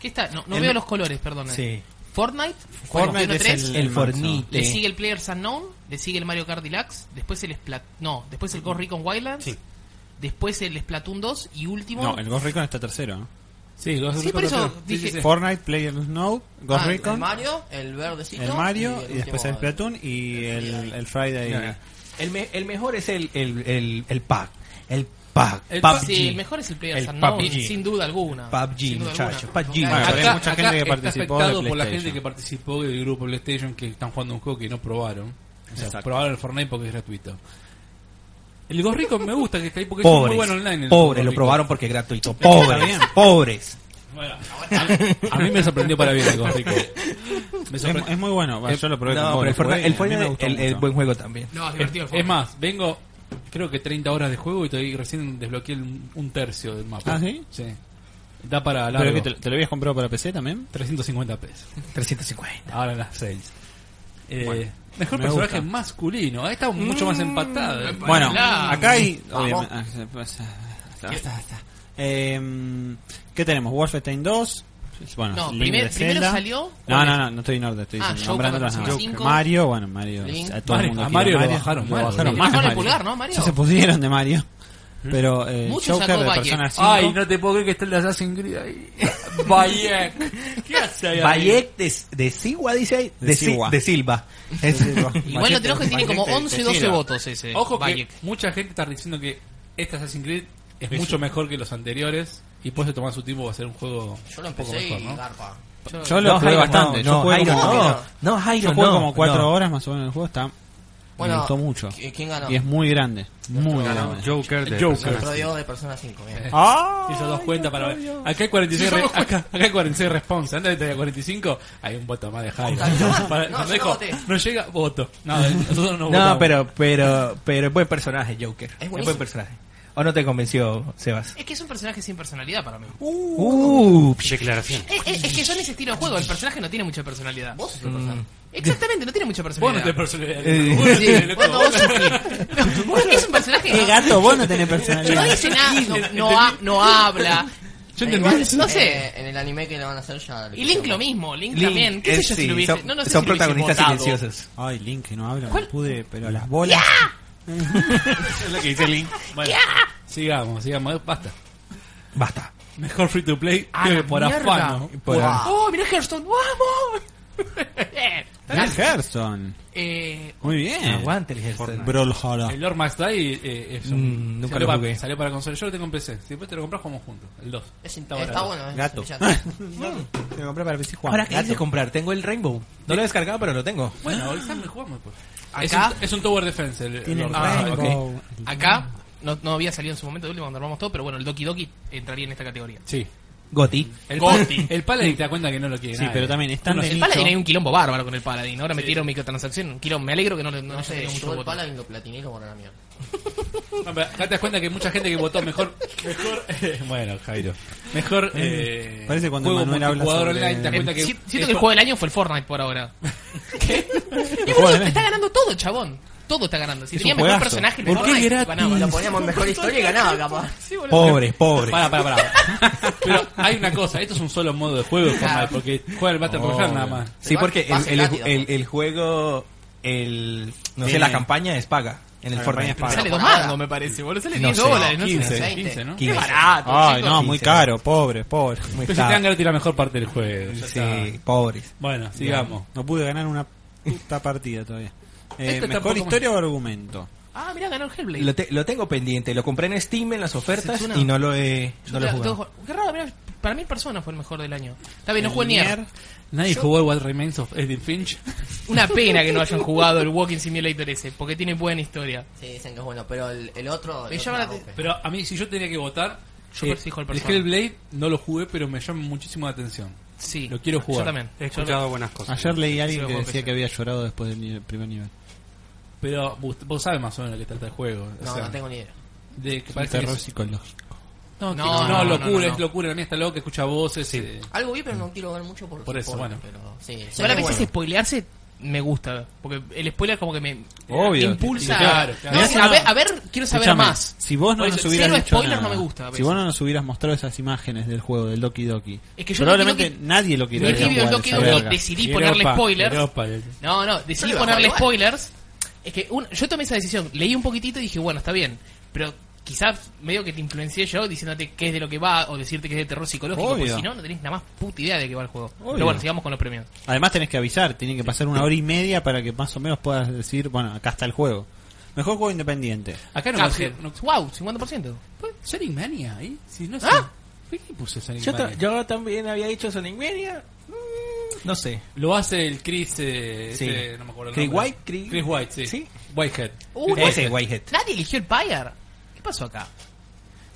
[SPEAKER 1] ¿Qué está? No, no veo los colores, perdón. eh.
[SPEAKER 4] Sí.
[SPEAKER 1] Fortnite,
[SPEAKER 3] Fortnite
[SPEAKER 1] 41.3,
[SPEAKER 3] es el-
[SPEAKER 4] El
[SPEAKER 3] manso.
[SPEAKER 4] Fornite.
[SPEAKER 1] le sigue el Players Unknown, le sigue el Mario Kart Deluxe, después el Splat, no, después el Ghost Recon Wildlands,
[SPEAKER 5] Sí.
[SPEAKER 1] después el Splatoon 2 y último
[SPEAKER 3] No, el Ghost Recon está tercero. ¿no?
[SPEAKER 2] Sí, Ghost
[SPEAKER 1] Sí,
[SPEAKER 2] Recon
[SPEAKER 1] por eso
[SPEAKER 2] tercero. Sí, sí,
[SPEAKER 1] dije-
[SPEAKER 2] sí.
[SPEAKER 3] Fortnite, Player Snow, Ghost
[SPEAKER 7] Ah,
[SPEAKER 3] Recon,
[SPEAKER 7] El Mario, el verdecito.
[SPEAKER 3] el Mario, y
[SPEAKER 7] último,
[SPEAKER 3] después el Splatoon y el, el Friday.
[SPEAKER 4] No, no. El, me- el mejor es el, el, el, el pack. El pack.
[SPEAKER 2] El
[SPEAKER 4] PUBG.
[SPEAKER 1] Sí, el mejor es el Players
[SPEAKER 4] El
[SPEAKER 1] Unknown,
[SPEAKER 4] PUBG.
[SPEAKER 1] sin duda alguna.
[SPEAKER 4] PUBG,
[SPEAKER 1] Sin duda
[SPEAKER 4] muchacho,
[SPEAKER 1] alguna.
[SPEAKER 4] PUBG.
[SPEAKER 1] Acá-
[SPEAKER 3] Bueno, pero hay mucha gente que
[SPEAKER 2] está
[SPEAKER 3] participó de
[SPEAKER 2] afectado por la gente
[SPEAKER 3] PlayStation.
[SPEAKER 2] que participó del grupo PlayStation que están jugando un juego que no probaron. O sea,
[SPEAKER 3] Exacto.
[SPEAKER 2] probaron el Fortnite porque es gratuito. El Ghost Recon me gusta que está ahí porque
[SPEAKER 4] Pobres.
[SPEAKER 2] es muy bueno online. el
[SPEAKER 4] pobres,
[SPEAKER 2] Ghost
[SPEAKER 4] lo
[SPEAKER 2] Recon.
[SPEAKER 4] probaron porque es gratuito. Pobres, pobres.
[SPEAKER 2] Bueno, a, a mí me sorprendió para bien el Ghost Recon. Me
[SPEAKER 3] Es,
[SPEAKER 2] sorprendió.
[SPEAKER 3] es muy bueno, bueno, yo lo probé
[SPEAKER 4] No,
[SPEAKER 3] con vos,
[SPEAKER 4] pero el
[SPEAKER 3] lo jugué
[SPEAKER 4] Fortnite, el
[SPEAKER 3] y a mí me
[SPEAKER 4] Fortnite
[SPEAKER 3] gustó
[SPEAKER 4] el- el
[SPEAKER 3] mucho.
[SPEAKER 4] buen juego también.
[SPEAKER 1] No, es divertido el
[SPEAKER 2] es
[SPEAKER 1] Fortnite.
[SPEAKER 2] más, vengo creo que 30 horas de juego y todavía recién desbloqueé un, un tercio del mapa.
[SPEAKER 3] ¿Ah, sí?
[SPEAKER 2] Da para
[SPEAKER 3] ¿Pero
[SPEAKER 2] largo.
[SPEAKER 3] que te, te lo habías comprado para PC también?
[SPEAKER 2] 350 pesos.
[SPEAKER 4] 350.
[SPEAKER 2] Ahora las 6. Eh, mejor
[SPEAKER 3] me
[SPEAKER 2] personaje
[SPEAKER 3] gusta.
[SPEAKER 2] masculino. Ahí está mucho más empatado. eh.
[SPEAKER 1] epa.
[SPEAKER 3] Bueno,
[SPEAKER 1] Hola.
[SPEAKER 3] acá hay.
[SPEAKER 7] Vamos.
[SPEAKER 3] obviamente- ah, se pasa- basta, basta, basta. Em, ¿Qué tenemos? Wolfenstein 2. Bueno,
[SPEAKER 1] No,
[SPEAKER 3] Link
[SPEAKER 1] primer-
[SPEAKER 3] de
[SPEAKER 1] primero
[SPEAKER 3] Zelda.
[SPEAKER 1] salió-
[SPEAKER 3] No,
[SPEAKER 1] ¿cuál
[SPEAKER 3] no,
[SPEAKER 1] es?
[SPEAKER 3] no, no estoy en orden, estoy
[SPEAKER 1] Ah,
[SPEAKER 3] diciendo-
[SPEAKER 1] Joker,
[SPEAKER 3] nombrando las
[SPEAKER 1] Persona
[SPEAKER 3] nombres.
[SPEAKER 1] cinco.
[SPEAKER 3] Mario, bueno, Mario.
[SPEAKER 7] Link.
[SPEAKER 3] A
[SPEAKER 2] Mario-
[SPEAKER 3] todo el mundo
[SPEAKER 2] a
[SPEAKER 3] quiere
[SPEAKER 2] Mario lo
[SPEAKER 3] Mario
[SPEAKER 2] bajaron
[SPEAKER 3] Lo
[SPEAKER 2] mal. Le
[SPEAKER 3] bajaron mal a
[SPEAKER 1] bajaron el
[SPEAKER 3] Mario.
[SPEAKER 1] pulgar, ¿no, Mario?
[SPEAKER 3] Ya se pusieron de Mario. Pero eh,
[SPEAKER 1] Mucho
[SPEAKER 3] Joker
[SPEAKER 1] sacó
[SPEAKER 3] de
[SPEAKER 1] Valle.
[SPEAKER 3] Persona 5.
[SPEAKER 2] Ay, Ah, no te puedo creer que está el de Assassin's Creed ahí. Bayek. ¿Qué hace ahí? arriba?
[SPEAKER 4] Bayek de, de Sigua, dice ahí.
[SPEAKER 3] De
[SPEAKER 4] De, Si-
[SPEAKER 3] Sigua.
[SPEAKER 4] de Silva.
[SPEAKER 1] Igual no te enojes, tiene como
[SPEAKER 3] Machete,
[SPEAKER 1] 11, 12
[SPEAKER 3] Tejera.
[SPEAKER 1] votos ese.
[SPEAKER 2] Ojo que
[SPEAKER 1] Bayek.
[SPEAKER 2] mucha gente está diciendo que este Assassin's Creed es mucho mejor que los anteriores y puede tomar su tiempo para hacer un juego
[SPEAKER 7] Yo lo
[SPEAKER 2] un poco
[SPEAKER 7] empecé
[SPEAKER 2] mejor,
[SPEAKER 7] y
[SPEAKER 2] ¿no?
[SPEAKER 7] garpa.
[SPEAKER 3] Yo lo jugué
[SPEAKER 4] Jairo,
[SPEAKER 3] bastante.
[SPEAKER 4] No,
[SPEAKER 3] Yo jugué
[SPEAKER 4] Jairo,
[SPEAKER 3] como-
[SPEAKER 4] no. No, Jairo,
[SPEAKER 3] Yo jugué
[SPEAKER 4] no,
[SPEAKER 3] como 4
[SPEAKER 4] no.
[SPEAKER 3] horas más o menos el juego. Está,
[SPEAKER 7] Bueno,
[SPEAKER 3] me gustó mucho.
[SPEAKER 7] ¿qui- ¿Quién ganó?
[SPEAKER 3] Y es muy grande. Muy
[SPEAKER 5] Ganó
[SPEAKER 3] grande.
[SPEAKER 5] Joker de
[SPEAKER 2] Joker.
[SPEAKER 5] Persona
[SPEAKER 7] Otro Dios de Persona 5. bien.
[SPEAKER 3] ¡Ah!
[SPEAKER 2] Hizo dos cuentas para ver. Acá hay 46, re- acá, acá hay 46 response. Antes de 45, hay un voto más de Jairo.
[SPEAKER 7] No,
[SPEAKER 2] Para-
[SPEAKER 7] yo
[SPEAKER 2] cuando
[SPEAKER 7] no
[SPEAKER 2] dijo,
[SPEAKER 7] voté.
[SPEAKER 2] no llega, voto. No, nosotros no
[SPEAKER 4] No,
[SPEAKER 2] votamos.
[SPEAKER 4] pero, pero, pero es buen personaje, Joker. Es,
[SPEAKER 7] buenísimo.
[SPEAKER 4] buen personaje. ¿O no te convenció, Sebas?
[SPEAKER 1] Es que es un personaje sin personalidad para mí.
[SPEAKER 4] Uh,
[SPEAKER 5] cinco. Declaración.
[SPEAKER 1] Es, es- es que son ese estilo de juego, el personaje no tiene mucha personalidad.
[SPEAKER 7] Vos sos el personaje.
[SPEAKER 1] Exactamente, no tiene mucha
[SPEAKER 2] Vos no
[SPEAKER 1] personalidad.
[SPEAKER 2] te personalidad.
[SPEAKER 4] Eh,
[SPEAKER 2] Vos no
[SPEAKER 1] Sí.
[SPEAKER 2] tenés loco.
[SPEAKER 1] Vos no, vos sufrís. No, es que es un personaje
[SPEAKER 3] ¡Qué gato! Vos no tenés personalidad.
[SPEAKER 1] no dice nada, no, no ha- no habla.
[SPEAKER 2] Yo
[SPEAKER 7] Eh,
[SPEAKER 2] entendí.
[SPEAKER 7] igual,
[SPEAKER 1] No sé.
[SPEAKER 7] eh, en el anime que le van a hacer ya.
[SPEAKER 1] Y Link lo mismo, Link, también. ¿Qué
[SPEAKER 4] eh,
[SPEAKER 1] sé yo si
[SPEAKER 4] sí,
[SPEAKER 1] lo hubiese-
[SPEAKER 4] son,
[SPEAKER 1] no, no sé
[SPEAKER 4] son
[SPEAKER 1] si lo hubiese
[SPEAKER 4] protagonistas
[SPEAKER 1] votado.
[SPEAKER 4] silenciosos.
[SPEAKER 3] Ay, Link, que no habla, no pude, pero las bolas.
[SPEAKER 2] Es lo que dice Link. Bueno, sigamos, sigamos. Basta.
[SPEAKER 4] Basta.
[SPEAKER 2] Mejor free to play
[SPEAKER 1] Ah,
[SPEAKER 2] que
[SPEAKER 1] la
[SPEAKER 2] por
[SPEAKER 1] mierda.
[SPEAKER 2] afano.
[SPEAKER 4] Por
[SPEAKER 7] Wow.
[SPEAKER 4] ahora.
[SPEAKER 1] ¡Oh, mirá Hearthstone! ¡Vamos! Bien, está
[SPEAKER 3] Gran
[SPEAKER 1] bien.
[SPEAKER 3] Gerson.
[SPEAKER 1] Eh,
[SPEAKER 3] Muy bien.
[SPEAKER 4] Aguante el ejército.
[SPEAKER 3] Brawlhalla.
[SPEAKER 2] El Lord Max Die eh, es un-
[SPEAKER 4] Mm, nunca
[SPEAKER 2] salió,
[SPEAKER 4] lo
[SPEAKER 2] para,
[SPEAKER 4] jugué.
[SPEAKER 2] salió para consola. Yo lo tengo en PC. Si después te lo compras, jugamos juntos. El 2.
[SPEAKER 7] Es,
[SPEAKER 2] Está
[SPEAKER 7] está,
[SPEAKER 2] barato.
[SPEAKER 7] bueno. es
[SPEAKER 3] Gato.
[SPEAKER 7] brillante.
[SPEAKER 3] Te lo compré para PC Juan.
[SPEAKER 4] Ahora, ¿qué hice comprar? Tengo el Rainbow. No lo he descargado, pero lo tengo.
[SPEAKER 2] Bueno, hoy me jugamos después. Es
[SPEAKER 1] Acá-
[SPEAKER 2] un, es un Tower Defense. El,
[SPEAKER 3] Tiene
[SPEAKER 2] Lord
[SPEAKER 3] el
[SPEAKER 2] Max Die.
[SPEAKER 3] Rainbow.
[SPEAKER 1] acá no, no había salido en su momento de último cuando armamos todo, pero bueno, el Doki Doki entraría en esta categoría.
[SPEAKER 2] Sí.
[SPEAKER 4] Goti.
[SPEAKER 2] El,
[SPEAKER 1] Goti.
[SPEAKER 2] pal- el Paladin te da cuenta que no lo quiere
[SPEAKER 3] Sí,
[SPEAKER 2] nadie.
[SPEAKER 3] pero también están de
[SPEAKER 1] El
[SPEAKER 3] nicho.
[SPEAKER 1] Paladin hay un quilombo bárbaro con el Paladin. Ahora metieron microtransacción. Un quilombo. Me alegro que no, le- no,
[SPEAKER 7] No
[SPEAKER 1] haya
[SPEAKER 7] sé,
[SPEAKER 1] tenido mucho
[SPEAKER 7] yo el
[SPEAKER 1] voto.
[SPEAKER 7] paladín lo platiné y lo borré a la mierda.
[SPEAKER 2] No, pero acá te das cuenta que mucha gente que votó mejor... mejor eh, bueno, Jairo. Mejor eh,
[SPEAKER 3] Parece cuando
[SPEAKER 2] juego
[SPEAKER 3] Manuel habla
[SPEAKER 2] multijugador
[SPEAKER 3] sobre-
[SPEAKER 2] online. Te das
[SPEAKER 1] El-
[SPEAKER 2] cuenta que...
[SPEAKER 1] si-
[SPEAKER 2] es
[SPEAKER 1] siento que el
[SPEAKER 2] pa-
[SPEAKER 1] juego del año fue el Fortnite por ahora. ¿Qué? Y
[SPEAKER 3] juego
[SPEAKER 1] boludo, te
[SPEAKER 3] del año.
[SPEAKER 1] está ganando todo, chabón. Todo está ganando. Si
[SPEAKER 3] Es
[SPEAKER 1] tenía
[SPEAKER 3] un
[SPEAKER 1] mejor
[SPEAKER 3] juegazo.
[SPEAKER 1] personaje,
[SPEAKER 3] ¿Por qué
[SPEAKER 1] Fortnite,
[SPEAKER 3] gratis?
[SPEAKER 1] ganaba.
[SPEAKER 7] Lo poníamos en mejor historia y ganaba, capaz.
[SPEAKER 1] Sí, boludo.
[SPEAKER 4] Pobre, pobre.
[SPEAKER 2] Para, para, para. Pero hay una cosa, esto es un solo modo de juego de Fortnite, porque juega el Battle Royale nada más.
[SPEAKER 4] Sí, porque
[SPEAKER 7] Va a
[SPEAKER 4] el,
[SPEAKER 7] ser
[SPEAKER 4] el-
[SPEAKER 7] gratis,
[SPEAKER 4] el- el juego, el, no sé,
[SPEAKER 3] Tiene-
[SPEAKER 4] la campaña es paga en el
[SPEAKER 3] La
[SPEAKER 4] Fortnite.
[SPEAKER 3] campaña es
[SPEAKER 1] Sale
[SPEAKER 7] Pero
[SPEAKER 1] dos
[SPEAKER 7] por ahora.
[SPEAKER 1] mangos, me parece, boludo. Sale
[SPEAKER 4] No
[SPEAKER 1] 10
[SPEAKER 4] sé,
[SPEAKER 1] dólares, no
[SPEAKER 2] 15,
[SPEAKER 1] 15.
[SPEAKER 2] 15, ¿no?
[SPEAKER 1] Qué
[SPEAKER 4] 15.
[SPEAKER 3] ah,
[SPEAKER 1] barato,
[SPEAKER 3] Ay,
[SPEAKER 1] chicos.
[SPEAKER 3] no, muy caro, pobre, pobre.
[SPEAKER 2] Pero si
[SPEAKER 4] Muy
[SPEAKER 2] te
[SPEAKER 4] caro.
[SPEAKER 2] dan gratis la mejor parte del juego. ya está.
[SPEAKER 4] Sí, pobres.
[SPEAKER 2] Bueno, sigamos.
[SPEAKER 3] No pude ganar una puta partida todavía. Eh,
[SPEAKER 2] Esto
[SPEAKER 3] ¿Mejor
[SPEAKER 2] tampoco-
[SPEAKER 3] historia o argumento?
[SPEAKER 1] Ah, mirá, ganó el Hellblade.
[SPEAKER 4] Lo, te- lo tengo pendiente, lo compré en Steam en las ofertas
[SPEAKER 1] Setsuna.
[SPEAKER 4] y no lo he,
[SPEAKER 1] Yo
[SPEAKER 4] no lo he
[SPEAKER 1] te-
[SPEAKER 4] jugado.
[SPEAKER 1] tengo- Qué raro, mirá, para mí Persona fue el mejor del año. Está bien, no jugué
[SPEAKER 3] Nier.
[SPEAKER 1] Nier.
[SPEAKER 2] Nadie jugó el What Remains of Edith Finch.
[SPEAKER 1] Una pena que no hayan jugado el Walking Simulator ese, porque tiene buena historia.
[SPEAKER 7] Sí, dicen que es bueno, pero el, el otro. el
[SPEAKER 1] Me
[SPEAKER 7] otro
[SPEAKER 1] llama
[SPEAKER 7] la
[SPEAKER 1] la te-
[SPEAKER 7] rompe.
[SPEAKER 2] Pero a mí, si yo tenía que votar,
[SPEAKER 1] Yo persigo el Persona.
[SPEAKER 2] Hellblade no lo jugué, pero me llama muchísimo la atención.
[SPEAKER 1] Sí.
[SPEAKER 2] Lo quiero jugar.
[SPEAKER 1] Yo también.
[SPEAKER 5] He escuchado buenas cosas.
[SPEAKER 3] Ayer leí a
[SPEAKER 1] Sí,
[SPEAKER 3] alguien que
[SPEAKER 1] juego
[SPEAKER 3] decía
[SPEAKER 1] PC.
[SPEAKER 3] que había llorado después del nivel- primer nivel.
[SPEAKER 2] Pero vos, vos sabes más o menos de qué trata el juego. o
[SPEAKER 7] No,
[SPEAKER 2] sea,
[SPEAKER 7] no tengo ni idea.
[SPEAKER 2] de que
[SPEAKER 3] Un
[SPEAKER 2] parece que
[SPEAKER 3] terror
[SPEAKER 2] es-
[SPEAKER 3] psicológico.
[SPEAKER 2] no,
[SPEAKER 1] No,
[SPEAKER 2] que-
[SPEAKER 1] no,
[SPEAKER 2] no,
[SPEAKER 1] no,
[SPEAKER 2] locura,
[SPEAKER 1] no, no.
[SPEAKER 2] es locura. La mía está loca, escucha voces. eh,
[SPEAKER 7] Algo vi, pero no quiero ver mucho por
[SPEAKER 2] Por eso,
[SPEAKER 7] por-
[SPEAKER 2] bueno.
[SPEAKER 7] Pero, sí, se
[SPEAKER 1] Igual a
[SPEAKER 7] ve
[SPEAKER 1] veces
[SPEAKER 7] bueno.
[SPEAKER 1] spoilearse me gusta. Porque el spoiler como que me
[SPEAKER 3] Obvio.
[SPEAKER 1] impulsa.
[SPEAKER 2] Claro, claro.
[SPEAKER 1] No, a, ver, a ver, quiero saber
[SPEAKER 3] Escuchame,
[SPEAKER 1] más.
[SPEAKER 3] Si vos no
[SPEAKER 1] Por
[SPEAKER 3] nos
[SPEAKER 1] eso,
[SPEAKER 3] hubieras
[SPEAKER 1] cero
[SPEAKER 3] dicho
[SPEAKER 1] spoiler
[SPEAKER 3] nada,
[SPEAKER 1] no me gusta, a
[SPEAKER 3] Si
[SPEAKER 1] veces.
[SPEAKER 3] vos no nos hubieras mostrado esas imágenes del juego, del Doki Doki.
[SPEAKER 1] Es que yo
[SPEAKER 3] probablemente
[SPEAKER 1] Doki Doki-
[SPEAKER 3] nadie lo quería
[SPEAKER 1] no
[SPEAKER 3] jugar,
[SPEAKER 1] escribí el Doki
[SPEAKER 3] esa
[SPEAKER 1] Doki,
[SPEAKER 3] verga.
[SPEAKER 1] decidí ponerle spoilers.
[SPEAKER 3] eh.
[SPEAKER 1] No, no, decidí
[SPEAKER 7] Pero lo
[SPEAKER 1] ponerle
[SPEAKER 7] bajó
[SPEAKER 1] spoilers. Es que un- yo tomé esa decisión, leí un poquitito y dije, bueno, está bien, pero quizás medio que te influencié yo diciéndote qué es de lo que va o decirte que es de terror psicológico, porque
[SPEAKER 3] Obvio.
[SPEAKER 1] si no, no tenés nada más puta idea de qué va el juego.
[SPEAKER 3] Obvio.
[SPEAKER 1] Pero bueno, sigamos con los premios.
[SPEAKER 3] Además tenés que avisar, tiene que pasar una hora y media para que más o menos puedas decir, bueno, acá está el juego. Mejor juego independiente.
[SPEAKER 2] Acá no
[SPEAKER 1] Cuphead.
[SPEAKER 2] no-
[SPEAKER 1] Wow, 50%.
[SPEAKER 2] ¿Fue Sonic Mania ahí? Si no sé.
[SPEAKER 1] ¿Ah?
[SPEAKER 2] ¿Fue quién puso Sonic
[SPEAKER 4] Yo, ta-
[SPEAKER 2] Mania?
[SPEAKER 4] yo también había dicho Sonic Mania. mm, No sé.
[SPEAKER 2] Lo hace el Chris. Eh,
[SPEAKER 4] Sí.
[SPEAKER 2] este, no me acuerdo el
[SPEAKER 4] Chris
[SPEAKER 2] nombre.
[SPEAKER 4] White, Chris-
[SPEAKER 2] Chris White, sí.
[SPEAKER 4] ¿Sí?
[SPEAKER 2] Whitehead.
[SPEAKER 1] Uh,
[SPEAKER 2] Chris
[SPEAKER 4] Ese Whitehead.
[SPEAKER 1] Nadie eligió el Pyre. ¿Qué pasó acá?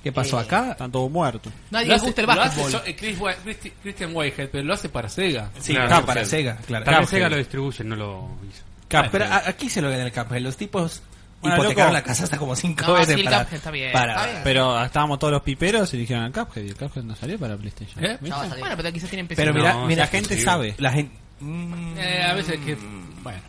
[SPEAKER 4] ¿Qué pasó
[SPEAKER 7] Eh,
[SPEAKER 4] acá?
[SPEAKER 3] Están todos muertos.
[SPEAKER 1] Nadie
[SPEAKER 2] Lo
[SPEAKER 1] le
[SPEAKER 2] hace-
[SPEAKER 1] gusta el
[SPEAKER 2] lo hace
[SPEAKER 1] básquetbol.
[SPEAKER 2] so- eh, Chris White- Christi- Christian Whitehead, pero lo hace para Sega.
[SPEAKER 4] Sí,
[SPEAKER 5] Claro,
[SPEAKER 4] Cuphead,
[SPEAKER 5] sí.
[SPEAKER 4] para Sega, claro.
[SPEAKER 5] Tal vez
[SPEAKER 4] Cuphead.
[SPEAKER 5] Sega lo distribuye, no lo hizo.
[SPEAKER 4] Cuphead. Pero a- aquí se lo gana el Cuphead. Los tipos
[SPEAKER 3] Bueno,
[SPEAKER 4] hipotecaron
[SPEAKER 3] loco.
[SPEAKER 4] la casa hasta como cinco
[SPEAKER 1] No,
[SPEAKER 4] veces
[SPEAKER 1] sí, el
[SPEAKER 4] para,
[SPEAKER 1] Cuphead está Ah, bien,
[SPEAKER 4] para-
[SPEAKER 7] está bien.
[SPEAKER 3] Pero estábamos todos los piperos y dijeron al Cuphead y el Cuphead no salió para PlayStation.
[SPEAKER 2] ¿Eh?
[SPEAKER 7] Ya va a salir.
[SPEAKER 1] Bueno, pero quizás tienen PC.
[SPEAKER 4] Pero
[SPEAKER 5] No,
[SPEAKER 4] mira,
[SPEAKER 5] sí,
[SPEAKER 4] mira, la
[SPEAKER 5] sí,
[SPEAKER 4] gente
[SPEAKER 5] sí.
[SPEAKER 4] sabe. La gente... mm,
[SPEAKER 2] Eh, a veces que. Bueno.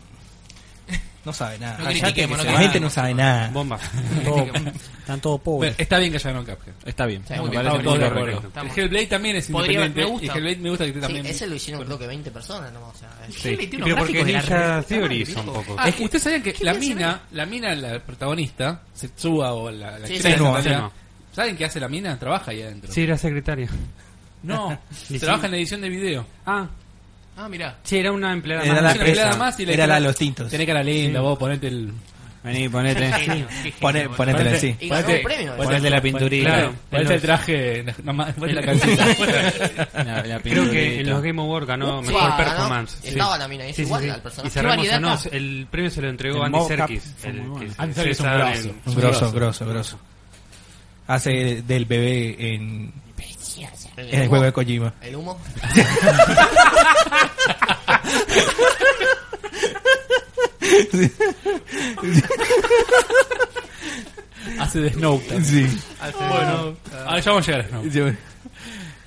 [SPEAKER 4] no sabe nada.
[SPEAKER 1] No
[SPEAKER 4] Callate
[SPEAKER 1] critiquemos,
[SPEAKER 4] que
[SPEAKER 1] no
[SPEAKER 4] se- la
[SPEAKER 1] critiquemos.
[SPEAKER 4] gente no sabe nada.
[SPEAKER 5] Bomba.
[SPEAKER 3] Todo- están todos
[SPEAKER 2] Pero
[SPEAKER 3] pobres.
[SPEAKER 2] está bien que hayan un Cuphead.
[SPEAKER 3] Está bien.
[SPEAKER 7] Sí,
[SPEAKER 3] me
[SPEAKER 1] eh, muy bien,
[SPEAKER 2] Estamos
[SPEAKER 3] parece muy
[SPEAKER 2] todos de acuerdo.
[SPEAKER 3] correcto.
[SPEAKER 1] Estamos.
[SPEAKER 2] El Hellblade también es
[SPEAKER 1] Podría haber-
[SPEAKER 2] independiente.
[SPEAKER 1] me gusta.
[SPEAKER 2] Y Hellblade me gusta que
[SPEAKER 7] Sí,
[SPEAKER 2] también.
[SPEAKER 7] ese lo hicieron creo que 20 personas nomás. O sea,
[SPEAKER 1] Hitler tiene unos
[SPEAKER 5] pero
[SPEAKER 1] gráficos
[SPEAKER 5] porque
[SPEAKER 1] de la
[SPEAKER 5] Ninja
[SPEAKER 1] reputa madre,
[SPEAKER 5] Theory
[SPEAKER 1] viejo.
[SPEAKER 5] son poco.
[SPEAKER 2] Ah, ustedes sabían que la mina, la mina, la protagonista, Setsuba o la, la
[SPEAKER 7] Sí,
[SPEAKER 2] actriz
[SPEAKER 7] sí,
[SPEAKER 2] de
[SPEAKER 5] no,
[SPEAKER 2] Natalia,
[SPEAKER 5] sí, no.
[SPEAKER 2] ¿saben qué hace la mina? Trabaja ahí adentro.
[SPEAKER 5] Sí, era secretaria.
[SPEAKER 2] No,
[SPEAKER 5] sí.
[SPEAKER 2] trabaja en la edición de video.
[SPEAKER 5] Ah,
[SPEAKER 1] Ah, mirá.
[SPEAKER 5] sí, era una empleada
[SPEAKER 4] Era
[SPEAKER 5] más.
[SPEAKER 4] la
[SPEAKER 2] Es una empleada
[SPEAKER 4] presa.
[SPEAKER 2] más y le
[SPEAKER 4] Era la de
[SPEAKER 2] dijeron,
[SPEAKER 4] los tintos.
[SPEAKER 2] Tenés cara linda, vos ponete el...
[SPEAKER 3] Vení, ponete.
[SPEAKER 1] Genio, qué genio,
[SPEAKER 4] Poné-
[SPEAKER 1] boludo.
[SPEAKER 4] Ponétela
[SPEAKER 2] Ponete-
[SPEAKER 4] así.
[SPEAKER 7] Y ganó
[SPEAKER 2] Ponete-
[SPEAKER 7] un premio.
[SPEAKER 3] Ponete la pinturita.
[SPEAKER 5] Claro.
[SPEAKER 2] Ponete
[SPEAKER 5] en
[SPEAKER 2] el
[SPEAKER 5] los-
[SPEAKER 2] traje, nomás, ponete la calcita.
[SPEAKER 3] La, la
[SPEAKER 5] Creo que
[SPEAKER 3] pinturita.
[SPEAKER 5] en los Game Awards ganó
[SPEAKER 7] Sí,
[SPEAKER 5] mejor
[SPEAKER 7] ganó.
[SPEAKER 5] performance. Sí.
[SPEAKER 7] Estaba la mina, es igual al personaje.
[SPEAKER 5] Y cerramos,
[SPEAKER 1] Qué variedad,
[SPEAKER 5] no,
[SPEAKER 1] ¿no?
[SPEAKER 5] el premio se lo entregó
[SPEAKER 3] El
[SPEAKER 5] Andy
[SPEAKER 3] mocap
[SPEAKER 5] Serkis.
[SPEAKER 3] fue muy bueno.
[SPEAKER 2] Andy Serkis es un
[SPEAKER 5] César
[SPEAKER 2] grosso.
[SPEAKER 5] en-
[SPEAKER 2] Un
[SPEAKER 4] Grosso, grosso, grosso. Hace del bebé en, en el juego de Kojima.
[SPEAKER 7] El humo.
[SPEAKER 2] Hace de Snow.
[SPEAKER 4] Sí.
[SPEAKER 2] Bueno, ahora ya vamos a llegar a Snow.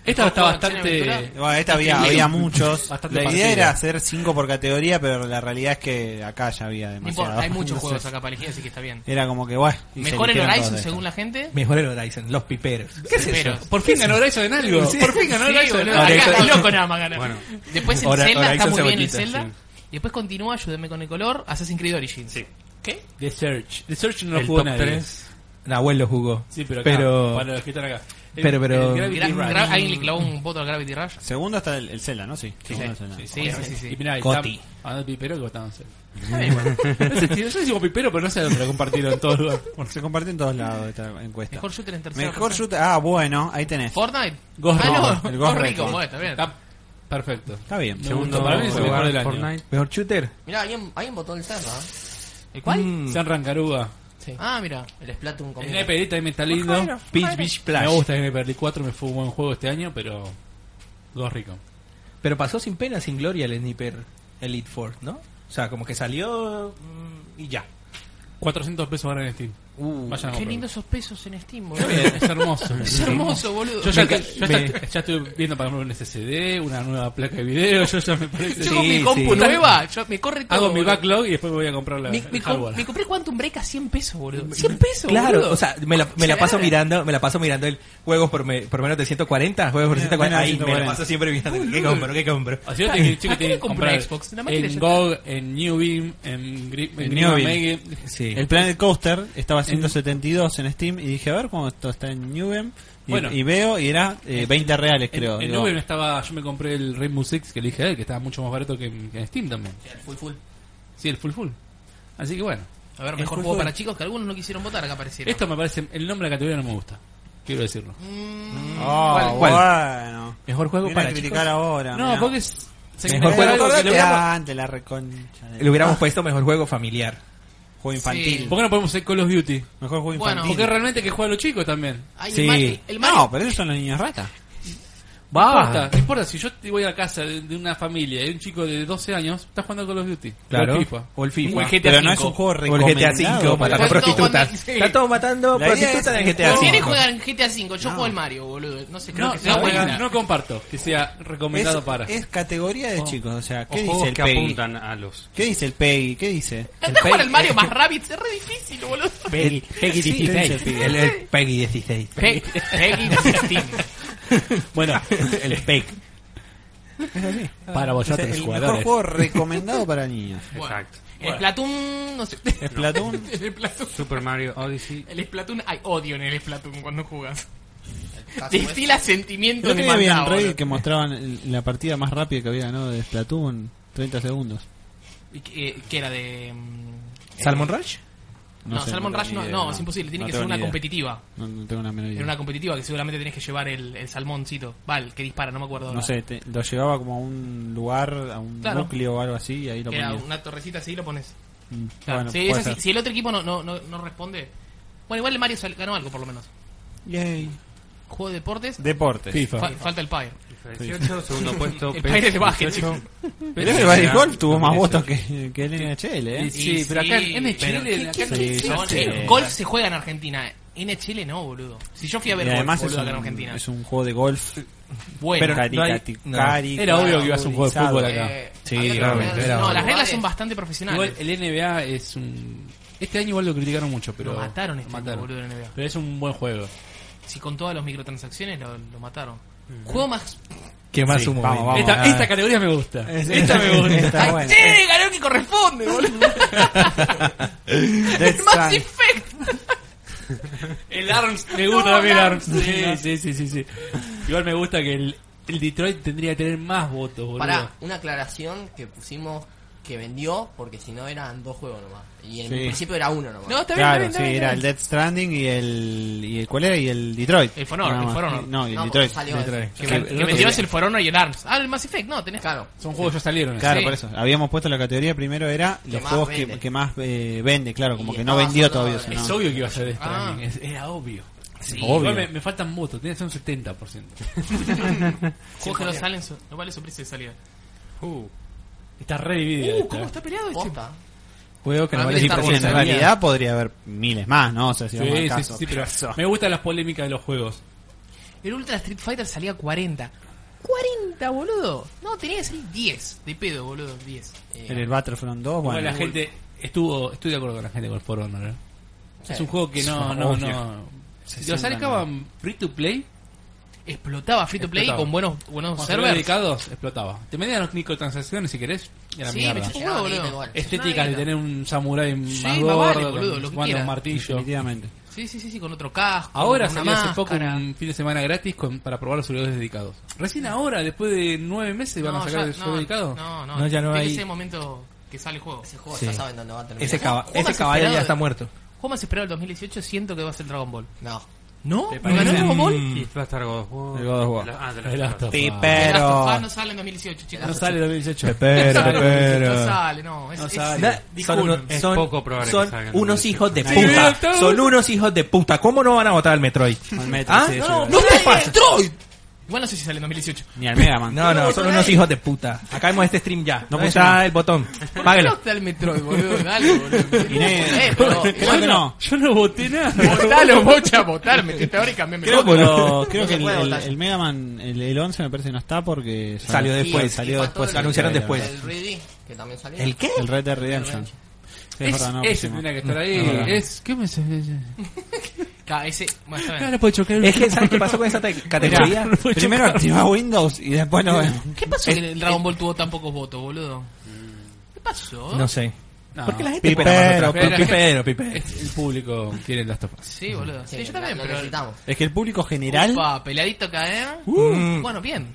[SPEAKER 2] Esta está bastante...
[SPEAKER 3] Bueno, esta había, había muchos.
[SPEAKER 2] Bastante
[SPEAKER 3] La idea
[SPEAKER 2] partida.
[SPEAKER 3] era hacer cinco por categoría, pero la realidad es que acá ya había
[SPEAKER 1] No
[SPEAKER 3] demasiado.
[SPEAKER 1] importa, hay muchos
[SPEAKER 3] Entonces,
[SPEAKER 1] juegos acá para elegir, así que está bien.
[SPEAKER 3] Era como que, bueno. y se
[SPEAKER 1] Mejor el
[SPEAKER 3] eligieron
[SPEAKER 1] Horizon
[SPEAKER 3] todos de
[SPEAKER 1] según
[SPEAKER 3] estos.
[SPEAKER 1] la gente.
[SPEAKER 4] Mejor el Horizon, los piperos.
[SPEAKER 1] ¿Qué es eso?
[SPEAKER 2] Por fin ganó Horizon en algo. Por fin ganó Horizon en algo.
[SPEAKER 1] acá está
[SPEAKER 4] Horizon-
[SPEAKER 1] loco nada más ganar.
[SPEAKER 5] Bueno.
[SPEAKER 1] Después en
[SPEAKER 4] Hora-
[SPEAKER 1] Zelda está
[SPEAKER 4] Horizon
[SPEAKER 1] muy bien el
[SPEAKER 4] cebollita,
[SPEAKER 1] Zelda.
[SPEAKER 5] sí.
[SPEAKER 1] Y después continúa, ayúdame con el color, Assassin's Creed Origins.
[SPEAKER 5] Sí.
[SPEAKER 1] ¿Qué?
[SPEAKER 2] The Search. The Search no lo
[SPEAKER 5] El
[SPEAKER 2] jugó
[SPEAKER 5] top
[SPEAKER 2] nadie.
[SPEAKER 5] 3.
[SPEAKER 4] Nahuel lo jugó.
[SPEAKER 2] Sí, pero acá, para los que están acá. El-
[SPEAKER 4] Pero-
[SPEAKER 2] el
[SPEAKER 4] pero-
[SPEAKER 1] Gra-
[SPEAKER 2] Gravity Rush.
[SPEAKER 1] gra- ¿Alguien le clavó un voto al Gravity Rush?
[SPEAKER 3] Segundo está el, el Zelda, ¿no? Sí. segundo
[SPEAKER 1] sí,
[SPEAKER 3] Zelda.
[SPEAKER 1] sí, sí, sí, sí.
[SPEAKER 2] Y mirá, el
[SPEAKER 4] Coti.
[SPEAKER 2] Tam- Hablando de pipero que votaban Zelda. No sé, tío, Yo digo pipero, pero no sé dónde lo compartieron en todos lados.
[SPEAKER 3] Porque se compartió en todos lados esta encuesta.
[SPEAKER 1] Mejor shooter en tercera
[SPEAKER 3] Mejor
[SPEAKER 1] persona.
[SPEAKER 3] shooter. Ah, bueno, ahí tenés.
[SPEAKER 1] Fortnite.
[SPEAKER 3] Ghost
[SPEAKER 1] Ah, no,
[SPEAKER 3] Recon, el Ghost
[SPEAKER 1] Recon,
[SPEAKER 3] Recon.
[SPEAKER 1] bueno, está bien.
[SPEAKER 2] Está perfecto.
[SPEAKER 3] Está bien.
[SPEAKER 5] Segundo,
[SPEAKER 2] para mí es el mejor del
[SPEAKER 5] lugar
[SPEAKER 2] año.
[SPEAKER 5] Fortnite.
[SPEAKER 4] Mejor shooter.
[SPEAKER 7] Mirá, alguien, alguien votó el Zelda. ¿eh?
[SPEAKER 1] ¿El cuál?
[SPEAKER 2] Mm. San Rancaruga.
[SPEAKER 7] Sí.
[SPEAKER 1] Ah, mira.
[SPEAKER 7] El Splatoon
[SPEAKER 2] El
[SPEAKER 7] conmigo.
[SPEAKER 2] Sniper Elite también está lindo.
[SPEAKER 4] Beach Beach
[SPEAKER 2] Me
[SPEAKER 4] Splash.
[SPEAKER 2] gusta el Sniper Elite 4, me fue un buen juego este año, pero. Dos rico.
[SPEAKER 4] Pero pasó sin pena, sin gloria el Sniper Elite Four, ¿no? O sea, como que salió mm, y ya.
[SPEAKER 2] 400 pesos ahora en Steam. Vayan a
[SPEAKER 1] Uh, Qué
[SPEAKER 2] comprarlo.
[SPEAKER 1] lindo esos pesos en Steam, boludo.
[SPEAKER 2] Es hermoso.
[SPEAKER 1] Es hermoso, boludo.
[SPEAKER 2] Yo ya,
[SPEAKER 4] Me-
[SPEAKER 2] yo
[SPEAKER 4] me-
[SPEAKER 2] ya- ya estoy viendo para comprar un SSD, una nueva placa de video. Yo ya me parece.
[SPEAKER 1] Yo con mi compu nueva, yo- me corre todo.
[SPEAKER 2] Hago mi
[SPEAKER 1] boludo.
[SPEAKER 2] backlog y después voy a comprar la.
[SPEAKER 1] Me,
[SPEAKER 2] el
[SPEAKER 1] me com-
[SPEAKER 2] hardware.
[SPEAKER 1] me compré Quantum Break a 100 pesos, boludo. 100 pesos,
[SPEAKER 4] Claro,
[SPEAKER 1] boludo.
[SPEAKER 4] o sea, me la, me la paso
[SPEAKER 1] Claro.
[SPEAKER 4] mirando, me la paso mirando el juegos por, me- por menos de 140, juegos por 140, ahí me la
[SPEAKER 3] 140.
[SPEAKER 4] paso siempre mirando, ¿qué compro, qué compro?
[SPEAKER 2] Así yo tengo chico
[SPEAKER 1] ¿Para qué
[SPEAKER 2] Ah, tiene que
[SPEAKER 1] le compró una
[SPEAKER 2] comprar
[SPEAKER 1] Xbox? Nada más que le-
[SPEAKER 2] en GOG, en New Beam, en, Gri en,
[SPEAKER 3] En
[SPEAKER 2] Grima
[SPEAKER 3] New Beam.
[SPEAKER 2] Mega.
[SPEAKER 4] Sí.
[SPEAKER 3] El Planet Coaster estaba a 172 en Steam y dije, a ver cómo esto está en Newem. Y,
[SPEAKER 2] Bueno.
[SPEAKER 3] y veo y era eh, 20 reales,
[SPEAKER 2] En,
[SPEAKER 3] creo.
[SPEAKER 2] en
[SPEAKER 3] Digo,
[SPEAKER 2] New Beam estaba, yo me compré el Rainbow Six que le dije a él, que estaba mucho más barato que en, que en Steam también.
[SPEAKER 7] El full full.
[SPEAKER 2] Sí, el Full Full. Así que bueno.
[SPEAKER 1] A ver, mejor juego para chicos que algunos no quisieron votar acá aparecieron.
[SPEAKER 2] Esto me parece, el nombre de la categoría no me gusta. Quiero decirlo.
[SPEAKER 3] "Ah,
[SPEAKER 4] ¿Cuál- cuál?
[SPEAKER 3] bueno.
[SPEAKER 4] Mejor juego
[SPEAKER 3] Viene a
[SPEAKER 4] para
[SPEAKER 3] criticar
[SPEAKER 4] chicos.
[SPEAKER 3] ahora.
[SPEAKER 2] No, porque es... se
[SPEAKER 4] Mejor
[SPEAKER 2] encuentra
[SPEAKER 4] juego
[SPEAKER 2] algo que
[SPEAKER 4] acordate,
[SPEAKER 2] le hubiéramos-
[SPEAKER 3] antes la reconcha. del-
[SPEAKER 4] Le hubiéramos puesto mejor juego familiar.
[SPEAKER 3] Juego infantil.
[SPEAKER 2] ¿Por qué no podemos hacer Call of Duty?
[SPEAKER 3] Mejor juego
[SPEAKER 1] Bueno,
[SPEAKER 3] infantil.
[SPEAKER 2] Porque realmente hay que juega a los chicos también.
[SPEAKER 7] Ay,
[SPEAKER 4] Sí.
[SPEAKER 7] el Mario. El Mario.
[SPEAKER 3] No, pero esos son los niños rata.
[SPEAKER 2] No
[SPEAKER 4] Ah,
[SPEAKER 5] Va.
[SPEAKER 2] importa, no importa, si yo voy a la casa de, de una familia y un chico de 12 años está jugando a Call of Duty.
[SPEAKER 4] Claro.
[SPEAKER 2] O al FIFA.
[SPEAKER 4] O el FIFA.
[SPEAKER 1] O el GTA
[SPEAKER 3] Pero no
[SPEAKER 1] V.
[SPEAKER 3] es un juego
[SPEAKER 4] O el GTA
[SPEAKER 3] recomendado. para-
[SPEAKER 4] V, matar a
[SPEAKER 1] Están todos
[SPEAKER 4] prostitutas.
[SPEAKER 1] matando- sí.
[SPEAKER 4] Están todos matando
[SPEAKER 3] La idea
[SPEAKER 4] prostitutas en
[SPEAKER 3] es-
[SPEAKER 4] el GTA
[SPEAKER 1] Los nenes
[SPEAKER 4] V.
[SPEAKER 1] juegan GTA V, yo juego el Mario, boludo. No sé, creo
[SPEAKER 2] No,
[SPEAKER 1] que sea
[SPEAKER 2] no,
[SPEAKER 1] buena.
[SPEAKER 2] no, no comparto que sea recomendado
[SPEAKER 3] Es,
[SPEAKER 2] para.
[SPEAKER 3] es categoría de chicos, o sea,
[SPEAKER 5] O
[SPEAKER 3] ¿qué dice
[SPEAKER 5] juegos
[SPEAKER 3] el
[SPEAKER 5] que
[SPEAKER 3] PEGI?
[SPEAKER 5] apuntan a los.
[SPEAKER 3] ¿Qué dice el PEGI? ¿Qué dice?
[SPEAKER 1] Andá a jugar al Mario más Rabbids, es re difícil, boludo.
[SPEAKER 4] Peggy, Peggy
[SPEAKER 3] Sí,
[SPEAKER 4] 16.
[SPEAKER 3] sí.
[SPEAKER 4] El, el Peggy 16.
[SPEAKER 1] Peg- Peggy 16.
[SPEAKER 4] Bueno, el Peg.
[SPEAKER 9] Para
[SPEAKER 3] O sea,
[SPEAKER 9] vosotros,
[SPEAKER 3] el mejor
[SPEAKER 9] jugadores.
[SPEAKER 3] juego recomendado para niños.
[SPEAKER 5] Exacto.
[SPEAKER 1] El Splatoon, no sé.
[SPEAKER 3] Splatoon.
[SPEAKER 1] El Splatoon.
[SPEAKER 5] Super Mario Odyssey.
[SPEAKER 1] El Splatoon, hay odio en el Splatoon cuando jugas.
[SPEAKER 7] Caso
[SPEAKER 1] Destila sentimientos
[SPEAKER 3] Creo
[SPEAKER 1] de
[SPEAKER 3] que había
[SPEAKER 1] maldad,
[SPEAKER 3] en Reddit
[SPEAKER 1] boludo.
[SPEAKER 3] que mostraban el- la partida más rápida que había ganado de Splatoon, 30 segundos.
[SPEAKER 1] ¿Y qué- qué era de. mm,
[SPEAKER 4] ¿Salmon Rush?
[SPEAKER 1] No,
[SPEAKER 3] sé,
[SPEAKER 1] Salmon
[SPEAKER 3] tengo
[SPEAKER 1] Rush
[SPEAKER 3] ni
[SPEAKER 1] no,
[SPEAKER 3] idea,
[SPEAKER 1] no, es imposible. Tiene
[SPEAKER 3] No
[SPEAKER 1] que
[SPEAKER 3] tengo
[SPEAKER 1] ser
[SPEAKER 3] ni
[SPEAKER 1] una
[SPEAKER 3] idea.
[SPEAKER 1] competitiva.
[SPEAKER 3] No, no tengo una menor idea.
[SPEAKER 1] Era una competitiva que seguramente tenés que llevar el, el salmoncito. Vale, que dispara, no me acuerdo.
[SPEAKER 3] No
[SPEAKER 1] ahora.
[SPEAKER 3] sé, te- lo llevaba como a un lugar, a un
[SPEAKER 1] Claro.
[SPEAKER 3] núcleo o algo así, y ahí lo
[SPEAKER 1] Que era
[SPEAKER 3] ponía.
[SPEAKER 1] una torrecita así y lo pones.
[SPEAKER 3] Mm,
[SPEAKER 1] Claro.
[SPEAKER 3] bueno,
[SPEAKER 1] Sí,
[SPEAKER 3] puede
[SPEAKER 1] es así.
[SPEAKER 3] ser.
[SPEAKER 1] Si el otro equipo no, no, no, no responde. Bueno, igual el Mario sal- ganó algo por lo menos.
[SPEAKER 3] Yay.
[SPEAKER 1] Juego de deportes.
[SPEAKER 3] Deportes.
[SPEAKER 1] fa-
[SPEAKER 9] FIFA.
[SPEAKER 1] falta el Pyre.
[SPEAKER 5] 18, segundo puesto.
[SPEAKER 1] El
[SPEAKER 5] PES,
[SPEAKER 1] padre de básquet.
[SPEAKER 5] 18.
[SPEAKER 3] Pero el Buddy
[SPEAKER 5] Era
[SPEAKER 3] Golf tuvo más
[SPEAKER 5] 2018.
[SPEAKER 3] votos que, que el NHL,
[SPEAKER 2] Y
[SPEAKER 3] ¿eh?
[SPEAKER 2] sí, pero acá en
[SPEAKER 1] sí,
[SPEAKER 2] NHL,
[SPEAKER 1] pero
[SPEAKER 2] acá
[SPEAKER 1] ¿qué-
[SPEAKER 2] en
[SPEAKER 1] qué- qué-
[SPEAKER 2] sí,
[SPEAKER 1] chabón,
[SPEAKER 2] sí.
[SPEAKER 1] el golf se juega en Argentina. En Chile no, boludo. Si yo fui a ver
[SPEAKER 3] Y
[SPEAKER 1] golf,
[SPEAKER 3] además es
[SPEAKER 1] boludo,
[SPEAKER 3] un,
[SPEAKER 1] acá en Argentina.
[SPEAKER 3] es un juego de golf
[SPEAKER 1] bueno,
[SPEAKER 4] pero
[SPEAKER 3] cari-
[SPEAKER 4] no hay-
[SPEAKER 3] cati-
[SPEAKER 4] no.
[SPEAKER 3] cari-
[SPEAKER 2] Era obvio que ibas a un juego de fútbol
[SPEAKER 1] eh,
[SPEAKER 2] acá.
[SPEAKER 4] Sí,
[SPEAKER 1] había que
[SPEAKER 4] claramente,
[SPEAKER 1] ver-
[SPEAKER 4] era
[SPEAKER 1] No,
[SPEAKER 4] obvio.
[SPEAKER 1] las reglas son bastante profesionales.
[SPEAKER 2] Igual el NBA es un. Este año igual lo criticaron mucho, pero.
[SPEAKER 1] lo mataron este
[SPEAKER 2] mataron.
[SPEAKER 1] boludo en NBA.
[SPEAKER 2] Pero es un buen juego.
[SPEAKER 1] Si con todas las microtransacciones lo, lo mataron.
[SPEAKER 2] Mm.
[SPEAKER 1] Juego más.
[SPEAKER 4] ¿Qué más
[SPEAKER 3] Sí,
[SPEAKER 4] humo?
[SPEAKER 3] vamos, vamos.
[SPEAKER 2] esta,
[SPEAKER 3] a-
[SPEAKER 2] esta categoría me gusta.
[SPEAKER 3] Es-
[SPEAKER 2] Esta me gusta.
[SPEAKER 3] Está
[SPEAKER 1] ¡Ay,
[SPEAKER 3] bueno.
[SPEAKER 1] che! Ganó el que corresponde, boludo.
[SPEAKER 3] Death
[SPEAKER 1] el Mass
[SPEAKER 3] Strand.
[SPEAKER 1] Effect.
[SPEAKER 2] El ARMS, me gusta
[SPEAKER 1] No,
[SPEAKER 2] también
[SPEAKER 1] el
[SPEAKER 2] el
[SPEAKER 1] ARMS.
[SPEAKER 2] ARMS. Sí, sí, sí, sí, sí. Igual me gusta que el, el Detroit tendría que tener más votos, boludo.
[SPEAKER 7] Para una aclaración que pusimos que vendió porque si no eran dos juegos nomás. Y en
[SPEAKER 3] Sí.
[SPEAKER 7] principio era uno nomás.
[SPEAKER 1] No, está bien, está bien,
[SPEAKER 3] Claro,
[SPEAKER 1] está
[SPEAKER 3] sí,
[SPEAKER 1] bien,
[SPEAKER 3] era
[SPEAKER 1] está
[SPEAKER 3] el
[SPEAKER 1] bien.
[SPEAKER 3] Death Stranding y el, y el. ¿Cuál era? Y el Detroit.
[SPEAKER 1] El For Honor,
[SPEAKER 3] Nada
[SPEAKER 1] el
[SPEAKER 3] más.
[SPEAKER 1] For Honor.
[SPEAKER 3] No, y el
[SPEAKER 7] No,
[SPEAKER 3] Detroit.
[SPEAKER 7] salió
[SPEAKER 4] Detroit.
[SPEAKER 1] Que,
[SPEAKER 4] Que-
[SPEAKER 1] me- que vendió es el For Honor y el ARMS. Ah, el Mass Effect, no, tenés.
[SPEAKER 7] Claro.
[SPEAKER 2] Son juegos que ya salieron.
[SPEAKER 3] Claro,
[SPEAKER 1] Sí.
[SPEAKER 3] por eso. Habíamos puesto la categoría primero era los
[SPEAKER 7] más
[SPEAKER 3] juegos
[SPEAKER 7] vende.
[SPEAKER 3] que, que más eh, vende, claro, como
[SPEAKER 7] Y
[SPEAKER 3] que no
[SPEAKER 7] estaba
[SPEAKER 3] vendió
[SPEAKER 7] solo-
[SPEAKER 3] todavía. eso,
[SPEAKER 2] Es
[SPEAKER 3] ¿no?
[SPEAKER 2] obvio que iba a ser de
[SPEAKER 1] Ah.
[SPEAKER 2] Stranding, es- era obvio.
[SPEAKER 1] Obvio.
[SPEAKER 2] Igual me, me faltan votos, tenía que ser un 70%.
[SPEAKER 1] Juegos que no salen, su- no vale su precio de salida.
[SPEAKER 2] Está re dividido.
[SPEAKER 1] Uh, ¿cómo está peleado este?
[SPEAKER 7] Posta.
[SPEAKER 4] Juego que no
[SPEAKER 1] Ah,
[SPEAKER 4] vale
[SPEAKER 1] mira,
[SPEAKER 4] su
[SPEAKER 1] está
[SPEAKER 4] precio de
[SPEAKER 3] en
[SPEAKER 1] bueno.
[SPEAKER 4] salida.
[SPEAKER 3] realidad podría haber miles más, ¿no? O sea,
[SPEAKER 2] Sí,
[SPEAKER 3] si vamos al
[SPEAKER 2] sí,
[SPEAKER 3] caso.
[SPEAKER 2] sí, pero me gustan las polémicas de los juegos.
[SPEAKER 1] El Ultra Street Fighter salía 40. 40, boludo. No, tenía que salir 10. De pedo, boludo, 10.
[SPEAKER 3] En el Battlefront 2,
[SPEAKER 2] Igual
[SPEAKER 3] bueno.
[SPEAKER 2] la gente estuvo, estoy de acuerdo con la gente con el For Honor. ¿eh?
[SPEAKER 7] Sí.
[SPEAKER 2] Es un juego que no, no,
[SPEAKER 4] Obvio.
[SPEAKER 2] no. Si
[SPEAKER 3] Sí,
[SPEAKER 2] lo
[SPEAKER 3] sí,
[SPEAKER 2] sacaban free to play,
[SPEAKER 1] Explotaba Free to Play
[SPEAKER 2] Explotaba.
[SPEAKER 1] con buenos, buenos
[SPEAKER 2] cuando se habían
[SPEAKER 1] servers.
[SPEAKER 2] dedicados, explotaba. Te metían los microtransacciones si querés, y a la
[SPEAKER 1] Sí, me
[SPEAKER 2] mierda.
[SPEAKER 1] chupa un huevo,
[SPEAKER 7] Llegaba
[SPEAKER 1] boludo.
[SPEAKER 7] igual.
[SPEAKER 2] Estética de tener un samurái más
[SPEAKER 1] más vale,
[SPEAKER 2] gordo,
[SPEAKER 1] boludo,
[SPEAKER 2] con-
[SPEAKER 1] lo que
[SPEAKER 2] jugando
[SPEAKER 1] quieras.
[SPEAKER 2] un martillo.
[SPEAKER 3] Definitivamente.
[SPEAKER 1] Sí, sí, sí, sí, con otro casco.
[SPEAKER 2] Ahora
[SPEAKER 1] con una
[SPEAKER 2] salió hace poco
[SPEAKER 1] máscara.
[SPEAKER 2] un fin de semana gratis con- para probar los servidores dedicados. Recién ahora, después de nueve meses, van a sacar
[SPEAKER 1] ya-
[SPEAKER 2] el servidor dedicado.
[SPEAKER 1] No, no,
[SPEAKER 4] No, ya no
[SPEAKER 1] desde
[SPEAKER 4] hay-
[SPEAKER 1] ese momento que sale el juego.
[SPEAKER 7] Ese juego
[SPEAKER 4] Sí.
[SPEAKER 7] ya saben dónde va a terminar.
[SPEAKER 4] Ese, caba-
[SPEAKER 1] ¿Cómo
[SPEAKER 4] ese
[SPEAKER 1] has
[SPEAKER 4] caballo ya
[SPEAKER 1] esperado?
[SPEAKER 4] está muerto.
[SPEAKER 1] ¿Cómo has esperado el 2018? Siento que va a ser Dragon Ball.
[SPEAKER 7] No.
[SPEAKER 1] ¿No?
[SPEAKER 2] ¿Te
[SPEAKER 1] ¿No ganó
[SPEAKER 2] parece?
[SPEAKER 1] Dragon Ball?
[SPEAKER 5] Y va a estar God of War.
[SPEAKER 3] El God of War.
[SPEAKER 5] La- Ah, de
[SPEAKER 2] El
[SPEAKER 5] las
[SPEAKER 2] Last of
[SPEAKER 5] cosas.
[SPEAKER 2] Us.
[SPEAKER 1] El Last of Us
[SPEAKER 3] Pero.
[SPEAKER 1] no sale en 2018, chicos.
[SPEAKER 2] No sale 2018.
[SPEAKER 3] Pero,
[SPEAKER 1] No
[SPEAKER 3] pero.
[SPEAKER 1] sale, no. Es,
[SPEAKER 2] No
[SPEAKER 1] es-
[SPEAKER 2] sale.
[SPEAKER 4] Na- son
[SPEAKER 1] disculpen.
[SPEAKER 4] unos,
[SPEAKER 5] Es
[SPEAKER 4] son-
[SPEAKER 5] poco probable
[SPEAKER 4] son
[SPEAKER 5] que salgan
[SPEAKER 4] unos
[SPEAKER 5] de-
[SPEAKER 4] hijos de
[SPEAKER 5] Sí,
[SPEAKER 4] puta.
[SPEAKER 2] está bueno.
[SPEAKER 4] Son unos hijos de puta. ¿Cómo no van a votar al Metroid?
[SPEAKER 3] Al Metro,
[SPEAKER 4] ¿Ah?
[SPEAKER 3] sí, sí,
[SPEAKER 4] No,
[SPEAKER 3] sí.
[SPEAKER 4] no te pases.
[SPEAKER 1] Igual no sé si sale en 2018.
[SPEAKER 3] Ni al Mega Man.
[SPEAKER 4] No, no, son unos hijos de puta. Acabemos este stream ya. No está el botón.
[SPEAKER 1] ¿Por qué no
[SPEAKER 4] Págalo.
[SPEAKER 1] está el Metroid, boludo? Dale, boludo.
[SPEAKER 3] Y nadie-
[SPEAKER 1] Eh, pero-
[SPEAKER 3] Creo que no.
[SPEAKER 2] Yo no voté nada.
[SPEAKER 1] Votalo, mocha, votalo. Metete ahora y cambiame.
[SPEAKER 3] Creo que, lo- creo que el,
[SPEAKER 7] puede
[SPEAKER 3] el-
[SPEAKER 7] votar.
[SPEAKER 3] el Mega Man, el, el 11 me parece que no está porque sal-
[SPEAKER 4] Salió
[SPEAKER 7] Y-
[SPEAKER 4] después,
[SPEAKER 7] y
[SPEAKER 4] salió
[SPEAKER 7] faltó
[SPEAKER 4] después,
[SPEAKER 7] el-
[SPEAKER 4] lo anunciaron
[SPEAKER 7] el-
[SPEAKER 4] después.
[SPEAKER 7] El Ready, que también salió.
[SPEAKER 4] ¿El qué?
[SPEAKER 3] El Red Dead Redemption. Sí, es
[SPEAKER 2] Es,
[SPEAKER 3] verdad, no,
[SPEAKER 2] ese
[SPEAKER 3] pusimos.
[SPEAKER 2] tendría que estar ahí.
[SPEAKER 3] Es verdad.
[SPEAKER 2] es, ¿Qué me
[SPEAKER 1] Ca- ese, bueno, está bien.
[SPEAKER 2] puede chocar
[SPEAKER 4] Es que, ¿sabes qué pasó con esa te- categoría?
[SPEAKER 3] Primero activa Windows y después no vemos.
[SPEAKER 1] ¿Qué pasó que el Mm. Dragon Ball tuvo tan pocos votos, boludo? ¿Qué pasó?
[SPEAKER 4] No sé.
[SPEAKER 2] ¿Por qué la gente?
[SPEAKER 3] Pipero,
[SPEAKER 2] Pero la gente-
[SPEAKER 4] Pipero, pipero.
[SPEAKER 2] El público quiere el Last of Us.
[SPEAKER 1] Sí, boludo. Sí,
[SPEAKER 7] Sí,
[SPEAKER 1] yo también,
[SPEAKER 7] lo
[SPEAKER 1] pero...
[SPEAKER 7] necesitamos.
[SPEAKER 3] Es que el público general.
[SPEAKER 1] Opa, peladito caer.
[SPEAKER 4] Mm.
[SPEAKER 1] Bueno, bien.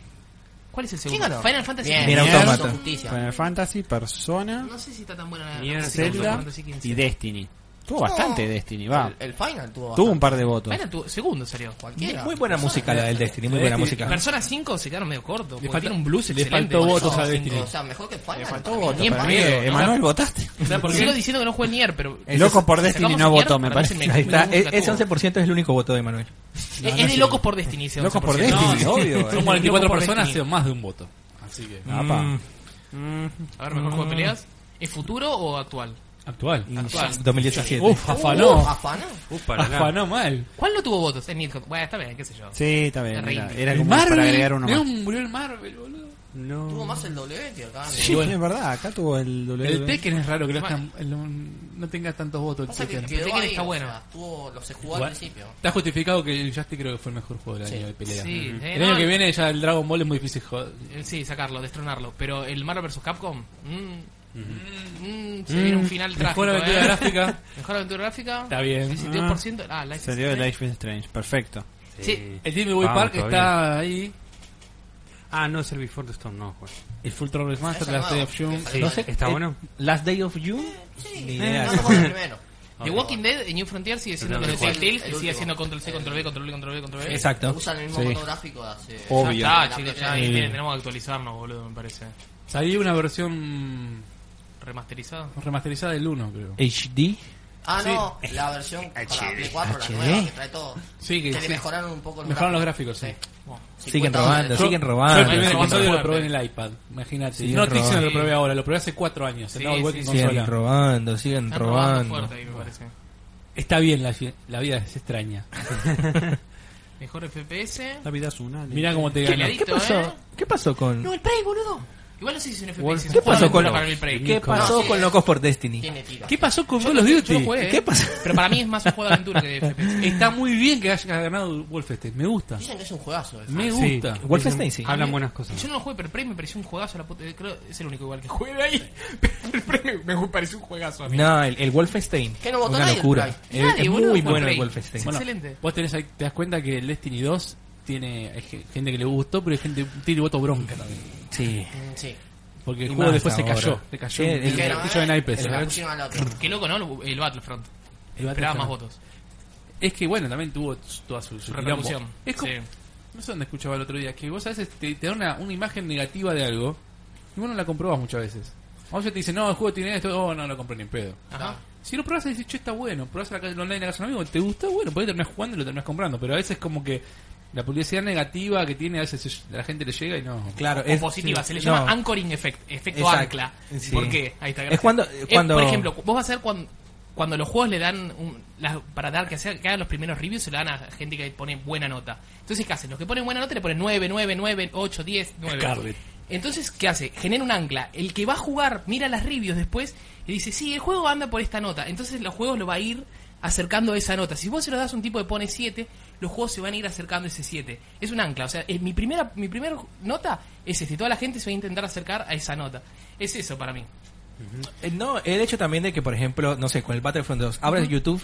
[SPEAKER 1] ¿Cuál es el segundo?
[SPEAKER 7] ¿Quién ganó?
[SPEAKER 1] Final Fantasy
[SPEAKER 7] Bien,
[SPEAKER 4] Nier
[SPEAKER 1] XV.
[SPEAKER 7] Nier
[SPEAKER 4] Automata.
[SPEAKER 7] hizo Justicia.
[SPEAKER 3] Final Fantasy, Persona,
[SPEAKER 1] No sé si está tan buena la
[SPEAKER 5] Nier,
[SPEAKER 1] la-
[SPEAKER 3] Zelda
[SPEAKER 1] Fantasy XV.
[SPEAKER 3] y Destiny. Tuvo bastante Destiny,
[SPEAKER 1] Ah,
[SPEAKER 3] va.
[SPEAKER 7] El, el Final tuvo
[SPEAKER 3] Tuvo un
[SPEAKER 7] bastante.
[SPEAKER 3] par de votos.
[SPEAKER 1] Bueno, tu segundo salió.
[SPEAKER 7] Cualquiera.
[SPEAKER 4] Muy buena música la del Destiny, muy buena música.
[SPEAKER 1] Persona 5 se quedaron medio cortos. porque
[SPEAKER 2] Le falta-
[SPEAKER 1] tiene un blues
[SPEAKER 2] le
[SPEAKER 1] excelente.
[SPEAKER 2] faltó
[SPEAKER 1] boludo.
[SPEAKER 2] votos a
[SPEAKER 7] Cinco,
[SPEAKER 2] Destiny.
[SPEAKER 7] O sea, mejor que el Final.
[SPEAKER 1] faltó voto para mí.
[SPEAKER 3] Eh, Emanuel, votaste.
[SPEAKER 1] ¿Sabes por qué? Sigo diciendo que no juega Nier, pero.
[SPEAKER 3] El loco por Destiny
[SPEAKER 1] sacamos
[SPEAKER 3] no
[SPEAKER 1] a Nier,
[SPEAKER 3] votó, me
[SPEAKER 1] para mí se
[SPEAKER 3] parece.
[SPEAKER 4] Ahí está.
[SPEAKER 1] me
[SPEAKER 4] E-
[SPEAKER 1] gusta
[SPEAKER 4] Ese
[SPEAKER 1] todo.
[SPEAKER 4] 11% es el único voto de Manuel.
[SPEAKER 1] Eh, Es- es de locos por Destiny ese
[SPEAKER 3] Locos por
[SPEAKER 1] 11%.
[SPEAKER 3] Destiny,
[SPEAKER 2] No, sí.
[SPEAKER 3] obvio.
[SPEAKER 2] Son
[SPEAKER 1] Loco
[SPEAKER 2] 44
[SPEAKER 1] por
[SPEAKER 2] personas,
[SPEAKER 1] Destiny.
[SPEAKER 2] o más de un voto. Así que.
[SPEAKER 3] Apa.
[SPEAKER 4] Mm.
[SPEAKER 1] A ver, mejor juego de peleas. ¿Es futuro o actual?
[SPEAKER 2] Actual.
[SPEAKER 1] Actual.
[SPEAKER 4] 2017.
[SPEAKER 2] Uf, afanó.
[SPEAKER 7] Uh, afanó.
[SPEAKER 5] Uh, para nada.
[SPEAKER 2] afanó mal.
[SPEAKER 1] ¿Cuál no tuvo votos? El Nidhogg. Bueno, está bien, qué sé yo.
[SPEAKER 3] Sí, está bien. Era,
[SPEAKER 1] Terrible.
[SPEAKER 3] era
[SPEAKER 2] El
[SPEAKER 3] como
[SPEAKER 2] Marvel.
[SPEAKER 3] para agregar uno
[SPEAKER 2] Mirá
[SPEAKER 3] más.
[SPEAKER 2] cómo murió el Marvel, boludo.
[SPEAKER 7] Tuvo más el W que acá.
[SPEAKER 3] Sí,
[SPEAKER 7] ¿no?
[SPEAKER 2] bueno.
[SPEAKER 3] es verdad, acá tuvo el WWE.
[SPEAKER 2] El Tekken es raro que lo
[SPEAKER 1] Bueno.
[SPEAKER 2] hagan- el- no tenga tantos votos. El
[SPEAKER 7] Pasa que
[SPEAKER 2] Tekken.
[SPEAKER 1] Pensé
[SPEAKER 7] quedó
[SPEAKER 1] que
[SPEAKER 7] ahí,
[SPEAKER 1] está
[SPEAKER 7] o
[SPEAKER 1] bueno.
[SPEAKER 7] sea, tuvo, lo se jugó
[SPEAKER 2] Igual.
[SPEAKER 7] al principio.
[SPEAKER 2] Está justificado que el Justy creo que fue el mejor juego del
[SPEAKER 7] Sí.
[SPEAKER 2] año de pelea.
[SPEAKER 1] Sí,
[SPEAKER 2] Ujú.
[SPEAKER 1] eh,
[SPEAKER 2] el
[SPEAKER 1] no,
[SPEAKER 2] año que
[SPEAKER 1] el-
[SPEAKER 2] viene ya el Dragon Ball es muy difícil joder.
[SPEAKER 1] Eh, Sí, sacarlo, destronarlo. Pero el Marvel vs. Capcom. mm, mm, se viene un final trágico.
[SPEAKER 2] Mejor aventura
[SPEAKER 1] eh.
[SPEAKER 2] gráfica.
[SPEAKER 1] Mejor aventura gráfica.
[SPEAKER 2] Está bien.
[SPEAKER 1] 62%. Ah, Life is
[SPEAKER 3] Salió de
[SPEAKER 1] Strange.
[SPEAKER 3] Life is Strange, perfecto.
[SPEAKER 1] Sí.
[SPEAKER 2] Eh, El Jimmy Boy
[SPEAKER 5] Vamos,
[SPEAKER 2] Park
[SPEAKER 5] todavía.
[SPEAKER 2] está ahí.
[SPEAKER 5] Ah, no es el Before the Storm, no, juez.
[SPEAKER 2] El Full Throttle Remaster,
[SPEAKER 7] Está
[SPEAKER 2] Last Day of
[SPEAKER 7] llamado.
[SPEAKER 2] June.
[SPEAKER 7] Sí.
[SPEAKER 5] No sé, ¿Está
[SPEAKER 4] Eh,
[SPEAKER 5] bueno?
[SPEAKER 4] Last Day of June. Ni idea.
[SPEAKER 7] No, no fue el primero.
[SPEAKER 1] The Walking Dead en New Frontier sigue siendo lo
[SPEAKER 5] Pero
[SPEAKER 1] de
[SPEAKER 5] el cual.
[SPEAKER 1] Telltale, que
[SPEAKER 7] El
[SPEAKER 1] sigue
[SPEAKER 7] último.
[SPEAKER 1] siendo control C, control B, control B, control B, control B.
[SPEAKER 4] Exacto.
[SPEAKER 7] Usan el mismo
[SPEAKER 3] Sí.
[SPEAKER 7] fotográfico de hace.
[SPEAKER 1] Ya
[SPEAKER 3] Obvio.
[SPEAKER 1] está,
[SPEAKER 7] La
[SPEAKER 1] chicos, ya
[SPEAKER 7] primera.
[SPEAKER 1] tienen- tenemos que actualizarnos, boludo, me parece.
[SPEAKER 2] Salió una versión
[SPEAKER 1] Remasterizado.
[SPEAKER 2] remasterizada del 1, creo.
[SPEAKER 4] HD.
[SPEAKER 7] Ah, no, la versión para Play 4, la nueva, que trae todo.
[SPEAKER 2] Sí, que
[SPEAKER 7] Que le
[SPEAKER 2] sí.
[SPEAKER 7] mejoraron un poco los
[SPEAKER 2] Mejoraron los gráficos,
[SPEAKER 7] gráficos.
[SPEAKER 2] sí.
[SPEAKER 4] Siguen robando, siguen
[SPEAKER 2] Yo el
[SPEAKER 4] robando.
[SPEAKER 2] primer
[SPEAKER 1] sí,
[SPEAKER 2] episodio
[SPEAKER 1] sí.
[SPEAKER 2] lo probé en el iPad, imagínate.
[SPEAKER 4] Sí,
[SPEAKER 2] no
[SPEAKER 4] es
[SPEAKER 2] Tixon
[SPEAKER 1] raro.
[SPEAKER 2] lo probé ahora, lo probé hace 4 años. ¿eh? en
[SPEAKER 1] Sí,
[SPEAKER 2] Double
[SPEAKER 1] sí,
[SPEAKER 2] Working
[SPEAKER 1] sí.
[SPEAKER 4] Siguen
[SPEAKER 2] Consola.
[SPEAKER 4] robando, siguen
[SPEAKER 1] Están robando
[SPEAKER 4] robando.
[SPEAKER 1] fuerte ahí, me parece.
[SPEAKER 2] Está bien, la, la vida es extraña.
[SPEAKER 1] Mejor FPS.
[SPEAKER 3] La vida es una.
[SPEAKER 2] Mirá cómo te
[SPEAKER 1] ¿Qué le
[SPEAKER 2] ganó.
[SPEAKER 1] di?
[SPEAKER 4] ¿Qué ¿eh? pasó? ¿Qué pasó con.?
[SPEAKER 7] el Prey, boludo.
[SPEAKER 1] Igual no sé si es un
[SPEAKER 2] Wolf-
[SPEAKER 1] FPS. es
[SPEAKER 4] ¿Qué
[SPEAKER 1] un juego
[SPEAKER 4] pasó
[SPEAKER 1] de
[SPEAKER 4] con
[SPEAKER 1] aventura
[SPEAKER 4] los,
[SPEAKER 1] para el Prey.
[SPEAKER 4] ¿Qué pasó
[SPEAKER 7] No,
[SPEAKER 4] con
[SPEAKER 7] sí.
[SPEAKER 4] Locos por Destiny?
[SPEAKER 7] Tiene tira.
[SPEAKER 2] ¿Qué pasó con
[SPEAKER 1] Yo
[SPEAKER 2] Call of
[SPEAKER 1] lo- yo
[SPEAKER 2] Duty?
[SPEAKER 1] lo jugué,
[SPEAKER 4] ¿Qué
[SPEAKER 1] eh.
[SPEAKER 4] pasó?
[SPEAKER 1] Pero para mí es más un juego de aventura que de FPS.
[SPEAKER 2] Está muy bien que haya ganado Wolfenstein. Me gusta.
[SPEAKER 7] Dicen que es un juegazo. eso.
[SPEAKER 2] Me
[SPEAKER 5] Sí.
[SPEAKER 2] gusta.
[SPEAKER 4] Wolfenstein, eh, sí.
[SPEAKER 5] Hablan buenas cosas.
[SPEAKER 1] Yo no lo jugué, pero el Prey me pareció un juegazo. La puta, eh, creo es el único igual que jugué de ahí. Pero el Prey me, me pareció un juegazo a mí.
[SPEAKER 4] No, el, el Wolfenstein.
[SPEAKER 7] ¿Qué no votó
[SPEAKER 4] Una
[SPEAKER 7] nadie el
[SPEAKER 4] locura. Eh,
[SPEAKER 7] Pride?
[SPEAKER 4] Es-
[SPEAKER 1] Nadie,
[SPEAKER 4] es
[SPEAKER 1] boludo,
[SPEAKER 4] muy
[SPEAKER 1] con
[SPEAKER 4] bueno el
[SPEAKER 1] Prey.
[SPEAKER 4] Wolfenstein.
[SPEAKER 1] Bueno, Excelente.
[SPEAKER 2] Vos tenés ahí, te das cuenta que el Destiny 2 tiene hay ge- gente que le gustó, pero hay gente tiene voto bronca también.
[SPEAKER 4] Sí.
[SPEAKER 7] Mm, Sí.
[SPEAKER 2] Porque el
[SPEAKER 4] Y
[SPEAKER 2] juego
[SPEAKER 4] más
[SPEAKER 2] después
[SPEAKER 4] ahora.
[SPEAKER 2] se cayó. Se cayó.
[SPEAKER 4] Sí,
[SPEAKER 2] en
[SPEAKER 4] el-
[SPEAKER 2] el
[SPEAKER 7] Dijeron,
[SPEAKER 2] castillo de
[SPEAKER 7] eh,
[SPEAKER 2] naipes.
[SPEAKER 7] se
[SPEAKER 2] El
[SPEAKER 7] la
[SPEAKER 2] Battlefront.
[SPEAKER 7] pusieron al otro.
[SPEAKER 1] Qué loco, ¿no? El Battlefront. Esperaba más votos.
[SPEAKER 2] Es que bueno, también tuvo su- toda su, su quilombo.
[SPEAKER 1] repercusión.
[SPEAKER 2] Es como,
[SPEAKER 1] Sí.
[SPEAKER 2] No sé dónde escuchaba el otro día, que vos a veces te, te da una, una imagen negativa de algo y vos no la comprobás muchas veces. A vos ya te dicen, no, el juego tiene esto, oh, no lo compré ni en pedo.
[SPEAKER 1] Ajá.
[SPEAKER 2] Si lo probás y dices, che, está bueno, probás en la calle online en la casa de un amigo, te gustó, bueno, podés terminar jugando y lo terminás comprando. Pero a veces como que la publicidad negativa que tiene, a veces se- a la gente le llega y no.
[SPEAKER 4] Claro,
[SPEAKER 1] o positiva, se le
[SPEAKER 4] no.
[SPEAKER 1] llama anchoring effect, efecto
[SPEAKER 4] Exacto,
[SPEAKER 1] ancla.
[SPEAKER 4] sí.
[SPEAKER 1] ¿Por qué? Ahí está. gracias.
[SPEAKER 4] Es cuando- cuando-
[SPEAKER 1] por ejemplo, vos vas a ver cuando, cuando los juegos le dan un- las- para dar que, hacer, que hagan los primeros reviews se lo dan a gente que pone buena nota. Entonces, ¿qué hacen? Los que ponen buena nota le ponen 9, 9, 9, 8, 10, 9.
[SPEAKER 2] Scarlett.
[SPEAKER 1] Entonces, ¿qué hace? Genera un ancla. El que va a jugar mira las reviews después y dice, sí, el juego anda por esta nota. Entonces, los juegos lo va a ir acercando a esa nota. Si vos se lo das a un tipo que pone 7, los juegos se van a ir acercando a ese 7. Es un ancla. O sea, eh, mi primera mi primera nota es este. Toda la gente se va a intentar acercar a esa nota. Es eso para mí.
[SPEAKER 4] Eh, No, el hecho también de que, por ejemplo, no sé, con el Battlefront 2, abres YouTube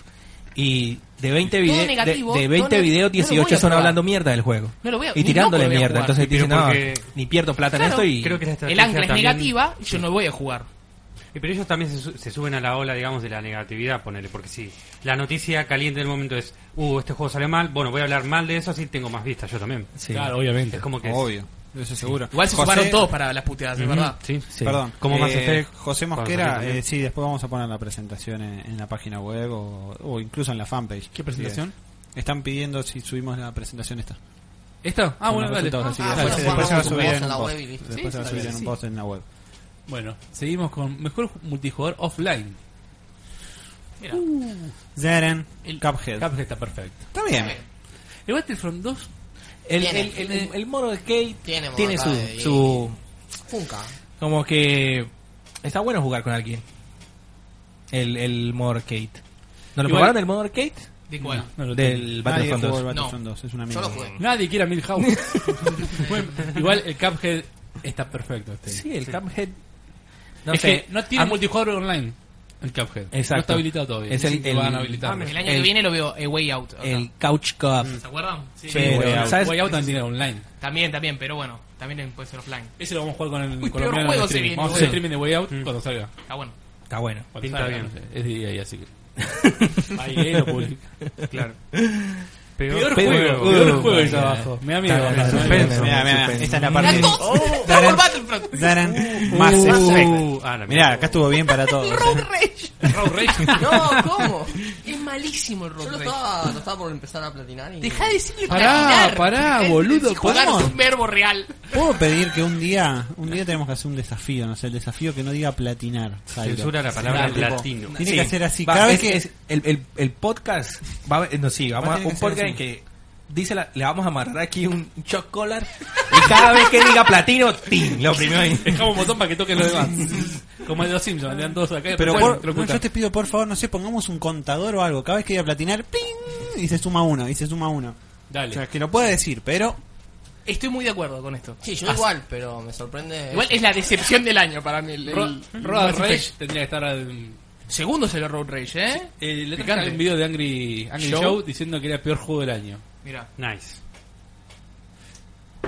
[SPEAKER 4] y de 20,
[SPEAKER 1] Todo
[SPEAKER 4] vide-
[SPEAKER 1] negativo,
[SPEAKER 4] de, de 20
[SPEAKER 1] todo ne-
[SPEAKER 4] videos,
[SPEAKER 1] no lo voy a
[SPEAKER 4] 18 son
[SPEAKER 1] probar.
[SPEAKER 4] hablando mierda del juego.
[SPEAKER 1] No lo voy a-
[SPEAKER 4] y
[SPEAKER 1] ni loco
[SPEAKER 4] tirándole
[SPEAKER 1] lo voy a
[SPEAKER 4] mierda.
[SPEAKER 1] jugar.
[SPEAKER 4] Entonces
[SPEAKER 5] Pero
[SPEAKER 4] dicen, no,
[SPEAKER 5] porque-
[SPEAKER 4] ni pierdo plata en
[SPEAKER 1] Claro,
[SPEAKER 4] esto y...
[SPEAKER 5] creo que la
[SPEAKER 1] El
[SPEAKER 5] estrategia
[SPEAKER 1] ancla es
[SPEAKER 5] también-
[SPEAKER 1] negativa, yo no voy a jugar.
[SPEAKER 5] Eh, Pero ellos también se, su- se suben a la ola, digamos, de la negatividad, ponele, porque si la noticia caliente del momento es, uh, este juego sale mal, bueno, voy a hablar mal de eso, así tengo más vistas yo también.
[SPEAKER 4] Sí.
[SPEAKER 2] Claro, obviamente.
[SPEAKER 5] Es como que... es-
[SPEAKER 3] Obvio, eso seguro.
[SPEAKER 1] Igual se
[SPEAKER 3] José-
[SPEAKER 1] sumaron todos para las puteadas, es
[SPEAKER 5] Ujú,
[SPEAKER 1] verdad.
[SPEAKER 5] Sí.
[SPEAKER 4] Sí.
[SPEAKER 3] Perdón,
[SPEAKER 5] Como Mass
[SPEAKER 3] eh,
[SPEAKER 5] Effect,
[SPEAKER 3] José
[SPEAKER 5] cuando
[SPEAKER 3] Mosquera,
[SPEAKER 5] salió también.
[SPEAKER 3] eh, sí, después vamos a poner la presentación en, en la página web o, o incluso en la fanpage.
[SPEAKER 2] ¿Qué presentación?
[SPEAKER 3] Sí, Están pidiendo si subimos la presentación esta.
[SPEAKER 2] ¿Esto? Ah, bueno,
[SPEAKER 3] Con
[SPEAKER 2] dale.
[SPEAKER 3] los resultados, así
[SPEAKER 7] Ah,
[SPEAKER 3] que
[SPEAKER 7] bueno,
[SPEAKER 3] después-
[SPEAKER 7] vamos
[SPEAKER 3] Después se va a
[SPEAKER 7] a
[SPEAKER 3] subir en
[SPEAKER 7] la
[SPEAKER 3] un
[SPEAKER 7] web y
[SPEAKER 3] post.
[SPEAKER 7] listo.
[SPEAKER 3] Después se va a
[SPEAKER 1] Sí,
[SPEAKER 3] subir en
[SPEAKER 1] sí,
[SPEAKER 3] un
[SPEAKER 1] sí.
[SPEAKER 3] post en la web.
[SPEAKER 2] Bueno, seguimos con mejor ju- multijugador offline.
[SPEAKER 1] Mira,
[SPEAKER 3] Zeren,
[SPEAKER 1] El-
[SPEAKER 3] Cuphead.
[SPEAKER 2] Cuphead está perfecto.
[SPEAKER 3] Está bien.
[SPEAKER 2] El Battlefront 2
[SPEAKER 4] El,
[SPEAKER 7] Tiene.
[SPEAKER 4] el, el, el mono de Kate
[SPEAKER 7] Tiene
[SPEAKER 4] tiene,
[SPEAKER 7] modo
[SPEAKER 4] su,
[SPEAKER 7] arcade.
[SPEAKER 4] su-
[SPEAKER 7] Funka.
[SPEAKER 4] Como que... Está bueno jugar con alguien. El, el modo arcade. ¿No lo
[SPEAKER 2] Igual-
[SPEAKER 4] probaron el modo arcade?
[SPEAKER 1] ¿de cuál?
[SPEAKER 2] no lo tengo.
[SPEAKER 4] Del
[SPEAKER 3] Nadie
[SPEAKER 4] Battlefront
[SPEAKER 3] jugó
[SPEAKER 4] 2.
[SPEAKER 3] el Battlefront 2, es una
[SPEAKER 7] Yo lo
[SPEAKER 3] mierda.
[SPEAKER 7] jugué.
[SPEAKER 2] Nadie quiere a Milhouse. Bueno, igual el Cuphead está perfecto. Este.
[SPEAKER 4] Sí, el Cuphead... No
[SPEAKER 2] es
[SPEAKER 4] sé, Ah,
[SPEAKER 2] que no tiene
[SPEAKER 4] a-
[SPEAKER 2] multijugador online el Cuphead. No
[SPEAKER 4] Exacto.
[SPEAKER 2] está habilitado todavía.
[SPEAKER 4] Es
[SPEAKER 2] Sí,
[SPEAKER 4] el-
[SPEAKER 2] lo
[SPEAKER 4] el-
[SPEAKER 2] van a habilitar.
[SPEAKER 1] El año que
[SPEAKER 4] El-
[SPEAKER 1] viene lo veo eh, Way Out. acá.
[SPEAKER 4] el Couch Cup.
[SPEAKER 1] ¿Se acuerdan? Mm. Sí.
[SPEAKER 4] Way
[SPEAKER 2] Pero,
[SPEAKER 4] Out.
[SPEAKER 2] ¿sabes? Way Out también tiene online.
[SPEAKER 1] También, también, pero bueno, también puede ser offline.
[SPEAKER 2] Ese lo vamos a jugar con el
[SPEAKER 1] Uy,
[SPEAKER 2] con
[SPEAKER 1] peor
[SPEAKER 2] los
[SPEAKER 1] juego
[SPEAKER 2] en
[SPEAKER 1] se
[SPEAKER 2] streaming.
[SPEAKER 1] viene,
[SPEAKER 2] Vamos a hacer
[SPEAKER 1] boludo.
[SPEAKER 2] streaming de Way Out cuando salga.
[SPEAKER 1] Está bueno.
[SPEAKER 4] Está bueno.
[SPEAKER 2] Cuando
[SPEAKER 5] Pinta
[SPEAKER 2] salga,
[SPEAKER 5] bien.
[SPEAKER 2] no sé. Es día y así que. Ahí eh, lo publica.
[SPEAKER 5] Claro.
[SPEAKER 2] Peor
[SPEAKER 5] Peor, juego.
[SPEAKER 2] juego.
[SPEAKER 5] Peor
[SPEAKER 2] Peor
[SPEAKER 5] juego
[SPEAKER 2] juego
[SPEAKER 5] es
[SPEAKER 2] es
[SPEAKER 5] abajo. Me da miedo.
[SPEAKER 4] Está bien,
[SPEAKER 5] bajar.
[SPEAKER 4] está
[SPEAKER 5] Suspenso.
[SPEAKER 4] bien.
[SPEAKER 3] Mira, mira,
[SPEAKER 4] Suspenso.
[SPEAKER 3] esta es la
[SPEAKER 1] Las
[SPEAKER 3] parte.
[SPEAKER 1] dos, Dragon Ball
[SPEAKER 3] Darán,
[SPEAKER 1] Battlefront.
[SPEAKER 3] Darán más efecto.
[SPEAKER 5] Uh, ah, la
[SPEAKER 3] Mirá,
[SPEAKER 5] mierda.
[SPEAKER 3] acá estuvo bien para todos. ¿eh?
[SPEAKER 1] Road Rage.
[SPEAKER 2] Road Rage.
[SPEAKER 7] No, ¿cómo?
[SPEAKER 1] Es malísimo el
[SPEAKER 7] Yo
[SPEAKER 1] Road
[SPEAKER 7] lo
[SPEAKER 1] Rage.
[SPEAKER 7] estaba, lo estaba por empezar a platinar y.
[SPEAKER 1] Deja de decirle
[SPEAKER 2] Pará,
[SPEAKER 1] platinar.
[SPEAKER 2] pará,
[SPEAKER 1] Dejá de
[SPEAKER 2] boludo,
[SPEAKER 1] decir jugar
[SPEAKER 3] ¿podemos?
[SPEAKER 1] es un verbo real.
[SPEAKER 3] ¿Puedo pedir que un día, un día tenemos que hacer un desafío, no sé, el desafío que no diga platinar? Jairo?
[SPEAKER 5] Censura la palabra
[SPEAKER 3] Tipo,
[SPEAKER 5] latino.
[SPEAKER 3] Tiene
[SPEAKER 4] Sí.
[SPEAKER 3] que hacer así.
[SPEAKER 4] Va,
[SPEAKER 3] Cada vez
[SPEAKER 4] es-
[SPEAKER 3] que
[SPEAKER 4] es- el, el- el podcast va a- no sí, vamos
[SPEAKER 3] Va a
[SPEAKER 4] a
[SPEAKER 3] tener
[SPEAKER 4] un
[SPEAKER 3] que ser
[SPEAKER 4] podcast
[SPEAKER 3] así.
[SPEAKER 4] en que dice la- le vamos a amarrar aquí un shock collar y cada vez que diga platino, tin, lo primero ahí.
[SPEAKER 2] Dejamos un botón para que toquen los demás. Como el de los Simpsons, le dan dos acá. y
[SPEAKER 3] Pero
[SPEAKER 2] después
[SPEAKER 3] por-
[SPEAKER 2] lo ocultan.
[SPEAKER 3] yo te pido, por favor, no sé, pongamos un contador o algo. Cada vez que voy a platinar, ¡ping! Y se suma uno, y se suma uno. O
[SPEAKER 2] Dale.
[SPEAKER 3] sea, que lo puede decir, pero...
[SPEAKER 1] Estoy muy de acuerdo con esto.
[SPEAKER 7] Sí, yo igual, pero me sorprende.
[SPEAKER 1] Igual es la decepción del año para mí. El, el-
[SPEAKER 2] Ro-
[SPEAKER 1] el
[SPEAKER 2] Road
[SPEAKER 1] Mass
[SPEAKER 2] Rage
[SPEAKER 1] Effect.
[SPEAKER 2] tendría que estar al...
[SPEAKER 1] Segundo es el Road Rage, ¿eh?
[SPEAKER 2] Eh, le traje
[SPEAKER 1] Picante.
[SPEAKER 2] un video de Angry, Angry
[SPEAKER 1] Show.
[SPEAKER 2] Show. diciendo que era el peor juego del año.
[SPEAKER 1] Mira.
[SPEAKER 5] Nice.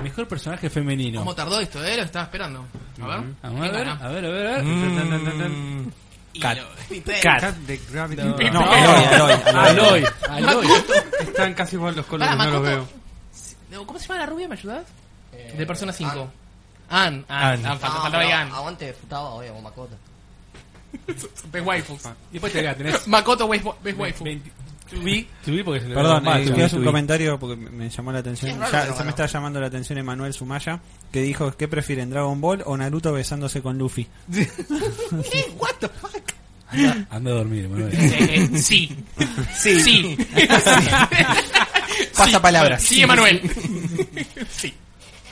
[SPEAKER 2] Mejor personaje femenino.
[SPEAKER 1] ¿Cómo tardó esto, eh? Lo estaba esperando. A ver.
[SPEAKER 2] A
[SPEAKER 1] ¿quién
[SPEAKER 2] ver,
[SPEAKER 1] gana?
[SPEAKER 2] a ver, a ver, a ver.
[SPEAKER 4] Mm. Cat. Cat. No.
[SPEAKER 3] No,
[SPEAKER 2] No.
[SPEAKER 3] Aloy, Aloy, Aloy.
[SPEAKER 2] Aloy, Aloy.
[SPEAKER 5] Están casi igual los colores,
[SPEAKER 1] Pará,
[SPEAKER 5] no los
[SPEAKER 1] Makoto.
[SPEAKER 5] veo.
[SPEAKER 1] No, ¿Cómo se llama la rubia? ¿Me ayudás?
[SPEAKER 7] Eh,
[SPEAKER 1] De Persona 5.
[SPEAKER 7] Ann.
[SPEAKER 1] Ann, Ann, Ann,
[SPEAKER 4] Ann.
[SPEAKER 1] Ann, falta-
[SPEAKER 7] No,
[SPEAKER 1] faltaba ahí
[SPEAKER 7] pero
[SPEAKER 1] Ann.
[SPEAKER 7] Aguante, futaba, obvio, con Makoto.
[SPEAKER 1] Best waifu.
[SPEAKER 2] Y después te acá tenés
[SPEAKER 1] Makoto best wa- best waifu.
[SPEAKER 2] 20 to be, to be porque se le
[SPEAKER 3] Perdón,
[SPEAKER 2] va
[SPEAKER 3] eh,
[SPEAKER 2] más, to
[SPEAKER 3] quiero
[SPEAKER 2] be,
[SPEAKER 3] hacer
[SPEAKER 2] to
[SPEAKER 3] un
[SPEAKER 2] be.
[SPEAKER 3] comentario porque me- me llamó la atención.
[SPEAKER 7] Es raro
[SPEAKER 3] Ya,
[SPEAKER 7] que no
[SPEAKER 3] ya me
[SPEAKER 7] ganó.
[SPEAKER 3] está llamando la atención Emanuel Sumaya, que dijo, ¿qué prefieren, Dragon Ball o Naruto besándose con Luffy?
[SPEAKER 2] Anda, anda a dormir, Manuel.
[SPEAKER 1] Eh, eh, sí. Sí. Sí.
[SPEAKER 3] Pasa palabra.
[SPEAKER 1] Sí, Emanuel.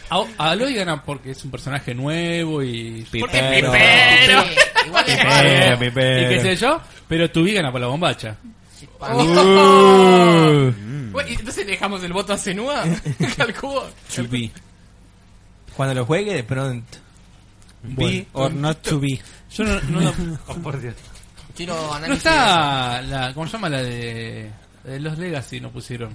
[SPEAKER 2] A- Aloy gana porque es un personaje nuevo y.
[SPEAKER 1] Porque
[SPEAKER 4] Pero-
[SPEAKER 1] primero.
[SPEAKER 7] Sí, igual es
[SPEAKER 4] Eh,
[SPEAKER 7] raro.
[SPEAKER 4] mi
[SPEAKER 2] Y qué
[SPEAKER 4] perro.
[SPEAKER 2] sé yo, pero Tubi gana por la bombacha.
[SPEAKER 7] Sí, para mí-
[SPEAKER 1] Oh. Bueno, ¿y Entonces le dejamos el voto a Senua. Calculo.
[SPEAKER 3] To be.
[SPEAKER 4] Cuando lo juegue, de pronto.
[SPEAKER 3] Be or not to be.
[SPEAKER 2] Yo no. no, no-
[SPEAKER 5] Oh, por Dios.
[SPEAKER 7] Quiero
[SPEAKER 2] no
[SPEAKER 7] análisis.
[SPEAKER 2] está. La, ¿Cómo se llama la de. de los Legacy no pusieron.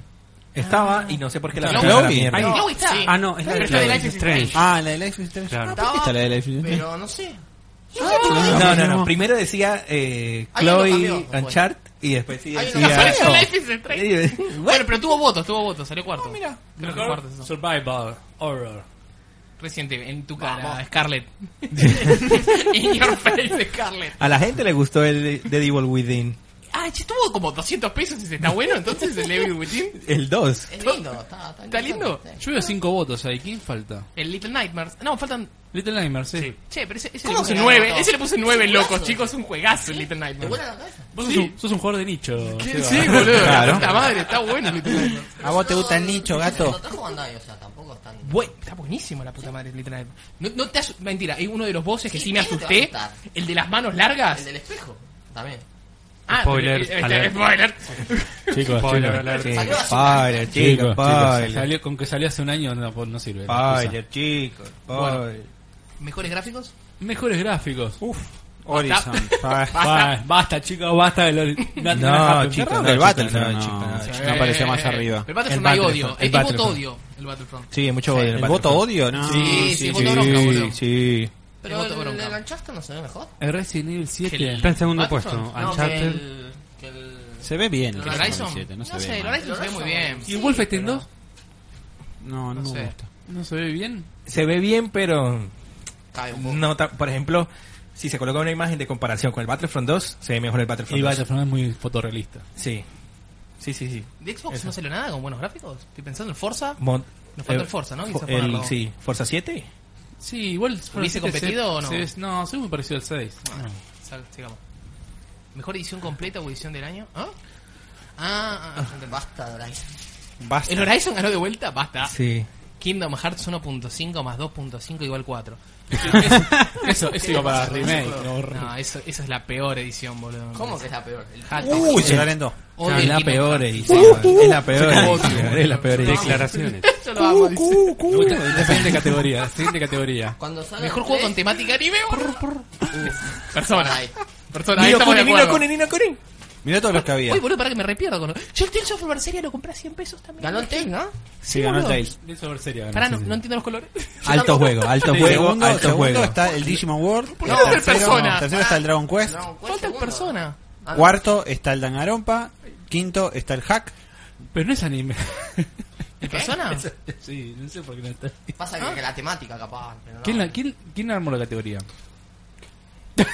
[SPEAKER 4] Estaba y no sé por qué la
[SPEAKER 3] No,
[SPEAKER 4] sacaron a la
[SPEAKER 3] Chloe.
[SPEAKER 4] mierda.
[SPEAKER 1] Ay,
[SPEAKER 7] No,
[SPEAKER 1] no, está.
[SPEAKER 7] sí.
[SPEAKER 3] Ah, no, es la
[SPEAKER 1] Pero
[SPEAKER 3] de
[SPEAKER 1] está de
[SPEAKER 5] Chloe.
[SPEAKER 1] Life is
[SPEAKER 5] Strange.
[SPEAKER 1] Strange.
[SPEAKER 3] Ah, la de Life is Strange.
[SPEAKER 5] Claro.
[SPEAKER 3] Ah, ¿por qué está la de Life is Strange?
[SPEAKER 7] Pero no sé.
[SPEAKER 4] No, no,
[SPEAKER 3] no.
[SPEAKER 4] no. Primero decía eh,
[SPEAKER 7] Ahí lo
[SPEAKER 4] Chloe
[SPEAKER 1] pues.
[SPEAKER 7] cambió.
[SPEAKER 4] Anchart y después sí
[SPEAKER 7] Ahí lo
[SPEAKER 4] decía.
[SPEAKER 1] Apareció Life is Strange.
[SPEAKER 4] Sí,
[SPEAKER 1] Bueno, pero tuvo votos, tuvo votos, salió
[SPEAKER 7] Ah,
[SPEAKER 1] cuarto.
[SPEAKER 4] mira.
[SPEAKER 1] Creo que cuarto, eso.
[SPEAKER 2] Survival Horror.
[SPEAKER 1] Reciente, en tu cara, Scarlett. In your face, Scarlett.
[SPEAKER 4] A la gente le gustó el The Devil Within.
[SPEAKER 1] Ah, che, tuvo como 200 pesos y se está bueno, entonces el Evil Within.
[SPEAKER 4] El 2.
[SPEAKER 7] Es lindo, está, está,
[SPEAKER 1] ¿Está lindo?
[SPEAKER 7] interesante, sí.
[SPEAKER 2] Yo veo cinco votos ahí. ¿Quién falta?
[SPEAKER 1] El Little Nightmares. No, faltan.
[SPEAKER 2] Little Nightmares, sí.
[SPEAKER 5] Sí.
[SPEAKER 1] Che, pero ese, ese le
[SPEAKER 7] ¿Cómo
[SPEAKER 1] puse
[SPEAKER 7] que no?
[SPEAKER 1] 9. Ese le puse 9,
[SPEAKER 7] Es un
[SPEAKER 1] locos,
[SPEAKER 7] juegazo.
[SPEAKER 1] chicos. Es un juegazo el Little
[SPEAKER 7] ¿Te
[SPEAKER 1] Nightmares.
[SPEAKER 7] vuela la cabeza?
[SPEAKER 2] Vos sos,
[SPEAKER 1] Sí.
[SPEAKER 2] un, sos un jugador de nicho.
[SPEAKER 1] ¿Qué?
[SPEAKER 2] Seba.
[SPEAKER 1] Sí, boludo.
[SPEAKER 4] Claro.
[SPEAKER 1] La puta madre, está bueno el Little Nightmares.
[SPEAKER 3] ¿A vos te gusta el nicho,
[SPEAKER 7] Lo
[SPEAKER 3] gato?
[SPEAKER 7] trajo Bandai, o sea, tampoco es tan.
[SPEAKER 1] Bueno, está buenísimo la puta madre, Little Nightmares. No, no te asu- Mentira, hay uno de los bosses que
[SPEAKER 7] Sí,
[SPEAKER 1] sí me
[SPEAKER 7] ¿quién te va a
[SPEAKER 1] asusté.
[SPEAKER 7] asustar?
[SPEAKER 1] El de las manos largas.
[SPEAKER 7] El del espejo, también.
[SPEAKER 1] Ah,
[SPEAKER 5] Spoiler,
[SPEAKER 1] eh, eh,
[SPEAKER 5] alert.
[SPEAKER 1] spoiler.
[SPEAKER 2] Chicos,
[SPEAKER 5] Spoiler
[SPEAKER 2] chicos.
[SPEAKER 5] alert.
[SPEAKER 7] Salió hace
[SPEAKER 4] Spoiler, chicos,
[SPEAKER 2] Chicos, chicos,
[SPEAKER 4] spoiler.
[SPEAKER 2] salió- con que salió hace un año no, pues, no sirve. la excusa.
[SPEAKER 4] Spoiler, chicos, spoiler.
[SPEAKER 1] ¿Mejores gráficos?
[SPEAKER 2] Mejores gráficos.
[SPEAKER 3] Horizon.
[SPEAKER 1] Basta.
[SPEAKER 2] Basta, basta, chicos, basta de los.
[SPEAKER 4] No,
[SPEAKER 3] Qué
[SPEAKER 4] chicos,
[SPEAKER 3] raro
[SPEAKER 4] no,
[SPEAKER 3] el
[SPEAKER 4] chicos,
[SPEAKER 3] Battlefront,
[SPEAKER 4] no,
[SPEAKER 3] no.
[SPEAKER 4] chicos, no,
[SPEAKER 3] Sí.
[SPEAKER 4] chicos.
[SPEAKER 3] No apareció más arriba.
[SPEAKER 1] El Battlefront
[SPEAKER 4] El
[SPEAKER 1] hay
[SPEAKER 4] Battlefront,
[SPEAKER 1] odio.
[SPEAKER 4] el
[SPEAKER 1] El voto
[SPEAKER 4] Battlefront.
[SPEAKER 1] odio. El Battlefront.
[SPEAKER 4] Sí, hay mucho odio. en
[SPEAKER 3] ¿El
[SPEAKER 4] el
[SPEAKER 3] voto
[SPEAKER 4] Battlefront.
[SPEAKER 3] odio? No.
[SPEAKER 1] Sí, sí, voto
[SPEAKER 4] Sí,
[SPEAKER 1] bronca, boludo.
[SPEAKER 4] sí.
[SPEAKER 7] Pero
[SPEAKER 1] Voto
[SPEAKER 7] el,
[SPEAKER 1] bronca.
[SPEAKER 7] el Uncharted no se ve mejor.
[SPEAKER 2] El Resident Evil 7.
[SPEAKER 5] Está en segundo puesto.
[SPEAKER 1] Battlefront.
[SPEAKER 7] No, que
[SPEAKER 5] Uncharted.
[SPEAKER 7] el. Que el...
[SPEAKER 3] Se ve bien.
[SPEAKER 1] ¿El
[SPEAKER 3] el
[SPEAKER 1] Horizon?
[SPEAKER 3] 7,
[SPEAKER 1] No
[SPEAKER 3] No se
[SPEAKER 1] sé,
[SPEAKER 3] ve
[SPEAKER 1] el
[SPEAKER 3] mal.
[SPEAKER 1] Horizon se ve muy bien.
[SPEAKER 2] ¿Y Wolfenstein
[SPEAKER 7] pero-
[SPEAKER 2] 2?
[SPEAKER 3] No, no
[SPEAKER 1] No sé.
[SPEAKER 3] me gusta.
[SPEAKER 2] ¿No se ve bien?
[SPEAKER 4] Se ve bien, pero
[SPEAKER 7] Cae un poco.
[SPEAKER 4] no tan- por ejemplo, si se coloca una imagen de comparación con el Battlefront 2, se ve mejor el Battlefront
[SPEAKER 2] Y
[SPEAKER 4] 2.
[SPEAKER 2] Battlefront es muy fotorrealista.
[SPEAKER 4] Sí. Sí, sí, sí.
[SPEAKER 1] ¿De Xbox no salió nada con buenos gráficos? Estoy pensando en Forza.
[SPEAKER 4] Mon- eh,
[SPEAKER 1] Nos falta el Forza, ¿no? Quizás
[SPEAKER 4] el-
[SPEAKER 1] ponerlo.
[SPEAKER 4] sí, Forza 7.
[SPEAKER 2] Sí, igual. fueron
[SPEAKER 1] ¿Hubiese
[SPEAKER 2] siete,
[SPEAKER 1] competido
[SPEAKER 2] se-
[SPEAKER 1] o no?
[SPEAKER 2] se ve- no, soy muy parecido al 6.
[SPEAKER 1] Sal- sigamos. ¿Mejor edición completa o edición del año? ¿Ah? Ah, ah, ah,
[SPEAKER 7] Basta, Horizon.
[SPEAKER 4] Basta.
[SPEAKER 1] ¿El Horizon ganó de vuelta? Basta.
[SPEAKER 4] Sí.
[SPEAKER 1] Kingdom Hearts 1.5 más 2.5 igual 4.
[SPEAKER 2] Eso, eso iba para remake.
[SPEAKER 1] No, eso, esa es la peor edición, boludo.
[SPEAKER 7] ¿Cómo que es la peor? El
[SPEAKER 3] Uy, se ralentó.
[SPEAKER 1] Odio
[SPEAKER 4] es
[SPEAKER 1] el
[SPEAKER 4] Uh, la
[SPEAKER 1] Kingdom
[SPEAKER 4] peor
[SPEAKER 1] Hearts. Uh,
[SPEAKER 4] edición. es
[SPEAKER 3] Uh,
[SPEAKER 4] la peor edición. Es la peor edición.
[SPEAKER 5] Declaraciones.
[SPEAKER 1] Yo lo
[SPEAKER 4] Uh,
[SPEAKER 1] amo, dice.
[SPEAKER 2] La siguiente categoría, la siguiente categoría.
[SPEAKER 7] Cuando sale
[SPEAKER 1] Mejor
[SPEAKER 7] el
[SPEAKER 1] juego con
[SPEAKER 7] tres,
[SPEAKER 1] temática anime, boludo. Persona.
[SPEAKER 7] Ay.
[SPEAKER 1] Persona, ahí estamos de acuerdo.
[SPEAKER 3] Mirá todos los que había.
[SPEAKER 1] Uy, boludo, para que me repierdo con... Yo el Tales of Berseria lo compré a 100 pesos también.
[SPEAKER 7] Ganó el Tales, ¿no?
[SPEAKER 3] Sí, ganó
[SPEAKER 1] boludo.
[SPEAKER 3] Tails.
[SPEAKER 2] De eso sería.
[SPEAKER 1] Pará, no, no entiendo los colores.
[SPEAKER 4] Alto juego, alto
[SPEAKER 3] El
[SPEAKER 4] juego,
[SPEAKER 3] segundo,
[SPEAKER 4] alto
[SPEAKER 3] segundo
[SPEAKER 4] juego.
[SPEAKER 3] está el Digimon World.
[SPEAKER 1] qué no el Persona?
[SPEAKER 3] el tercero está el Dragon Quest.
[SPEAKER 7] Dragon Quest
[SPEAKER 1] Falta el
[SPEAKER 7] segundo.
[SPEAKER 1] Persona.
[SPEAKER 7] Ah, no.
[SPEAKER 3] Cuarto está el Dangarompa. Quinto está el Hack.
[SPEAKER 2] Pero no es anime.
[SPEAKER 1] ¿El persona?
[SPEAKER 2] sí, no sé por qué no está.
[SPEAKER 7] Pasa que, que la temática, capaz. Pero no.
[SPEAKER 2] ¿Quién, la- quién- quién armó la categoría?
[SPEAKER 7] Pero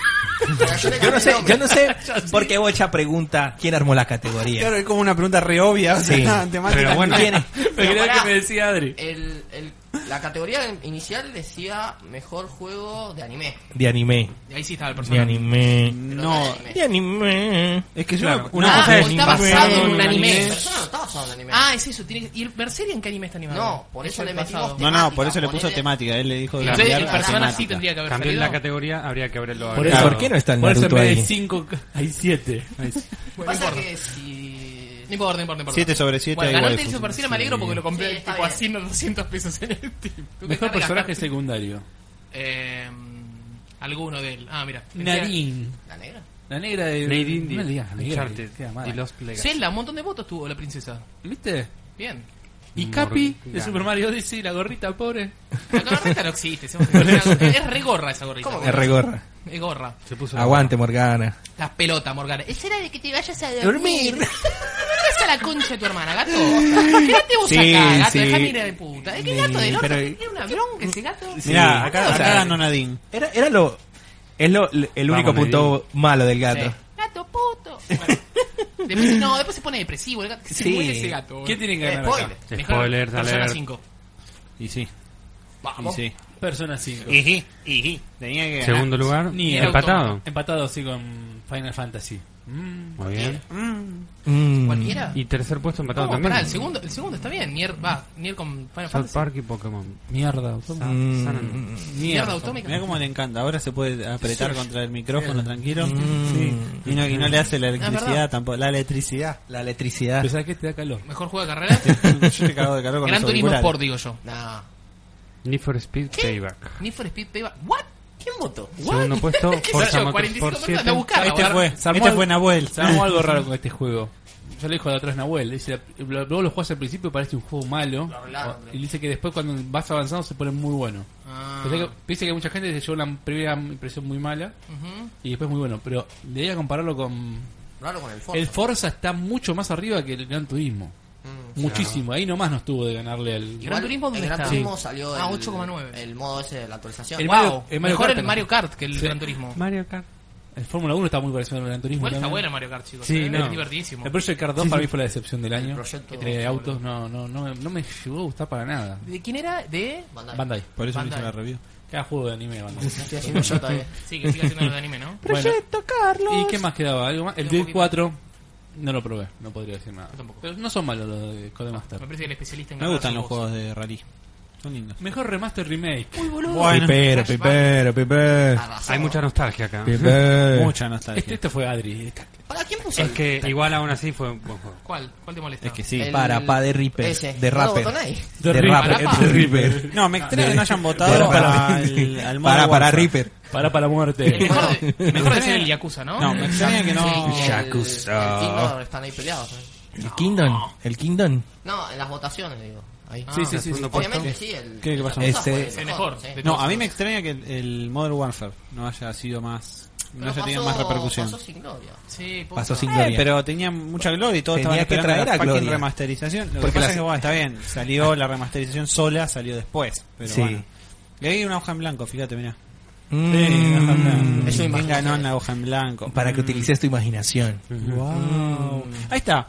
[SPEAKER 7] le
[SPEAKER 4] Yo no
[SPEAKER 7] cambié
[SPEAKER 4] sé,
[SPEAKER 7] el nombre.
[SPEAKER 4] yo no sé por qué Bocha pregunta quién armó la categoría.
[SPEAKER 3] Claro, es como una pregunta re obvia. o sea, temática.
[SPEAKER 5] Pero bueno,
[SPEAKER 4] ¿Quién es?
[SPEAKER 2] Me
[SPEAKER 7] Pero
[SPEAKER 2] quería
[SPEAKER 7] pará.
[SPEAKER 2] que me decía Adri.
[SPEAKER 7] El- el- la categoría inicial decía mejor juego de anime.
[SPEAKER 4] De anime.
[SPEAKER 1] Ahí sí estaba el
[SPEAKER 4] De
[SPEAKER 1] personaje.
[SPEAKER 4] anime.
[SPEAKER 7] pero
[SPEAKER 3] No,
[SPEAKER 7] de anime.
[SPEAKER 4] De anime.
[SPEAKER 3] es que yo
[SPEAKER 5] Claro.
[SPEAKER 3] una
[SPEAKER 1] Ah,
[SPEAKER 3] cosa
[SPEAKER 1] o
[SPEAKER 3] es
[SPEAKER 1] está basado en un anime.
[SPEAKER 7] Persona no estaba basado en anime.
[SPEAKER 1] Ah, es eso. Tiene que- ¿Y el Berseria en qué anime está animado?
[SPEAKER 7] No, por eso
[SPEAKER 1] Es el
[SPEAKER 7] le metimos
[SPEAKER 1] pasado.
[SPEAKER 7] tema.
[SPEAKER 3] No, no, por eso le
[SPEAKER 7] temática,
[SPEAKER 3] puso
[SPEAKER 7] ponele.
[SPEAKER 3] temática. Él le dijo de
[SPEAKER 1] Entonces, el
[SPEAKER 3] cambiar a
[SPEAKER 1] persona sí
[SPEAKER 3] temática.
[SPEAKER 1] tendría que haber
[SPEAKER 5] Cambié la
[SPEAKER 1] salido.
[SPEAKER 5] categoría, habría que haberlo
[SPEAKER 2] Por
[SPEAKER 5] agregado.
[SPEAKER 4] ¿Por qué no está el
[SPEAKER 2] Por eso en
[SPEAKER 4] Naruto
[SPEAKER 2] vez de
[SPEAKER 4] ahí?
[SPEAKER 2] 5 hay 7.
[SPEAKER 1] Bueno, no
[SPEAKER 7] Pasa
[SPEAKER 1] importa.
[SPEAKER 7] que si...
[SPEAKER 1] No importa, no importa, no importa.
[SPEAKER 3] Siete sobre siete
[SPEAKER 1] Bueno,
[SPEAKER 3] hay
[SPEAKER 1] ganó el
[SPEAKER 3] waifus.
[SPEAKER 1] Tencio Berseria, me alegro porque lo compré
[SPEAKER 7] Sí, está
[SPEAKER 1] tipo a
[SPEAKER 7] bien.
[SPEAKER 1] 100 o 200 pesos en el Steam. ¿Tú qué
[SPEAKER 2] Mejor
[SPEAKER 1] cargas?
[SPEAKER 2] personaje secundario.
[SPEAKER 1] Eh, alguno de él. Ah, mira.
[SPEAKER 2] Nadine.
[SPEAKER 7] ¿La negra?
[SPEAKER 2] La negra de.
[SPEAKER 5] Lady Indy,
[SPEAKER 2] No le digas negra,
[SPEAKER 5] Uncharted
[SPEAKER 2] que queda mal.
[SPEAKER 5] y Lost Legacy.
[SPEAKER 1] Zelda, un montón de votos tuvo la princesa.
[SPEAKER 2] ¿Viste?
[SPEAKER 1] Bien.
[SPEAKER 2] Y
[SPEAKER 5] Morgan.
[SPEAKER 2] Capi de Super Mario Odyssey, la gorrita pobre.
[SPEAKER 1] La gorrita no existe. seamos sinceros. Es regorra esa gorrita.
[SPEAKER 7] ¿Cómo que
[SPEAKER 4] Es regorra.
[SPEAKER 1] Es gorra.
[SPEAKER 5] Se puso
[SPEAKER 4] Aguante, Morgana.
[SPEAKER 1] Las pelotas, Morgana. Esa era de que te vayas a
[SPEAKER 4] Dormir.
[SPEAKER 1] dormir. Esa la concha de tu hermana, gato. Quédate vos
[SPEAKER 4] Sí,
[SPEAKER 1] acá, gato.
[SPEAKER 4] sí.
[SPEAKER 1] Déjame ir de puta. Es que gato de
[SPEAKER 4] Sí,
[SPEAKER 1] norte.
[SPEAKER 4] pero-
[SPEAKER 1] Era una bronca ese gato.
[SPEAKER 3] Mirá, acá,
[SPEAKER 4] O
[SPEAKER 3] acá
[SPEAKER 4] sea,
[SPEAKER 3] ganó Nadine.
[SPEAKER 4] Era, era lo. Es lo, el
[SPEAKER 5] Vamos,
[SPEAKER 4] único punto malo del gato.
[SPEAKER 7] Sí.
[SPEAKER 1] Gato puto. Bueno. Después, no, después se pone depresivo el gato. Que se
[SPEAKER 4] Sí.
[SPEAKER 1] muere ese gato. boludo.
[SPEAKER 2] ¿Qué tienen que
[SPEAKER 7] Eh,
[SPEAKER 2] ganar?
[SPEAKER 7] spoiler.
[SPEAKER 2] acá?
[SPEAKER 1] Mejor
[SPEAKER 5] Spoiler,
[SPEAKER 1] Persona
[SPEAKER 5] alert.
[SPEAKER 1] 5.
[SPEAKER 3] Y sí.
[SPEAKER 7] Vamos.
[SPEAKER 3] Y sí.
[SPEAKER 2] Persona 5.
[SPEAKER 3] Ijí, ijí. Tenía que ganar.
[SPEAKER 5] Segundo lugar,
[SPEAKER 2] Ni el
[SPEAKER 5] empatado.
[SPEAKER 2] Empatado así con Final Fantasy. Mm.
[SPEAKER 5] Muy bien.
[SPEAKER 4] Mm.
[SPEAKER 1] ¿Cualquiera?
[SPEAKER 5] Y tercer puesto empatado
[SPEAKER 1] No,
[SPEAKER 5] también.
[SPEAKER 1] pará, el segundo, el segundo está bien. Nier, va, Nier con Final
[SPEAKER 5] South
[SPEAKER 1] Fantasy.
[SPEAKER 5] Park y Pokémon.
[SPEAKER 2] Mierda, toma.
[SPEAKER 4] Mm.
[SPEAKER 5] San Andreas.
[SPEAKER 1] Mierda autómica.
[SPEAKER 3] Mirá cómo le encanta. Ahora se puede apretar contra el micrófono tranquilo.
[SPEAKER 4] Mm.
[SPEAKER 3] Sí. Y, no, y no le hace la electricidad
[SPEAKER 1] verdad.
[SPEAKER 3] tampoco. La electricidad.
[SPEAKER 4] La electricidad.
[SPEAKER 2] Pero ¿sabes qué? Te da calor.
[SPEAKER 1] Mejor juego de carrera.
[SPEAKER 3] Yo te cago de calor con
[SPEAKER 1] Gran
[SPEAKER 3] los
[SPEAKER 1] Turismo
[SPEAKER 3] auriculares.
[SPEAKER 1] Sport, digo yo.
[SPEAKER 7] Nah.
[SPEAKER 5] Need for Speed Payback.
[SPEAKER 1] Need for Speed Payback. ¿What?
[SPEAKER 7] ¿Quién votó?
[SPEAKER 5] Segundo puesto,
[SPEAKER 1] ¿Qué sé
[SPEAKER 5] Forza
[SPEAKER 1] yo? 45
[SPEAKER 5] Motorsport
[SPEAKER 1] personas
[SPEAKER 5] 7.
[SPEAKER 1] a buscar.
[SPEAKER 3] Este fue, este
[SPEAKER 2] Samuel-
[SPEAKER 3] fue Nahuel.
[SPEAKER 2] Sabemos algo raro con este juego. Yo le dijo de atrás Nahuel. Dice, lo- vos lo jugás al principio parece un juego malo.
[SPEAKER 7] arreglaron,
[SPEAKER 2] y dice que después cuando vas avanzando se pone muy bueno.
[SPEAKER 1] Ah.
[SPEAKER 2] Pensé que- dice que mucha gente se llevó una primera impresión muy mala
[SPEAKER 1] Ujú.
[SPEAKER 2] y después muy bueno. Pero debería compararlo con...
[SPEAKER 7] Raro con el fondo.
[SPEAKER 2] El Forza está mucho más arriba que el Gran Turismo.
[SPEAKER 1] Mm,
[SPEAKER 2] Muchísimo. Ahí nomás nos tuvo de ganarle al...
[SPEAKER 1] Gran Turismo, ¿dónde
[SPEAKER 7] el Gran
[SPEAKER 1] está?
[SPEAKER 7] Turismo
[SPEAKER 1] Sí.
[SPEAKER 7] salió el,
[SPEAKER 1] Ah, 8,9.
[SPEAKER 7] el modo ese de la actualización.
[SPEAKER 2] El
[SPEAKER 1] wow.
[SPEAKER 2] Mario- el Mario
[SPEAKER 1] Mejor
[SPEAKER 2] Kart
[SPEAKER 1] el
[SPEAKER 2] también.
[SPEAKER 1] Mario Kart que el
[SPEAKER 2] Sí.
[SPEAKER 1] Gran Turismo.
[SPEAKER 5] Mario Kart.
[SPEAKER 2] El Fórmula 1 está muy parecido al Gran Turismo.
[SPEAKER 1] Igual está
[SPEAKER 2] también.
[SPEAKER 1] bueno Mario Kart, chicos.
[SPEAKER 2] Sí,
[SPEAKER 1] eh,
[SPEAKER 2] no.
[SPEAKER 1] Es divertidísimo.
[SPEAKER 2] El Project Car 2 para mí fue la decepción del año.
[SPEAKER 7] proyecto
[SPEAKER 2] Entre
[SPEAKER 7] dos,
[SPEAKER 2] autos no, no, no, no me llegó a gustar para nada.
[SPEAKER 1] ¿De quién era? De...
[SPEAKER 7] Bandai.
[SPEAKER 2] Bandai.
[SPEAKER 3] Por eso me hizo
[SPEAKER 1] Bandai.
[SPEAKER 3] la review.
[SPEAKER 2] Cada juego de anime Bandai.
[SPEAKER 7] Estoy haciendo yo todavía.
[SPEAKER 1] Sí, que sigue haciendo lo de anime, ¿no?
[SPEAKER 2] Bueno, ¿Y qué más quedaba? ¿Algo más? El
[SPEAKER 1] Un
[SPEAKER 2] Dirt
[SPEAKER 1] poquito.
[SPEAKER 2] 4 no lo probé, no podría decir nada.
[SPEAKER 1] tampoco.
[SPEAKER 2] Pero no son malos los de Codemaster.
[SPEAKER 1] Me parece que el especialista en
[SPEAKER 3] Me
[SPEAKER 1] carreras
[SPEAKER 3] gustan
[SPEAKER 1] sos
[SPEAKER 3] los
[SPEAKER 1] vos.
[SPEAKER 3] juegos de rally. Son lindos.
[SPEAKER 2] Mejor remaster remake.
[SPEAKER 4] Pipero, pipero, pipero.
[SPEAKER 1] Ah,
[SPEAKER 7] Arrasado.
[SPEAKER 5] Hay mucha nostalgia acá.
[SPEAKER 4] Pipero.
[SPEAKER 3] Mucha
[SPEAKER 2] Este,
[SPEAKER 3] nostalgia.
[SPEAKER 2] este fue Adri. Esta-
[SPEAKER 7] ¿Para quién puso
[SPEAKER 5] Es
[SPEAKER 7] el-
[SPEAKER 5] que igual aún así fue un buen juego.
[SPEAKER 1] ¿Cuál? ¿Cuál te molesta?
[SPEAKER 3] Es que sí.
[SPEAKER 7] el-
[SPEAKER 4] Para, pa de Reaper.
[SPEAKER 7] ese?
[SPEAKER 4] De
[SPEAKER 7] ¿No lo
[SPEAKER 4] rapper.
[SPEAKER 7] votó nadie?
[SPEAKER 4] De
[SPEAKER 2] Reaper.
[SPEAKER 4] rapper.
[SPEAKER 1] Pará,
[SPEAKER 4] De Reaper.
[SPEAKER 3] No, me extraña que no hayan
[SPEAKER 4] Para,
[SPEAKER 3] votado
[SPEAKER 4] para,
[SPEAKER 3] al, al modo
[SPEAKER 4] para, para
[SPEAKER 3] Warfare.
[SPEAKER 4] Reaper.
[SPEAKER 2] Para para la muerte.
[SPEAKER 1] Mejor, de, mejor de
[SPEAKER 3] extraña-
[SPEAKER 1] ser el Yakuza, ¿no?
[SPEAKER 3] No, me extraña que no.
[SPEAKER 7] Sí, y el-
[SPEAKER 4] Yakuza.
[SPEAKER 7] El Team Honor están ahí peleados. ¿eh?
[SPEAKER 4] El Kingdom. El Kingdom.
[SPEAKER 7] No, en las votaciones, digo. Ahí. Ah,
[SPEAKER 1] Sí, sí,
[SPEAKER 5] sí, sí.
[SPEAKER 7] Obviamente sí. El,
[SPEAKER 3] ¿Qué- qué pasó?
[SPEAKER 7] el
[SPEAKER 4] Este-
[SPEAKER 7] fue
[SPEAKER 1] El mejor.
[SPEAKER 7] sí.
[SPEAKER 1] De
[SPEAKER 3] No,
[SPEAKER 1] todos.
[SPEAKER 3] a mí me extraña que el, el Modern Warfare no haya sido más. No
[SPEAKER 7] Pero
[SPEAKER 3] haya tenido
[SPEAKER 7] pasó-
[SPEAKER 3] más repercusión.
[SPEAKER 7] pasó sin gloria.
[SPEAKER 1] Sí, posta.
[SPEAKER 4] Pasó sin
[SPEAKER 3] Eh,
[SPEAKER 4] gloria.
[SPEAKER 3] pero tenía mucha gloria y todos
[SPEAKER 4] Tenía
[SPEAKER 3] estaban
[SPEAKER 4] que
[SPEAKER 3] esperando
[SPEAKER 4] traer
[SPEAKER 3] la
[SPEAKER 4] a
[SPEAKER 3] fucking
[SPEAKER 4] gloria.
[SPEAKER 3] remasterización. Lo que
[SPEAKER 4] Porque
[SPEAKER 3] pasa
[SPEAKER 4] las-
[SPEAKER 3] es que, bueno, está bien, salió la remasterización sola, salió después. Pero
[SPEAKER 4] Sí.
[SPEAKER 3] bueno. Y hay una hoja en blanco, fíjate, mirá.
[SPEAKER 4] Mm.
[SPEAKER 3] Mm.
[SPEAKER 7] Eso
[SPEAKER 3] ¿Quién
[SPEAKER 7] imagínate.
[SPEAKER 3] ganó en la hoja en blanco?
[SPEAKER 4] Para que utilices tu imaginación.
[SPEAKER 3] Wow. Ahí está.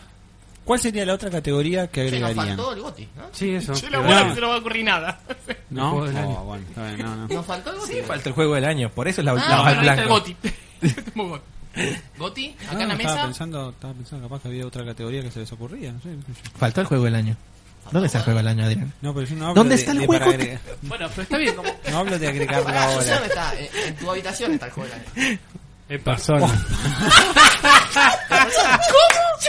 [SPEAKER 3] ¿Cuál sería la otra categoría que
[SPEAKER 7] Che, nos
[SPEAKER 3] agregarían?
[SPEAKER 7] faltó el goti, ¿no?
[SPEAKER 5] Sí, eso.
[SPEAKER 1] Yo la
[SPEAKER 5] Pero-
[SPEAKER 1] bola que se le va a ocurrir nada.
[SPEAKER 3] ¿No?
[SPEAKER 5] Juego del año.
[SPEAKER 3] Oh, bueno, está bien, no, no.
[SPEAKER 7] Nos faltó el goti.
[SPEAKER 4] Falta el juego del año, por eso es la
[SPEAKER 1] Ah,
[SPEAKER 4] última.
[SPEAKER 1] bueno, ahí está el Goti. Tenemos Goti. Goti, acá en
[SPEAKER 3] No,
[SPEAKER 1] la
[SPEAKER 3] Ah, estaba
[SPEAKER 1] mesa.
[SPEAKER 3] pensando, estaba pensando capaz que había otra categoría que se les ocurría. No, sé, qué sé yo.
[SPEAKER 4] Faltó el juego del año. ¿Dónde está el juego del año, Adrián?
[SPEAKER 3] No, pero yo no hablo
[SPEAKER 4] ¿Dónde
[SPEAKER 3] de-
[SPEAKER 4] está el
[SPEAKER 3] de para
[SPEAKER 4] juego?
[SPEAKER 3] agregar-
[SPEAKER 2] Bueno, pero está bien. Como...
[SPEAKER 3] No hablo de agregarlo
[SPEAKER 7] Pará, yo sé dónde
[SPEAKER 3] ahora.
[SPEAKER 7] está. En, en tu habitación está el juego del año.
[SPEAKER 5] Epa.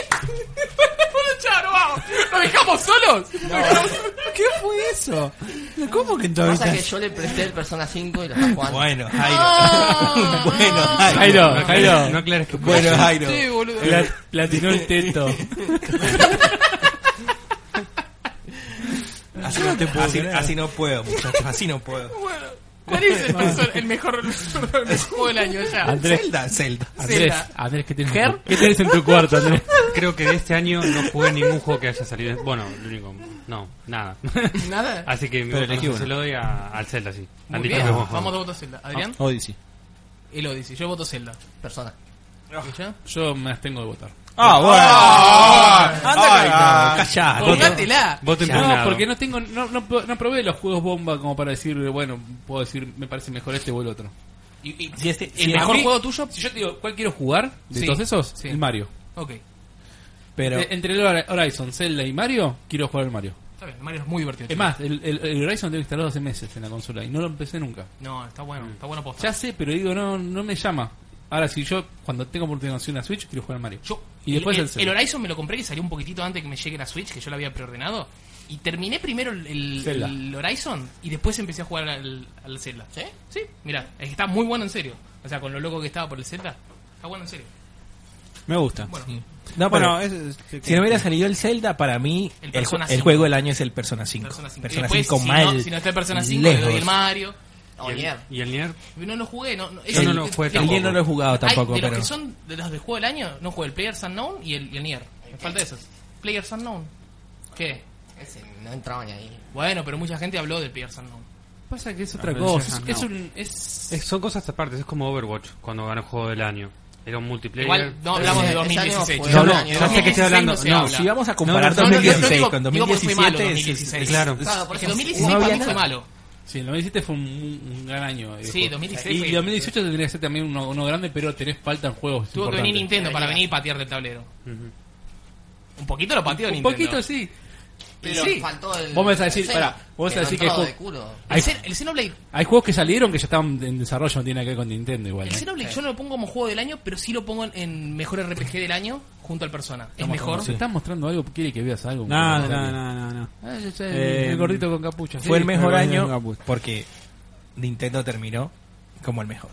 [SPEAKER 1] Bueno, Charo, vamos. ¿Lo dejamos solos?
[SPEAKER 3] ¿Qué fue eso? ¿Cómo que entonces?
[SPEAKER 7] Pasa que yo le presté el Persona 5 y lo está jugando.
[SPEAKER 4] Bueno,
[SPEAKER 1] Ah.
[SPEAKER 4] Jairo. bueno, Jairo.
[SPEAKER 2] Jairo, Jairo.
[SPEAKER 5] No aclares que
[SPEAKER 4] Bueno, Jairo.
[SPEAKER 1] Sí, boludo.
[SPEAKER 2] Pla- platinó el teto.
[SPEAKER 4] Así, no, así- así no puedo, muchachos. Así no puedo.
[SPEAKER 1] ¿Cuál es el, persona- el mejor el juego del año ya?
[SPEAKER 2] Andrés.
[SPEAKER 4] Zelda, Zelda.
[SPEAKER 2] Andrés,
[SPEAKER 1] Zelda.
[SPEAKER 2] Andrés, ¿qué tienes,
[SPEAKER 1] ¿Ger?
[SPEAKER 2] ¿qué tienes en tu cuarto, Andrés?
[SPEAKER 5] Creo que de este año no jugué ningún juego que haya salido. Bueno, lo único. No, nada.
[SPEAKER 1] Nada.
[SPEAKER 5] Así que mi
[SPEAKER 4] Pero
[SPEAKER 5] voto
[SPEAKER 4] elegí
[SPEAKER 5] se lo doy a- al Zelda, sí.
[SPEAKER 1] Muy
[SPEAKER 5] Al
[SPEAKER 1] bien.
[SPEAKER 5] Nintendo Switch.
[SPEAKER 1] Vamos a votar Zelda. Adrián,
[SPEAKER 3] Odyssey.
[SPEAKER 1] el Odyssey. Yo voto Zelda.
[SPEAKER 7] Persona.
[SPEAKER 1] ¿Y ya?
[SPEAKER 2] Yo me abstengo de votar.
[SPEAKER 3] Ah, bueno.
[SPEAKER 4] Ay, no, callá.
[SPEAKER 1] Colgátela.
[SPEAKER 5] Voto
[SPEAKER 2] No,
[SPEAKER 5] impugnado.
[SPEAKER 2] porque no tengo, no, no, po- no probé los juegos bomba como para decir, bueno, puedo decir, me parece mejor este o el otro.
[SPEAKER 4] Y- y si este-
[SPEAKER 1] ¿El
[SPEAKER 4] si
[SPEAKER 1] mejor
[SPEAKER 4] a mí-
[SPEAKER 1] juego tuyo?
[SPEAKER 2] Si yo te digo, ¿cuál quiero jugar de
[SPEAKER 1] Sí.
[SPEAKER 2] todos esos?
[SPEAKER 1] Sí.
[SPEAKER 2] El Mario.
[SPEAKER 1] Ok.
[SPEAKER 4] Pero,
[SPEAKER 2] Eh, entre el Hora- Horizon, Zelda y Mario, quiero jugar el Mario.
[SPEAKER 1] Está bien, Mario es muy divertido.
[SPEAKER 2] Es más, el, el- el Horizon tengo instalado hace meses en la consola y no lo empecé nunca.
[SPEAKER 1] No, está bueno. Está bueno posta.
[SPEAKER 2] Ya sé, pero digo, no, no me llama. Ahora, si yo, cuando tengo oportunidad de hacer una Switch, quiero jugar al Mario.
[SPEAKER 1] Yo,
[SPEAKER 2] y después
[SPEAKER 1] el,
[SPEAKER 2] el,
[SPEAKER 1] el-
[SPEAKER 2] Zelda.
[SPEAKER 1] el Horizon me lo compré que salió un poquitito antes que me llegue la Switch, que yo la había preordenado. Y terminé primero el, el-
[SPEAKER 2] Zelda.
[SPEAKER 1] el Horizon y después empecé a jugar al, al Zelda.
[SPEAKER 7] ¿Sí?
[SPEAKER 1] Sí, mira, está muy bueno en serio. O sea, con lo loco que estaba por el Zelda, está bueno en serio.
[SPEAKER 3] Me gusta.
[SPEAKER 1] Bueno,
[SPEAKER 4] no, pero
[SPEAKER 3] Bueno, es- es-
[SPEAKER 4] si no hubiera salido el Zelda, para mí,
[SPEAKER 1] El
[SPEAKER 4] el,
[SPEAKER 1] Persona
[SPEAKER 4] ju-
[SPEAKER 1] 5.
[SPEAKER 4] el juego del año es el Persona 5.
[SPEAKER 1] Persona 5.
[SPEAKER 4] Persona
[SPEAKER 1] Y después,
[SPEAKER 4] 5
[SPEAKER 1] si
[SPEAKER 4] mal.
[SPEAKER 1] No, si no está el Persona 5,
[SPEAKER 4] lejos.
[SPEAKER 1] le doy el Mario.
[SPEAKER 7] O
[SPEAKER 5] ¿Y el,
[SPEAKER 7] Nier.
[SPEAKER 5] y el Nier?
[SPEAKER 1] No lo jugué, no, no,
[SPEAKER 5] Yo
[SPEAKER 1] es-
[SPEAKER 5] no lo jugué
[SPEAKER 1] es-
[SPEAKER 4] El
[SPEAKER 5] tampoco.
[SPEAKER 4] Nier no lo he jugado
[SPEAKER 1] Hay-
[SPEAKER 4] tampoco,
[SPEAKER 1] de los
[SPEAKER 4] pero.
[SPEAKER 1] que son de los de juego del año, no juego el Players Unknown y el, y el Nier. Me falta esos. Players Unknown. ¿Qué?
[SPEAKER 7] Ese no entraba ni ahí.
[SPEAKER 1] Bueno, pero mucha gente habló del Players Unknown.
[SPEAKER 2] Pasa que es otra
[SPEAKER 5] Ah,
[SPEAKER 2] cosa.
[SPEAKER 5] no.
[SPEAKER 2] Es un. Es...
[SPEAKER 5] Es- son cosas aparte, es como Overwatch, cuando ganó juego del año. Era un multiplayer.
[SPEAKER 1] Igual no hablamos de
[SPEAKER 7] Ese año
[SPEAKER 1] 2016.
[SPEAKER 7] fue
[SPEAKER 1] chicos.
[SPEAKER 5] un
[SPEAKER 1] No,
[SPEAKER 5] año.
[SPEAKER 1] no,
[SPEAKER 5] Ya sé que estoy
[SPEAKER 1] 2016
[SPEAKER 5] hablando.
[SPEAKER 1] se
[SPEAKER 5] No,
[SPEAKER 1] habla.
[SPEAKER 4] Si vamos a
[SPEAKER 1] No, no,
[SPEAKER 4] comparar
[SPEAKER 1] no, no, yo digo-
[SPEAKER 4] 2016 con
[SPEAKER 1] digo porque fue malo
[SPEAKER 4] 2017, es- es-
[SPEAKER 1] 2016.
[SPEAKER 4] claro.
[SPEAKER 7] Claro, por eso
[SPEAKER 1] 2016
[SPEAKER 4] No
[SPEAKER 1] para mí
[SPEAKER 4] había
[SPEAKER 1] fue
[SPEAKER 4] nada.
[SPEAKER 1] malo.
[SPEAKER 2] Sí, el 2017 fue un, un gran año. eh,
[SPEAKER 1] Sí,
[SPEAKER 2] juego.
[SPEAKER 1] 2016
[SPEAKER 2] Y
[SPEAKER 1] fue-
[SPEAKER 2] 2018 tendría que ser también uno, uno grande, pero tenés falta en juegos.
[SPEAKER 1] Tuvo que
[SPEAKER 2] importantes.
[SPEAKER 1] venir Nintendo para
[SPEAKER 7] Debería.
[SPEAKER 1] venir y patear del tablero.
[SPEAKER 5] Ujú.
[SPEAKER 1] Un poquito lo pateó
[SPEAKER 2] Un
[SPEAKER 1] Nintendo.
[SPEAKER 2] poquito sí.
[SPEAKER 7] Pero
[SPEAKER 1] sí.
[SPEAKER 7] faltó el.
[SPEAKER 2] Vos me vas a decir,
[SPEAKER 7] el
[SPEAKER 2] pará,
[SPEAKER 7] Zelda,
[SPEAKER 2] vos vas a
[SPEAKER 7] no
[SPEAKER 2] decir que
[SPEAKER 7] entraba
[SPEAKER 2] fue-
[SPEAKER 7] de culo.
[SPEAKER 1] El, Zen- el Xenoblade,
[SPEAKER 2] Hay juegos que salieron que ya estaban en desarrollo, no tiene nada que ver con Nintendo igual.
[SPEAKER 1] el
[SPEAKER 2] ¿eh?
[SPEAKER 1] Xenoblade yo no lo pongo como juego del año, pero sí lo pongo en, en mejor RPG del año junto al Persona. Es
[SPEAKER 2] Estamos-
[SPEAKER 1] mejor.
[SPEAKER 2] Se está mostrando algo, quiere que veas algo.
[SPEAKER 3] No, no, no, no, no.
[SPEAKER 2] Ah, ya sé,
[SPEAKER 3] Eh,
[SPEAKER 2] el gordito con capucha.
[SPEAKER 4] Fue el mejor
[SPEAKER 3] pero-
[SPEAKER 4] año porque Nintendo terminó como el mejor.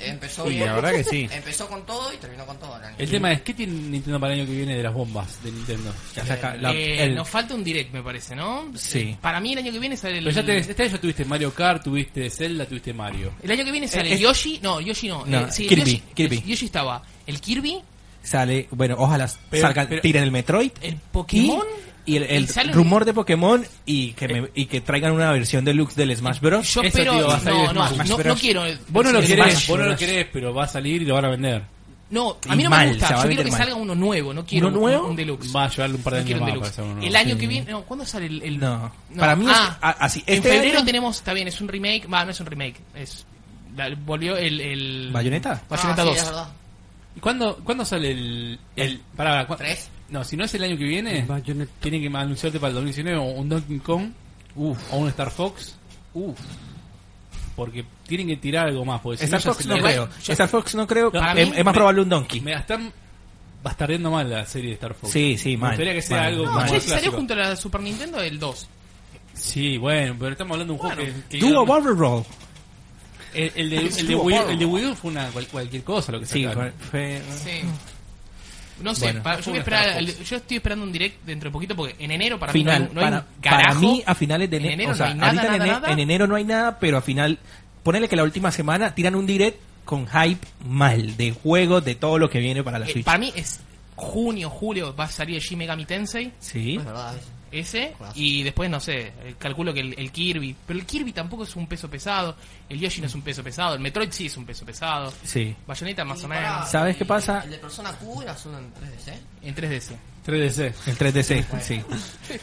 [SPEAKER 7] Empezó
[SPEAKER 3] Y
[SPEAKER 7] bien.
[SPEAKER 3] la verdad que sí.
[SPEAKER 7] Empezó con todo y terminó con todo. el año.
[SPEAKER 2] El tema es, ¿qué tiene Nintendo para el año que viene de las bombas de Nintendo?
[SPEAKER 4] Ya saca la-
[SPEAKER 1] Eh,
[SPEAKER 4] el-
[SPEAKER 1] Nos falta un direct, me parece, ¿no?
[SPEAKER 4] Sí.
[SPEAKER 1] Para mí el año que viene sale el...
[SPEAKER 2] Pero ya tenés, este año ya tuviste Mario Kart, tuviste Zelda, tuviste Mario.
[SPEAKER 1] El año que viene sale
[SPEAKER 4] Eh, es-
[SPEAKER 1] Yoshi, no, Yoshi no.
[SPEAKER 4] No,
[SPEAKER 1] eh, sí,
[SPEAKER 4] Kirby,
[SPEAKER 1] Yoshi,
[SPEAKER 4] Kirby.
[SPEAKER 1] Yoshi estaba el Kirby,
[SPEAKER 4] sale, bueno, ojalá
[SPEAKER 2] Pero-
[SPEAKER 4] salga,
[SPEAKER 2] pero-
[SPEAKER 4] tiren el Metroid.
[SPEAKER 1] el Pokémon
[SPEAKER 4] Y, y el, el
[SPEAKER 1] y sale un-
[SPEAKER 4] rumor de Pokémon y que, me- y que traigan una versión deluxe del Smash Bros.
[SPEAKER 1] Yo
[SPEAKER 2] Eso,
[SPEAKER 1] espero.
[SPEAKER 2] tío, va a
[SPEAKER 1] no,
[SPEAKER 2] salir
[SPEAKER 1] no,
[SPEAKER 2] Smash, Smash
[SPEAKER 1] no, no
[SPEAKER 4] Bros.
[SPEAKER 1] quiero.
[SPEAKER 2] Vos no lo
[SPEAKER 1] sí,
[SPEAKER 2] querés,
[SPEAKER 1] Smash.
[SPEAKER 2] vos no lo
[SPEAKER 4] Bros.
[SPEAKER 2] querés, pero va a salir y lo van a vender.
[SPEAKER 1] No, a
[SPEAKER 4] Y
[SPEAKER 1] mí no
[SPEAKER 4] mal,
[SPEAKER 1] me gusta.
[SPEAKER 4] se va
[SPEAKER 1] Yo
[SPEAKER 4] a
[SPEAKER 1] quiero que
[SPEAKER 4] vender mal.
[SPEAKER 1] salga uno nuevo, no quiero
[SPEAKER 4] ¿Uno nuevo?
[SPEAKER 1] un, un deluxe.
[SPEAKER 2] Va a llevarle un par de
[SPEAKER 1] No
[SPEAKER 2] años
[SPEAKER 1] quiero un
[SPEAKER 2] más
[SPEAKER 1] deluxe.
[SPEAKER 2] para hacer uno.
[SPEAKER 1] El año que viene. No, ¿cuándo sale el.? el-
[SPEAKER 4] No. Para mí es- a- así,
[SPEAKER 1] En
[SPEAKER 4] este
[SPEAKER 1] febrero
[SPEAKER 4] año-
[SPEAKER 1] tenemos. Está bien, es un remake. Va, no es un remake. Es. la- volvió el. el
[SPEAKER 4] ¿Bayonetta?
[SPEAKER 1] Bayonetta
[SPEAKER 7] Ah, sí,
[SPEAKER 1] 2.
[SPEAKER 7] es verdad.
[SPEAKER 2] ¿Y cuándo, cuándo sale el. el pará, ¿cuá-
[SPEAKER 7] ¿Tres?
[SPEAKER 2] No, si no es el año que viene, tienen que anunciarte para el 2019 o un Donkey Kong o un Star Fox. Uf. Porque tienen que tirar algo más. Porque si
[SPEAKER 4] Star
[SPEAKER 2] no, ya
[SPEAKER 4] Fox
[SPEAKER 2] se
[SPEAKER 4] no
[SPEAKER 2] la-
[SPEAKER 4] creo. Star Fox no creo.
[SPEAKER 2] Para
[SPEAKER 4] es,
[SPEAKER 1] mí-
[SPEAKER 4] es más probable un Donkey.
[SPEAKER 2] Me la están bastardeando mal la serie de Star Fox.
[SPEAKER 4] Sí, sí,
[SPEAKER 2] Me
[SPEAKER 4] mal,
[SPEAKER 2] gustaría que sea
[SPEAKER 4] mal,
[SPEAKER 2] algo
[SPEAKER 1] No,
[SPEAKER 4] mal.
[SPEAKER 2] como
[SPEAKER 1] che,
[SPEAKER 2] el
[SPEAKER 1] si salió
[SPEAKER 2] clásico.
[SPEAKER 1] junto a la Super Nintendo el 2.
[SPEAKER 2] Sí, bueno, pero estamos hablando de un juego
[SPEAKER 1] Bueno,
[SPEAKER 2] que. que-
[SPEAKER 4] Duo Barrel Roll.
[SPEAKER 2] el, el de, el, de Wii, el de Wii U fue una cual- cualquier cosa lo que
[SPEAKER 4] Sí,
[SPEAKER 2] sacaron.
[SPEAKER 4] fue- fue-
[SPEAKER 1] Sí. No sé,
[SPEAKER 4] Mm. Bueno.
[SPEAKER 1] pa- yo, voy a esperar al- yo estoy esperando un direct dentro de poquito porque en enero para mí
[SPEAKER 4] final.
[SPEAKER 1] no hay, no hay
[SPEAKER 4] para,
[SPEAKER 1] un
[SPEAKER 4] para
[SPEAKER 1] carajo.
[SPEAKER 4] mí, a finales de
[SPEAKER 1] En
[SPEAKER 4] enero.
[SPEAKER 1] enero
[SPEAKER 4] o sea,
[SPEAKER 1] no hay nada,
[SPEAKER 4] ahorita en,
[SPEAKER 1] nada,
[SPEAKER 4] ene-
[SPEAKER 1] nada.
[SPEAKER 4] en enero no hay nada, pero a final. Ponele que la última semana tiran un direct con hype mal de juegos, de todo lo que viene para la
[SPEAKER 1] Eh,
[SPEAKER 4] Switch.
[SPEAKER 1] para mí es junio, julio va a salir el Shin Megami Tensei
[SPEAKER 4] Sí.
[SPEAKER 7] Es verdad. es-
[SPEAKER 1] ese
[SPEAKER 7] Claro.
[SPEAKER 1] y después no sé, eh, calculo que el, el Kirby, pero el Kirby tampoco es un peso pesado, el Yoshi no es un peso pesado, el Metroid sí es un peso pesado.
[SPEAKER 4] Sí.
[SPEAKER 1] Bayonetta más
[SPEAKER 7] Y
[SPEAKER 1] o
[SPEAKER 7] pará,
[SPEAKER 1] menos
[SPEAKER 4] ¿Sabes
[SPEAKER 7] y
[SPEAKER 4] qué pasa?
[SPEAKER 7] El de Persona Q era solo en ¿eh? 3DC.
[SPEAKER 1] en 3DS.
[SPEAKER 2] 3DC.
[SPEAKER 4] El 3DC, sí.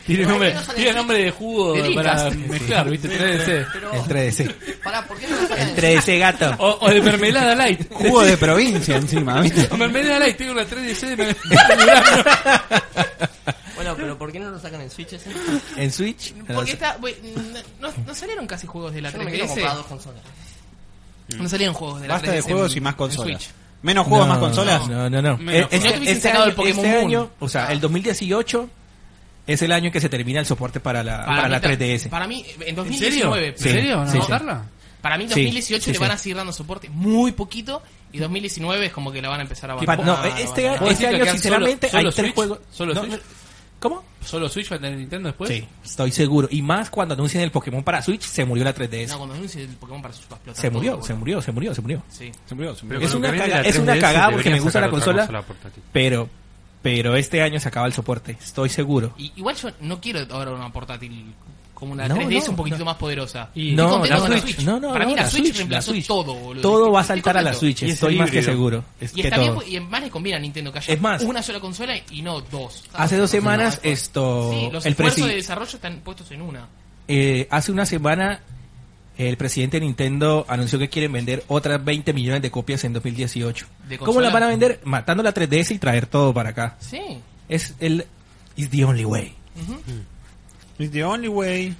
[SPEAKER 2] Tiene
[SPEAKER 7] Igual
[SPEAKER 2] nombre,
[SPEAKER 7] que no sale
[SPEAKER 2] tiene
[SPEAKER 7] el-
[SPEAKER 2] nombre de jugo
[SPEAKER 1] de
[SPEAKER 2] para
[SPEAKER 1] Dreamcast.
[SPEAKER 2] mezclar, ¿viste? 3DC.
[SPEAKER 7] Pero,
[SPEAKER 4] El 3DC.
[SPEAKER 7] pará, ¿por qué no lo sacan
[SPEAKER 4] El
[SPEAKER 7] en
[SPEAKER 4] 3DC gato.
[SPEAKER 2] O, o de mermelada light.
[SPEAKER 3] Jugo de provincia encima, ¿viste?
[SPEAKER 2] O mermelada light, tengo la 3DC de
[SPEAKER 7] Switch? Bueno, pero ¿por qué no lo sacan en Switch ese?
[SPEAKER 4] En Switch.
[SPEAKER 1] Porque está, bueno, no, no salieron casi juegos de la
[SPEAKER 7] Yo no me quiero comprar dos
[SPEAKER 1] 3DS.
[SPEAKER 7] consolas.
[SPEAKER 4] Mm.
[SPEAKER 1] No salieron juegos de la 3DS.
[SPEAKER 3] Basta de juegos
[SPEAKER 1] en-
[SPEAKER 3] y más
[SPEAKER 1] en
[SPEAKER 3] consolas.
[SPEAKER 1] Switch.
[SPEAKER 3] Menos juegos, más consolas.
[SPEAKER 4] No, no, no.
[SPEAKER 1] consolas.
[SPEAKER 2] Menos
[SPEAKER 4] Eh, este-
[SPEAKER 1] No hubiesen
[SPEAKER 4] este
[SPEAKER 1] sacado
[SPEAKER 4] año-
[SPEAKER 1] el Pokémon
[SPEAKER 4] este
[SPEAKER 1] Moon.
[SPEAKER 4] año, o sea, el 2018 es el año que se termina el soporte para la, para
[SPEAKER 1] mí
[SPEAKER 4] la
[SPEAKER 1] ta-
[SPEAKER 4] 3DS.
[SPEAKER 1] Para mí, eh, en
[SPEAKER 2] ¿En serio?
[SPEAKER 1] 2019.
[SPEAKER 2] ¿En
[SPEAKER 1] pero-
[SPEAKER 2] serio? ¿Van a
[SPEAKER 4] Sí, sí.
[SPEAKER 2] votarla?
[SPEAKER 1] Para mí
[SPEAKER 4] Sí,
[SPEAKER 1] 2018
[SPEAKER 4] sí,
[SPEAKER 1] le
[SPEAKER 4] sí.
[SPEAKER 1] van a seguir dando soporte muy poquito y 2019 es como que la van a empezar a
[SPEAKER 4] Pa-
[SPEAKER 1] abandonar.
[SPEAKER 4] no, este,
[SPEAKER 1] abandonar.
[SPEAKER 2] ¿Puedo
[SPEAKER 4] este
[SPEAKER 2] decir que
[SPEAKER 4] año,
[SPEAKER 2] quedan
[SPEAKER 4] sinceramente,
[SPEAKER 2] solo-
[SPEAKER 4] hay
[SPEAKER 2] solo
[SPEAKER 4] tres
[SPEAKER 2] Switch? Pues.
[SPEAKER 4] juegos.
[SPEAKER 2] ¿Solo
[SPEAKER 4] no,
[SPEAKER 2] Switch?
[SPEAKER 4] no. ¿Cómo?
[SPEAKER 2] ¿Solo Switch va a tener Nintendo después?
[SPEAKER 4] sí, estoy seguro. Y más cuando anuncien el Pokémon para Switch, se murió la 3DS.
[SPEAKER 1] No, cuando anuncie el Pokémon para Switch va a explotar
[SPEAKER 4] se,
[SPEAKER 1] todo,
[SPEAKER 4] murió,
[SPEAKER 1] boludo.
[SPEAKER 4] se murió, se murió, se murió,
[SPEAKER 1] Sí.
[SPEAKER 5] Pero
[SPEAKER 4] Es
[SPEAKER 5] con lo
[SPEAKER 4] una
[SPEAKER 5] que viene
[SPEAKER 4] caga-
[SPEAKER 5] la
[SPEAKER 4] es una
[SPEAKER 5] 3DS
[SPEAKER 4] cagada porque
[SPEAKER 5] deberían
[SPEAKER 4] me gusta
[SPEAKER 5] sacar
[SPEAKER 4] la
[SPEAKER 5] otra
[SPEAKER 4] consola.
[SPEAKER 5] portátil.
[SPEAKER 4] Pero, pero este año se acaba el soporte, estoy seguro.
[SPEAKER 1] Y, igual yo no quiero ahora una portátil como una
[SPEAKER 4] No,
[SPEAKER 1] 3DS
[SPEAKER 4] no,
[SPEAKER 1] un poquitito
[SPEAKER 4] no.
[SPEAKER 1] más poderosa.
[SPEAKER 5] Y-
[SPEAKER 1] Estoy
[SPEAKER 5] No,
[SPEAKER 1] contento
[SPEAKER 5] la
[SPEAKER 1] con
[SPEAKER 5] Switch.
[SPEAKER 4] No, no,
[SPEAKER 1] Para mí
[SPEAKER 4] no,
[SPEAKER 1] la
[SPEAKER 4] la
[SPEAKER 1] Switch
[SPEAKER 4] Switch,
[SPEAKER 1] reemplazó
[SPEAKER 4] la Switch.
[SPEAKER 1] todo, boludo.
[SPEAKER 4] Todo va a
[SPEAKER 1] Estoy
[SPEAKER 4] saltar a la
[SPEAKER 1] contento.
[SPEAKER 4] Switch,
[SPEAKER 5] Y es
[SPEAKER 4] estoy más que
[SPEAKER 5] híbrido.
[SPEAKER 4] seguro. Es
[SPEAKER 1] Y
[SPEAKER 4] que
[SPEAKER 1] está bien,
[SPEAKER 4] todo.
[SPEAKER 1] y más le conviene a Nintendo que haya
[SPEAKER 4] Es más,
[SPEAKER 1] una sola consola y no dos.
[SPEAKER 4] Hace dos semanas,
[SPEAKER 1] No,
[SPEAKER 4] esto.
[SPEAKER 1] Sí, los
[SPEAKER 4] el
[SPEAKER 1] esfuerzos
[SPEAKER 4] presi-
[SPEAKER 1] de desarrollo están puestos en una.
[SPEAKER 4] eh, hace una semana, el presidente de Nintendo anunció que quieren vender otras 20 millones de copias en 2018.
[SPEAKER 1] ¿De
[SPEAKER 4] ¿Cómo
[SPEAKER 1] consola?
[SPEAKER 4] las van a vender? Matando la 3DS y traer todo para acá.
[SPEAKER 1] Sí.
[SPEAKER 4] Es el. Is the only way.
[SPEAKER 3] It's the only way.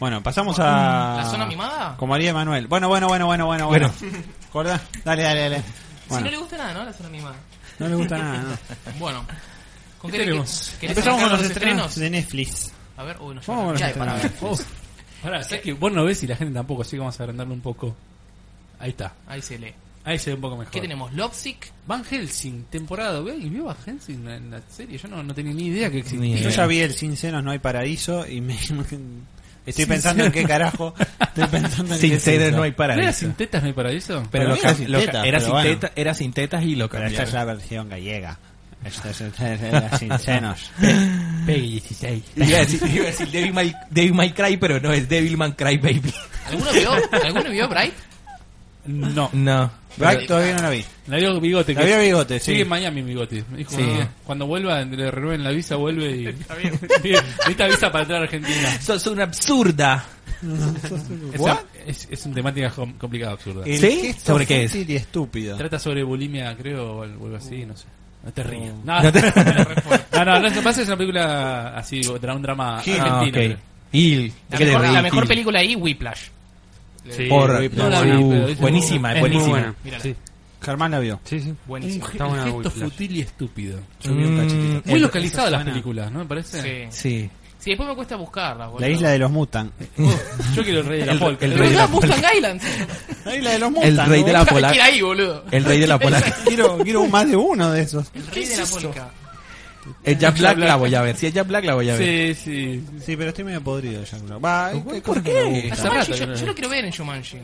[SPEAKER 3] Bueno, pasamos a.
[SPEAKER 1] ¿La zona mimada?
[SPEAKER 3] Como haría Manuel. Bueno, bueno, bueno, bueno, bueno. bueno. ¿Acordás? Dale, dale, dale.
[SPEAKER 1] Si no le
[SPEAKER 3] Bueno,
[SPEAKER 1] gusta nada, ¿no? La zona mimada.
[SPEAKER 3] no le gusta nada. no.
[SPEAKER 1] Bueno. ¿Con
[SPEAKER 2] ¿Qué
[SPEAKER 1] qué
[SPEAKER 2] tenemos?
[SPEAKER 1] qué- querés
[SPEAKER 3] Empezamos
[SPEAKER 1] arrancar
[SPEAKER 3] con los estrenos de Netflix.
[SPEAKER 1] A ver, uy, no yo
[SPEAKER 3] Vamos con
[SPEAKER 1] no-
[SPEAKER 3] los
[SPEAKER 7] Ya, para
[SPEAKER 3] estrenos.
[SPEAKER 2] Ahora, sé Oh. que vos no ves y la gente tampoco, así que vamos a agrandarlo un poco. Ahí está.
[SPEAKER 1] Ahí se lee.
[SPEAKER 2] Ahí se ve un poco mejor.
[SPEAKER 1] ¿Qué tenemos? Lovesick.
[SPEAKER 2] Van Helsing, temporada. ¿Ve? ¿Y vio Van Helsing en la, en la serie? Yo no, no tenía ni idea que
[SPEAKER 4] Ni
[SPEAKER 2] existía.
[SPEAKER 4] idea.
[SPEAKER 3] Yo ya vi el Sinceros No hay Paraíso y me. Estoy pensando en qué carajo. Estoy pensando en qué es
[SPEAKER 4] Sincero,
[SPEAKER 3] eso.
[SPEAKER 4] no hay
[SPEAKER 2] ¿No
[SPEAKER 4] paraíso.
[SPEAKER 2] era sin tetas, me paraíso?
[SPEAKER 4] Pero
[SPEAKER 3] Para
[SPEAKER 4] lo
[SPEAKER 3] mí
[SPEAKER 4] ca-
[SPEAKER 3] era sin
[SPEAKER 4] lo ca-
[SPEAKER 3] tetas,
[SPEAKER 4] era,
[SPEAKER 3] pero
[SPEAKER 4] sin
[SPEAKER 3] bueno.
[SPEAKER 4] teta- era sin tetas y lo
[SPEAKER 3] Pero esta es
[SPEAKER 4] cambiaron.
[SPEAKER 3] la versión gallega. Esta es la Sinceros.
[SPEAKER 2] Peggy 16.
[SPEAKER 4] Iba a decir, iba a decir Devil, May, Devil May Cry, pero no, es Devil Man Cry Baby.
[SPEAKER 1] ¿Alguno vio, ¿alguno vio Bright?
[SPEAKER 2] No.
[SPEAKER 4] No.
[SPEAKER 3] Black todavía no la vi.
[SPEAKER 2] La vio bigote.
[SPEAKER 3] La vi a bigote, sí.
[SPEAKER 2] Sigue en Miami bigote. Me dijo,
[SPEAKER 4] Sí.
[SPEAKER 2] "Ah, cuando vuelva, le renueven la visa, vuelve y... Necesita visa para entrar a Argentina.
[SPEAKER 4] Sos una absurda.
[SPEAKER 2] Es, una- es, es una temática com- complicada, absurda.
[SPEAKER 4] El ¿Sí? gesto ¿Sobre qué es?
[SPEAKER 3] Y estúpido.
[SPEAKER 2] Trata sobre bulimia, creo, o algo así, no sé. No te rías. No, no,
[SPEAKER 4] No. No te-
[SPEAKER 2] no, no, lo que pasa es una película así, dra- un drama
[SPEAKER 4] Ah,
[SPEAKER 2] argentino.
[SPEAKER 4] ok. Y
[SPEAKER 1] La mejor, la mejor
[SPEAKER 4] película
[SPEAKER 1] película ahí, Whiplash.
[SPEAKER 5] Sí,
[SPEAKER 4] Por-
[SPEAKER 5] muy
[SPEAKER 2] No la
[SPEAKER 5] buena.
[SPEAKER 2] vi,
[SPEAKER 4] Uh,
[SPEAKER 2] pero es
[SPEAKER 4] buenísima,
[SPEAKER 5] Es muy
[SPEAKER 4] buenísima.
[SPEAKER 5] buena.
[SPEAKER 1] Mírala.
[SPEAKER 5] Sí,
[SPEAKER 3] Germán la vio.
[SPEAKER 5] sí, sí.
[SPEAKER 1] Buenísimo.
[SPEAKER 2] Un,
[SPEAKER 5] Está
[SPEAKER 2] un
[SPEAKER 5] buena
[SPEAKER 2] gesto
[SPEAKER 5] Whiplash.
[SPEAKER 2] futil y estúpido.
[SPEAKER 3] Yo vi un cachitito.
[SPEAKER 2] Muy
[SPEAKER 4] El-
[SPEAKER 2] localizado las
[SPEAKER 5] suena-
[SPEAKER 2] películas, ¿no? Me parece.
[SPEAKER 1] Sí.
[SPEAKER 4] Sí.
[SPEAKER 1] Sí, después me cuesta buscarla, boludo.
[SPEAKER 3] La isla de los Mutan.
[SPEAKER 2] Yo quiero el rey de la
[SPEAKER 4] El-
[SPEAKER 2] polka.
[SPEAKER 4] el
[SPEAKER 1] Pero
[SPEAKER 4] rey de
[SPEAKER 1] no,
[SPEAKER 4] la-
[SPEAKER 1] Mustang Island.
[SPEAKER 3] La isla de los
[SPEAKER 4] El rey de la
[SPEAKER 1] Pola...
[SPEAKER 4] polar.
[SPEAKER 1] ir ahí, boludo.
[SPEAKER 4] El rey de la polar.
[SPEAKER 3] Quiero, quiero más de uno de esos.
[SPEAKER 1] El rey de la polca.
[SPEAKER 4] El Eh, Jack Black la voy a ver. Si es Jack Black la voy a ver.
[SPEAKER 2] Sí, sí.
[SPEAKER 3] Sí, pero estoy medio podrido ya. Va, hay- hay
[SPEAKER 4] ¿Por
[SPEAKER 3] cosas que
[SPEAKER 4] qué?
[SPEAKER 3] no me
[SPEAKER 1] La
[SPEAKER 3] gustan.
[SPEAKER 1] Shumanji,
[SPEAKER 2] Hace rato que
[SPEAKER 1] yo,
[SPEAKER 2] no la
[SPEAKER 1] yo
[SPEAKER 2] vi.
[SPEAKER 1] lo quiero ver en Shumanji.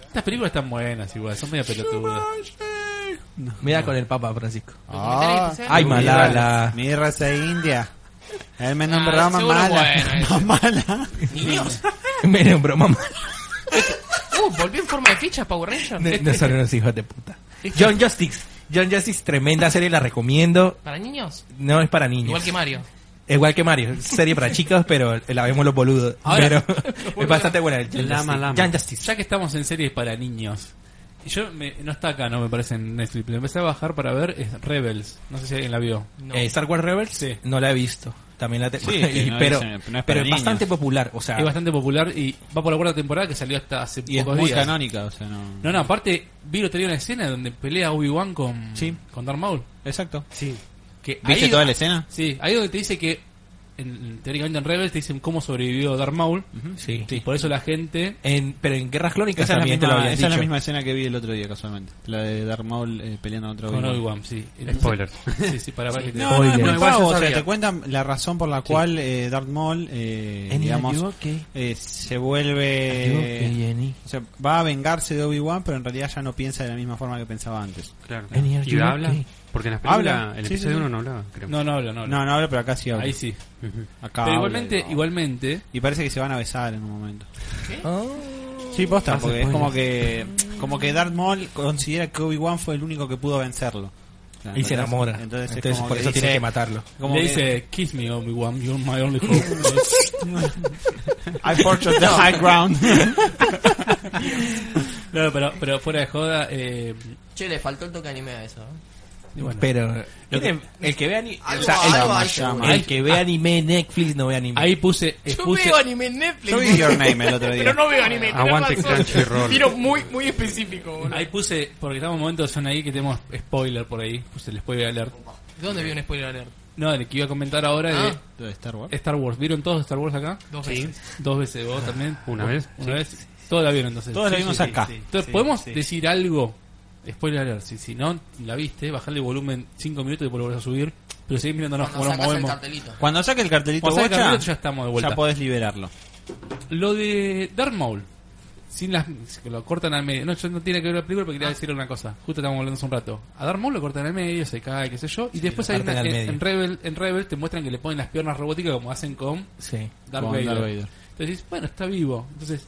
[SPEAKER 2] Estas películas están buenas igual, son medio pelotudas.
[SPEAKER 4] Mira con el Papa Francisco.
[SPEAKER 1] documentales
[SPEAKER 3] Ah,
[SPEAKER 1] especiales.
[SPEAKER 4] Ay,
[SPEAKER 3] mi
[SPEAKER 4] mala,
[SPEAKER 3] raza-
[SPEAKER 4] la-
[SPEAKER 3] Mi raza de india. Él me
[SPEAKER 1] Ah,
[SPEAKER 3] nombraba más
[SPEAKER 1] seguro
[SPEAKER 3] mala.
[SPEAKER 1] bueno,
[SPEAKER 3] Más mala.
[SPEAKER 1] Niños.
[SPEAKER 4] Me nombró mamá.
[SPEAKER 1] Uh, volvió en forma de ficha Power Ranger.
[SPEAKER 4] No, no son unos hijos de puta. John Justice. John Justice, tremenda serie, la recomiendo.
[SPEAKER 1] ¿Para niños?
[SPEAKER 4] No es para niños.
[SPEAKER 1] Igual que Mario.
[SPEAKER 4] Igual que Mario. Serie para chicos, pero la vemos los boludos.
[SPEAKER 2] Ahora-
[SPEAKER 4] pero es bastante buena. El John
[SPEAKER 5] Lama,
[SPEAKER 4] Justice.
[SPEAKER 5] lama.
[SPEAKER 4] John Justice.
[SPEAKER 2] Ya que estamos en series para niños. y Yo me- no está acá, no me parece en Netflix. Lo empecé a bajar para ver es Rebels. No sé si alguien la vio.
[SPEAKER 1] No.
[SPEAKER 4] Eh, Star Wars Rebels no la he visto. También la tengo.
[SPEAKER 3] Sí, que no
[SPEAKER 4] pero
[SPEAKER 3] es, eh, no es para
[SPEAKER 4] pero es
[SPEAKER 3] niños.
[SPEAKER 4] bastante popular. O sea,
[SPEAKER 2] Es bastante popular y va por la cuarta temporada que salió hasta hace
[SPEAKER 3] Y es
[SPEAKER 2] pocos
[SPEAKER 3] muy
[SPEAKER 2] días.
[SPEAKER 3] canónica, o sea, no.
[SPEAKER 2] No, no, aparte, Viro tenía una escena donde pelea Obi-Wan con,
[SPEAKER 3] Sí.
[SPEAKER 2] con Darth Maul.
[SPEAKER 3] Exacto.
[SPEAKER 5] Sí.
[SPEAKER 2] Que
[SPEAKER 3] ¿Viste
[SPEAKER 2] ahí-
[SPEAKER 3] toda la escena?
[SPEAKER 2] Sí, ahí donde te dice que, en- teóricamente en Rebels, te dicen cómo sobrevivió Darth Maul.
[SPEAKER 4] sí.
[SPEAKER 2] Y por eso la gente
[SPEAKER 3] eh,
[SPEAKER 4] En- pero en Guerras Clónicas
[SPEAKER 3] Esa, es la,
[SPEAKER 4] también te lo
[SPEAKER 3] misma,
[SPEAKER 4] habían
[SPEAKER 3] esa es la
[SPEAKER 4] dicho.
[SPEAKER 3] misma escena que vi el otro día, casualmente. La de Darth Maul eh, peleando a otro
[SPEAKER 2] con
[SPEAKER 3] Obi-Wan.
[SPEAKER 2] Obi-Wan, sí.
[SPEAKER 5] Spoilers.
[SPEAKER 2] Sí, sí, para ver que te-
[SPEAKER 3] No, no,
[SPEAKER 4] Spoiler.
[SPEAKER 3] no,
[SPEAKER 4] No,
[SPEAKER 3] no,
[SPEAKER 2] igual yo
[SPEAKER 3] o sea,
[SPEAKER 2] sabía.
[SPEAKER 3] te cuentan la razón por la cual eh, Darth Maul, eh,
[SPEAKER 4] Any
[SPEAKER 3] digamos,
[SPEAKER 4] idea que-
[SPEAKER 3] eh, se vuelve...
[SPEAKER 4] Any idea que any-
[SPEAKER 3] o sea, va a vengarse de Obi-Wan, pero en realidad ya no piensa de la misma forma que pensaba antes.
[SPEAKER 5] Claro.
[SPEAKER 4] Any
[SPEAKER 5] ¿Y
[SPEAKER 4] idea
[SPEAKER 5] habla?
[SPEAKER 4] que-
[SPEAKER 5] Porque en las películas,
[SPEAKER 3] Habla.
[SPEAKER 5] el
[SPEAKER 3] Sí, sí,
[SPEAKER 5] episodio
[SPEAKER 3] sí.
[SPEAKER 5] 1 no hablaba, creo.
[SPEAKER 2] No, no habla, no habla.
[SPEAKER 3] No, no habla, pero acá sí habla.
[SPEAKER 2] Ahí sí. Pero
[SPEAKER 3] Acá habla,
[SPEAKER 2] igualmente,
[SPEAKER 3] digo.
[SPEAKER 2] igualmente,
[SPEAKER 3] Y parece que se van a besar en un momento.
[SPEAKER 4] Oh.
[SPEAKER 3] Sí, posta, porque es como que, como que Darth Maul considera que Obi-Wan fue el único que pudo vencerlo.
[SPEAKER 4] Y se enamora.
[SPEAKER 3] Entonces,
[SPEAKER 4] Entonces,
[SPEAKER 3] es como
[SPEAKER 4] por
[SPEAKER 3] que
[SPEAKER 4] eso
[SPEAKER 3] dice-
[SPEAKER 4] tiene que matarlo.
[SPEAKER 3] como
[SPEAKER 2] le
[SPEAKER 3] que-
[SPEAKER 2] dice, Kiss me, Obi-Wan, you're my only hope.
[SPEAKER 3] I forged the high ground.
[SPEAKER 2] no, pero, pero fuera de joda, eh,
[SPEAKER 7] Che, le faltó el toque anime a eso. ¿eh?
[SPEAKER 2] y bueno.
[SPEAKER 4] Pero miren, el que ve ani-
[SPEAKER 7] Algo-
[SPEAKER 4] o sea, el,
[SPEAKER 7] algo hay,
[SPEAKER 4] el
[SPEAKER 7] seguro.
[SPEAKER 4] que ve anime en Netflix no ve anime.
[SPEAKER 2] ahí puse, eh,
[SPEAKER 1] Yo
[SPEAKER 2] puse
[SPEAKER 1] veo anime en Netflix.
[SPEAKER 3] Yo vi Your Name el otro día.
[SPEAKER 1] Pero no veo anime. tenés
[SPEAKER 5] Aguante
[SPEAKER 1] razón.
[SPEAKER 5] Crunchyroll.
[SPEAKER 1] Tiro muy, muy específico, boludo.
[SPEAKER 2] ahí puse, porque estamos en momentos son ahí que tenemos spoiler por ahí, puse el spoiler alert.
[SPEAKER 1] ¿Dónde vi un spoiler alert?
[SPEAKER 2] No, el que iba a comentar ahora
[SPEAKER 1] Ah.
[SPEAKER 3] ¿De Star Wars?
[SPEAKER 2] de Star Wars. ¿Vieron todos Star Wars acá?
[SPEAKER 1] Dos veces.
[SPEAKER 2] Dos veces, vos también.
[SPEAKER 5] Ah, ¿Una vez?
[SPEAKER 2] Una vez. Todos la vieron entonces.
[SPEAKER 3] Todos la vimos acá.
[SPEAKER 2] Entonces, ¿podemos decir algo? Spoiler alert, si, si no la viste, bajarle el volumen 5 minutos y volver a subir. Pero seguís mirándonos
[SPEAKER 7] Cuando
[SPEAKER 2] como nos
[SPEAKER 7] sacas el
[SPEAKER 2] movemos.
[SPEAKER 7] cartelito.
[SPEAKER 3] Cuando saque el cartelito
[SPEAKER 2] Cuando saque el
[SPEAKER 3] bocha,
[SPEAKER 2] cartelito ya estamos de vuelta.
[SPEAKER 3] Ya podés liberarlo.
[SPEAKER 2] Lo de Darth Maul. Sin las, que lo cortan al medio. No, yo no tiene que ver la película, pero
[SPEAKER 4] Ah.
[SPEAKER 2] quería decir una cosa. Justo estábamos hablando hace un rato. A Darth Maul lo cortan al medio, se cae, qué sé yo. Y después
[SPEAKER 4] lo
[SPEAKER 2] hay una,
[SPEAKER 4] cortan al
[SPEAKER 2] en,
[SPEAKER 4] medio.
[SPEAKER 2] en Rebel, en Rebel te muestran que le ponen las piernas robóticas como hacen con
[SPEAKER 4] Sí.
[SPEAKER 2] Darth,
[SPEAKER 3] Con
[SPEAKER 2] Vader.
[SPEAKER 3] Darth Vader.
[SPEAKER 2] Entonces dices, bueno, está vivo. Entonces,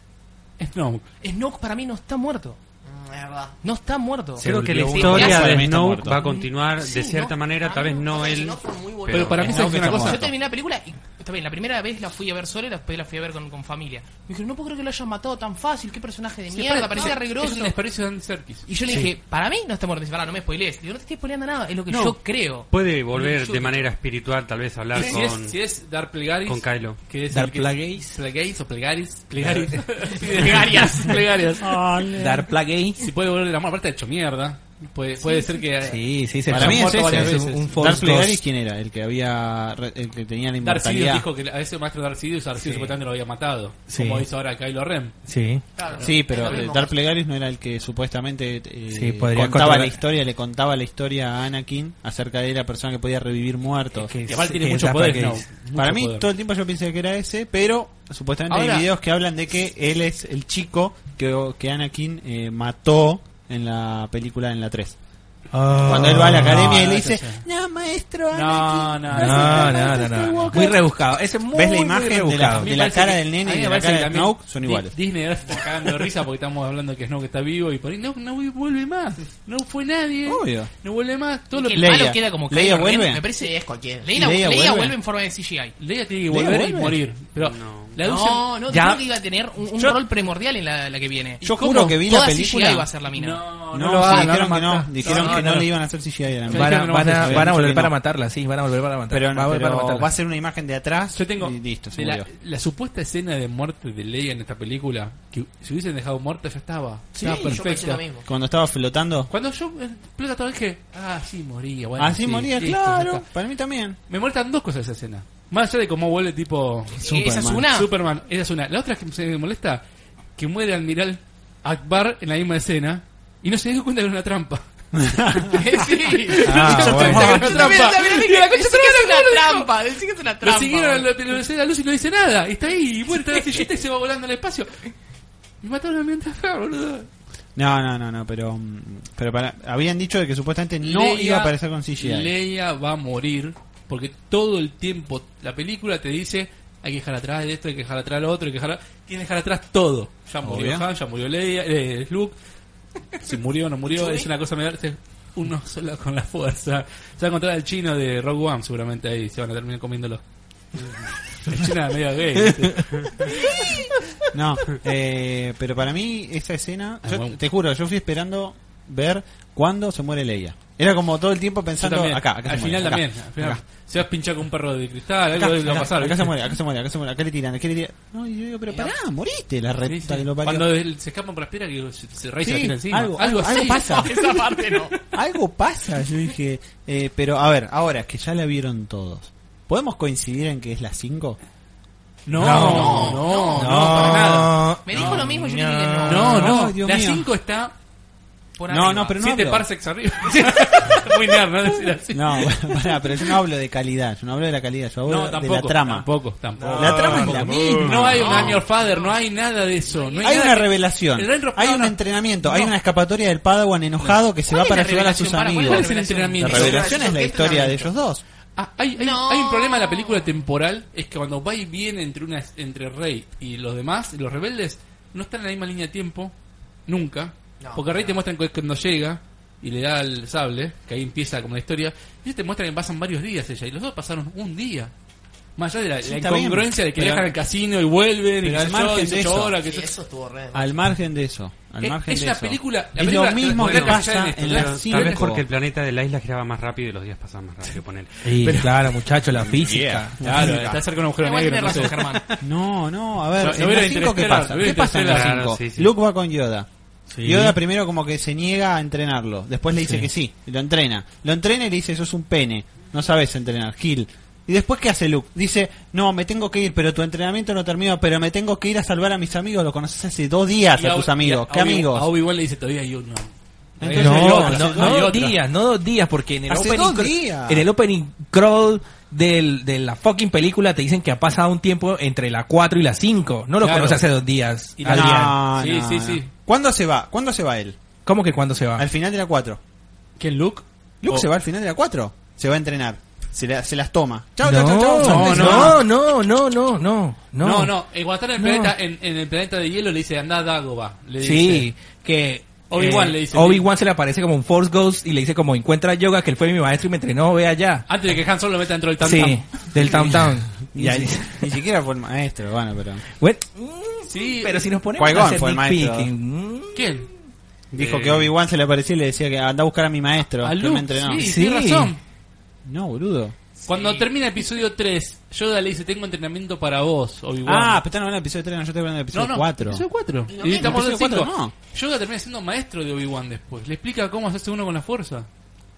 [SPEAKER 2] Snoke.
[SPEAKER 1] Snoke para mí no está muerto.
[SPEAKER 7] Mm, es verdad.
[SPEAKER 1] No está muerto.
[SPEAKER 5] Creo que la
[SPEAKER 1] Sí,
[SPEAKER 5] historia
[SPEAKER 1] mirá,
[SPEAKER 3] para mí
[SPEAKER 5] de
[SPEAKER 3] está
[SPEAKER 5] Snow
[SPEAKER 3] muerto.
[SPEAKER 5] va a continuar
[SPEAKER 1] Sí,
[SPEAKER 5] de cierta
[SPEAKER 1] no,
[SPEAKER 5] manera,
[SPEAKER 7] a
[SPEAKER 5] tal
[SPEAKER 7] mí
[SPEAKER 5] vez
[SPEAKER 7] me
[SPEAKER 5] no
[SPEAKER 7] parece que
[SPEAKER 5] él.
[SPEAKER 7] no fue muy bueno.
[SPEAKER 2] Pero para mí
[SPEAKER 3] Snoke
[SPEAKER 2] se dice una
[SPEAKER 3] está
[SPEAKER 2] cosa.
[SPEAKER 1] Yo terminé la película y está bien, la primera vez la fui a ver solo y después la fui a ver con, con familia. Me dijeron, no puedo creer que lo hayan matado tan fácil, qué personaje de
[SPEAKER 2] Sí,
[SPEAKER 1] mierda,
[SPEAKER 2] parece-
[SPEAKER 1] parecía re
[SPEAKER 2] Es
[SPEAKER 1] grosso.
[SPEAKER 2] un desperdicio de Andy Serkis.
[SPEAKER 1] Y yo le dije, para mí no está muerto. Me dice, pará, no me spoilees. Digo, no te estoy spoileando nada, es lo que
[SPEAKER 5] No.
[SPEAKER 1] yo creo.
[SPEAKER 5] Puede volver
[SPEAKER 1] Yo-
[SPEAKER 5] de manera espiritual, tal vez, a hablar
[SPEAKER 2] Y si,
[SPEAKER 5] con,
[SPEAKER 2] es, si es Darth Plegaris.
[SPEAKER 5] con Kylo.
[SPEAKER 2] Que es
[SPEAKER 4] Darth
[SPEAKER 2] el que-
[SPEAKER 4] Plagueis.
[SPEAKER 2] Plagueis o Plegaris. Plegaris.
[SPEAKER 1] Plegarias.
[SPEAKER 2] Plegarias.
[SPEAKER 4] Dar plague.
[SPEAKER 2] Si puede volver de la mano, aparte ha hecho mierda. Puede, puede ser que.
[SPEAKER 4] Sí, sí, se
[SPEAKER 3] Para mí es
[SPEAKER 4] muerto
[SPEAKER 3] ese.
[SPEAKER 4] varias
[SPEAKER 3] es
[SPEAKER 4] veces.
[SPEAKER 3] un-
[SPEAKER 4] Un,
[SPEAKER 3] un
[SPEAKER 4] false
[SPEAKER 3] Darth Plagueis,
[SPEAKER 4] ghost.
[SPEAKER 3] ¿quién era? El que había, re- el que tenía la
[SPEAKER 2] Darth Sidious
[SPEAKER 3] inmortalidad.
[SPEAKER 2] dijo que a ese maestro Darth Sidious, Darth Sidious supuestamente lo había matado.
[SPEAKER 4] Sí.
[SPEAKER 2] Como hizo ahora Kylo Ren.
[SPEAKER 4] Sí.
[SPEAKER 7] Claro,
[SPEAKER 3] Sí,
[SPEAKER 7] es
[SPEAKER 3] pero
[SPEAKER 7] lo
[SPEAKER 3] eh,
[SPEAKER 7] mismo.
[SPEAKER 3] Darth Plegaris no era el que supuestamente eh,
[SPEAKER 4] Sí, podría
[SPEAKER 3] contaba
[SPEAKER 4] controlar-
[SPEAKER 3] la historia, le contaba la historia a Anakin acerca de la persona que podía revivir muertos.
[SPEAKER 4] Que
[SPEAKER 2] Y aparte
[SPEAKER 4] sí,
[SPEAKER 2] tiene
[SPEAKER 4] que
[SPEAKER 2] mucho
[SPEAKER 4] Darth
[SPEAKER 2] poder,
[SPEAKER 4] Plagueis.
[SPEAKER 2] Snow. Mucho
[SPEAKER 3] Para mí
[SPEAKER 2] poder.
[SPEAKER 3] todo el tiempo yo pensé que era ese, pero supuestamente
[SPEAKER 1] Ahora-
[SPEAKER 3] hay videos que hablan de que él es el chico que, que Anakin eh, mató en la película en la 3. Cuando él va a
[SPEAKER 4] Ah,
[SPEAKER 3] la academia y le dice, "No, maestro,
[SPEAKER 2] No, no,
[SPEAKER 3] Anakin,
[SPEAKER 2] no.
[SPEAKER 3] se
[SPEAKER 4] No,
[SPEAKER 3] llama
[SPEAKER 4] no, no,
[SPEAKER 3] este
[SPEAKER 4] no, no.
[SPEAKER 3] Skywalker".
[SPEAKER 4] Muy rebuscado. Ese es muy,
[SPEAKER 3] ¿Ves la
[SPEAKER 4] muy
[SPEAKER 3] imagen de la,
[SPEAKER 4] rebuscado.
[SPEAKER 2] mí
[SPEAKER 3] de
[SPEAKER 2] me
[SPEAKER 3] la
[SPEAKER 2] parece
[SPEAKER 3] cara
[SPEAKER 2] que-
[SPEAKER 3] del
[SPEAKER 2] a
[SPEAKER 3] nene
[SPEAKER 2] mí
[SPEAKER 3] y
[SPEAKER 2] me
[SPEAKER 3] de la
[SPEAKER 2] parece que
[SPEAKER 3] cara de
[SPEAKER 2] también
[SPEAKER 3] Snoke? Son
[SPEAKER 2] Di-
[SPEAKER 3] iguales?
[SPEAKER 2] Disney ahora se está cagando de risa porque estamos hablando que Snow que está vivo y por ahí no, no vuelve más. No fue nadie.
[SPEAKER 3] Obvio.
[SPEAKER 2] No vuelve más. Todo lo
[SPEAKER 1] Que
[SPEAKER 2] que
[SPEAKER 1] el
[SPEAKER 3] Leia.
[SPEAKER 1] malo queda como
[SPEAKER 3] Leia
[SPEAKER 1] Kylo Ren,
[SPEAKER 3] vuelve.
[SPEAKER 1] Me
[SPEAKER 7] Sí,
[SPEAKER 1] parece
[SPEAKER 7] es cualquiera.
[SPEAKER 1] Leia, Leia
[SPEAKER 3] Leia
[SPEAKER 1] vuelve.
[SPEAKER 3] vuelve
[SPEAKER 1] en forma de CGI.
[SPEAKER 2] Leia tiene que
[SPEAKER 3] Leia
[SPEAKER 2] volver y
[SPEAKER 3] vuelve.
[SPEAKER 2] morir. Pero
[SPEAKER 5] No.
[SPEAKER 2] la
[SPEAKER 1] No,
[SPEAKER 2] Dulce-
[SPEAKER 1] no,
[SPEAKER 4] Ya.
[SPEAKER 1] creo que iba a tener un, un
[SPEAKER 3] Yo-
[SPEAKER 1] rol primordial en la, la que viene.
[SPEAKER 3] Yo
[SPEAKER 2] ¿Cómo?
[SPEAKER 3] juro que vi la
[SPEAKER 1] Toda
[SPEAKER 3] película.
[SPEAKER 1] CGI va a ser la mina.
[SPEAKER 2] No,
[SPEAKER 3] No,
[SPEAKER 2] lo
[SPEAKER 3] sí,
[SPEAKER 2] hagan,
[SPEAKER 3] dijeron
[SPEAKER 2] la
[SPEAKER 3] que no.
[SPEAKER 2] mata.
[SPEAKER 3] Dijeron
[SPEAKER 2] No,
[SPEAKER 3] que no,
[SPEAKER 2] no.
[SPEAKER 3] le iban a hacer CGI a la mina.
[SPEAKER 2] Van a-
[SPEAKER 4] Van a, van a,
[SPEAKER 3] Habían
[SPEAKER 4] van a
[SPEAKER 3] dicho
[SPEAKER 4] volver
[SPEAKER 3] que
[SPEAKER 4] para
[SPEAKER 3] no.
[SPEAKER 4] matarla, sí, van a volver para matarla.
[SPEAKER 3] Pero,
[SPEAKER 4] van a volver
[SPEAKER 3] pero
[SPEAKER 4] para matarla.
[SPEAKER 3] va a ser una imagen de atrás
[SPEAKER 2] Yo tengo
[SPEAKER 3] y listo, se
[SPEAKER 2] de la,
[SPEAKER 3] murió.
[SPEAKER 2] la supuesta escena de muerte de Leia en esta película, que si hubiesen dejado muerta ya estaba.
[SPEAKER 7] Sí,
[SPEAKER 2] estaba
[SPEAKER 7] yo pensé
[SPEAKER 2] perfecta.
[SPEAKER 7] lo mismo.
[SPEAKER 3] Cuando estaba flotando.
[SPEAKER 2] Cuando yo explota todo dije, ah, sí moría. Bueno,
[SPEAKER 3] Así
[SPEAKER 2] sí,
[SPEAKER 3] moría,
[SPEAKER 2] listo, ya
[SPEAKER 3] claro.
[SPEAKER 2] está.
[SPEAKER 3] Para mí también.
[SPEAKER 2] Me muestran dos cosas esa escena. Más allá de cómo vuelve tipo
[SPEAKER 1] Esa es
[SPEAKER 3] Superman.
[SPEAKER 1] una.
[SPEAKER 2] Superman, esa es una. La otra que se me molesta, que muere Admiral Akbar en la misma escena y no se dio cuenta que era una trampa.
[SPEAKER 1] sí.
[SPEAKER 3] Ah,
[SPEAKER 2] Yo
[SPEAKER 3] bueno.
[SPEAKER 2] pensaba que era una trampa. Y la concha
[SPEAKER 1] Decí que es
[SPEAKER 2] de la
[SPEAKER 1] una
[SPEAKER 2] lora, dijo.
[SPEAKER 1] trampa. Decí que es una
[SPEAKER 2] Lo
[SPEAKER 1] trampa.
[SPEAKER 2] siguieron a
[SPEAKER 1] boludo.
[SPEAKER 2] la, a la velocidad de la luz y no dice nada. Está ahí, y muere, está en la sillita y se va volando al espacio. Y mataron a mi acá, boludo.
[SPEAKER 3] No, no, no, no, pero mm, pero para, habían dicho de que supuestamente no
[SPEAKER 2] Leia-
[SPEAKER 3] iba a aparecer con CGI.
[SPEAKER 2] Leia va a morir porque todo el tiempo la película te dice hay que dejar atrás de esto, hay que dejar atrás lo otro, hay que dejar, tienes que dejar atrás todo. Ya murió
[SPEAKER 3] Obvio.
[SPEAKER 2] Han, ya murió Leia, eh, Luke. Si murió o no murió, es una cosa me da uno solo con la fuerza. Se va a encontrar al chino de Rogue One seguramente ahí, se van a terminar comiéndolo. El chino es medio gay. ¿viste?
[SPEAKER 3] No, eh, pero para mí esa escena,
[SPEAKER 2] Ah,
[SPEAKER 3] yo
[SPEAKER 2] bueno.
[SPEAKER 3] te juro, yo fui esperando ver cuándo se muere Leia. Era como todo el tiempo
[SPEAKER 2] Yo
[SPEAKER 3] pensando
[SPEAKER 2] también.
[SPEAKER 3] acá, acá se
[SPEAKER 2] al
[SPEAKER 3] muere,
[SPEAKER 2] final
[SPEAKER 3] acá,
[SPEAKER 2] también. al final
[SPEAKER 3] acá,
[SPEAKER 2] Se va a pinchar con un perro de cristal,
[SPEAKER 3] acá,
[SPEAKER 2] algo de lo va a
[SPEAKER 3] acá,
[SPEAKER 2] pasar.
[SPEAKER 3] acá se
[SPEAKER 2] ¿viste?
[SPEAKER 3] muere, acá se muere, acá se muere, acá le tiran, acá le tiran. No, y yo digo, pero pará, moriste la reta
[SPEAKER 2] Sí, sí.
[SPEAKER 3] que lo parió.
[SPEAKER 2] Cuando él se escapan por las piedras que se, se raíz
[SPEAKER 3] Sí,
[SPEAKER 2] se tira encima.
[SPEAKER 3] algo- algo
[SPEAKER 2] así.
[SPEAKER 3] pasa.
[SPEAKER 1] Esa parte no.
[SPEAKER 3] Algo pasa, yo dije. eh, pero a ver, ahora que ya la vieron todos, ¿podemos coincidir en que es las 5?
[SPEAKER 2] No, no, Oh, no, para nada.
[SPEAKER 1] Me dijo lo mismo, yo le dije no.
[SPEAKER 2] No, no,
[SPEAKER 3] Ay, Dios
[SPEAKER 2] la
[SPEAKER 3] mío.
[SPEAKER 2] 5 está
[SPEAKER 1] Por
[SPEAKER 3] No,
[SPEAKER 1] arriba.
[SPEAKER 3] no, pero no
[SPEAKER 2] 7
[SPEAKER 3] hablo.
[SPEAKER 2] parsecs arriba. Muy nerd, no decir así.
[SPEAKER 3] No, bueno, pará, pero yo no hablo de calidad, yo no hablo de la calidad, yo hablo
[SPEAKER 2] No,
[SPEAKER 3] de
[SPEAKER 2] tampoco.
[SPEAKER 3] la trama.
[SPEAKER 2] Tampoco, tampoco.
[SPEAKER 3] La trama es la
[SPEAKER 2] No,
[SPEAKER 3] misma.
[SPEAKER 2] No hay un I'm Your Father, no hay nada de eso. No hay
[SPEAKER 3] Hay
[SPEAKER 2] nada
[SPEAKER 3] una
[SPEAKER 2] que-
[SPEAKER 3] revelación,
[SPEAKER 2] El Rainbow
[SPEAKER 3] hay
[SPEAKER 2] Flower
[SPEAKER 3] un
[SPEAKER 2] no-
[SPEAKER 3] entrenamiento, hay una escapatoria del Padawan enojado que se
[SPEAKER 1] ¿Cuál
[SPEAKER 3] va
[SPEAKER 1] es
[SPEAKER 3] para
[SPEAKER 1] la
[SPEAKER 3] ayudar a sus
[SPEAKER 1] revelación? Para, ¿cuál es
[SPEAKER 3] amigos.
[SPEAKER 2] es el
[SPEAKER 3] La
[SPEAKER 2] entrenamiento?
[SPEAKER 3] revelación es la
[SPEAKER 7] ¿Qué
[SPEAKER 3] historia de
[SPEAKER 7] entrenamiento?
[SPEAKER 3] ellos dos.
[SPEAKER 2] Ah, hay, hay-
[SPEAKER 7] No.
[SPEAKER 2] hay un problema en la película temporal, es que cuando va y viene entre una entre Rey y los demás, los rebeldes, no están en la misma línea de tiempo, nunca.
[SPEAKER 7] No,
[SPEAKER 2] porque Rey
[SPEAKER 7] no.
[SPEAKER 2] te muestran cu- cuando llega y le da el sable, que ahí empieza como la historia, y ellos te muestran que pasan varios días ella, y los dos pasaron un día. Más allá de la, la
[SPEAKER 3] está bien,
[SPEAKER 2] incongruencia de que
[SPEAKER 3] pero-
[SPEAKER 2] dejan el casino y vuelven, y
[SPEAKER 3] pero
[SPEAKER 2] que
[SPEAKER 3] al
[SPEAKER 2] yo,
[SPEAKER 3] margen de
[SPEAKER 2] 18
[SPEAKER 3] eso,
[SPEAKER 2] horas, que
[SPEAKER 7] Sí,
[SPEAKER 2] yo-
[SPEAKER 7] eso estuvo re.
[SPEAKER 3] Al margen de eso, al
[SPEAKER 2] Es-
[SPEAKER 3] margen
[SPEAKER 2] Eh, es
[SPEAKER 3] de
[SPEAKER 2] la
[SPEAKER 3] eso.
[SPEAKER 2] película- la
[SPEAKER 3] es
[SPEAKER 2] película-
[SPEAKER 3] lo mismo que
[SPEAKER 2] bueno,
[SPEAKER 3] pasa
[SPEAKER 2] ya en
[SPEAKER 3] en
[SPEAKER 2] esto,
[SPEAKER 3] la
[SPEAKER 2] ya-
[SPEAKER 5] Pero tal vez
[SPEAKER 3] 5.
[SPEAKER 5] porque el planeta de la isla giraba más rápido y los días pasaban más rápido, ponele.
[SPEAKER 4] Y claro, muchacho, la física.
[SPEAKER 2] Claro, está cerca de un agujero
[SPEAKER 1] Igual
[SPEAKER 2] negro.
[SPEAKER 1] tiene razón,
[SPEAKER 2] entonces-
[SPEAKER 1] Germán.
[SPEAKER 3] No, no, a
[SPEAKER 2] Lo-
[SPEAKER 3] ver,
[SPEAKER 2] lo
[SPEAKER 3] en
[SPEAKER 2] vieron
[SPEAKER 3] la 5 qué
[SPEAKER 2] Interestelar,
[SPEAKER 3] pasa?
[SPEAKER 2] lo
[SPEAKER 3] ¿Qué
[SPEAKER 2] vieron
[SPEAKER 3] pasa en la
[SPEAKER 5] Interestelar,
[SPEAKER 3] 5?
[SPEAKER 5] sí, sí.
[SPEAKER 3] Luke va con Yoda.
[SPEAKER 4] Sí.
[SPEAKER 3] Yoda primero como que se niega a entrenarlo, después le dice que sí, y lo entrena. Lo entrena y le dice, "Sos un pene, no sabes entrenar, Gil." Y después qué hace Luke? Dice, "No, me tengo que ir, pero tu entrenamiento no terminó, pero me tengo que ir a salvar a mis amigos, lo conoces hace dos días
[SPEAKER 2] Y
[SPEAKER 3] a tus
[SPEAKER 2] Obi-
[SPEAKER 3] amigos,
[SPEAKER 2] y
[SPEAKER 3] ¿qué
[SPEAKER 2] Obi-
[SPEAKER 3] amigos?"
[SPEAKER 2] A Obi-Wan le dice todavía hay uno. Entonces hay
[SPEAKER 4] no,
[SPEAKER 2] otra,
[SPEAKER 4] no,
[SPEAKER 2] hay
[SPEAKER 4] no dos
[SPEAKER 2] otra.
[SPEAKER 4] días, no dos días, porque en el,
[SPEAKER 3] Hace
[SPEAKER 4] opening,
[SPEAKER 3] dos
[SPEAKER 4] cr-
[SPEAKER 3] días.
[SPEAKER 4] en el opening crawl del, de la fucking película te dicen que ha pasado un tiempo entre la 4 y la 5. No lo
[SPEAKER 2] Claro.
[SPEAKER 4] conoce hace dos días,
[SPEAKER 2] Y la-
[SPEAKER 4] Adrián.
[SPEAKER 2] No. Sí, sí, sí.
[SPEAKER 3] ¿Cuándo se va? ¿Cuándo se va él?
[SPEAKER 4] ¿Cómo que cuando se va?
[SPEAKER 3] Al final de la 4.
[SPEAKER 2] ¿Quién, Luke?
[SPEAKER 3] Luke
[SPEAKER 2] Ah. Oh.
[SPEAKER 3] se va al final de la 4. Se va a entrenar. Se, la- se las toma. Chao,
[SPEAKER 4] no,
[SPEAKER 3] chao, chao, chao.
[SPEAKER 4] no,
[SPEAKER 3] Son-
[SPEAKER 4] no, no, no, no, no,
[SPEAKER 2] No, no, el Guatán en el,
[SPEAKER 4] No.
[SPEAKER 2] planeta, en, en el planeta de hielo le dice, anda Dagoba. Le
[SPEAKER 4] Sí,
[SPEAKER 2] dice,
[SPEAKER 4] que eh,
[SPEAKER 2] Obi-Wan le dice-
[SPEAKER 4] Obi-Wan se le aparece como un Force Ghost y le dice como encuentra a yoga que él fue mi maestro y me entrenó, ve allá.
[SPEAKER 2] Antes de que Han Solo lo meta dentro del
[SPEAKER 4] sí,
[SPEAKER 2] Tam Tam.
[SPEAKER 4] del Town Town.
[SPEAKER 3] Ni, si- ni siquiera fue el maestro, bueno, pero.
[SPEAKER 4] Bueno,
[SPEAKER 2] Sí.
[SPEAKER 4] pero si nos ponemos
[SPEAKER 3] Qui-Gon
[SPEAKER 4] a hacer
[SPEAKER 3] fue el
[SPEAKER 4] nitpicking,
[SPEAKER 3] maestro.
[SPEAKER 4] mm,
[SPEAKER 2] ¿Quién?
[SPEAKER 3] Dijo
[SPEAKER 5] Eh.
[SPEAKER 3] que Obi-Wan se le apareció y le decía que anda a buscar a mi maestro.
[SPEAKER 2] A
[SPEAKER 3] que me
[SPEAKER 2] Luke.
[SPEAKER 3] entrenó.
[SPEAKER 2] Sí,
[SPEAKER 4] Sí.
[SPEAKER 2] tiene razón.
[SPEAKER 3] No, boludo.
[SPEAKER 2] Cuando termina episodio 3, Yoda le dice, tengo entrenamiento para vos, Obi-Wan.
[SPEAKER 3] Ah, pero están hablando del episodio 3, no, yo estoy hablando del episodio 4.
[SPEAKER 2] Episodio 4.
[SPEAKER 7] Y lo
[SPEAKER 2] Y
[SPEAKER 7] mismo,
[SPEAKER 2] estamos en
[SPEAKER 3] episodio
[SPEAKER 2] 5.
[SPEAKER 3] cuatro,
[SPEAKER 2] Yoda termina siendo maestro de Obi-Wan después. Le explica cómo hacerse uno con la fuerza.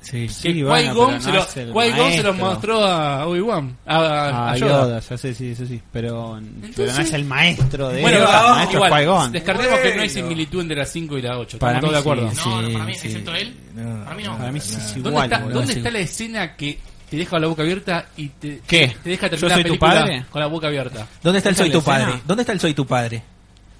[SPEAKER 4] sí.
[SPEAKER 2] Que
[SPEAKER 3] Sí, bueno,
[SPEAKER 2] Qui-Gon
[SPEAKER 3] pero
[SPEAKER 2] se,
[SPEAKER 3] no
[SPEAKER 2] lo-
[SPEAKER 3] es el
[SPEAKER 2] Qui-Gon se lo
[SPEAKER 3] maestro. Ah,
[SPEAKER 2] mostró a Obi-Wan. A, a- a Yoda.
[SPEAKER 3] ya sé, sí, eso sí. Pero, pero no
[SPEAKER 2] Entonces-
[SPEAKER 3] es el maestro de
[SPEAKER 2] Bueno,
[SPEAKER 3] él,
[SPEAKER 2] va,
[SPEAKER 3] el maestro
[SPEAKER 2] igual,
[SPEAKER 3] Qui-Gon.
[SPEAKER 2] descartemos que no hay similitud entre la 5 y la 8.
[SPEAKER 3] Para
[SPEAKER 2] Estamos todos de
[SPEAKER 3] mí
[SPEAKER 2] acuerdo.
[SPEAKER 3] sí,
[SPEAKER 1] No, no, para mí,
[SPEAKER 4] sí.
[SPEAKER 1] excepto él.
[SPEAKER 4] No,
[SPEAKER 1] para mí no.
[SPEAKER 3] Para mí sí es
[SPEAKER 2] ¿Dónde,
[SPEAKER 3] igual,
[SPEAKER 2] está,
[SPEAKER 3] boludo.
[SPEAKER 2] dónde
[SPEAKER 4] sí.
[SPEAKER 2] está la escena que te deja con la boca abierta y te,
[SPEAKER 3] ¿Qué?
[SPEAKER 2] te deja
[SPEAKER 3] ¿Yo
[SPEAKER 2] terminar
[SPEAKER 3] soy
[SPEAKER 2] la
[SPEAKER 3] tu
[SPEAKER 2] película
[SPEAKER 3] padre?
[SPEAKER 2] con la boca abierta?
[SPEAKER 4] ¿Dónde está el
[SPEAKER 3] ¿Esa
[SPEAKER 4] soy
[SPEAKER 3] es la
[SPEAKER 4] tu padre?
[SPEAKER 3] escena?
[SPEAKER 4] ¿Dónde está el soy tu padre?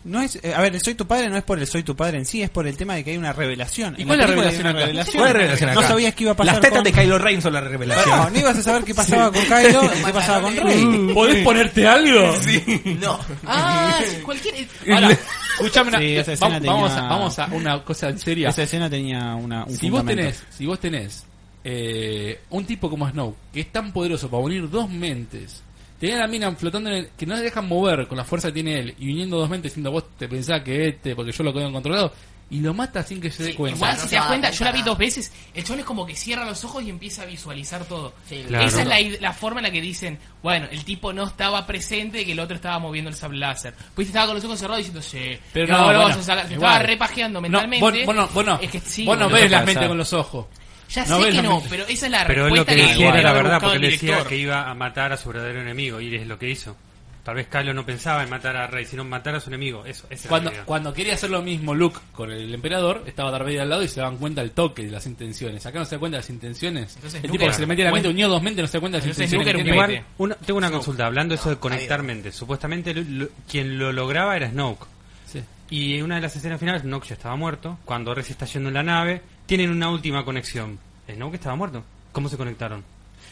[SPEAKER 3] No es, eh, a ver, el soy tu padre no es por el soy tu padre en sí, es por el tema de que hay una revelación.
[SPEAKER 2] ¿Y
[SPEAKER 3] En
[SPEAKER 2] cuál es la
[SPEAKER 3] película
[SPEAKER 2] revelación
[SPEAKER 3] hay
[SPEAKER 2] acá?
[SPEAKER 3] una revelación.
[SPEAKER 4] ¿Cuál es la relación acá?
[SPEAKER 3] No sabías que iba a pasar
[SPEAKER 4] Las tetas
[SPEAKER 3] con... Ah.
[SPEAKER 4] de Kylo Ren son la revelación.
[SPEAKER 3] No, no ibas a saber qué pasaba con Kylo y qué pasaba con Rey.
[SPEAKER 2] ¿Podés ponerte algo? Sí.
[SPEAKER 7] No.
[SPEAKER 1] Ah, sí, cualquier.
[SPEAKER 2] Ahora, escuchame una,
[SPEAKER 3] Sí, esa
[SPEAKER 2] eh,
[SPEAKER 3] escena
[SPEAKER 2] vam- vamos,
[SPEAKER 3] tenía-
[SPEAKER 2] a, vamos a una cosa seria.
[SPEAKER 3] Esa escena tenía una, un
[SPEAKER 2] Si vos
[SPEAKER 3] fundamento.
[SPEAKER 2] tenés, si vos tenés eh, un tipo como Snow, que es tan poderoso para unir dos mentes, tener a la mina flotando en el, que no le dejan mover con la fuerza que tiene él, y uniendo dos mentes diciendo vos te pensás que este, porque yo lo tengo controlado, y lo mata sin que se dé cuenta.
[SPEAKER 1] Igual, si
[SPEAKER 7] No
[SPEAKER 1] te
[SPEAKER 7] se
[SPEAKER 1] das
[SPEAKER 7] da
[SPEAKER 1] cuenta,
[SPEAKER 7] cuenta
[SPEAKER 1] yo la vi
[SPEAKER 7] nada.
[SPEAKER 1] dos veces. El chabón es como que cierra los ojos y empieza a visualizar todo.
[SPEAKER 7] Sí,
[SPEAKER 5] Claro.
[SPEAKER 1] Esa es la, id- la forma en la que dicen, bueno, el tipo no estaba presente y que el otro estaba moviendo el sable láser. Pues estaba con los ojos cerrados diciendo, sí, pero
[SPEAKER 2] Pero no,
[SPEAKER 1] no, lo
[SPEAKER 2] bueno,
[SPEAKER 1] vas a sacar. Se
[SPEAKER 2] igual.
[SPEAKER 1] estaba repajeando mentalmente.
[SPEAKER 2] No, vos, vos no, vos no,
[SPEAKER 1] Es que sí,
[SPEAKER 2] vos no
[SPEAKER 1] boludo.
[SPEAKER 2] ves la
[SPEAKER 4] pasa.
[SPEAKER 2] mente con los ojos.
[SPEAKER 1] Ya
[SPEAKER 2] no
[SPEAKER 1] sé
[SPEAKER 2] ves
[SPEAKER 1] que
[SPEAKER 2] la
[SPEAKER 1] no,
[SPEAKER 2] mente.
[SPEAKER 1] pero esa es la
[SPEAKER 5] Pero es lo
[SPEAKER 1] respuesta
[SPEAKER 5] que decía
[SPEAKER 1] debería
[SPEAKER 5] era la
[SPEAKER 1] haber
[SPEAKER 5] verdad,
[SPEAKER 1] buscado
[SPEAKER 5] porque
[SPEAKER 1] el
[SPEAKER 5] le decía
[SPEAKER 1] director.
[SPEAKER 5] que iba a matar a su verdadero enemigo, y es lo que hizo. Tal vez Kylo no pensaba en matar a Rey, sino en matar a su enemigo. Eso, esa
[SPEAKER 2] Cuando,
[SPEAKER 5] era la idea.
[SPEAKER 2] cuando quería hacer lo mismo Luke con el emperador, estaba Darth Vader al lado y se daban cuenta del toque de las intenciones. Acá no se da cuenta de las intenciones.
[SPEAKER 1] Entonces,
[SPEAKER 2] el
[SPEAKER 1] Luke
[SPEAKER 2] tipo que
[SPEAKER 1] era-
[SPEAKER 2] se le metía la mente,
[SPEAKER 1] bueno.
[SPEAKER 2] unió dos mentes, no se da cuenta de las
[SPEAKER 1] Entonces,
[SPEAKER 2] intenciones.
[SPEAKER 1] Luke era un
[SPEAKER 2] ¿entiendes?
[SPEAKER 5] Igual,
[SPEAKER 1] Vete.
[SPEAKER 5] una- tengo una consulta, hablando de eso de conectar mentes. Supuestamente lo- lo- quien lo lograba era Snoke.
[SPEAKER 2] Sí.
[SPEAKER 5] Y en una de las escenas finales, Snoke ya estaba muerto. Cuando Rey se está yendo en la nave, tienen una última conexión. Snoke estaba muerto. ¿Cómo se conectaron?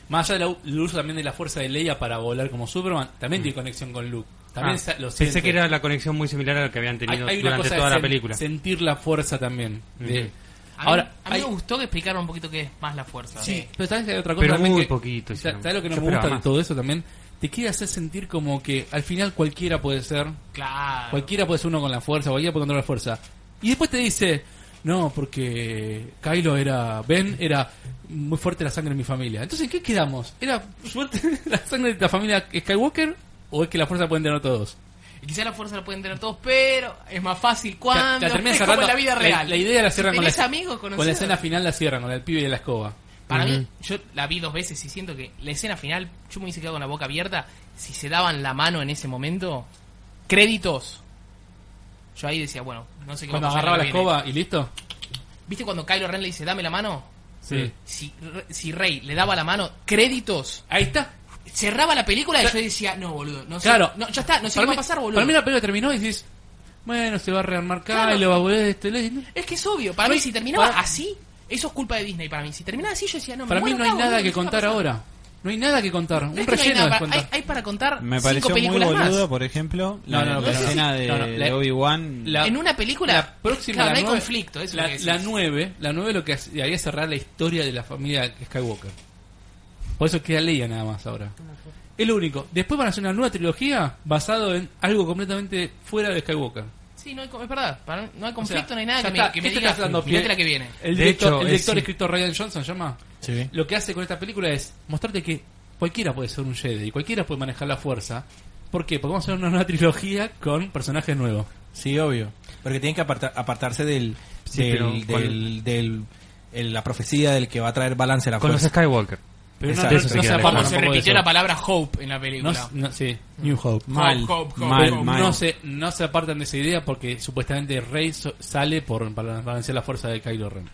[SPEAKER 2] Más allá del del uso también de la fuerza de Leia para volar como Superman, también tiene conexión con Luke. También
[SPEAKER 5] Mm. Ah,
[SPEAKER 2] sa- lo siente.
[SPEAKER 5] pensé que era la conexión muy similar a la que habían
[SPEAKER 2] Hay-
[SPEAKER 5] tenido
[SPEAKER 2] hay una
[SPEAKER 5] durante
[SPEAKER 2] cosa
[SPEAKER 5] toda
[SPEAKER 2] de
[SPEAKER 5] la
[SPEAKER 2] sen-
[SPEAKER 5] película.
[SPEAKER 2] Sentir la fuerza también. de-
[SPEAKER 5] Ujú.
[SPEAKER 1] A mí,
[SPEAKER 2] Ahora,
[SPEAKER 1] a mí
[SPEAKER 2] hay-
[SPEAKER 1] me gustó que explicaron un poquito qué es más la fuerza.
[SPEAKER 2] Sí, pero sabes que hay otra cosa
[SPEAKER 5] Pero
[SPEAKER 2] también
[SPEAKER 5] muy
[SPEAKER 2] que-
[SPEAKER 5] poquito,
[SPEAKER 2] sa-
[SPEAKER 5] sí,
[SPEAKER 2] ¿Sabes lo que no
[SPEAKER 5] yo
[SPEAKER 2] me gusta
[SPEAKER 5] esperaba
[SPEAKER 2] de
[SPEAKER 5] más.
[SPEAKER 2] todo eso también? Te quiere hacer sentir como que al final cualquiera puede ser.
[SPEAKER 1] Claro.
[SPEAKER 2] Cualquiera puede ser uno con la fuerza, cualquiera puede controlar la fuerza. Y después te dice, no, porque Kylo era, Ben era muy fuerte la sangre de mi familia. Entonces, ¿en qué quedamos? ¿Era fuerte la sangre de la familia Skywalker o es que la fuerza pueden tener todos?
[SPEAKER 1] Y quizá la fuerza la pueden tener todos, pero es más fácil
[SPEAKER 2] Te-
[SPEAKER 1] cuando
[SPEAKER 2] te termina
[SPEAKER 1] es como
[SPEAKER 2] cerrando-
[SPEAKER 1] en la vida real.
[SPEAKER 2] La, idea la
[SPEAKER 1] Si
[SPEAKER 2] cierran con,
[SPEAKER 1] tenés
[SPEAKER 2] la,
[SPEAKER 1] amigos,
[SPEAKER 2] con la
[SPEAKER 1] conocés.
[SPEAKER 2] escena final, la cierran con el pibe y la escoba.
[SPEAKER 1] Para mí, yo la vi dos veces y siento que la escena final, yo me hubiese quedado con la boca abierta. Si se daban la mano en ese momento, créditos. Yo ahí decía, bueno, no sé qué va a
[SPEAKER 2] Cuando
[SPEAKER 1] pasar
[SPEAKER 2] agarraba
[SPEAKER 1] en
[SPEAKER 2] la
[SPEAKER 1] lo que viene.
[SPEAKER 2] escoba y listo.
[SPEAKER 1] ¿Viste cuando Kylo Ren le dice, dame la mano?
[SPEAKER 2] Sí.
[SPEAKER 1] Si, si Rey le daba la mano, créditos.
[SPEAKER 2] Ahí está.
[SPEAKER 1] Cerraba la película y yo decía, no, boludo, no sé.
[SPEAKER 2] Claro.
[SPEAKER 1] No, ya está, no sé qué
[SPEAKER 2] Para
[SPEAKER 1] va a
[SPEAKER 2] mí-
[SPEAKER 1] pasar, boludo.
[SPEAKER 2] Para mí la película terminó y dices, bueno, se va a rearmar
[SPEAKER 1] Claro.
[SPEAKER 2] Kylo, va a volver este... le- no.
[SPEAKER 1] Es que es obvio, para mí si terminaba
[SPEAKER 2] para-
[SPEAKER 1] así, eso es culpa de Disney para mí. Si terminaba así yo decía, no, me
[SPEAKER 2] Para mí
[SPEAKER 1] muero
[SPEAKER 2] no hay
[SPEAKER 1] acá,
[SPEAKER 2] nada
[SPEAKER 1] boludo,
[SPEAKER 2] que
[SPEAKER 1] ¿qué va a
[SPEAKER 2] contar
[SPEAKER 1] pasar?
[SPEAKER 2] ahora. No hay nada que contar.
[SPEAKER 1] No
[SPEAKER 2] Un
[SPEAKER 1] es que no hay nada
[SPEAKER 2] relleno de
[SPEAKER 1] para- hay,
[SPEAKER 2] contar.
[SPEAKER 1] hay para contar
[SPEAKER 3] Me
[SPEAKER 1] cinco
[SPEAKER 3] pareció muy
[SPEAKER 1] películas
[SPEAKER 3] boludo,
[SPEAKER 1] más.
[SPEAKER 3] por ejemplo,
[SPEAKER 2] No,
[SPEAKER 3] la,
[SPEAKER 2] no,
[SPEAKER 3] la
[SPEAKER 2] pero-
[SPEAKER 3] escena de,
[SPEAKER 2] no, no, la-
[SPEAKER 3] de Obi-Wan.
[SPEAKER 2] la-
[SPEAKER 1] En una película,
[SPEAKER 2] La próxima,
[SPEAKER 1] claro,
[SPEAKER 2] la
[SPEAKER 1] no hay
[SPEAKER 2] nueve-
[SPEAKER 1] conflicto. Eso es
[SPEAKER 2] la,
[SPEAKER 1] lo que decís.
[SPEAKER 2] la 9, la 9 lo que hace- haría es cerrar la historia de la familia Skywalker. Por eso queda Leia nada más ahora. Es lo único. Después van a hacer una nueva trilogía basado en algo completamente fuera de Skywalker.
[SPEAKER 1] Sí, no hay, co- es verdad, para mí no hay
[SPEAKER 2] O sea,
[SPEAKER 1] conflicto, no hay nada
[SPEAKER 2] ya
[SPEAKER 1] que
[SPEAKER 2] está.
[SPEAKER 1] me, que
[SPEAKER 2] ¿Qué
[SPEAKER 1] me
[SPEAKER 2] estás
[SPEAKER 1] diga,
[SPEAKER 2] hablando,
[SPEAKER 1] mirate
[SPEAKER 2] pibe?
[SPEAKER 1] la que viene.
[SPEAKER 2] El
[SPEAKER 5] De
[SPEAKER 2] director,
[SPEAKER 5] hecho,
[SPEAKER 2] el
[SPEAKER 5] es-
[SPEAKER 2] director
[SPEAKER 5] sí.
[SPEAKER 2] escrito Ryan Johnson se llama.
[SPEAKER 4] Sí.
[SPEAKER 2] Lo que hace con esta película es mostrarte que cualquiera puede ser un Jedi, cualquiera puede manejar la fuerza. ¿Por qué? Porque vamos a hacer una nueva trilogía con personajes nuevos.
[SPEAKER 4] Sí, obvio. Porque tienen que aparta- apartarse del,
[SPEAKER 5] Sí,
[SPEAKER 4] del,
[SPEAKER 5] pero
[SPEAKER 4] del,
[SPEAKER 5] con-
[SPEAKER 4] del- el- la profecía del que va a traer balance a la
[SPEAKER 5] Con los
[SPEAKER 4] fuerza.
[SPEAKER 5] Skywalker.
[SPEAKER 2] Pero no,
[SPEAKER 3] Exacto.
[SPEAKER 2] no- no se aparta
[SPEAKER 1] se
[SPEAKER 2] tampoco de
[SPEAKER 1] repitió
[SPEAKER 2] eso.
[SPEAKER 1] la palabra hope en la
[SPEAKER 2] No,
[SPEAKER 1] película.
[SPEAKER 2] no- sí, New Hope.
[SPEAKER 3] Mal,
[SPEAKER 1] Hope, hope,
[SPEAKER 3] mal,
[SPEAKER 1] hope.
[SPEAKER 3] mal.
[SPEAKER 2] No se, no se apartan de esa idea porque supuestamente Rey so- sale por, para balancear la fuerza de Kylo Ren.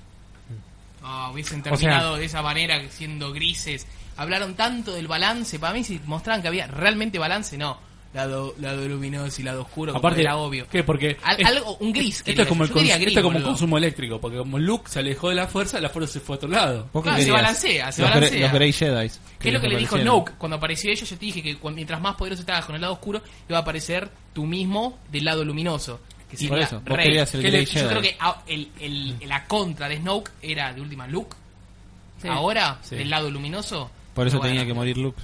[SPEAKER 1] Ah, hubiesen terminado de esa manera, siendo grises. Hablaron tanto del balance. Para mí, si mostraban que había realmente balance, no. Lado, lado luminoso y lado oscuro, como
[SPEAKER 2] Aparte,
[SPEAKER 1] era obvio.
[SPEAKER 2] ¿Qué? Porque.
[SPEAKER 1] Al-
[SPEAKER 2] es-
[SPEAKER 1] algo, un gris.
[SPEAKER 2] Esto
[SPEAKER 1] quería
[SPEAKER 2] es como, el,
[SPEAKER 1] yo. Yo
[SPEAKER 2] cons-
[SPEAKER 1] quería gris,
[SPEAKER 2] esto es como el
[SPEAKER 1] boludo.
[SPEAKER 2] consumo eléctrico, porque como Luke se alejó de la fuerza, la fuerza se fue a otro lado.
[SPEAKER 3] ¿Vos qué
[SPEAKER 1] Claro, se
[SPEAKER 3] querías?
[SPEAKER 1] balancea, se
[SPEAKER 3] los,
[SPEAKER 1] balancea.
[SPEAKER 3] Grey- los Grey Jedi.
[SPEAKER 1] ¿Qué es lo que le dijo
[SPEAKER 3] desaparecieron.
[SPEAKER 1] Snoke? Cuando apareció ella, yo te dije que cu- mientras más poderoso estabas con el lado oscuro, iba a aparecer tú mismo del lado luminoso. Que
[SPEAKER 3] Y
[SPEAKER 1] sería
[SPEAKER 3] por eso, vos
[SPEAKER 1] Rey.
[SPEAKER 3] querías el
[SPEAKER 1] Que le-
[SPEAKER 3] Grey
[SPEAKER 1] yo
[SPEAKER 3] Jedi.
[SPEAKER 1] creo que a- el-
[SPEAKER 2] Mm.
[SPEAKER 1] el- la contra de Snoke era de última Luke.
[SPEAKER 2] Sí.
[SPEAKER 1] Ahora,
[SPEAKER 2] Sí.
[SPEAKER 1] del lado luminoso.
[SPEAKER 3] Por eso
[SPEAKER 1] no va a
[SPEAKER 3] tenía que
[SPEAKER 1] ganar.
[SPEAKER 3] morir Luke.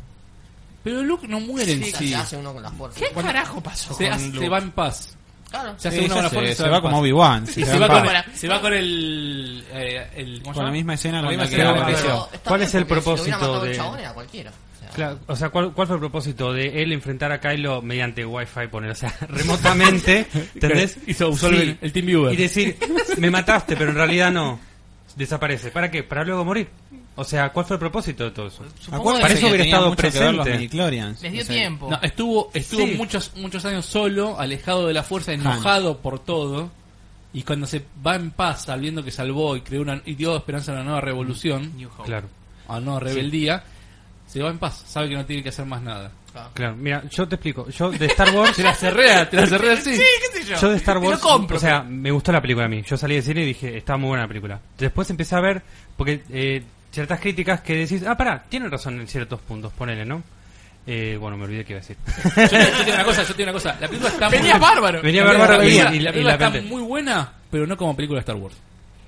[SPEAKER 2] Pero Luke no muere en
[SPEAKER 7] O sea,
[SPEAKER 2] sí.
[SPEAKER 7] se hace uno con la fuerza.
[SPEAKER 1] ¿Qué carajo pasó?
[SPEAKER 2] Se,
[SPEAKER 1] con
[SPEAKER 2] hace-
[SPEAKER 1] Luke?
[SPEAKER 2] se va en paz.
[SPEAKER 7] Claro.
[SPEAKER 2] Se hace
[SPEAKER 3] Sí,
[SPEAKER 2] una
[SPEAKER 3] ya
[SPEAKER 2] buena
[SPEAKER 3] se-
[SPEAKER 2] fuerza y
[SPEAKER 3] se
[SPEAKER 2] en
[SPEAKER 3] va como
[SPEAKER 2] paz.
[SPEAKER 3] Obi-Wan.
[SPEAKER 2] Y
[SPEAKER 3] se
[SPEAKER 2] se
[SPEAKER 3] va
[SPEAKER 2] va,
[SPEAKER 3] en paz.
[SPEAKER 2] con, se va con el. eh, el ¿cómo se
[SPEAKER 3] Con la
[SPEAKER 2] llama?
[SPEAKER 3] misma escena
[SPEAKER 2] Con
[SPEAKER 3] con
[SPEAKER 2] la
[SPEAKER 3] la que
[SPEAKER 2] misma escena.
[SPEAKER 3] apareció.
[SPEAKER 7] Pero está
[SPEAKER 5] ¿Cuál
[SPEAKER 7] bien,
[SPEAKER 5] es el
[SPEAKER 7] porque si lo hubiera
[SPEAKER 5] propósito
[SPEAKER 7] matado el
[SPEAKER 5] de-
[SPEAKER 7] chabón, era cualquiera. O sea,
[SPEAKER 5] Claro, o sea, ¿cuál, ¿cuál fue el propósito de él enfrentar a Kylo mediante Wi-Fi? Poner, o sea, remotamente, ¿entendés?
[SPEAKER 2] Hizo- usó
[SPEAKER 5] Sí.
[SPEAKER 2] el- el TeamViewer.
[SPEAKER 5] Y decir, me mataste, pero en realidad no. Desaparece. ¿Para qué? Para luego morir. O sea, ¿cuál fue el propósito de todo eso?
[SPEAKER 1] Supongo
[SPEAKER 3] Acuérdense
[SPEAKER 1] que
[SPEAKER 5] Parece
[SPEAKER 3] que
[SPEAKER 5] hubiera
[SPEAKER 3] tenía
[SPEAKER 5] estado
[SPEAKER 3] mucho que ver los
[SPEAKER 5] presente.
[SPEAKER 3] midichlorians.
[SPEAKER 1] les dio
[SPEAKER 3] O sea,
[SPEAKER 1] tiempo.
[SPEAKER 2] No, estuvo estuvo
[SPEAKER 5] Sí.
[SPEAKER 2] muchos muchos años solo, alejado de la fuerza, enojado por todo. Y cuando se va en paz, sabiendo que salvó y creó una, y dio esperanza a una nueva revolución,
[SPEAKER 1] New Hope.
[SPEAKER 5] Claro.
[SPEAKER 2] a una nueva rebeldía, se va en paz, sabe que no tiene que hacer más nada.
[SPEAKER 7] claro.
[SPEAKER 5] Claro, mira, yo te explico. Yo de Star Wars.
[SPEAKER 2] Te la cerré, te la cerré así.
[SPEAKER 1] Sí, qué sé yo.
[SPEAKER 5] Yo de Star
[SPEAKER 1] Te
[SPEAKER 5] Wars,
[SPEAKER 1] lo compro.
[SPEAKER 5] o sea, me gustó la película a mí. Yo salí de cine y dije, está muy buena la película. Después empecé a ver, porque eh, ciertas críticas que decís, ah, pará, tienen razón en ciertos puntos, ponele, ¿no? Eh, bueno, me olvidé que iba a decir.
[SPEAKER 2] Yo, te- yo te digo una cosa, yo te digo una cosa. La película está
[SPEAKER 1] Venía
[SPEAKER 2] muy
[SPEAKER 1] bárbaro.
[SPEAKER 5] Venía
[SPEAKER 2] la
[SPEAKER 5] bárbaro y, y,
[SPEAKER 2] película-
[SPEAKER 5] y
[SPEAKER 2] la
[SPEAKER 5] la,
[SPEAKER 2] película está
[SPEAKER 5] vende.
[SPEAKER 2] muy buena, pero no como película de Star Wars.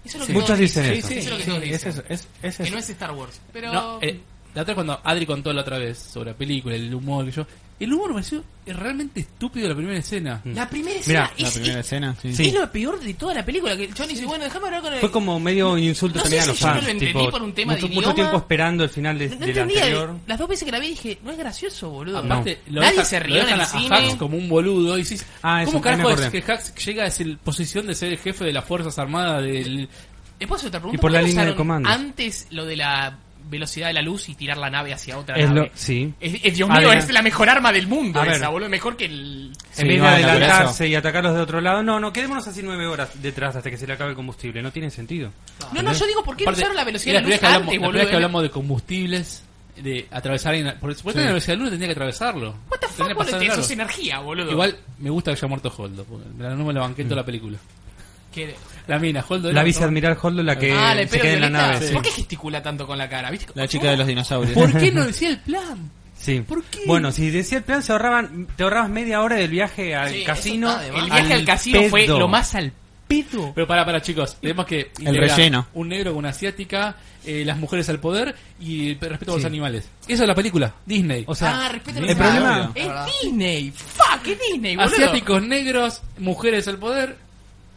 [SPEAKER 1] Eso es lo que
[SPEAKER 5] Muchos
[SPEAKER 1] todos
[SPEAKER 5] dicen
[SPEAKER 1] dicen.
[SPEAKER 5] eso.
[SPEAKER 1] Eso es lo que
[SPEAKER 2] Sí,
[SPEAKER 1] todos
[SPEAKER 2] es
[SPEAKER 1] dicen.
[SPEAKER 2] eso, es- es
[SPEAKER 1] Que
[SPEAKER 2] eso.
[SPEAKER 1] no mm. es Star Wars. Pero.
[SPEAKER 2] No, eh, la otra vez cuando Adri contó la otra vez sobre la película, el humor que yo. El humor me pareció realmente estúpido de la primera escena.
[SPEAKER 5] Mm.
[SPEAKER 1] la primera
[SPEAKER 5] Mirá,
[SPEAKER 1] escena
[SPEAKER 3] La
[SPEAKER 1] es,
[SPEAKER 3] primera escena, sí.
[SPEAKER 5] Sí.
[SPEAKER 1] es lo peor de toda la película. Que Johnny dice, bueno, déjame hablar con el.
[SPEAKER 5] Fue como medio un insulto
[SPEAKER 1] No sé
[SPEAKER 5] también
[SPEAKER 1] si
[SPEAKER 5] a los
[SPEAKER 1] yo no lo
[SPEAKER 5] fans.
[SPEAKER 1] entendí
[SPEAKER 5] tipo,
[SPEAKER 1] por un tema de
[SPEAKER 5] mucho, mucho
[SPEAKER 1] idioma.
[SPEAKER 5] tiempo esperando el final de,
[SPEAKER 1] No
[SPEAKER 5] del
[SPEAKER 1] entendía,
[SPEAKER 5] anterior.
[SPEAKER 1] las dos veces que la vi dije, no es gracioso, boludo.
[SPEAKER 2] Aparte, Ah, lo
[SPEAKER 1] Nadie
[SPEAKER 2] dejan-
[SPEAKER 1] se
[SPEAKER 2] lo
[SPEAKER 1] rió en
[SPEAKER 2] dejan
[SPEAKER 1] el
[SPEAKER 2] a-
[SPEAKER 1] cine.
[SPEAKER 2] a Hux como un boludo. Y dices,
[SPEAKER 5] Ah, eso,
[SPEAKER 2] ¿Cómo
[SPEAKER 5] ahí me
[SPEAKER 2] carajo es
[SPEAKER 5] acordé.
[SPEAKER 2] que Hux llega a esa posición de ser el jefe de las Fuerzas Armadas del.
[SPEAKER 1] Después otra pregunta.
[SPEAKER 5] Y por la
[SPEAKER 1] qué no
[SPEAKER 5] línea de
[SPEAKER 1] usaron
[SPEAKER 5] comando.
[SPEAKER 1] Antes lo de la velocidad de la luz y tirar la nave hacia otra
[SPEAKER 5] Es
[SPEAKER 1] nave.
[SPEAKER 5] lo- sí.
[SPEAKER 1] Es- es- Dios
[SPEAKER 5] A
[SPEAKER 1] mío,
[SPEAKER 5] ver.
[SPEAKER 1] es la mejor arma del mundo
[SPEAKER 5] A ver.
[SPEAKER 1] esa, boludo. Mejor que el...
[SPEAKER 5] En vez de
[SPEAKER 3] bueno, por
[SPEAKER 5] adelantarse y atacarlos de otro lado, no, no, quedémonos así nueve horas detrás hasta que se le acabe el combustible. No tiene sentido.
[SPEAKER 1] No, no, yo digo, ¿por qué no
[SPEAKER 2] Aparte,
[SPEAKER 1] usaron la velocidad de
[SPEAKER 2] era
[SPEAKER 1] la luz
[SPEAKER 2] primera que
[SPEAKER 1] antes,
[SPEAKER 2] hablamos, la primera
[SPEAKER 1] boludo? ¿eh?
[SPEAKER 2] que hablamos de combustibles, de atravesar. en- Por supuesto,
[SPEAKER 5] Sí.
[SPEAKER 2] la velocidad de la luz tendría que atravesarlo.
[SPEAKER 1] What the fuck,
[SPEAKER 2] Tendría que pasar
[SPEAKER 1] boludo?
[SPEAKER 2] de
[SPEAKER 1] Eso
[SPEAKER 2] largo.
[SPEAKER 1] es energía, boludo.
[SPEAKER 2] Igual me gusta que haya muerto Holdo. porque la- No me la banqué en toda la película.
[SPEAKER 1] Que-
[SPEAKER 2] La mina, Holdo.
[SPEAKER 5] La
[SPEAKER 2] era-
[SPEAKER 5] viceadmiral Holdo la que eh,
[SPEAKER 1] ah, la
[SPEAKER 5] se
[SPEAKER 1] pelo
[SPEAKER 5] queda en la
[SPEAKER 1] violeta.
[SPEAKER 5] nave. sí.
[SPEAKER 1] ¿Por qué gesticula tanto con la cara? ¿Viste?
[SPEAKER 3] La chica de los dinosaurios.
[SPEAKER 2] ¿Por qué no decía el plan?
[SPEAKER 5] Sí.
[SPEAKER 2] ¿Por qué?
[SPEAKER 5] Bueno, si decía el plan, se ahorraban, te ahorrabas media hora del viaje al
[SPEAKER 7] Sí,
[SPEAKER 5] casino.
[SPEAKER 7] eso está de más.
[SPEAKER 1] El viaje al casino fue
[SPEAKER 5] pedo.
[SPEAKER 1] lo más al pedo.
[SPEAKER 2] Pero para, para chicos, tenemos que
[SPEAKER 3] El
[SPEAKER 2] integrar
[SPEAKER 3] relleno.
[SPEAKER 2] un negro con una asiática, eh, las mujeres al poder y el respeto a los animales. Eso es la película, Disney.
[SPEAKER 5] O sea,
[SPEAKER 1] ah, respeto
[SPEAKER 3] el problema-
[SPEAKER 1] Es Disney. Fuck, es Disney, boludo.
[SPEAKER 2] asiáticos, negros, mujeres al poder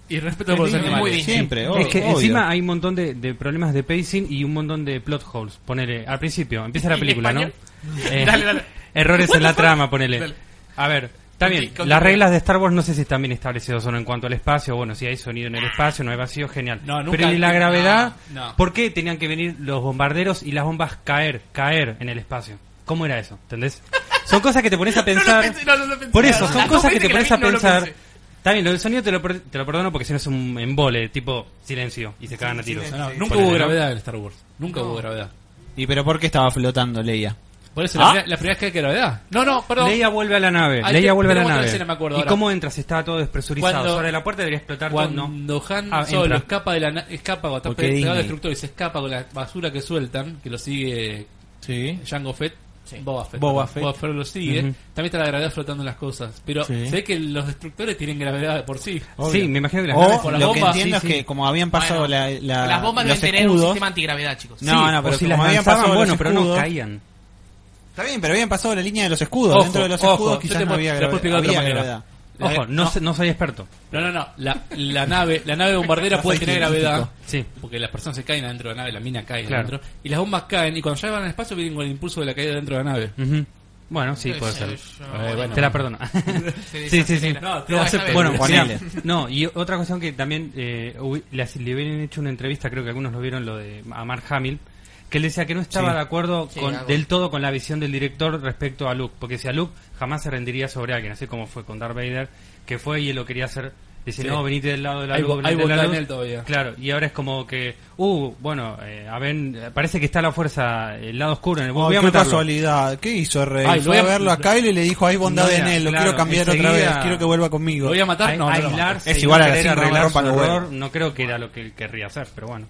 [SPEAKER 2] y respeto por los
[SPEAKER 1] Disney,
[SPEAKER 2] animales.
[SPEAKER 1] muy Disney.
[SPEAKER 3] Siempre, o-
[SPEAKER 5] es que
[SPEAKER 3] obvio.
[SPEAKER 5] encima hay un montón de, de problemas de pacing y un montón de plot holes. Ponele, al principio, empieza la
[SPEAKER 1] ¿En
[SPEAKER 5] película, ¿no?
[SPEAKER 1] español?
[SPEAKER 5] Eh,
[SPEAKER 1] Dale, dale.
[SPEAKER 5] Errores en la trama,
[SPEAKER 1] Dale.
[SPEAKER 5] ponele. A ver, está
[SPEAKER 1] Conti-
[SPEAKER 5] bien.
[SPEAKER 1] continúa.
[SPEAKER 5] Las reglas de Star Wars no sé si están bien establecidas o no en cuanto al espacio. Bueno, si hay sonido en el espacio, no hay vacío, genial.
[SPEAKER 2] No, nunca-
[SPEAKER 5] Pero ni la gravedad,
[SPEAKER 2] no, no.
[SPEAKER 5] ¿por qué tenían que venir los bombarderos y las bombas caer, caer en el espacio? ¿Cómo era eso? ¿Entendés? Son cosas que te pones a
[SPEAKER 1] No lo
[SPEAKER 5] pensar.
[SPEAKER 1] pensé, no, no lo pensé.
[SPEAKER 5] Por eso,
[SPEAKER 1] Las
[SPEAKER 5] son
[SPEAKER 1] dos
[SPEAKER 5] cosas que
[SPEAKER 1] veces
[SPEAKER 5] te
[SPEAKER 1] la
[SPEAKER 5] pones
[SPEAKER 1] vi,
[SPEAKER 5] a
[SPEAKER 1] no lo
[SPEAKER 5] pensar.
[SPEAKER 1] pensé.
[SPEAKER 5] Está bien, lo del sonido te lo, per- te lo perdono porque si no es un embole, tipo silencio, y se cagan a tiros.
[SPEAKER 2] No, no,
[SPEAKER 5] Sí.
[SPEAKER 2] nunca
[SPEAKER 5] Ponele,
[SPEAKER 2] hubo
[SPEAKER 5] ¿no?
[SPEAKER 2] gravedad en Star Wars. Nunca hubo gravedad.
[SPEAKER 3] ¿Y pero por qué estaba flotando Leia?
[SPEAKER 2] Por eso,
[SPEAKER 3] Ah.
[SPEAKER 2] la, primera, la primera vez que hay gravedad. No, no, perdón.
[SPEAKER 5] Leia vuelve a la nave,
[SPEAKER 2] Ay,
[SPEAKER 5] Leia
[SPEAKER 2] te-
[SPEAKER 5] vuelve a la
[SPEAKER 2] tenemos otra
[SPEAKER 5] nave.
[SPEAKER 2] escena, me acuerdo
[SPEAKER 5] ¿Y
[SPEAKER 2] ahora.
[SPEAKER 5] cómo entras? Está todo despresurizado.
[SPEAKER 2] Cuando-
[SPEAKER 5] Sobre la puerta debería explotar todo,
[SPEAKER 2] Cuando
[SPEAKER 5] no.
[SPEAKER 2] Han
[SPEAKER 5] Ah,
[SPEAKER 2] Solo
[SPEAKER 5] entra.
[SPEAKER 2] escapa de la na- escapa cuando está
[SPEAKER 3] Porque
[SPEAKER 2] pe- pegado al
[SPEAKER 3] Disney.
[SPEAKER 2] destructor y se escapa con la basura que sueltan, que lo sigue
[SPEAKER 3] Sí.
[SPEAKER 2] Jango Fett, Boba Fett.
[SPEAKER 3] Boba
[SPEAKER 2] perdón.
[SPEAKER 3] Fett.
[SPEAKER 2] lo sigue.
[SPEAKER 5] Ujú.
[SPEAKER 2] También está la gravedad flotando en las cosas. Pero
[SPEAKER 3] Sí.
[SPEAKER 2] sé que los destructores tienen gravedad de por sí.
[SPEAKER 5] Sí, me imagino que las naves-
[SPEAKER 3] O
[SPEAKER 2] con las
[SPEAKER 3] lo
[SPEAKER 2] bombas,
[SPEAKER 3] que entiendo
[SPEAKER 2] sí,
[SPEAKER 3] es
[SPEAKER 2] sí.
[SPEAKER 3] que como habían pasado
[SPEAKER 1] Bueno,
[SPEAKER 3] la, la-
[SPEAKER 1] Las bombas
[SPEAKER 3] los
[SPEAKER 1] deben tener un
[SPEAKER 3] escudos,
[SPEAKER 1] sistema antigravedad, chicos.
[SPEAKER 3] No,
[SPEAKER 5] Sí,
[SPEAKER 3] no, pero
[SPEAKER 5] o si
[SPEAKER 3] como
[SPEAKER 5] las
[SPEAKER 3] habían
[SPEAKER 5] lanzaban,
[SPEAKER 3] pasado los
[SPEAKER 5] bueno, pero no
[SPEAKER 3] escudos-
[SPEAKER 5] caían.
[SPEAKER 3] Está bien, pero habían pasado la línea de los escudos.
[SPEAKER 2] Ojo,
[SPEAKER 3] Dentro de los
[SPEAKER 2] ojo,
[SPEAKER 3] escudos
[SPEAKER 2] yo
[SPEAKER 3] quizás
[SPEAKER 2] te
[SPEAKER 3] no
[SPEAKER 2] puedo-
[SPEAKER 3] había
[SPEAKER 2] te puedo
[SPEAKER 3] gravedad.
[SPEAKER 2] explicar de otra
[SPEAKER 3] Había
[SPEAKER 2] manera.
[SPEAKER 3] gravedad.
[SPEAKER 5] Ojo, Eh, no, sé- no soy experto.
[SPEAKER 2] No, no, no. La, la nave la nave bombardera
[SPEAKER 3] No
[SPEAKER 2] puede
[SPEAKER 3] soy
[SPEAKER 2] tener
[SPEAKER 3] científico.
[SPEAKER 2] gravedad.
[SPEAKER 5] Sí.
[SPEAKER 2] Porque las personas se caen adentro de la nave, la mina cae
[SPEAKER 5] Claro.
[SPEAKER 2] adentro. Y las bombas caen. Y cuando ya van al espacio, vienen con el impulso de la caída dentro de la nave.
[SPEAKER 5] Ujú. Bueno, sí, puede
[SPEAKER 1] Sí,
[SPEAKER 5] ser.
[SPEAKER 1] yo-
[SPEAKER 2] Eh, bueno.
[SPEAKER 5] Te la perdono.
[SPEAKER 1] Se
[SPEAKER 5] sí, sí, sí.
[SPEAKER 1] desacelera.
[SPEAKER 2] No, te
[SPEAKER 1] No,
[SPEAKER 2] la
[SPEAKER 1] está
[SPEAKER 2] acepto.
[SPEAKER 1] bien.
[SPEAKER 5] Bueno,
[SPEAKER 3] Ponele.
[SPEAKER 5] mira, no, y otra cuestión que también eh, hubi- le, hac- le habían hecho una entrevista, creo que algunos lo vieron, lo de a Mark Hamill, Que él decía que no estaba
[SPEAKER 3] Sí.
[SPEAKER 5] de acuerdo
[SPEAKER 7] Sí,
[SPEAKER 5] con-
[SPEAKER 7] algo.
[SPEAKER 5] del todo con la visión del director respecto a Luke, porque decía Luke jamás se rendiría sobre alguien, así como fue con Darth Vader, que fue y él lo quería hacer. Dice,
[SPEAKER 2] Sí.
[SPEAKER 5] no, venite del lado de la
[SPEAKER 2] Hay
[SPEAKER 5] luz.
[SPEAKER 2] bo-
[SPEAKER 5] venite
[SPEAKER 2] hay
[SPEAKER 5] del lado de la
[SPEAKER 2] bondad en él
[SPEAKER 5] luz".
[SPEAKER 2] todavía.
[SPEAKER 5] Claro, y ahora es como que, uh, bueno, eh, a ver, parece que está la fuerza, el lado oscuro. en el-
[SPEAKER 3] Oh,
[SPEAKER 5] voy a
[SPEAKER 3] qué
[SPEAKER 5] matarlo.
[SPEAKER 3] casualidad. ¿Qué hizo Rey?
[SPEAKER 2] Ay, lo voy
[SPEAKER 3] Fue a
[SPEAKER 2] a-
[SPEAKER 3] verlo a Kyle y le dijo, hay bondad
[SPEAKER 5] No,
[SPEAKER 3] en él, lo
[SPEAKER 5] claro,
[SPEAKER 3] quiero cambiar otra vez,
[SPEAKER 5] enseguida-
[SPEAKER 3] quiero que vuelva conmigo.
[SPEAKER 2] ¿Lo voy a matar?
[SPEAKER 5] Ai-
[SPEAKER 2] No, no lo mato.
[SPEAKER 5] aislarse
[SPEAKER 3] Es
[SPEAKER 5] y
[SPEAKER 3] igual
[SPEAKER 5] no
[SPEAKER 3] a la
[SPEAKER 5] querer
[SPEAKER 3] cinco, me
[SPEAKER 5] arreglar su
[SPEAKER 3] rompan los huevos.
[SPEAKER 5] error, no creo que era lo que él querría hacer, pero bueno.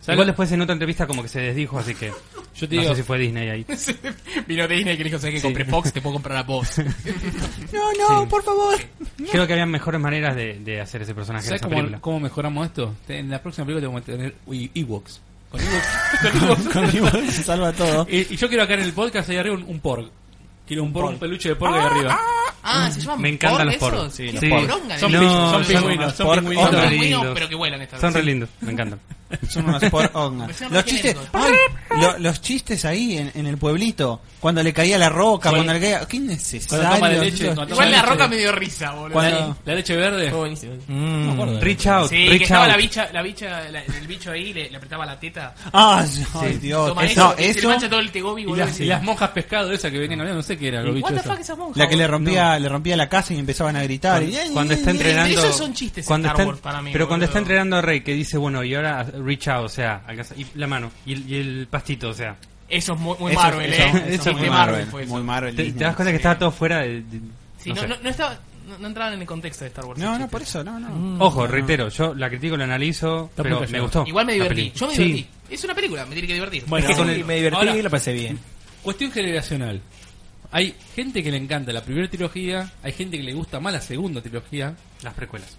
[SPEAKER 2] ¿Sabes?
[SPEAKER 5] Igual después en otra entrevista como que se desdijo, así que
[SPEAKER 2] Yo te
[SPEAKER 5] no
[SPEAKER 2] digo-
[SPEAKER 5] sé si fue Disney ahí.
[SPEAKER 1] Vino Disney que le dijo, ¿sabes que compré Fox? Te puedo comprar a vos.
[SPEAKER 3] No, no, por favor.
[SPEAKER 5] Creo que había mejores maneras de, de hacer ese personaje en
[SPEAKER 2] ¿Sabes
[SPEAKER 5] esa
[SPEAKER 2] cómo,
[SPEAKER 5] película.
[SPEAKER 2] cómo mejoramos esto? En la próxima película tengo que tener e- Ewoks. Con
[SPEAKER 3] Con
[SPEAKER 2] Ewoks.
[SPEAKER 3] Ewoks se salva todo.
[SPEAKER 2] y, y yo quiero acá en el podcast ahí arriba un, un porg. Quiero un, porg, un peluche de porg ahí arriba.
[SPEAKER 1] Ah, se llaman
[SPEAKER 5] Me encantan los
[SPEAKER 1] porg
[SPEAKER 5] poros.
[SPEAKER 1] esos?
[SPEAKER 5] Sí,
[SPEAKER 1] Qué
[SPEAKER 5] los poros.
[SPEAKER 1] poronga de
[SPEAKER 2] Son,
[SPEAKER 1] nombre.
[SPEAKER 2] pingüinos,
[SPEAKER 5] No,
[SPEAKER 2] son
[SPEAKER 5] son-
[SPEAKER 2] pingüinos, son
[SPEAKER 3] porg-
[SPEAKER 2] pingüinos.
[SPEAKER 1] Son re
[SPEAKER 5] son lindos.
[SPEAKER 1] buenos, pero que vuelan esta vez.
[SPEAKER 5] Son re
[SPEAKER 1] Sí.
[SPEAKER 5] lindos, me encantan.
[SPEAKER 3] Son unos por ongas.
[SPEAKER 1] Me suena
[SPEAKER 3] Los
[SPEAKER 1] re
[SPEAKER 3] chistes,
[SPEAKER 1] genérico.
[SPEAKER 3] ay, lo- los chistes ahí en, en el pueblito, cuando le caía la roca,
[SPEAKER 2] Sí.
[SPEAKER 3] cuando le caía, qué
[SPEAKER 2] Cuando toma
[SPEAKER 3] necesario.
[SPEAKER 2] la leche, cuando
[SPEAKER 1] Igual la
[SPEAKER 2] Son
[SPEAKER 1] roca
[SPEAKER 2] leche.
[SPEAKER 1] me dio risa, boludo.
[SPEAKER 2] Cuando- La leche verde.
[SPEAKER 1] Fue buenísimo. Sí,
[SPEAKER 2] me acuerdo de la
[SPEAKER 5] Reach out,
[SPEAKER 1] que
[SPEAKER 5] reach
[SPEAKER 1] estaba
[SPEAKER 5] out.
[SPEAKER 1] la bicha, la bicha, la- el bicho ahí, le, le apretaba la teta.
[SPEAKER 3] Ah, ay, Dios.
[SPEAKER 1] Toma
[SPEAKER 3] No,
[SPEAKER 1] eso, que se le
[SPEAKER 3] eso,
[SPEAKER 1] mancha todo el tegobi,
[SPEAKER 2] Y
[SPEAKER 1] boludo.
[SPEAKER 2] las, y las monjas pescado esas que venían hablando, no sé qué era, lo bicho
[SPEAKER 1] What the
[SPEAKER 2] eso.
[SPEAKER 1] fuck, esas monjas,
[SPEAKER 3] la que le
[SPEAKER 1] boludo?
[SPEAKER 3] rompía, le rompía la casa y empezaban a gritar.
[SPEAKER 5] Cuando,
[SPEAKER 3] Y-
[SPEAKER 5] cuando está
[SPEAKER 3] y-
[SPEAKER 5] entrenando.
[SPEAKER 1] Esos son chistes
[SPEAKER 5] cuando
[SPEAKER 1] Star
[SPEAKER 5] está-
[SPEAKER 1] Wars para mí,
[SPEAKER 5] Pero cuando
[SPEAKER 1] boludo.
[SPEAKER 5] está entrenando a Rey, que dice, bueno, y ahora reach out, o sea, alcanza- y la mano, y el, y el pastito, o sea.
[SPEAKER 1] Eso es muy, muy
[SPEAKER 3] Eso-
[SPEAKER 1] Marvel,
[SPEAKER 3] eso-
[SPEAKER 1] eh.
[SPEAKER 3] eso
[SPEAKER 1] Eso
[SPEAKER 3] es muy Marvel, muy Marvel.
[SPEAKER 5] Te, te
[SPEAKER 3] Disney.
[SPEAKER 5] das cuenta que estaba todo fuera de. de-
[SPEAKER 1] Sí,
[SPEAKER 5] no
[SPEAKER 1] no,
[SPEAKER 5] sé.
[SPEAKER 1] no, no estaba- no- no entraban en el contexto de Star Wars.
[SPEAKER 3] No,
[SPEAKER 1] esos
[SPEAKER 3] no,
[SPEAKER 1] chistes.
[SPEAKER 3] por eso, no, no.
[SPEAKER 5] Ojo, reitero, yo la critico, la analizo,
[SPEAKER 2] Está
[SPEAKER 5] pero
[SPEAKER 2] muy
[SPEAKER 5] me
[SPEAKER 2] callado.
[SPEAKER 5] gustó.
[SPEAKER 1] Igual me
[SPEAKER 5] la
[SPEAKER 1] divertí.
[SPEAKER 5] película.
[SPEAKER 1] Yo me
[SPEAKER 5] Sí.
[SPEAKER 1] divertí. Es una película, me tiene que divertir.
[SPEAKER 2] Bueno,
[SPEAKER 4] es que con
[SPEAKER 2] sí.
[SPEAKER 4] el, me divertí
[SPEAKER 2] Ahora,
[SPEAKER 4] y lo pasé bien.
[SPEAKER 2] Cuestión generacional. Hay gente que le encanta la primera trilogía, hay gente que le gusta más la segunda trilogía,
[SPEAKER 5] Las precuelas.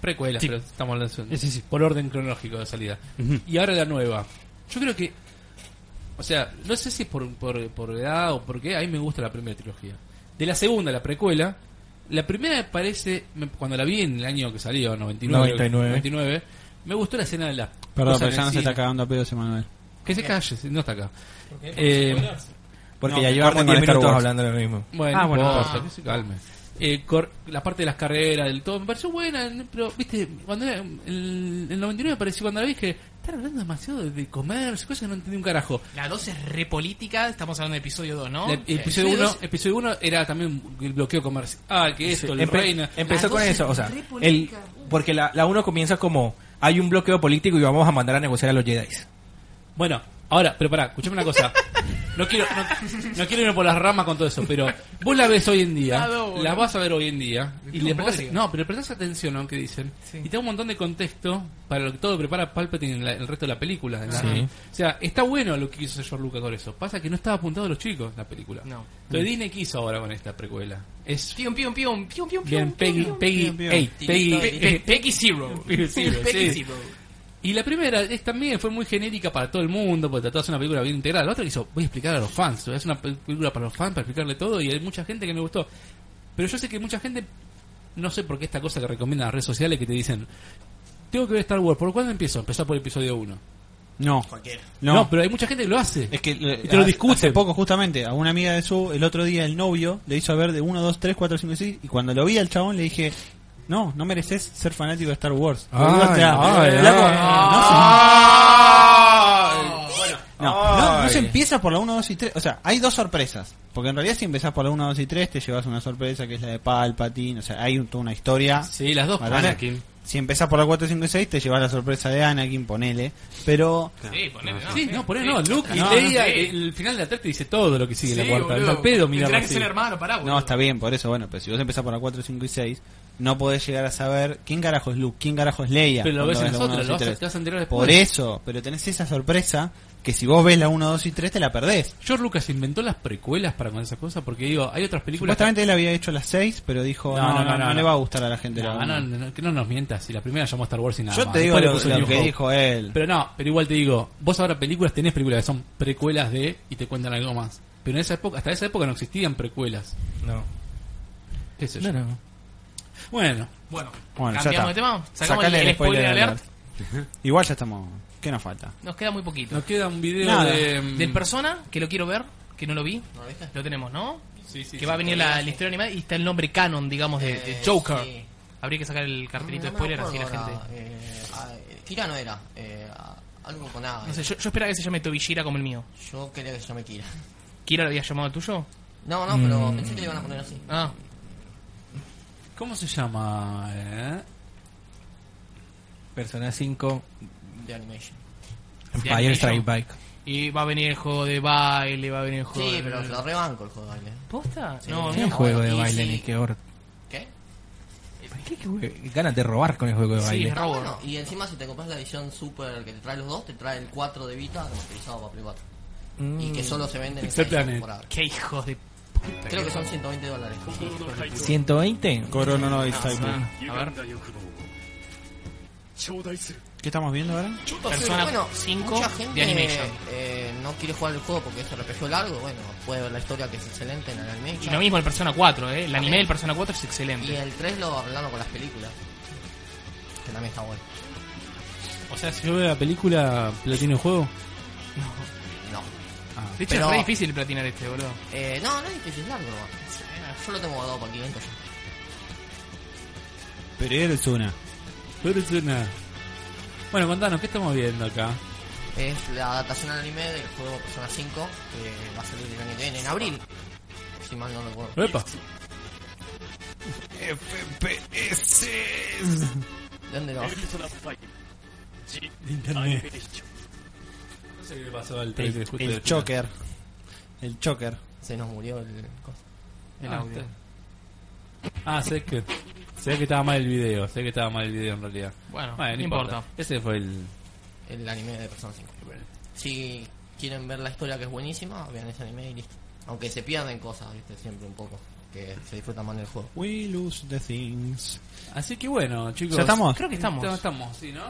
[SPEAKER 2] precuelas,
[SPEAKER 5] Sí.
[SPEAKER 2] pero estamos hablando de-
[SPEAKER 5] Sí, sí, sí.
[SPEAKER 2] por orden cronológico de salida.
[SPEAKER 5] Ujú.
[SPEAKER 2] Y ahora la nueva. Yo creo que, o sea, no sé si es por, por, por edad o por qué, a mí me gusta la primera trilogía. De la segunda, la precuela, la primera me parece, me- cuando la vi en el año que salió, 99,
[SPEAKER 4] 99.
[SPEAKER 2] 99, me gustó la escena de la...
[SPEAKER 3] Perdón,
[SPEAKER 2] cosa
[SPEAKER 3] pero
[SPEAKER 2] en el
[SPEAKER 3] ya no se
[SPEAKER 2] cine.
[SPEAKER 3] está cagando a pedos, Emanuel.
[SPEAKER 2] Que se calle, si no está acá. Eh,
[SPEAKER 4] Porque
[SPEAKER 3] No,
[SPEAKER 4] ya
[SPEAKER 3] me
[SPEAKER 4] llevamos
[SPEAKER 3] cortan con
[SPEAKER 4] 10
[SPEAKER 3] Star
[SPEAKER 4] minutos
[SPEAKER 3] Wars.
[SPEAKER 4] hablando lo mismo.
[SPEAKER 2] bueno,
[SPEAKER 5] Ah,
[SPEAKER 2] no
[SPEAKER 5] bueno,
[SPEAKER 2] importa,
[SPEAKER 1] no.
[SPEAKER 2] que se calme. Eh, cor- la parte de las carreras, del todo, me pareció buena, n- pero, viste, cuando era, el, el 99 me pareció cuando la vi que están hablando demasiado de, de comercio, cosas que no entendí un carajo.
[SPEAKER 1] La 2 es repolítica, estamos hablando de episodio 2, ¿no? Eh,
[SPEAKER 2] La- el episodio 1
[SPEAKER 1] dos-
[SPEAKER 2] episodio uno era también el bloqueo comercial. Ah, que esto, el
[SPEAKER 4] Empe-
[SPEAKER 2] reina.
[SPEAKER 4] Empezó
[SPEAKER 1] Las
[SPEAKER 4] con
[SPEAKER 1] dos
[SPEAKER 4] eso,
[SPEAKER 1] es
[SPEAKER 4] o sea,
[SPEAKER 1] re
[SPEAKER 4] el,
[SPEAKER 1] política.
[SPEAKER 4] porque la, la uno comienza como hay un bloqueo político y vamos a mandar a negociar a los Jedi.
[SPEAKER 2] Bueno, ahora, pero pará, escuchame una cosa. No quiero, no, no quiero irme por las ramas con todo eso, pero vos la ves hoy en día,
[SPEAKER 1] Claro, boludo.
[SPEAKER 2] la vas a ver hoy en día, y
[SPEAKER 1] Estuvo
[SPEAKER 2] le prestás-
[SPEAKER 1] precario.
[SPEAKER 2] no, pero prestás atención a lo que dicen,
[SPEAKER 1] Sí.
[SPEAKER 2] y te da un montón de contexto para lo que todo prepara Palpatine en la- el resto de la película. en la- O sea, está bueno lo que quiso hacer George Lucas con eso, pasa que no estaba apuntado a los chicos la película.
[SPEAKER 1] No.
[SPEAKER 2] Entonces Disney quiso ahora con esta precuela. Es
[SPEAKER 1] Pium, pium, pium, pium, pium, pium,
[SPEAKER 2] bien, Peggy,
[SPEAKER 1] pium,
[SPEAKER 2] Peggy,
[SPEAKER 3] pium, pium.
[SPEAKER 2] eight, Peggy,
[SPEAKER 1] pium. Pe- Pe- Peggy Zero.
[SPEAKER 2] Peggy Zero,
[SPEAKER 1] Peggy
[SPEAKER 2] sí.
[SPEAKER 1] Zero.
[SPEAKER 2] Y la primera es, también fue muy genérica para todo el mundo, porque trataba de hacer una película bien integrada. La otra hizo, voy a explicar a los fans, es una película para los fans, para explicarle todo, y hay mucha gente que me gustó. Pero yo sé que mucha gente, no sé por qué esta cosa que recomiendan las redes sociales que te dicen, tengo que ver Star Wars, ¿por cuándo empiezo? Empezó por el episodio 1.
[SPEAKER 3] No,
[SPEAKER 6] Cualquiera.
[SPEAKER 2] No.
[SPEAKER 3] no.
[SPEAKER 2] pero hay mucha gente que lo hace.
[SPEAKER 3] Es que eh,
[SPEAKER 2] Y te lo
[SPEAKER 3] hace-
[SPEAKER 2] discuten.
[SPEAKER 3] hace poco, justamente, a una amiga de su, el otro día el novio le hizo ver de 1, 2, 3, 4, 5 y 6. Y cuando lo vi al chabón le dije, no, no mereces ser fanático de Star Wars.
[SPEAKER 2] Ay,
[SPEAKER 3] O sea,
[SPEAKER 2] ay,
[SPEAKER 3] flaco,
[SPEAKER 2] ay.
[SPEAKER 3] No, se, no, no, no se empieza por la 1, 2 y 3. O sea, hay dos sorpresas. Porque en realidad si empezás por la 1, 2 y 3 te llevas una sorpresa que es la de Palpatine. O sea, hay un- toda una historia.
[SPEAKER 2] Sí, las dos.
[SPEAKER 3] ¿Vale?
[SPEAKER 5] Anakin.
[SPEAKER 3] Si empezás por la 4, 5 y 6 te llevas la sorpresa de Anakin, ponele. Pero...
[SPEAKER 1] Sí, ponele, no.
[SPEAKER 2] Sí, no, por ahí no. Luke y
[SPEAKER 1] No,
[SPEAKER 2] Leia,
[SPEAKER 1] sí.
[SPEAKER 2] el final de la 3 te dice todo lo que sigue en
[SPEAKER 1] Sí,
[SPEAKER 2] la cuarta.
[SPEAKER 1] boludo.
[SPEAKER 2] Anda al pedo, mira.
[SPEAKER 1] Tendrá que ser hermano, pará, boludo.
[SPEAKER 3] No, está bien, por eso, bueno, pero si vos empezás por la 4, 5 y 6, no podés llegar a saber quién carajo es Luke, quién carajo es Leia.
[SPEAKER 2] Pero lo
[SPEAKER 3] cuando
[SPEAKER 2] ves en
[SPEAKER 3] ves
[SPEAKER 2] las
[SPEAKER 3] la uno,
[SPEAKER 2] otras,
[SPEAKER 3] dos y
[SPEAKER 2] lo vas a-
[SPEAKER 3] tres.
[SPEAKER 2] te vas a enterar después.
[SPEAKER 3] Por eso, pero tenés esa sorpresa que si vos ves la 1, 2 y 3 te la perdés.
[SPEAKER 2] George Lucas inventó las precuelas para con esas cosas porque digo, hay otras películas.
[SPEAKER 3] Supuestamente él había hecho las 6, pero dijo,
[SPEAKER 2] No,
[SPEAKER 3] no, no,
[SPEAKER 2] no,
[SPEAKER 3] no,
[SPEAKER 2] no, no.
[SPEAKER 3] le va a gustar a la gente la
[SPEAKER 2] No,
[SPEAKER 3] uno".
[SPEAKER 2] no, no, no, que no nos mientas, si la primera llamó Star Wars y nada
[SPEAKER 3] Yo
[SPEAKER 2] más.
[SPEAKER 3] te digo
[SPEAKER 2] Después le
[SPEAKER 3] lo,
[SPEAKER 2] puso
[SPEAKER 3] lo
[SPEAKER 2] el New
[SPEAKER 3] que
[SPEAKER 2] Hope.
[SPEAKER 3] dijo él.
[SPEAKER 2] Pero no, pero igual te digo, vos ahora películas tenés películas que son precuelas de y te cuentan algo más. Pero en esa época, hasta esa época no existían precuelas.
[SPEAKER 4] No.
[SPEAKER 2] ¿Qué sé yo? Bueno,
[SPEAKER 1] Bueno,
[SPEAKER 3] Bueno, ya
[SPEAKER 1] cambiamos de
[SPEAKER 3] está.
[SPEAKER 1] tema. Sacamos
[SPEAKER 3] Sacale
[SPEAKER 1] el, el spoiler alert.
[SPEAKER 3] Igual ya estamos... ¿Qué nos falta?
[SPEAKER 1] Nos queda muy poquito.
[SPEAKER 2] nos queda un video
[SPEAKER 3] Nada.
[SPEAKER 2] de. mm,
[SPEAKER 1] Del Persona, que lo quiero ver, que no lo vi.
[SPEAKER 7] ¿No lo viste?
[SPEAKER 1] Lo tenemos, ¿no?
[SPEAKER 2] Sí, sí,
[SPEAKER 1] que
[SPEAKER 2] sí.
[SPEAKER 1] va a venir la, la historia animada y está el nombre canon, digamos, de, de
[SPEAKER 7] Eh,
[SPEAKER 1] Joker.
[SPEAKER 7] sí.
[SPEAKER 1] Habría que sacar el cartelito
[SPEAKER 7] No
[SPEAKER 1] de
[SPEAKER 7] me
[SPEAKER 1] spoiler así
[SPEAKER 7] acuerdo
[SPEAKER 1] la gente.
[SPEAKER 7] ahora, eh, ah, eh, Kirano era. eh, a- Algo con nada.
[SPEAKER 1] No sé, yo, yo esperaba que se llame Tobillera como el mío.
[SPEAKER 7] Yo quería que se llame Kira.
[SPEAKER 1] ¿Kira lo había llamado el tuyo?
[SPEAKER 7] No, no, pero pensé que le iban a poner así.
[SPEAKER 1] Mm. Ah,
[SPEAKER 2] ¿Cómo se llama? eh?
[SPEAKER 4] Persona 5,
[SPEAKER 7] De animation.
[SPEAKER 1] Ya,
[SPEAKER 4] Empire Strike Back.
[SPEAKER 1] y va a venir el juego de baile, va a venir el juego
[SPEAKER 7] Sí,
[SPEAKER 1] de...
[SPEAKER 7] pero lo rebanco el juego de baile.
[SPEAKER 1] ¿Posta?
[SPEAKER 7] Sí.
[SPEAKER 1] no,
[SPEAKER 7] Sí.
[SPEAKER 1] no.
[SPEAKER 4] Juego de
[SPEAKER 7] Y
[SPEAKER 4] baile,
[SPEAKER 7] si-
[SPEAKER 4] ni qué hora.
[SPEAKER 7] ¿Qué?
[SPEAKER 4] ¿Qué, qué jue- ganas de robar con el juego de
[SPEAKER 1] Sí,
[SPEAKER 4] baile.
[SPEAKER 1] es robo.
[SPEAKER 7] Bueno, y encima si te compras la edición super que te trae los dos, te trae el 4 de Vita remasterizado para Play 4. Y
[SPEAKER 1] Mm.
[SPEAKER 7] que solo se vende en
[SPEAKER 2] Pixel
[SPEAKER 7] esa edición
[SPEAKER 2] Planet.
[SPEAKER 7] por ahora.
[SPEAKER 1] Qué hijos de...
[SPEAKER 7] Creo que son 120 dólares.
[SPEAKER 4] 120.
[SPEAKER 3] Corona no Disciple.
[SPEAKER 1] Ah, A ver,
[SPEAKER 3] ¿Qué estamos viendo ahora?
[SPEAKER 1] Persona
[SPEAKER 7] bueno,
[SPEAKER 1] 5
[SPEAKER 7] mucha gente
[SPEAKER 1] de Animation.
[SPEAKER 7] eh, no quiere jugar el juego porque es RPG largo. Bueno, puede ver la historia que es excelente en el
[SPEAKER 1] Y
[SPEAKER 7] Animation.
[SPEAKER 1] lo mismo el Persona 4, ¿eh? El anime
[SPEAKER 7] También.
[SPEAKER 1] del Persona 4 es
[SPEAKER 7] Y
[SPEAKER 1] excelente.
[SPEAKER 7] el 3 lo arreglaron con las películas. Que también está bueno.
[SPEAKER 2] O sea, si yo veo la película, ¿platino el juego?
[SPEAKER 7] No.
[SPEAKER 2] Ah,
[SPEAKER 1] De hecho,
[SPEAKER 7] pero-
[SPEAKER 1] es re difícil platinar este, boludo.
[SPEAKER 7] Eh, no, no es difícil, es largo nomás. Yo lo tengo guardado para 500 ya.
[SPEAKER 3] Pero eres una.
[SPEAKER 2] Pero es una- Bueno, contanos, ¿qué estamos viendo acá?
[SPEAKER 7] Es la adaptación al anime del juego Persona 5 que va a salir el año que viene, en abril. Si mal no recuerdo.
[SPEAKER 2] Epa.
[SPEAKER 7] ¿De dónde lo vas?
[SPEAKER 2] No sé qué le pasó al
[SPEAKER 3] El,
[SPEAKER 2] trailer justo
[SPEAKER 3] el
[SPEAKER 2] del final.
[SPEAKER 3] choker. El choker.
[SPEAKER 7] Se nos murió el coso.
[SPEAKER 2] El audio. Ah, sé que. Sé que estaba mal el video, sé que estaba mal el video en realidad.
[SPEAKER 1] Bueno,
[SPEAKER 2] Bueno,
[SPEAKER 1] no importa.
[SPEAKER 2] Ese fue el.
[SPEAKER 7] El anime de Persona 5. Si quieren ver la historia que es buenísima, vean ese anime y listo. Aunque se pierden cosas, viste, siempre un poco. Que se disfrutan más del juego.
[SPEAKER 3] We lose the things.
[SPEAKER 2] Así que bueno, chicos.
[SPEAKER 3] ¿Ya estamos?
[SPEAKER 1] Creo que estamos.
[SPEAKER 2] Estamos, sí, ¿no?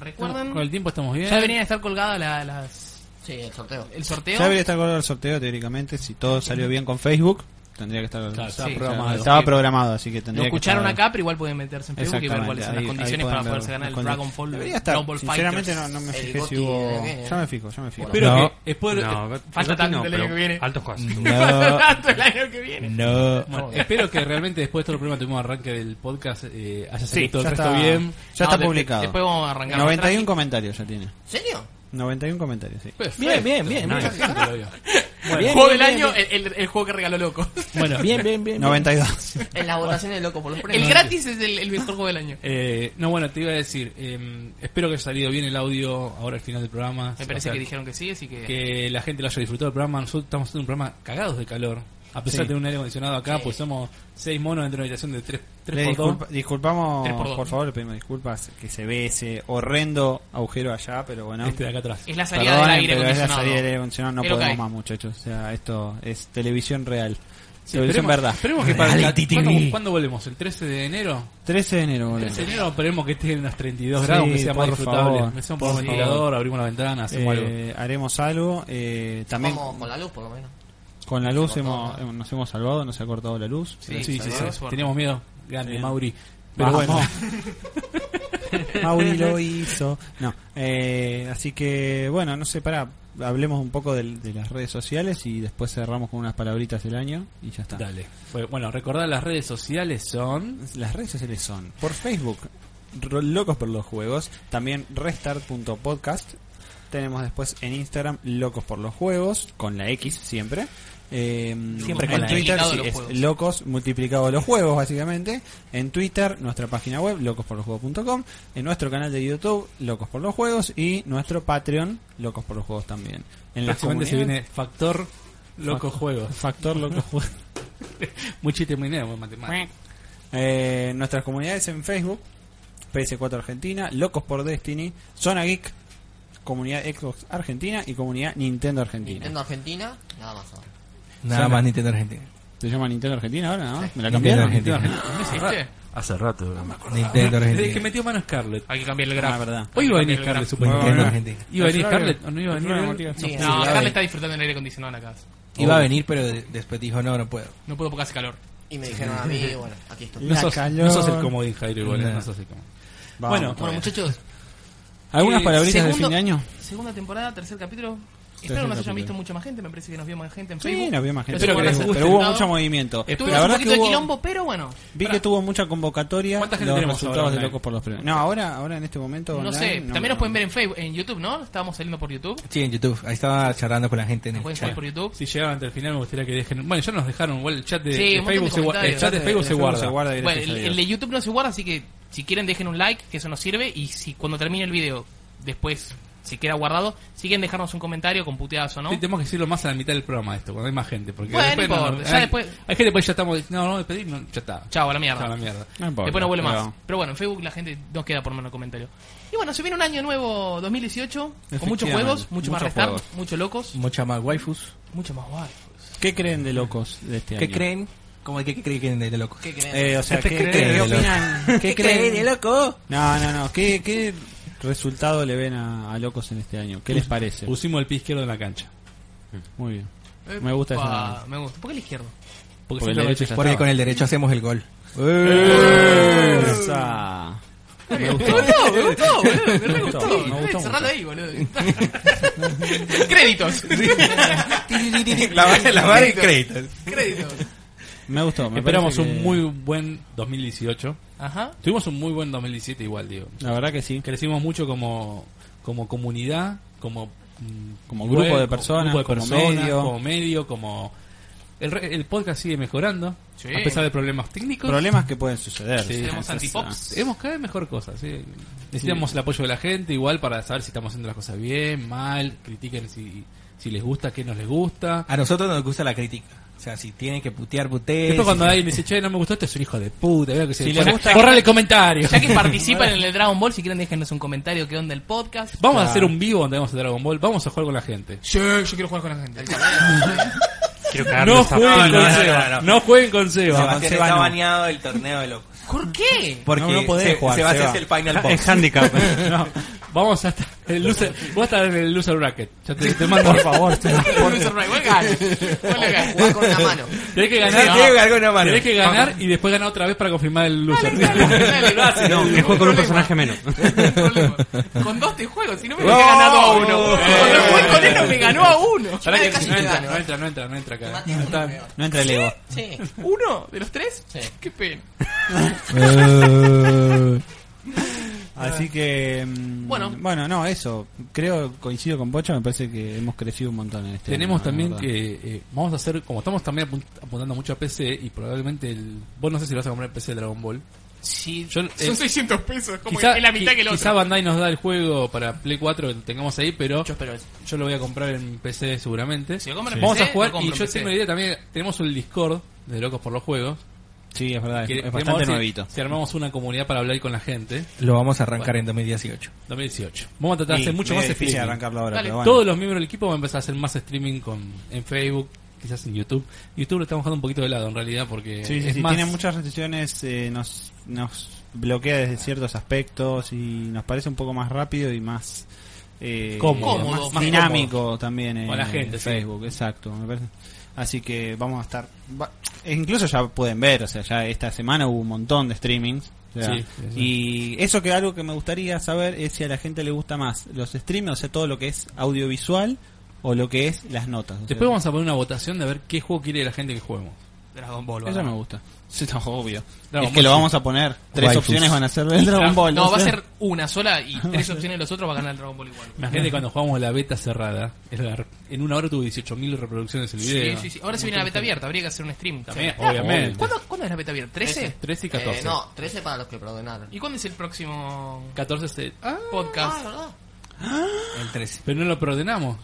[SPEAKER 1] Recuerden,
[SPEAKER 2] Con el tiempo estamos bien.
[SPEAKER 1] ya deberían estar colgada la- las,
[SPEAKER 7] Sí, el sorteo.
[SPEAKER 1] el
[SPEAKER 3] Ya
[SPEAKER 1] sorteo.
[SPEAKER 3] debería estar colgado el sorteo teóricamente. Si todo salió bien con Facebook, tendría que estar
[SPEAKER 2] Claro, estaba
[SPEAKER 1] Sí,
[SPEAKER 2] programado.
[SPEAKER 3] Estaba programado, así que
[SPEAKER 1] Lo
[SPEAKER 3] tendría que
[SPEAKER 1] escucharon
[SPEAKER 3] estar-
[SPEAKER 1] acá, pero igual pueden meterse en Facebook y ver
[SPEAKER 3] Exactamente,
[SPEAKER 1] cuáles son
[SPEAKER 3] ahí-
[SPEAKER 1] las
[SPEAKER 3] ahí
[SPEAKER 1] condiciones
[SPEAKER 3] pueden
[SPEAKER 1] para
[SPEAKER 3] ver
[SPEAKER 1] poderse ganar el
[SPEAKER 3] las
[SPEAKER 1] Dragon
[SPEAKER 3] condi-
[SPEAKER 1] Ball.
[SPEAKER 3] Debería estar,
[SPEAKER 1] Dragon Ball
[SPEAKER 3] sinceramente no,
[SPEAKER 1] Fighters. eh,
[SPEAKER 3] no me
[SPEAKER 7] El
[SPEAKER 3] fijé
[SPEAKER 7] Goti
[SPEAKER 3] si hubo...
[SPEAKER 7] de Vene.
[SPEAKER 3] Ya me fijo, ya me fijo.
[SPEAKER 2] Espero
[SPEAKER 4] No.
[SPEAKER 2] que. Espero,
[SPEAKER 5] No, el
[SPEAKER 1] Falta
[SPEAKER 5] Goti
[SPEAKER 1] tanto el año
[SPEAKER 5] pero
[SPEAKER 1] que viene.
[SPEAKER 5] Alto juego.
[SPEAKER 3] No,
[SPEAKER 1] Tanto el año que viene.
[SPEAKER 3] no.
[SPEAKER 2] bueno, espero que realmente después de todo el problema que tuvimos arranque del podcast eh, haya salido
[SPEAKER 3] Sí,
[SPEAKER 2] todo
[SPEAKER 3] ya
[SPEAKER 2] el resto
[SPEAKER 3] está,
[SPEAKER 2] bien.
[SPEAKER 3] ya
[SPEAKER 1] No,
[SPEAKER 3] está
[SPEAKER 1] de- de-
[SPEAKER 3] publicado.
[SPEAKER 1] Después vamos a arrancar.
[SPEAKER 3] 91 comentarios ya tiene.
[SPEAKER 7] ¿En serio?
[SPEAKER 3] 91 comentarios, sí.
[SPEAKER 2] Perfecto.
[SPEAKER 4] bien, bien,
[SPEAKER 2] Mucha
[SPEAKER 4] bien.
[SPEAKER 2] gente lo vio.
[SPEAKER 1] El
[SPEAKER 4] Bien,
[SPEAKER 1] juego del
[SPEAKER 4] bien,
[SPEAKER 1] año,
[SPEAKER 4] bien,
[SPEAKER 1] el, el- el juego que regaló loco.
[SPEAKER 2] Bueno,
[SPEAKER 4] Bien, bien, bien.
[SPEAKER 3] 92.
[SPEAKER 7] En las votaciones de loco por los premios.
[SPEAKER 1] El gratis es el, el mejor juego del año.
[SPEAKER 2] Eh, no, bueno, te iba a decir, eh, espero que haya salido bien el audio ahora al final del programa.
[SPEAKER 1] Me
[SPEAKER 2] O
[SPEAKER 1] parece
[SPEAKER 2] sea,
[SPEAKER 1] que dijeron que sí, así que.
[SPEAKER 2] que la gente lo haya disfrutado del programa. Nosotros estamos haciendo un programa cagados de calor. A pesar
[SPEAKER 3] Sí.
[SPEAKER 2] de tener un aire acondicionado acá,
[SPEAKER 7] Sí.
[SPEAKER 2] pues somos seis monos dentro de una habitación de tres,
[SPEAKER 3] Le
[SPEAKER 2] tres por
[SPEAKER 3] disculpa-
[SPEAKER 2] dos.
[SPEAKER 3] disculpamos,
[SPEAKER 1] Tres por dos.
[SPEAKER 3] por favor, le pedimos disculpas que se ve ese horrendo agujero allá, pero bueno.
[SPEAKER 2] Este de acá atrás.
[SPEAKER 1] Es la salida
[SPEAKER 3] Perdón,
[SPEAKER 1] del aire
[SPEAKER 3] pero es la
[SPEAKER 1] acondicionado.
[SPEAKER 3] salida del aire acondicionado, no
[SPEAKER 1] Es lo que
[SPEAKER 3] podemos
[SPEAKER 1] hay.
[SPEAKER 3] más muchachos. O sea, esto es televisión real.
[SPEAKER 2] Sí,
[SPEAKER 3] televisión verdad. Eh,
[SPEAKER 2] esperemos que para el
[SPEAKER 4] Reality
[SPEAKER 2] ¿cuándo-
[SPEAKER 4] TV.
[SPEAKER 2] ¿Cuándo volvemos? ¿El 13 de enero?
[SPEAKER 3] 13 de enero,
[SPEAKER 2] El
[SPEAKER 3] boludo.
[SPEAKER 2] 13 de enero esperemos que esté en unos 32
[SPEAKER 3] Sí,
[SPEAKER 2] grados, que sea más
[SPEAKER 3] por
[SPEAKER 2] disfrutable.
[SPEAKER 3] favor,
[SPEAKER 2] Hacemos
[SPEAKER 3] por
[SPEAKER 2] un ventilador, abrimos la ventana, hacemos algo.
[SPEAKER 3] Eh, haremos algo. eh, también
[SPEAKER 7] Vamos con la luz, por lo menos.
[SPEAKER 3] con la luz
[SPEAKER 7] Se cortó,
[SPEAKER 3] hemos, eh,
[SPEAKER 7] ¿no?
[SPEAKER 3] nos hemos salvado, nos ha cortado la luz.
[SPEAKER 1] Sí,
[SPEAKER 2] Sí, sí,
[SPEAKER 1] sí,
[SPEAKER 2] sí.
[SPEAKER 1] suerte.
[SPEAKER 2] Teníamos miedo. Grande,
[SPEAKER 3] Bien.
[SPEAKER 2] Mauri. Pero
[SPEAKER 3] Vamos.
[SPEAKER 2] bueno.
[SPEAKER 3] Mauri lo hizo. No, eh, así que bueno, no sé, pará, hablemos un poco del- de, las redes sociales y después cerramos con unas palabritas del año y ya está.
[SPEAKER 2] Dale. Bueno, Bueno, recordad las redes sociales son.
[SPEAKER 3] Las redes sociales son por Facebook, Ro- Locos por los Juegos, también restart.podcast. Tenemos después en Instagram Locos por los Juegos, con la X siempre. Eh,
[SPEAKER 4] Siempre
[SPEAKER 3] en
[SPEAKER 4] con la X.
[SPEAKER 3] Twitter
[SPEAKER 1] Multiplicado
[SPEAKER 3] sí,
[SPEAKER 1] los
[SPEAKER 3] es
[SPEAKER 1] juegos.
[SPEAKER 3] Locos multiplicado los juegos, básicamente. En Twitter, nuestra página web, locosporlosjuegos.com. En nuestro canal de YouTube, Locos por los Juegos. Y nuestro Patreon, Locos por los Juegos también. En las
[SPEAKER 2] Próximamente se
[SPEAKER 3] comunidades-
[SPEAKER 2] viene Factor Loco Juegos.
[SPEAKER 3] Factor Locos Juegos.
[SPEAKER 2] Muy chiste, muy nuevo, matemático.
[SPEAKER 3] Eh, nuestras comunidades en Facebook, PS4 Argentina, Locos por Destiny, Zona Geek, Comunidad Xbox Argentina y Comunidad Nintendo Argentina.
[SPEAKER 7] Nintendo Argentina, nada más ahora.
[SPEAKER 4] Nada más Nintendo Argentina.
[SPEAKER 3] ¿Se llama Nintendo Argentina ahora? ¿no? Me la
[SPEAKER 4] Nintendo
[SPEAKER 3] cambiaron.
[SPEAKER 4] Argentina.
[SPEAKER 1] ¿Viste?
[SPEAKER 3] Ah.
[SPEAKER 9] Hace rato. No me acuerdo.
[SPEAKER 2] Desde
[SPEAKER 4] Nintendo
[SPEAKER 2] que
[SPEAKER 4] Argentina.
[SPEAKER 2] metió mano Scarlett.
[SPEAKER 1] Hay que cambiar el
[SPEAKER 3] Ah,
[SPEAKER 1] gráfico.
[SPEAKER 3] verdad.
[SPEAKER 2] Hoy iba a
[SPEAKER 1] Cambié el
[SPEAKER 2] venir Scarlett,
[SPEAKER 4] Nintendo
[SPEAKER 2] supuestamente.
[SPEAKER 4] Argentina.
[SPEAKER 2] ¿Iba a venir
[SPEAKER 3] El
[SPEAKER 2] Scarlett
[SPEAKER 3] Flavio.
[SPEAKER 2] o no iba a
[SPEAKER 3] El
[SPEAKER 2] venir?
[SPEAKER 3] Flavio Matías.
[SPEAKER 7] Sí,
[SPEAKER 1] No,
[SPEAKER 7] sí,
[SPEAKER 1] acá
[SPEAKER 4] sí.
[SPEAKER 1] le está disfrutando el aire acondicionado en la casa.
[SPEAKER 4] Iba a venir, pero de- después dijo, no, no puedo.
[SPEAKER 1] No puedo porque hace calor.
[SPEAKER 7] Y me dijeron a mí, bueno, aquí estoy.
[SPEAKER 2] No
[SPEAKER 3] La
[SPEAKER 2] sos,
[SPEAKER 3] calor.
[SPEAKER 2] no sos el comodín, Jairo, igual.
[SPEAKER 4] No.
[SPEAKER 2] No sos el comodín. Bueno,
[SPEAKER 3] Vamos,
[SPEAKER 7] Bueno,
[SPEAKER 3] todavía.
[SPEAKER 7] muchachos,
[SPEAKER 3] ¿algunas
[SPEAKER 1] Eh,
[SPEAKER 3] palabritas de
[SPEAKER 1] segundo-
[SPEAKER 3] fin de año?
[SPEAKER 1] Segunda temporada, tercer capítulo. Espero que
[SPEAKER 3] Entonces,
[SPEAKER 1] nos hayan
[SPEAKER 3] la
[SPEAKER 1] visto
[SPEAKER 3] puta.
[SPEAKER 1] mucha más gente, me parece que nos vio más gente en Facebook.
[SPEAKER 3] Sí, no había más gente.
[SPEAKER 1] Espero
[SPEAKER 3] Pero,
[SPEAKER 1] que les guste.
[SPEAKER 3] pero hubo mucho movimiento.
[SPEAKER 1] Tuve
[SPEAKER 3] la
[SPEAKER 1] un
[SPEAKER 3] verdad
[SPEAKER 1] poquito
[SPEAKER 3] que
[SPEAKER 1] de
[SPEAKER 3] hubo-
[SPEAKER 1] quilombo, pero bueno.
[SPEAKER 3] vi que tuvo mucha convocatoria.
[SPEAKER 2] ¿Cuánta gente
[SPEAKER 3] los
[SPEAKER 2] tenemos
[SPEAKER 3] resultados
[SPEAKER 2] ahora
[SPEAKER 3] de
[SPEAKER 2] online?
[SPEAKER 3] Locos por los Premios. No, ahora, ahora en este momento.
[SPEAKER 1] No
[SPEAKER 3] online,
[SPEAKER 1] sé,
[SPEAKER 3] no,
[SPEAKER 1] también
[SPEAKER 3] no.
[SPEAKER 1] nos pueden ver en Facebook, en YouTube, ¿no? Estábamos saliendo por YouTube.
[SPEAKER 4] Sí, en YouTube. Ahí estaba charlando con la gente en
[SPEAKER 1] Nos
[SPEAKER 4] el
[SPEAKER 1] pueden seguir
[SPEAKER 4] chat.
[SPEAKER 1] por YouTube.
[SPEAKER 2] Si llegaron hasta el final, me gustaría que dejen. Bueno, ya nos dejaron. Igual el chat de,
[SPEAKER 1] Sí,
[SPEAKER 2] de
[SPEAKER 1] un montón de
[SPEAKER 2] Facebook se guarda. El
[SPEAKER 1] comentarios.
[SPEAKER 2] chat de Facebook se guarda.
[SPEAKER 3] directo,
[SPEAKER 1] Bueno, el,
[SPEAKER 3] ya
[SPEAKER 1] el
[SPEAKER 3] digo.
[SPEAKER 1] de YouTube no se guarda, así que si quieren dejen un like, que eso nos sirve. Y si cuando termine el video, después, si queda guardado, si quieren dejarnos un comentario con puteadas o no.
[SPEAKER 2] Sí, tenemos que decirlo más a la mitad del programa esto, cuando hay más gente. Porque
[SPEAKER 1] Bueno,
[SPEAKER 2] después
[SPEAKER 1] no
[SPEAKER 2] no-
[SPEAKER 1] importa,
[SPEAKER 2] hay,
[SPEAKER 1] ya después-
[SPEAKER 2] hay gente que después ya estamos. No, no, despedir, no, ya está.
[SPEAKER 1] Chao, a la mierda.
[SPEAKER 2] Chao a la mierda.
[SPEAKER 3] No importa,
[SPEAKER 1] Después no vuelve más.
[SPEAKER 3] pero-
[SPEAKER 1] Pero bueno, en Facebook la gente no queda por menos comentario. Y bueno, se viene un año nuevo 2018 con muchos
[SPEAKER 3] Efectivamente,
[SPEAKER 1] juegos, mucho más
[SPEAKER 3] muchos
[SPEAKER 1] restar,
[SPEAKER 3] juegos.
[SPEAKER 1] muchos locos,
[SPEAKER 4] Mucha más waifus.
[SPEAKER 1] mucho más guay.
[SPEAKER 3] ¿Qué creen de locos de este
[SPEAKER 4] ¿Qué
[SPEAKER 3] año?
[SPEAKER 4] creen? ¿Cómo que qué creen de, de locos?
[SPEAKER 7] ¿Qué creen?
[SPEAKER 3] Eh, o sea, ¿qué,
[SPEAKER 4] ¿Qué
[SPEAKER 3] qué-
[SPEAKER 4] creen
[SPEAKER 3] qué
[SPEAKER 4] de
[SPEAKER 3] opinan? ¿Qué
[SPEAKER 4] creen
[SPEAKER 3] creen?
[SPEAKER 4] loco?
[SPEAKER 3] No, no, no. ¿Qué, qué resultado le ven a, a locos en este año? ¿Qué les parece?
[SPEAKER 2] Pusimos el pie izquierdo en la cancha.
[SPEAKER 3] Muy bien. Me gusta
[SPEAKER 1] Epa,
[SPEAKER 3] esa.
[SPEAKER 1] Me gusta. ¿Por qué el izquierdo?
[SPEAKER 3] Porque el
[SPEAKER 2] siempre
[SPEAKER 3] derecho ya
[SPEAKER 4] Porque
[SPEAKER 3] estaba.
[SPEAKER 4] con el derecho hacemos el gol.
[SPEAKER 3] Esa. Me
[SPEAKER 1] Me
[SPEAKER 3] gustó.
[SPEAKER 1] gustó, me gustó, boludo. Me re
[SPEAKER 3] Me gustó,
[SPEAKER 1] gustó.
[SPEAKER 3] me gustó mucho.
[SPEAKER 1] Cerralo ahí, boludo. Créditos.
[SPEAKER 4] la la barra y créditos.
[SPEAKER 1] Créditos.
[SPEAKER 3] Me gustó. me
[SPEAKER 2] Esperamos
[SPEAKER 3] parece
[SPEAKER 2] un
[SPEAKER 3] que-
[SPEAKER 2] muy buen 2018.
[SPEAKER 1] Ajá.
[SPEAKER 2] Tuvimos un muy buen 2017 igual, digo.
[SPEAKER 3] La verdad que sí.
[SPEAKER 2] Crecimos mucho como, como comunidad, como... mm,
[SPEAKER 3] Como grupo de personas, como medio.
[SPEAKER 2] como medio, como... El, re- el podcast sigue mejorando,
[SPEAKER 1] Sí.
[SPEAKER 2] a pesar de problemas técnicos.
[SPEAKER 3] Problemas que pueden suceder.
[SPEAKER 2] Sí.
[SPEAKER 1] Tenemos
[SPEAKER 3] Esa-
[SPEAKER 1] antipops.
[SPEAKER 2] Hemos cada vez mejor cosas. ¿sí? Necesitamos el apoyo de la gente igual para saber si estamos haciendo las cosas bien, mal, critiquen si, si les gusta, qué nos les gusta.
[SPEAKER 4] A nosotros nos gusta la crítica. O
[SPEAKER 3] Ah,
[SPEAKER 4] sea, si tienen que putear, puteen.
[SPEAKER 2] Después cuando
[SPEAKER 4] Si-
[SPEAKER 2] alguien me dice, che, no me gustó, este es un hijo de puta. veo que se
[SPEAKER 3] Si
[SPEAKER 2] Bueno,
[SPEAKER 3] les gusta-
[SPEAKER 2] borrale el comentario.
[SPEAKER 1] Ya que participan en el Dragon Ball, si quieren déjenos un comentario que onda el podcast.
[SPEAKER 2] Vamos a hacer un vivo donde vamos a Dragon Ball, vamos a jugar con la gente.
[SPEAKER 1] Yo, yo quiero jugar con la gente.
[SPEAKER 5] Quiero cagarme
[SPEAKER 2] No
[SPEAKER 5] esa-
[SPEAKER 2] jueguen
[SPEAKER 5] ah, No,
[SPEAKER 2] con
[SPEAKER 5] no, no,
[SPEAKER 2] Seba, no, jueguen con Seba.
[SPEAKER 4] Sebastián
[SPEAKER 3] Seba
[SPEAKER 4] está
[SPEAKER 3] no.
[SPEAKER 4] baneado del torneo de locos.
[SPEAKER 1] ¿Por qué?
[SPEAKER 4] Porque
[SPEAKER 3] No, no podés
[SPEAKER 4] Se-
[SPEAKER 3] jugar,
[SPEAKER 4] Sebastián
[SPEAKER 3] Seba.
[SPEAKER 4] es el final boss.
[SPEAKER 3] Es handicap.
[SPEAKER 2] No, vamos hasta el loser, vos estás en el loser bracket. Ya te, te mando, por favor.
[SPEAKER 1] Loser Right, vos ganas. Vos le ganas.
[SPEAKER 7] Jugar con una mano.
[SPEAKER 2] Tenés que
[SPEAKER 4] Sí, tiene que
[SPEAKER 2] ganar,
[SPEAKER 4] jugar con una mano.
[SPEAKER 2] tenés que ganar y después ganar otra vez para confirmar el loser.
[SPEAKER 1] Dale, dale.
[SPEAKER 2] No,
[SPEAKER 1] Ningún
[SPEAKER 2] que juegue con un
[SPEAKER 1] problema.
[SPEAKER 2] personaje menos.
[SPEAKER 1] Ningún problema. Con dos te juego, si no me
[SPEAKER 4] No.
[SPEAKER 1] había ganado a uno. Cuando jugué con él no me ganó a uno.
[SPEAKER 2] Pará que
[SPEAKER 7] Casi
[SPEAKER 2] no
[SPEAKER 7] te
[SPEAKER 2] entra,
[SPEAKER 7] gano.
[SPEAKER 2] no entra, no entra, no entra acá.
[SPEAKER 7] Mate, no
[SPEAKER 2] Está-
[SPEAKER 7] creo.
[SPEAKER 3] No entra el ego.
[SPEAKER 7] Sí.
[SPEAKER 1] ¿Uno? ¿De los tres?
[SPEAKER 7] Sí.
[SPEAKER 1] Qué pena.
[SPEAKER 3] Eh. Así que. mm,
[SPEAKER 1] Bueno.
[SPEAKER 3] Bueno, no, eso. Creo, coincido con Pocha, me parece que hemos crecido un montón en este
[SPEAKER 2] Tenemos
[SPEAKER 3] año, la
[SPEAKER 2] también
[SPEAKER 3] verdad.
[SPEAKER 2] que. eh, vamos a hacer. Como estamos también apun- apuntando mucho a PC y probablemente el. Vos no sé si vas a comprar el PC de Dragon Ball.
[SPEAKER 1] Sí,
[SPEAKER 2] Yo, eh,
[SPEAKER 1] son 600 pesos, como
[SPEAKER 2] quizá-
[SPEAKER 1] es la mitad
[SPEAKER 2] qui-
[SPEAKER 1] que el otro.
[SPEAKER 2] Quizá Bandai nos da el juego para Play 4 que tengamos ahí, pero.
[SPEAKER 1] Yo espero eso.
[SPEAKER 2] Yo lo voy a comprar en PC seguramente.
[SPEAKER 1] Si lo compro en
[SPEAKER 2] Vamos
[SPEAKER 1] PC,
[SPEAKER 2] a jugar
[SPEAKER 1] lo compro
[SPEAKER 2] y
[SPEAKER 1] en
[SPEAKER 2] yo
[SPEAKER 1] PC.
[SPEAKER 2] tengo una idea también. Tenemos un Discord de Locos por los Juegos.
[SPEAKER 3] Sí, es verdad, es,
[SPEAKER 2] que
[SPEAKER 3] es
[SPEAKER 2] queremos
[SPEAKER 3] bastante
[SPEAKER 2] ver si-
[SPEAKER 3] nuevito.
[SPEAKER 2] Si armamos una comunidad para hablar con la gente.
[SPEAKER 4] Lo vamos a arrancar en 2018.
[SPEAKER 2] 2018. Vamos a tratar de
[SPEAKER 3] Sí,
[SPEAKER 2] hacer mucho
[SPEAKER 3] medio
[SPEAKER 2] más
[SPEAKER 3] difícil
[SPEAKER 2] streaming.
[SPEAKER 3] arrancarlo ahora,
[SPEAKER 1] Dale,
[SPEAKER 3] pero bueno.
[SPEAKER 2] Todos los miembros del equipo van a empezar a hacer más streaming con, en Facebook, quizás en YouTube. YouTube lo estamos dejando un poquito de lado en realidad porque
[SPEAKER 3] Sí, sí,
[SPEAKER 2] es
[SPEAKER 3] sí,
[SPEAKER 2] más...
[SPEAKER 3] tiene muchas restricciones, eh, nos, nos bloquea desde ciertos aspectos y nos parece un poco más rápido y más eh,
[SPEAKER 2] Cómodo,
[SPEAKER 3] más
[SPEAKER 1] Cómodo, más
[SPEAKER 3] dinámico también en
[SPEAKER 2] Con la gente, sí.
[SPEAKER 3] Facebook, exacto, me parece. Así que vamos a estar, va- e incluso ya pueden ver, o sea, ya esta semana hubo un montón de streamings. o sea,
[SPEAKER 2] Sí, sí, sí.
[SPEAKER 3] Y eso que algo que me gustaría saber es si a la gente le gusta más los streams, o sea, todo lo que es audiovisual o lo que es las notas. o sea,
[SPEAKER 2] Después vamos a poner una votación de ver qué juego quiere la gente que juguemos.
[SPEAKER 1] Dragon Ball,
[SPEAKER 3] Eso
[SPEAKER 1] va.
[SPEAKER 3] me gusta. Sí, no, obvio.
[SPEAKER 2] Dragon
[SPEAKER 3] es que
[SPEAKER 2] Ball,
[SPEAKER 3] lo
[SPEAKER 2] sí.
[SPEAKER 3] vamos a poner. Tres
[SPEAKER 4] Waifus.
[SPEAKER 3] opciones van a ser del Dragon Ball.
[SPEAKER 1] No,
[SPEAKER 3] o
[SPEAKER 1] va a
[SPEAKER 3] sea.
[SPEAKER 1] ser una sola y tres opciones de los otros va a ganar el Dragon Ball igual.
[SPEAKER 2] Imagínate cuando jugamos la beta cerrada. era- En una hora tuvo 18.000 reproducciones el
[SPEAKER 1] Sí,
[SPEAKER 2] video.
[SPEAKER 1] sí, sí. Ahora se viene la beta abierta, habría que hacer un stream.
[SPEAKER 2] También,
[SPEAKER 1] Sí.
[SPEAKER 2] obviamente.
[SPEAKER 1] ¿Cuándo, ¿Cuándo es la beta abierta? ¿13?
[SPEAKER 2] 13 y
[SPEAKER 7] Eh,
[SPEAKER 2] 14.
[SPEAKER 7] no, 13 para los que perdonaron.
[SPEAKER 1] ¿Y cuándo es el próximo
[SPEAKER 2] 14 se... Ah,
[SPEAKER 1] podcast?
[SPEAKER 4] El 13.
[SPEAKER 2] pero no lo preordenamos.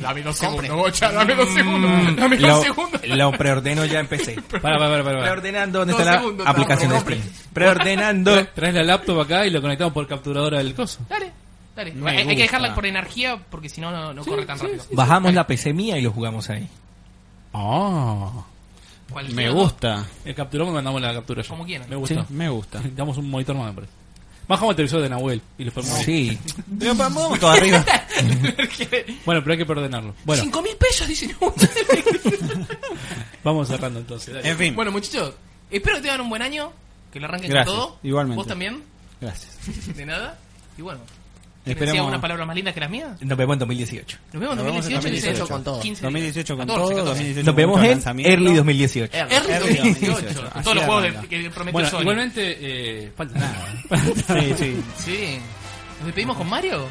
[SPEAKER 1] Dame dos
[SPEAKER 7] Compre.
[SPEAKER 1] segundos, bocha, dame dos
[SPEAKER 2] Mm.
[SPEAKER 1] segundos. Dame dos
[SPEAKER 4] Mm. Lo,
[SPEAKER 1] segundos.
[SPEAKER 4] lo preordeno ya en PC.
[SPEAKER 2] Para, para, para, para.
[SPEAKER 4] Preordenando, ¿dónde
[SPEAKER 1] Dos
[SPEAKER 4] está la
[SPEAKER 1] segundos,
[SPEAKER 4] aplicación de
[SPEAKER 1] no,
[SPEAKER 4] Steam? Preordenando.
[SPEAKER 2] Traes la laptop acá y lo conectamos por capturadora del coso.
[SPEAKER 1] Dale, dale.
[SPEAKER 3] Me
[SPEAKER 1] Hay, hay que
[SPEAKER 3] gusta.
[SPEAKER 1] dejarla por energía porque si no, no, no corre tan rápido.
[SPEAKER 4] Bajamos la PC mía y lo jugamos ahí.
[SPEAKER 2] Ah.
[SPEAKER 1] Cualquier
[SPEAKER 3] Me
[SPEAKER 1] otro,
[SPEAKER 3] gusta.
[SPEAKER 2] El capturamos y mandamos la captura yo.
[SPEAKER 1] Como quieran.
[SPEAKER 2] Me gusta.
[SPEAKER 3] Sí, me gusta.
[SPEAKER 2] Damos un monitor más, me parece. Bajamos el televisor de Nahuel y lo ponemos ahí.
[SPEAKER 4] Sí.
[SPEAKER 3] Pero pa- vamos todo arriba.
[SPEAKER 2] Bueno, pero hay que perdonarlo. Bueno,
[SPEAKER 1] Cinco mil pesos, dicen.
[SPEAKER 2] vamos cerrando entonces. dale.
[SPEAKER 3] En fin.
[SPEAKER 1] bueno, muchachos, espero que tengan un buen año. Que lo arranquen
[SPEAKER 3] Gracias,
[SPEAKER 1] con todo.
[SPEAKER 3] igualmente.
[SPEAKER 1] Vos también,
[SPEAKER 3] Gracias.
[SPEAKER 1] de nada. Y bueno, ¿Quién decía
[SPEAKER 3] Esperemos-
[SPEAKER 1] una palabra más linda que las mías?
[SPEAKER 4] Nos vemos en 2018.
[SPEAKER 1] Nos vemos en
[SPEAKER 3] Nos vemos en
[SPEAKER 1] 2018 dice
[SPEAKER 7] 2018 con todo.
[SPEAKER 1] 15,
[SPEAKER 3] 2018 con
[SPEAKER 1] 14,
[SPEAKER 3] todo,
[SPEAKER 1] 14.
[SPEAKER 3] 2018
[SPEAKER 4] Nos
[SPEAKER 3] con
[SPEAKER 4] vemos
[SPEAKER 3] mucho
[SPEAKER 4] en
[SPEAKER 3] lanzamiento.
[SPEAKER 4] early 2018.
[SPEAKER 7] Error.
[SPEAKER 1] Early
[SPEAKER 3] Early
[SPEAKER 1] 2018,
[SPEAKER 3] 2018,
[SPEAKER 1] con todos los
[SPEAKER 3] así
[SPEAKER 1] juegos de-
[SPEAKER 3] arranca.
[SPEAKER 1] que prometió
[SPEAKER 2] Bueno,
[SPEAKER 1] Sony.
[SPEAKER 2] igualmente eh, falta nada.
[SPEAKER 3] Sí, sí.
[SPEAKER 1] Sí. ¿Nos despedimos con Mario?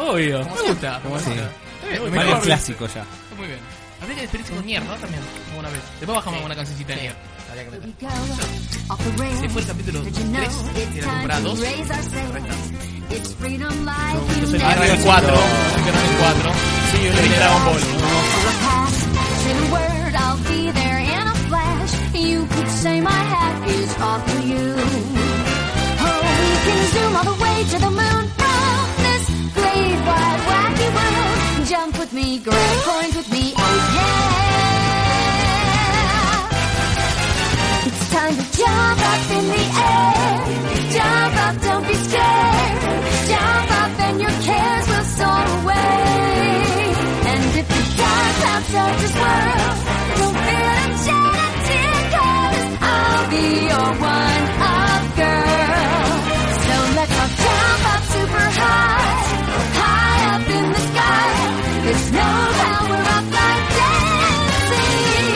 [SPEAKER 2] Obvio.
[SPEAKER 1] ¿Cómo se gusta? ¿Cómo se gusta? Está bien,
[SPEAKER 3] Mario
[SPEAKER 1] mejor.
[SPEAKER 3] clásico ya.
[SPEAKER 1] Muy bien. Habría que despedirse con Nier, ¿no? También, alguna vez. Después bajamos una cancioncita de Nier.
[SPEAKER 7] Habría que meter.
[SPEAKER 1] Se
[SPEAKER 9] Se
[SPEAKER 1] fue el capítulo 3 de la temporada 2.
[SPEAKER 9] Correcto.
[SPEAKER 1] Agarran el 4. Agarran el 4. Sí, yo le Dragon Ball.
[SPEAKER 9] You could say my hat is off to you. Oh, we can zoom all the way to the moon from this great wide wacky world. Jump with me, grab coins with me, oh yeah. It's time to jump up in the air. Jump up, don't be scared. Jump up and your cares will soar away. And if the dark clouds start to swirl, don't fear them, shed a tear, 'cause I'll be your one-up girl. So let's all jump up super high, high up in the sky. There's no power up like dancing.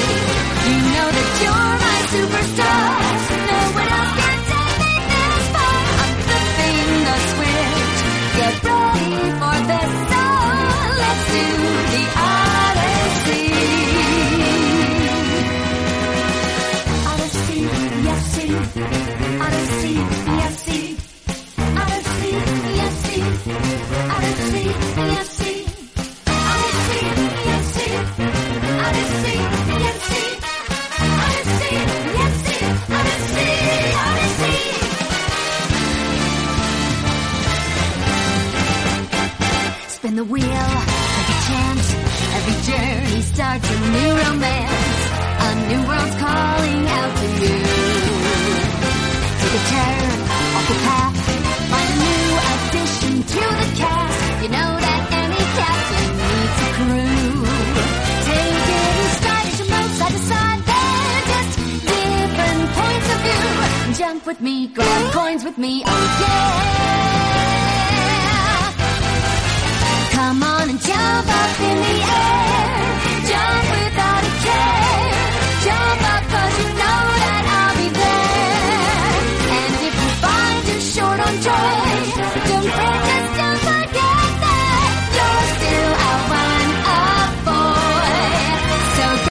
[SPEAKER 9] You know that you're my superstar. No one else can take me this far. I'm flipping the switch. Get ready for the sun. Let's do the Odyssey. Odyssey, yes, see. Odyssey, yes, see. Odyssey, yes, see. Odyssey, yes, see. Odyssey, yes, see. Odyssey, yes, see. Odyssey, yes, see. Odyssey, Odyssey. Spin the wheel, take a chance. Every journey starts a new romance. A new world's calling out to you. Take a turn off the path. Find a new addition to the cast. You know that any captain needs a crew. Take it in stride as you move side to side. They're just different points of view. Jump with me, grab coins with me, oh yeah. Come on and jump